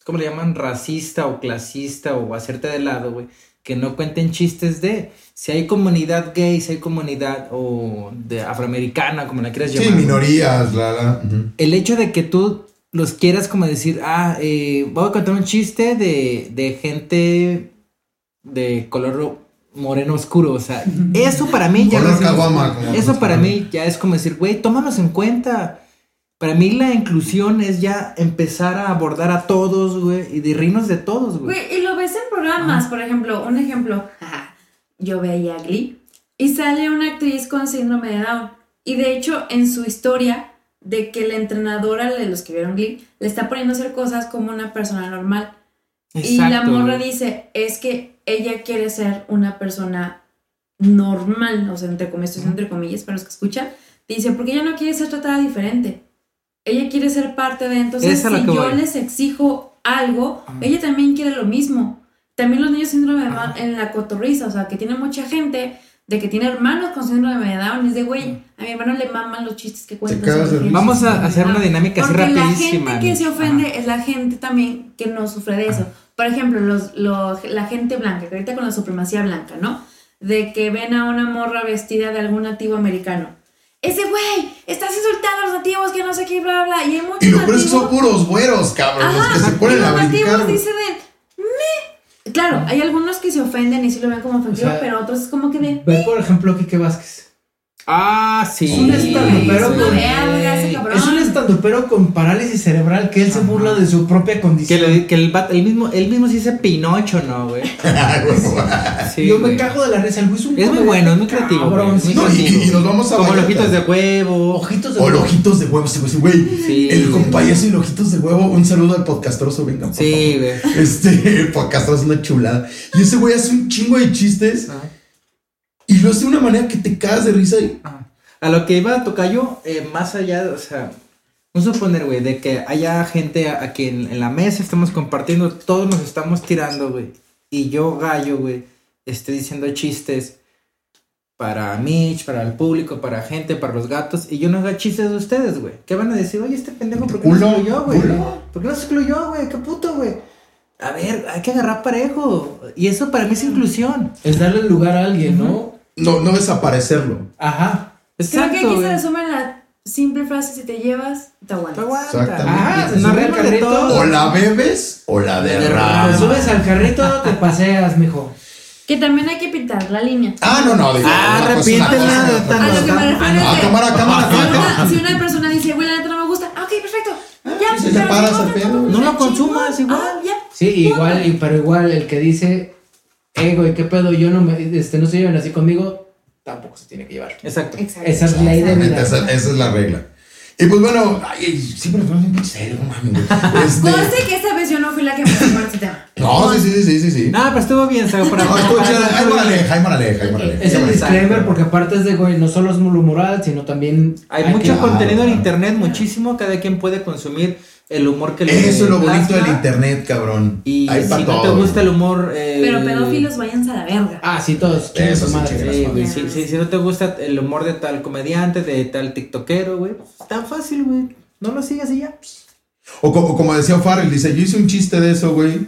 [SPEAKER 5] ¿cómo le llaman? Racista o clasista o hacerte de lado, güey. Que no cuenten chistes de si hay comunidad gay, si hay comunidad o de afroamericana, como la quieras
[SPEAKER 2] Sí,
[SPEAKER 5] llamar. güey.
[SPEAKER 2] minorías, la, la. ujú.
[SPEAKER 5] El hecho de que tú los quieras como decir, ah, eh, voy a contar un chiste de, de gente de color moreno oscuro, o sea, eso para mí ya...
[SPEAKER 2] Color
[SPEAKER 5] no es-
[SPEAKER 2] caguama, como
[SPEAKER 5] eso
[SPEAKER 2] nos
[SPEAKER 5] para
[SPEAKER 2] ponen.
[SPEAKER 5] mí ya es como decir, güey, tómanos en cuenta. Para mí la inclusión es ya empezar a abordar a todos, güey, y de reírnos de todos, güey.
[SPEAKER 4] Güey, y lo ves en programas, por ejemplo, un ejemplo. Yo veía Glee y sale una actriz con síndrome de Down. Y de hecho, en su historia de que la entrenadora de los que vieron Glee le está poniendo a hacer cosas como una persona normal. y la morra
[SPEAKER 5] güey.
[SPEAKER 4] dice, es que ella quiere ser una persona normal, o sea, entre comillas, esto es entre comillas, para los que escuchan, dice, porque ella no quiere ser tratada diferente. Ella quiere ser parte de, entonces
[SPEAKER 5] Es a lo
[SPEAKER 4] si
[SPEAKER 5] que
[SPEAKER 4] yo
[SPEAKER 5] voy.
[SPEAKER 4] les exijo algo, ella también quiere lo mismo. También los niños síndrome de Down en la cotorriza, o sea, que tiene mucha gente de que tiene hermanos con síndrome de Down, y es de, güey, a mi hermano le maman los chistes que cuentas.
[SPEAKER 2] cagas de
[SPEAKER 4] sobre
[SPEAKER 2] risa.
[SPEAKER 5] Vamos a hacer una
[SPEAKER 4] Ah,
[SPEAKER 5] dinámica así
[SPEAKER 4] porque
[SPEAKER 5] rapidísima.
[SPEAKER 4] La gente que se
[SPEAKER 5] Ajá.
[SPEAKER 4] ofende es la gente también que no sufre de eso. Por ejemplo, los, los- la gente blanca, que ahorita con la supremacía blanca, ¿no? De que ven a una morra vestida de algún nativo americano. Ese güey, estás insultando a los nativos que no sé qué, bla, bla. Y hay muchos
[SPEAKER 2] Y lo peor es
[SPEAKER 4] nativos.
[SPEAKER 2] que son puros güeros, cabrón. los que se
[SPEAKER 4] Ajá, y
[SPEAKER 2] ponen a
[SPEAKER 4] los
[SPEAKER 2] brincar.
[SPEAKER 4] nativos dicen de, "Me". Claro, hay algunos que se ofenden y sí lo ven como ofensivo,
[SPEAKER 6] O sea,
[SPEAKER 4] pero otros es como que de.
[SPEAKER 6] Ve, por ejemplo, a Quique Vázquez.
[SPEAKER 5] Ah, sí.
[SPEAKER 6] Es un estandopero
[SPEAKER 5] sí.
[SPEAKER 4] Es una verga ese cabrón.
[SPEAKER 6] Es un estandopero con parálisis cerebral que él se burla de su propia
[SPEAKER 5] Que,
[SPEAKER 6] condición.
[SPEAKER 5] lo- que el, vato- él mismo, él mismo se dice Pinocho, ¿no, güey?
[SPEAKER 2] Ah,
[SPEAKER 5] Sí,
[SPEAKER 6] Yo me
[SPEAKER 5] güey.
[SPEAKER 6] cago de la risa. El güey es un
[SPEAKER 5] Es muy
[SPEAKER 6] comediante
[SPEAKER 5] bueno, es muy creativo.
[SPEAKER 6] cabrón,
[SPEAKER 5] güey, es
[SPEAKER 6] sí.
[SPEAKER 5] muy
[SPEAKER 2] No, y-
[SPEAKER 5] creativo.
[SPEAKER 2] y nos vamos a
[SPEAKER 5] Como
[SPEAKER 2] bailar.
[SPEAKER 5] loquitos de huevo.
[SPEAKER 6] Ojitos de
[SPEAKER 2] O lojitos de huevo, sí, güey, sí, güey.
[SPEAKER 5] Sí.
[SPEAKER 2] El compayazo y lojitos de huevo. Un saludo al podcastroso, venga. por
[SPEAKER 5] Sí, güey.
[SPEAKER 2] favor. Este el podcastroso es una chulada. Y ese güey hace un chingo de chistes
[SPEAKER 5] Ajá.
[SPEAKER 2] y lo hace de una manera que te cagas de risa. Y...
[SPEAKER 5] Ajá. A lo que iba a tocar yo, eh, más allá, o sea, vamos a suponer, güey, de que haya gente a- aquí en, en la mesa, estamos compartiendo, todos nos estamos tirando, güey. Y yo, gallo, güey, estoy diciendo chistes para Mitch, para el público, para gente, para los gatos, y yo no haga chistes de ustedes, güey. ¿Qué van a decir? Oye, este pendejo, ¿por qué no se
[SPEAKER 2] Culo,
[SPEAKER 5] excluyó, güey?
[SPEAKER 2] culo.
[SPEAKER 5] ¿Por qué no se excluyó, güey? ¿Qué puto, güey? A ver, hay que agarrar parejo. Y eso para mí es inclusión.
[SPEAKER 6] Es darle lugar a alguien, ¿no?
[SPEAKER 2] No, no desaparecerlo.
[SPEAKER 6] Ajá.
[SPEAKER 4] Creo que aquí
[SPEAKER 5] güey.
[SPEAKER 4] se resume la simple frase: si te llevas, te
[SPEAKER 5] Te
[SPEAKER 4] aguantas.
[SPEAKER 5] aguanta. Ah,
[SPEAKER 2] Exactamente.
[SPEAKER 5] Ajá,
[SPEAKER 6] Se
[SPEAKER 5] nos
[SPEAKER 6] sube al
[SPEAKER 5] reímos de
[SPEAKER 6] carrito.
[SPEAKER 5] todo.
[SPEAKER 2] O la bebes o la
[SPEAKER 5] derramas.
[SPEAKER 6] Te
[SPEAKER 2] derramas.
[SPEAKER 6] subes al carrito, te paseas, mijo.
[SPEAKER 4] Que también hay que pintar la línea.
[SPEAKER 2] Ah, no, no. digo,
[SPEAKER 5] Ah,
[SPEAKER 2] una cosa,
[SPEAKER 5] arrepiéntela
[SPEAKER 2] una cosa,
[SPEAKER 5] de
[SPEAKER 2] otra
[SPEAKER 5] tan-
[SPEAKER 4] A lo que me refiero
[SPEAKER 5] Ah,
[SPEAKER 4] es
[SPEAKER 2] Ah,
[SPEAKER 4] que
[SPEAKER 2] cámara, cámara,
[SPEAKER 4] si
[SPEAKER 2] cámara.
[SPEAKER 4] una, si una persona dice, güey, la neta no me gusta, ah, ok, perfecto. Ya,
[SPEAKER 2] si
[SPEAKER 4] pues,
[SPEAKER 2] te
[SPEAKER 4] pero
[SPEAKER 2] paras
[SPEAKER 4] si
[SPEAKER 2] al
[SPEAKER 4] no,
[SPEAKER 2] pedo.
[SPEAKER 4] tampoco
[SPEAKER 5] No
[SPEAKER 4] me
[SPEAKER 5] lo consumas,
[SPEAKER 4] chingo.
[SPEAKER 5] igual.
[SPEAKER 4] Ah, ya.
[SPEAKER 6] Sí, igual, y- pero igual el que dice, eh, güey, qué pedo, yo no me, este, no se llevan así conmigo, tampoco se tiene que llevar.
[SPEAKER 5] Exacto.
[SPEAKER 4] Exacto.
[SPEAKER 3] Ah,
[SPEAKER 6] Esa es la ley de
[SPEAKER 2] Exactamente,
[SPEAKER 6] vida.
[SPEAKER 2] Esa, esa es la regla. Y pues bueno, ay, siempre nos ponemos en serio, mami. güey. Este,
[SPEAKER 4] Conste que esta vez yo no fui la que me sumó este tema.
[SPEAKER 2] no, sí, sí, sí, sí, sí.
[SPEAKER 5] Nada, pero estuvo bien, Saga, por
[SPEAKER 2] No,
[SPEAKER 5] acá.
[SPEAKER 2] estuvo chida. Ay, mórale, ay, mórale, ay, mórale.
[SPEAKER 6] Es el disclaimer porque aparte es de, güey, no solo es lo moral, sino también...
[SPEAKER 5] Hay
[SPEAKER 6] que-
[SPEAKER 5] mucho
[SPEAKER 2] claro,
[SPEAKER 5] contenido en
[SPEAKER 2] claro.
[SPEAKER 5] internet, muchísimo. Cada quien puede consumir el humor que le
[SPEAKER 2] Eso es lo bonito
[SPEAKER 5] plazca.
[SPEAKER 2] del internet, cabrón.
[SPEAKER 5] Y
[SPEAKER 2] Hay
[SPEAKER 5] si
[SPEAKER 2] pa'
[SPEAKER 5] no te
[SPEAKER 2] todo.
[SPEAKER 5] gusta el humor. eh,
[SPEAKER 4] Pero pedófilos, váyanse a la verga.
[SPEAKER 6] Ah, sí, todos. chingue
[SPEAKER 2] Eso
[SPEAKER 6] su
[SPEAKER 2] sí,
[SPEAKER 6] madre.
[SPEAKER 2] chingue.
[SPEAKER 5] Sí, güey, sí, sí, si no te gusta el humor de tal comediante, de tal tiktokero, güey, pues, tan fácil, güey. No lo sigas y ya.
[SPEAKER 2] O como, como decía Farrell, dice, yo hice un chiste de eso, güey.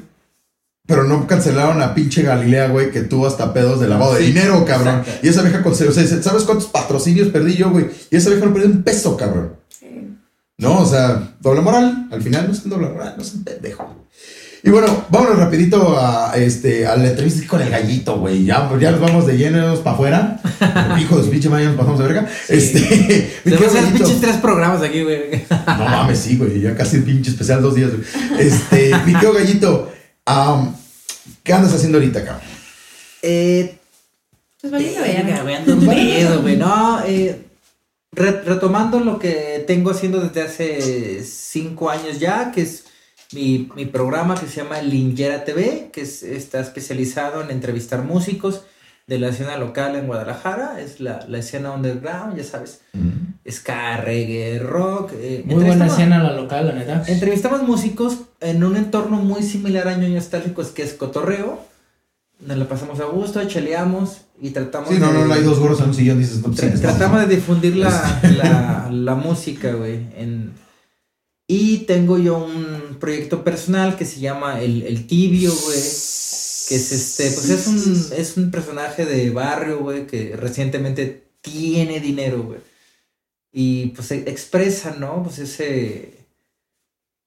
[SPEAKER 2] Pero no cancelaron a pinche Galilea, güey, que tuvo hasta pedos de lavado de dinero, cabrón.
[SPEAKER 5] exacto.
[SPEAKER 2] Y esa vieja con... O sea, ¿sabes cuántos patrocinios perdí yo, güey? Y esa vieja no perdió un peso, cabrón. No, o sea, doble moral. Al final no es un doble moral, no es un pendejo. Y bueno, vámonos rapidito a, este, a la entrevista con el gallito, güey. Ya, pues, ya nos vamos de llenos para afuera. Hijo de su pinche madre, ya nos pasamos de verga. Este, mi
[SPEAKER 5] Te
[SPEAKER 2] querido
[SPEAKER 5] vas a hacer
[SPEAKER 2] gallito.
[SPEAKER 5] pinches tres programas aquí, güey.
[SPEAKER 2] No mames, sí, güey. Ya casi pinche especial dos días, güey. Este, mi tío Gallito, am, ¿qué andas haciendo ahorita, cabrón?
[SPEAKER 5] Eh,
[SPEAKER 4] Pues váyanse a la
[SPEAKER 5] verga,
[SPEAKER 4] verga.
[SPEAKER 5] güey, ando pedo, güey. No, eh, re- retomando lo que tengo haciendo desde hace cinco años ya, que es mi, mi programa que se llama Lingera TV, que es- está especializado en entrevistar músicos de la escena local en Guadalajara, es la, la escena underground, ya sabes, ska, reggae, rock. eh,
[SPEAKER 6] Muy buena
[SPEAKER 5] entrevistamos-
[SPEAKER 6] escena la local, la neta.
[SPEAKER 5] Entrevistamos músicos en un entorno muy similar a Ñoño Nostálgicos, que es Cotorreo. Nos la pasamos a gusto, cheleamos y tratamos
[SPEAKER 2] Sí, no, no,
[SPEAKER 5] de-
[SPEAKER 2] no, hay dos gorros en un sillón, dices, no, pues,
[SPEAKER 5] tra-
[SPEAKER 2] sí, Este.
[SPEAKER 5] tratamos de difundir la, la- la música, güey. en- Y tengo yo un proyecto personal que se llama El, El Tibio, güey. Que es este, pues es un, es un personaje de barrio, güey, que recientemente tiene dinero, güey. Y pues e- expresa, ¿no? Pues ese.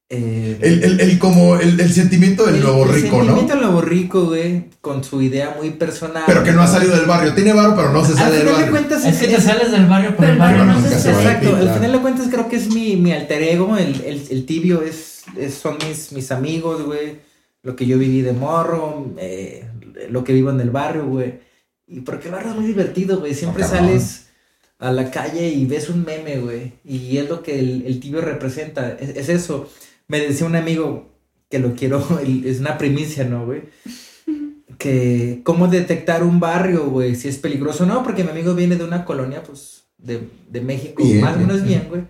[SPEAKER 5] eh,
[SPEAKER 2] El, el, el como, el, el sentimiento del nuevo rico, ¿no?
[SPEAKER 5] sentimiento del nuevo rico, güey, con su idea muy personal.
[SPEAKER 2] Pero que no ha salido del barrio. Tiene barro, pero no se
[SPEAKER 5] Al
[SPEAKER 2] sale del
[SPEAKER 5] final de
[SPEAKER 2] barrio.
[SPEAKER 5] cuentas,
[SPEAKER 6] Es que te sales del barrio, pero el
[SPEAKER 4] Pero
[SPEAKER 6] barrio
[SPEAKER 4] no
[SPEAKER 6] no
[SPEAKER 4] se
[SPEAKER 6] se
[SPEAKER 4] sale.
[SPEAKER 2] Exacto.
[SPEAKER 5] Exacto, al
[SPEAKER 2] Claro.
[SPEAKER 5] final de cuentas creo que es mi, mi alter ego, el, el- el tibio es, es- son mis, mis amigos, güey, lo que yo viví de morro, eh, lo que vivo en el barrio, güey. Y porque el barrio es muy divertido, güey, siempre
[SPEAKER 2] Ah, cabrón.
[SPEAKER 5] sales a la calle y ves un meme, güey, y es lo que el, el tibio representa, es, es eso. Me decía un amigo que lo quiero, el- es una primicia, ¿no, güey? que cómo detectar un barrio, güey, si es peligroso o no, porque mi amigo viene de una colonia, pues, de, de México,
[SPEAKER 2] Bien,
[SPEAKER 5] más o menos
[SPEAKER 2] bien.
[SPEAKER 5] bien, güey. Le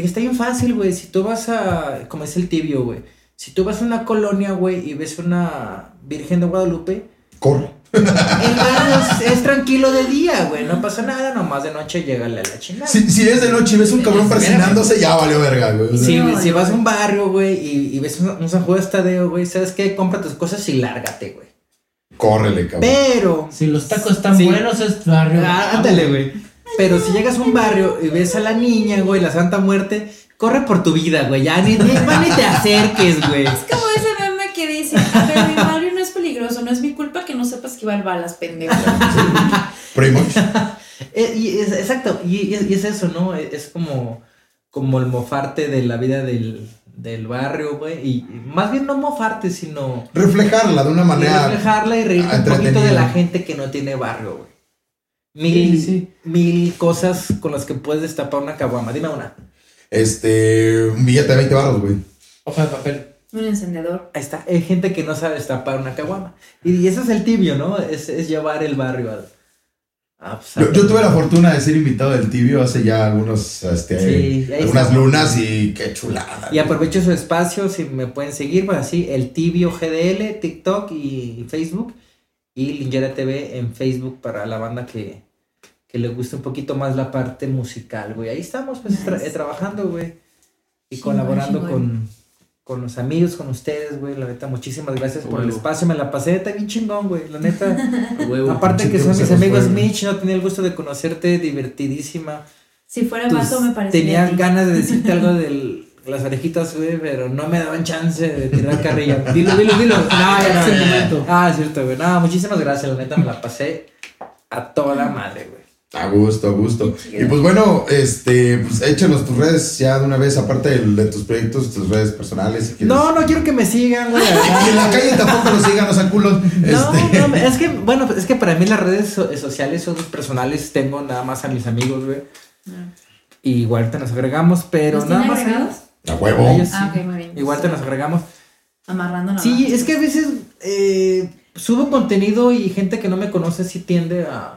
[SPEAKER 5] dije, está bien fácil, güey, si tú vas a, como es el tibio, güey, si tú vas a una colonia, güey, y ves una Virgen de Guadalupe,
[SPEAKER 2] Corre.
[SPEAKER 5] el barrio es, es tranquilo de día, güey, no pasa nada, nomás de noche llega la, la chingada.
[SPEAKER 2] Si, si es de noche y ves un cabrón
[SPEAKER 5] Espérame.
[SPEAKER 2] persinándose, ya valió verga, güey. O
[SPEAKER 5] Y
[SPEAKER 2] sea,
[SPEAKER 5] si,
[SPEAKER 4] No,
[SPEAKER 5] si
[SPEAKER 4] no,
[SPEAKER 5] vas a
[SPEAKER 4] güey.
[SPEAKER 5] un barrio, güey, y, y ves un, un San Juan Tadeo, güey, ¿sabes qué? Compra tus cosas y lárgate, güey.
[SPEAKER 2] Córrele, cabrón.
[SPEAKER 5] Pero...
[SPEAKER 6] Si los tacos están
[SPEAKER 5] Sí.
[SPEAKER 6] buenos, es barrio.
[SPEAKER 5] Ah, ándale, güey. Pero si llegas a un barrio y ves a la niña, güey, la Santa Muerte, corre por tu vida, güey. Ya ni, ni, va, ni te acerques, güey.
[SPEAKER 4] Como ese meme que dice, a ver, mi barrio no es peligroso, no es mi culpa que no sepas que iban balas, pendejo.
[SPEAKER 2] Primo.
[SPEAKER 5] Eh, y es- exacto, y, y es- y es eso, ¿no? Es, es como, como el mofarte de la vida del, del barrio, güey. Y y más bien no mofarte, sino
[SPEAKER 2] Reflejarla de una manera.
[SPEAKER 5] reflejarla y reírte un poquito de
[SPEAKER 2] entretenida.
[SPEAKER 5] la gente que no tiene barrio, güey. Mil,
[SPEAKER 6] Sí, sí.
[SPEAKER 5] mil cosas con las que puedes destapar una caguama. Dime una.
[SPEAKER 2] Este. Un billete de 20 barros, güey.
[SPEAKER 6] Hoja de papel.
[SPEAKER 4] Un encendedor.
[SPEAKER 5] Ahí está, hay gente que no sabe destapar una caguama. Y, y ese es el tibio, ¿no? Es, es llevar el barrio al. Ah, pues,
[SPEAKER 2] Yo,
[SPEAKER 5] al-
[SPEAKER 2] yo tuve la fortuna de ser invitado del tibio hace ya algunos, este,
[SPEAKER 5] Sí, ahí
[SPEAKER 2] algunas
[SPEAKER 5] está.
[SPEAKER 2] lunas y qué chulada.
[SPEAKER 5] Y aprovecho su espacio, si me pueden seguir, pues así, el tibio GDL, TikTok y Facebook. Y Lingera TV en Facebook para la banda que, que le guste un poquito más la parte musical, güey. Ahí estamos, pues, tra-
[SPEAKER 4] Nice.
[SPEAKER 5] eh, trabajando, güey. Y
[SPEAKER 4] Chingón,
[SPEAKER 5] colaborando
[SPEAKER 4] chingón.
[SPEAKER 5] con, con los amigos, con ustedes, güey. La neta, muchísimas gracias por el
[SPEAKER 3] Huevo.
[SPEAKER 5] espacio. Me la pasé está bien chingón, güey. La neta.
[SPEAKER 3] Huevo.
[SPEAKER 5] Aparte
[SPEAKER 2] pinche
[SPEAKER 5] que
[SPEAKER 2] tío
[SPEAKER 5] son
[SPEAKER 2] se
[SPEAKER 5] mis
[SPEAKER 2] nos
[SPEAKER 5] amigos
[SPEAKER 2] fue, güey.
[SPEAKER 5] Mitch, no tenía el gusto de conocerte, divertidísima.
[SPEAKER 4] Si fuera
[SPEAKER 5] Tus-
[SPEAKER 4] vato, me parece.
[SPEAKER 5] tenía ganas de decirte algo de las orejitas, güey, pero no me daban chance de tirar carrilla. Dilo, dilo, dilo. No, ya,
[SPEAKER 3] Es el
[SPEAKER 5] no, ya.
[SPEAKER 3] momento.
[SPEAKER 5] Ah, es cierto, güey. No, muchísimas gracias, la neta me la pasé a toda la madre, güey.
[SPEAKER 2] A gusto, a gusto.
[SPEAKER 4] chido.
[SPEAKER 2] Y pues bueno, este, pues échanos tus redes ya de una vez, aparte del- de, tus proyectos, tus redes personales. Si quieres.
[SPEAKER 5] No, no quiero que me sigan, güey.
[SPEAKER 2] Y en la calle tampoco nos sigan, los culos.
[SPEAKER 5] No,
[SPEAKER 2] Este,
[SPEAKER 5] no, es que, bueno, es que para mí las redes so- eh, sociales son personales, tengo nada más a mis amigos, güey.
[SPEAKER 4] Ah.
[SPEAKER 5] Y igual te nos agregamos, pero
[SPEAKER 4] ¿Los
[SPEAKER 5] nada
[SPEAKER 4] tiene
[SPEAKER 5] más.
[SPEAKER 4] agregados?
[SPEAKER 2] A huevo.
[SPEAKER 5] Ellos sí.
[SPEAKER 4] Ah, ok, muy bien.
[SPEAKER 5] Igual te nos agregamos.
[SPEAKER 4] Amarrando la
[SPEAKER 5] Sí,
[SPEAKER 4] mano.
[SPEAKER 5] es que a veces eh, subo contenido y gente que no me conoce sí tiende a,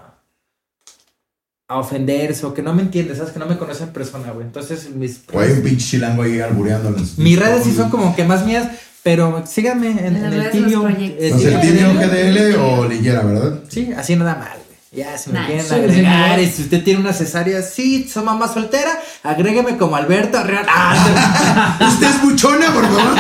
[SPEAKER 5] a ofenderse o que no me entiende, ¿sabes? Que no me conoce en persona, güey. Entonces, mis,
[SPEAKER 2] O hay un pinche chilango ahí albureándolo. en sus-
[SPEAKER 5] mis redes sí son como que más mías, pero síganme en,
[SPEAKER 4] En
[SPEAKER 5] en el
[SPEAKER 4] las redes de los
[SPEAKER 5] tibio.
[SPEAKER 4] proyectos.
[SPEAKER 5] eh,
[SPEAKER 2] No sé,
[SPEAKER 5] tibio
[SPEAKER 2] tibio
[SPEAKER 5] GDL.
[SPEAKER 2] GDL o Lillera, ¿verdad?
[SPEAKER 5] Sí, así nada mal, güey. Ya, si me
[SPEAKER 4] Nice.
[SPEAKER 5] quieren
[SPEAKER 4] Sí,
[SPEAKER 5] agregar,
[SPEAKER 6] señor.
[SPEAKER 5] y si usted tiene una cesárea, sí, soy mamá soltera, agrégame como Alberto Arreola. Ah,
[SPEAKER 2] ¿Usted es buchona, por favor?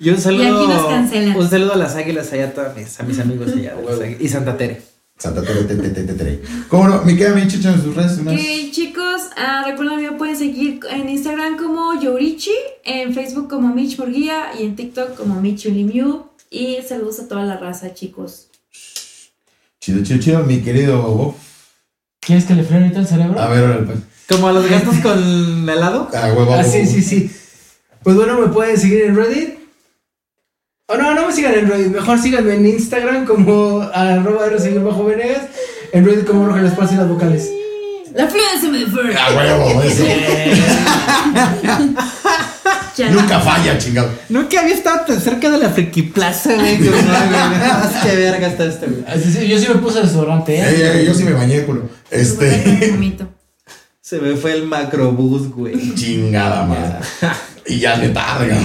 [SPEAKER 5] Y un saludo.
[SPEAKER 4] Y aquí nos cancelan.
[SPEAKER 5] Un saludo a las águilas allá, a, todas mis, a mis amigos allá. de las águilas. y Santa Tere.
[SPEAKER 2] Santa Tere, te, te, te, te, te. ¿Cómo no? Me queda bien chicha en sus redes. unas-
[SPEAKER 4] Ok, chicos, ah, recuerden que me pueden seguir en Instagram como Yorichi, en Facebook como Mitch Murguía y en TikTok como Mitch Ulimiu. Y saludos a toda la raza, chicos.
[SPEAKER 2] Chido, chido, chido, mi querido Bobo.
[SPEAKER 6] ¿Quieres que le frene ahorita el cerebro?
[SPEAKER 2] A ver, órale, pues.
[SPEAKER 5] Como a los gatos con helado.
[SPEAKER 2] A huevo.
[SPEAKER 3] Ah,
[SPEAKER 2] Bobo.
[SPEAKER 3] sí, sí, sí. Pues bueno, me pueden seguir en Reddit. O no, no me sigan en Reddit. Mejor síganme en Instagram como arroba bajo venegas. En Reddit como Rogelio Esparza y las vocales.
[SPEAKER 4] La fluencia me fue.
[SPEAKER 2] A huevo, eso.
[SPEAKER 4] Ya.
[SPEAKER 2] Nunca falla, chingado.
[SPEAKER 5] Nunca había estado tan cerca de la friki plaza, güey. que- Ah, Qué verga está este, güey.
[SPEAKER 6] Ah, sí, sí, yo sí me puse desodorante, ¿eh?
[SPEAKER 2] Ey, ey, yo sí me bañé, culo. Este.
[SPEAKER 4] Vomito.
[SPEAKER 5] Se me fue el macrobús, güey.
[SPEAKER 2] Chingada madre. Y ya le targa.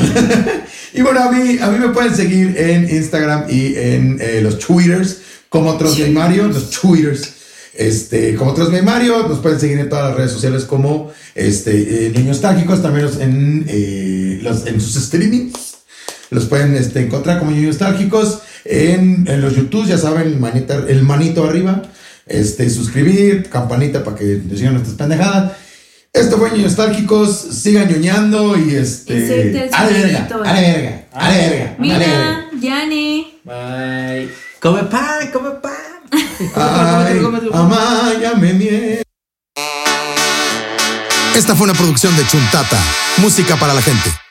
[SPEAKER 2] y bueno, a mí, a mí me pueden seguir en Instagram y en eh, los Twitters como Transmimario, los Twitters. Este, como Transmimario, nos pueden seguir en todas las redes sociales como este, eh, Niños Trágicos, también los- en, eh, los, en sus streamings. Los pueden este, encontrar como Niños Trágicos en, en los YouTube, ya saben, manita- el manito arriba. Este, suscribir, campanita para que les lleguen nuestras pendejadas. Esto fue Ñoños Nostálgicos. Sigan ñoñando y
[SPEAKER 4] Y siente
[SPEAKER 2] este.
[SPEAKER 4] el
[SPEAKER 2] A la verga,
[SPEAKER 4] sonidito,
[SPEAKER 2] a la
[SPEAKER 4] eh.
[SPEAKER 2] verga, a la verga, a la verga.
[SPEAKER 4] Mira, Yanni.
[SPEAKER 6] Bye.
[SPEAKER 5] Come pan, come pan.
[SPEAKER 2] Ay, amáñame miel.
[SPEAKER 1] Esta fue una producción de Chuntata, música para la gente.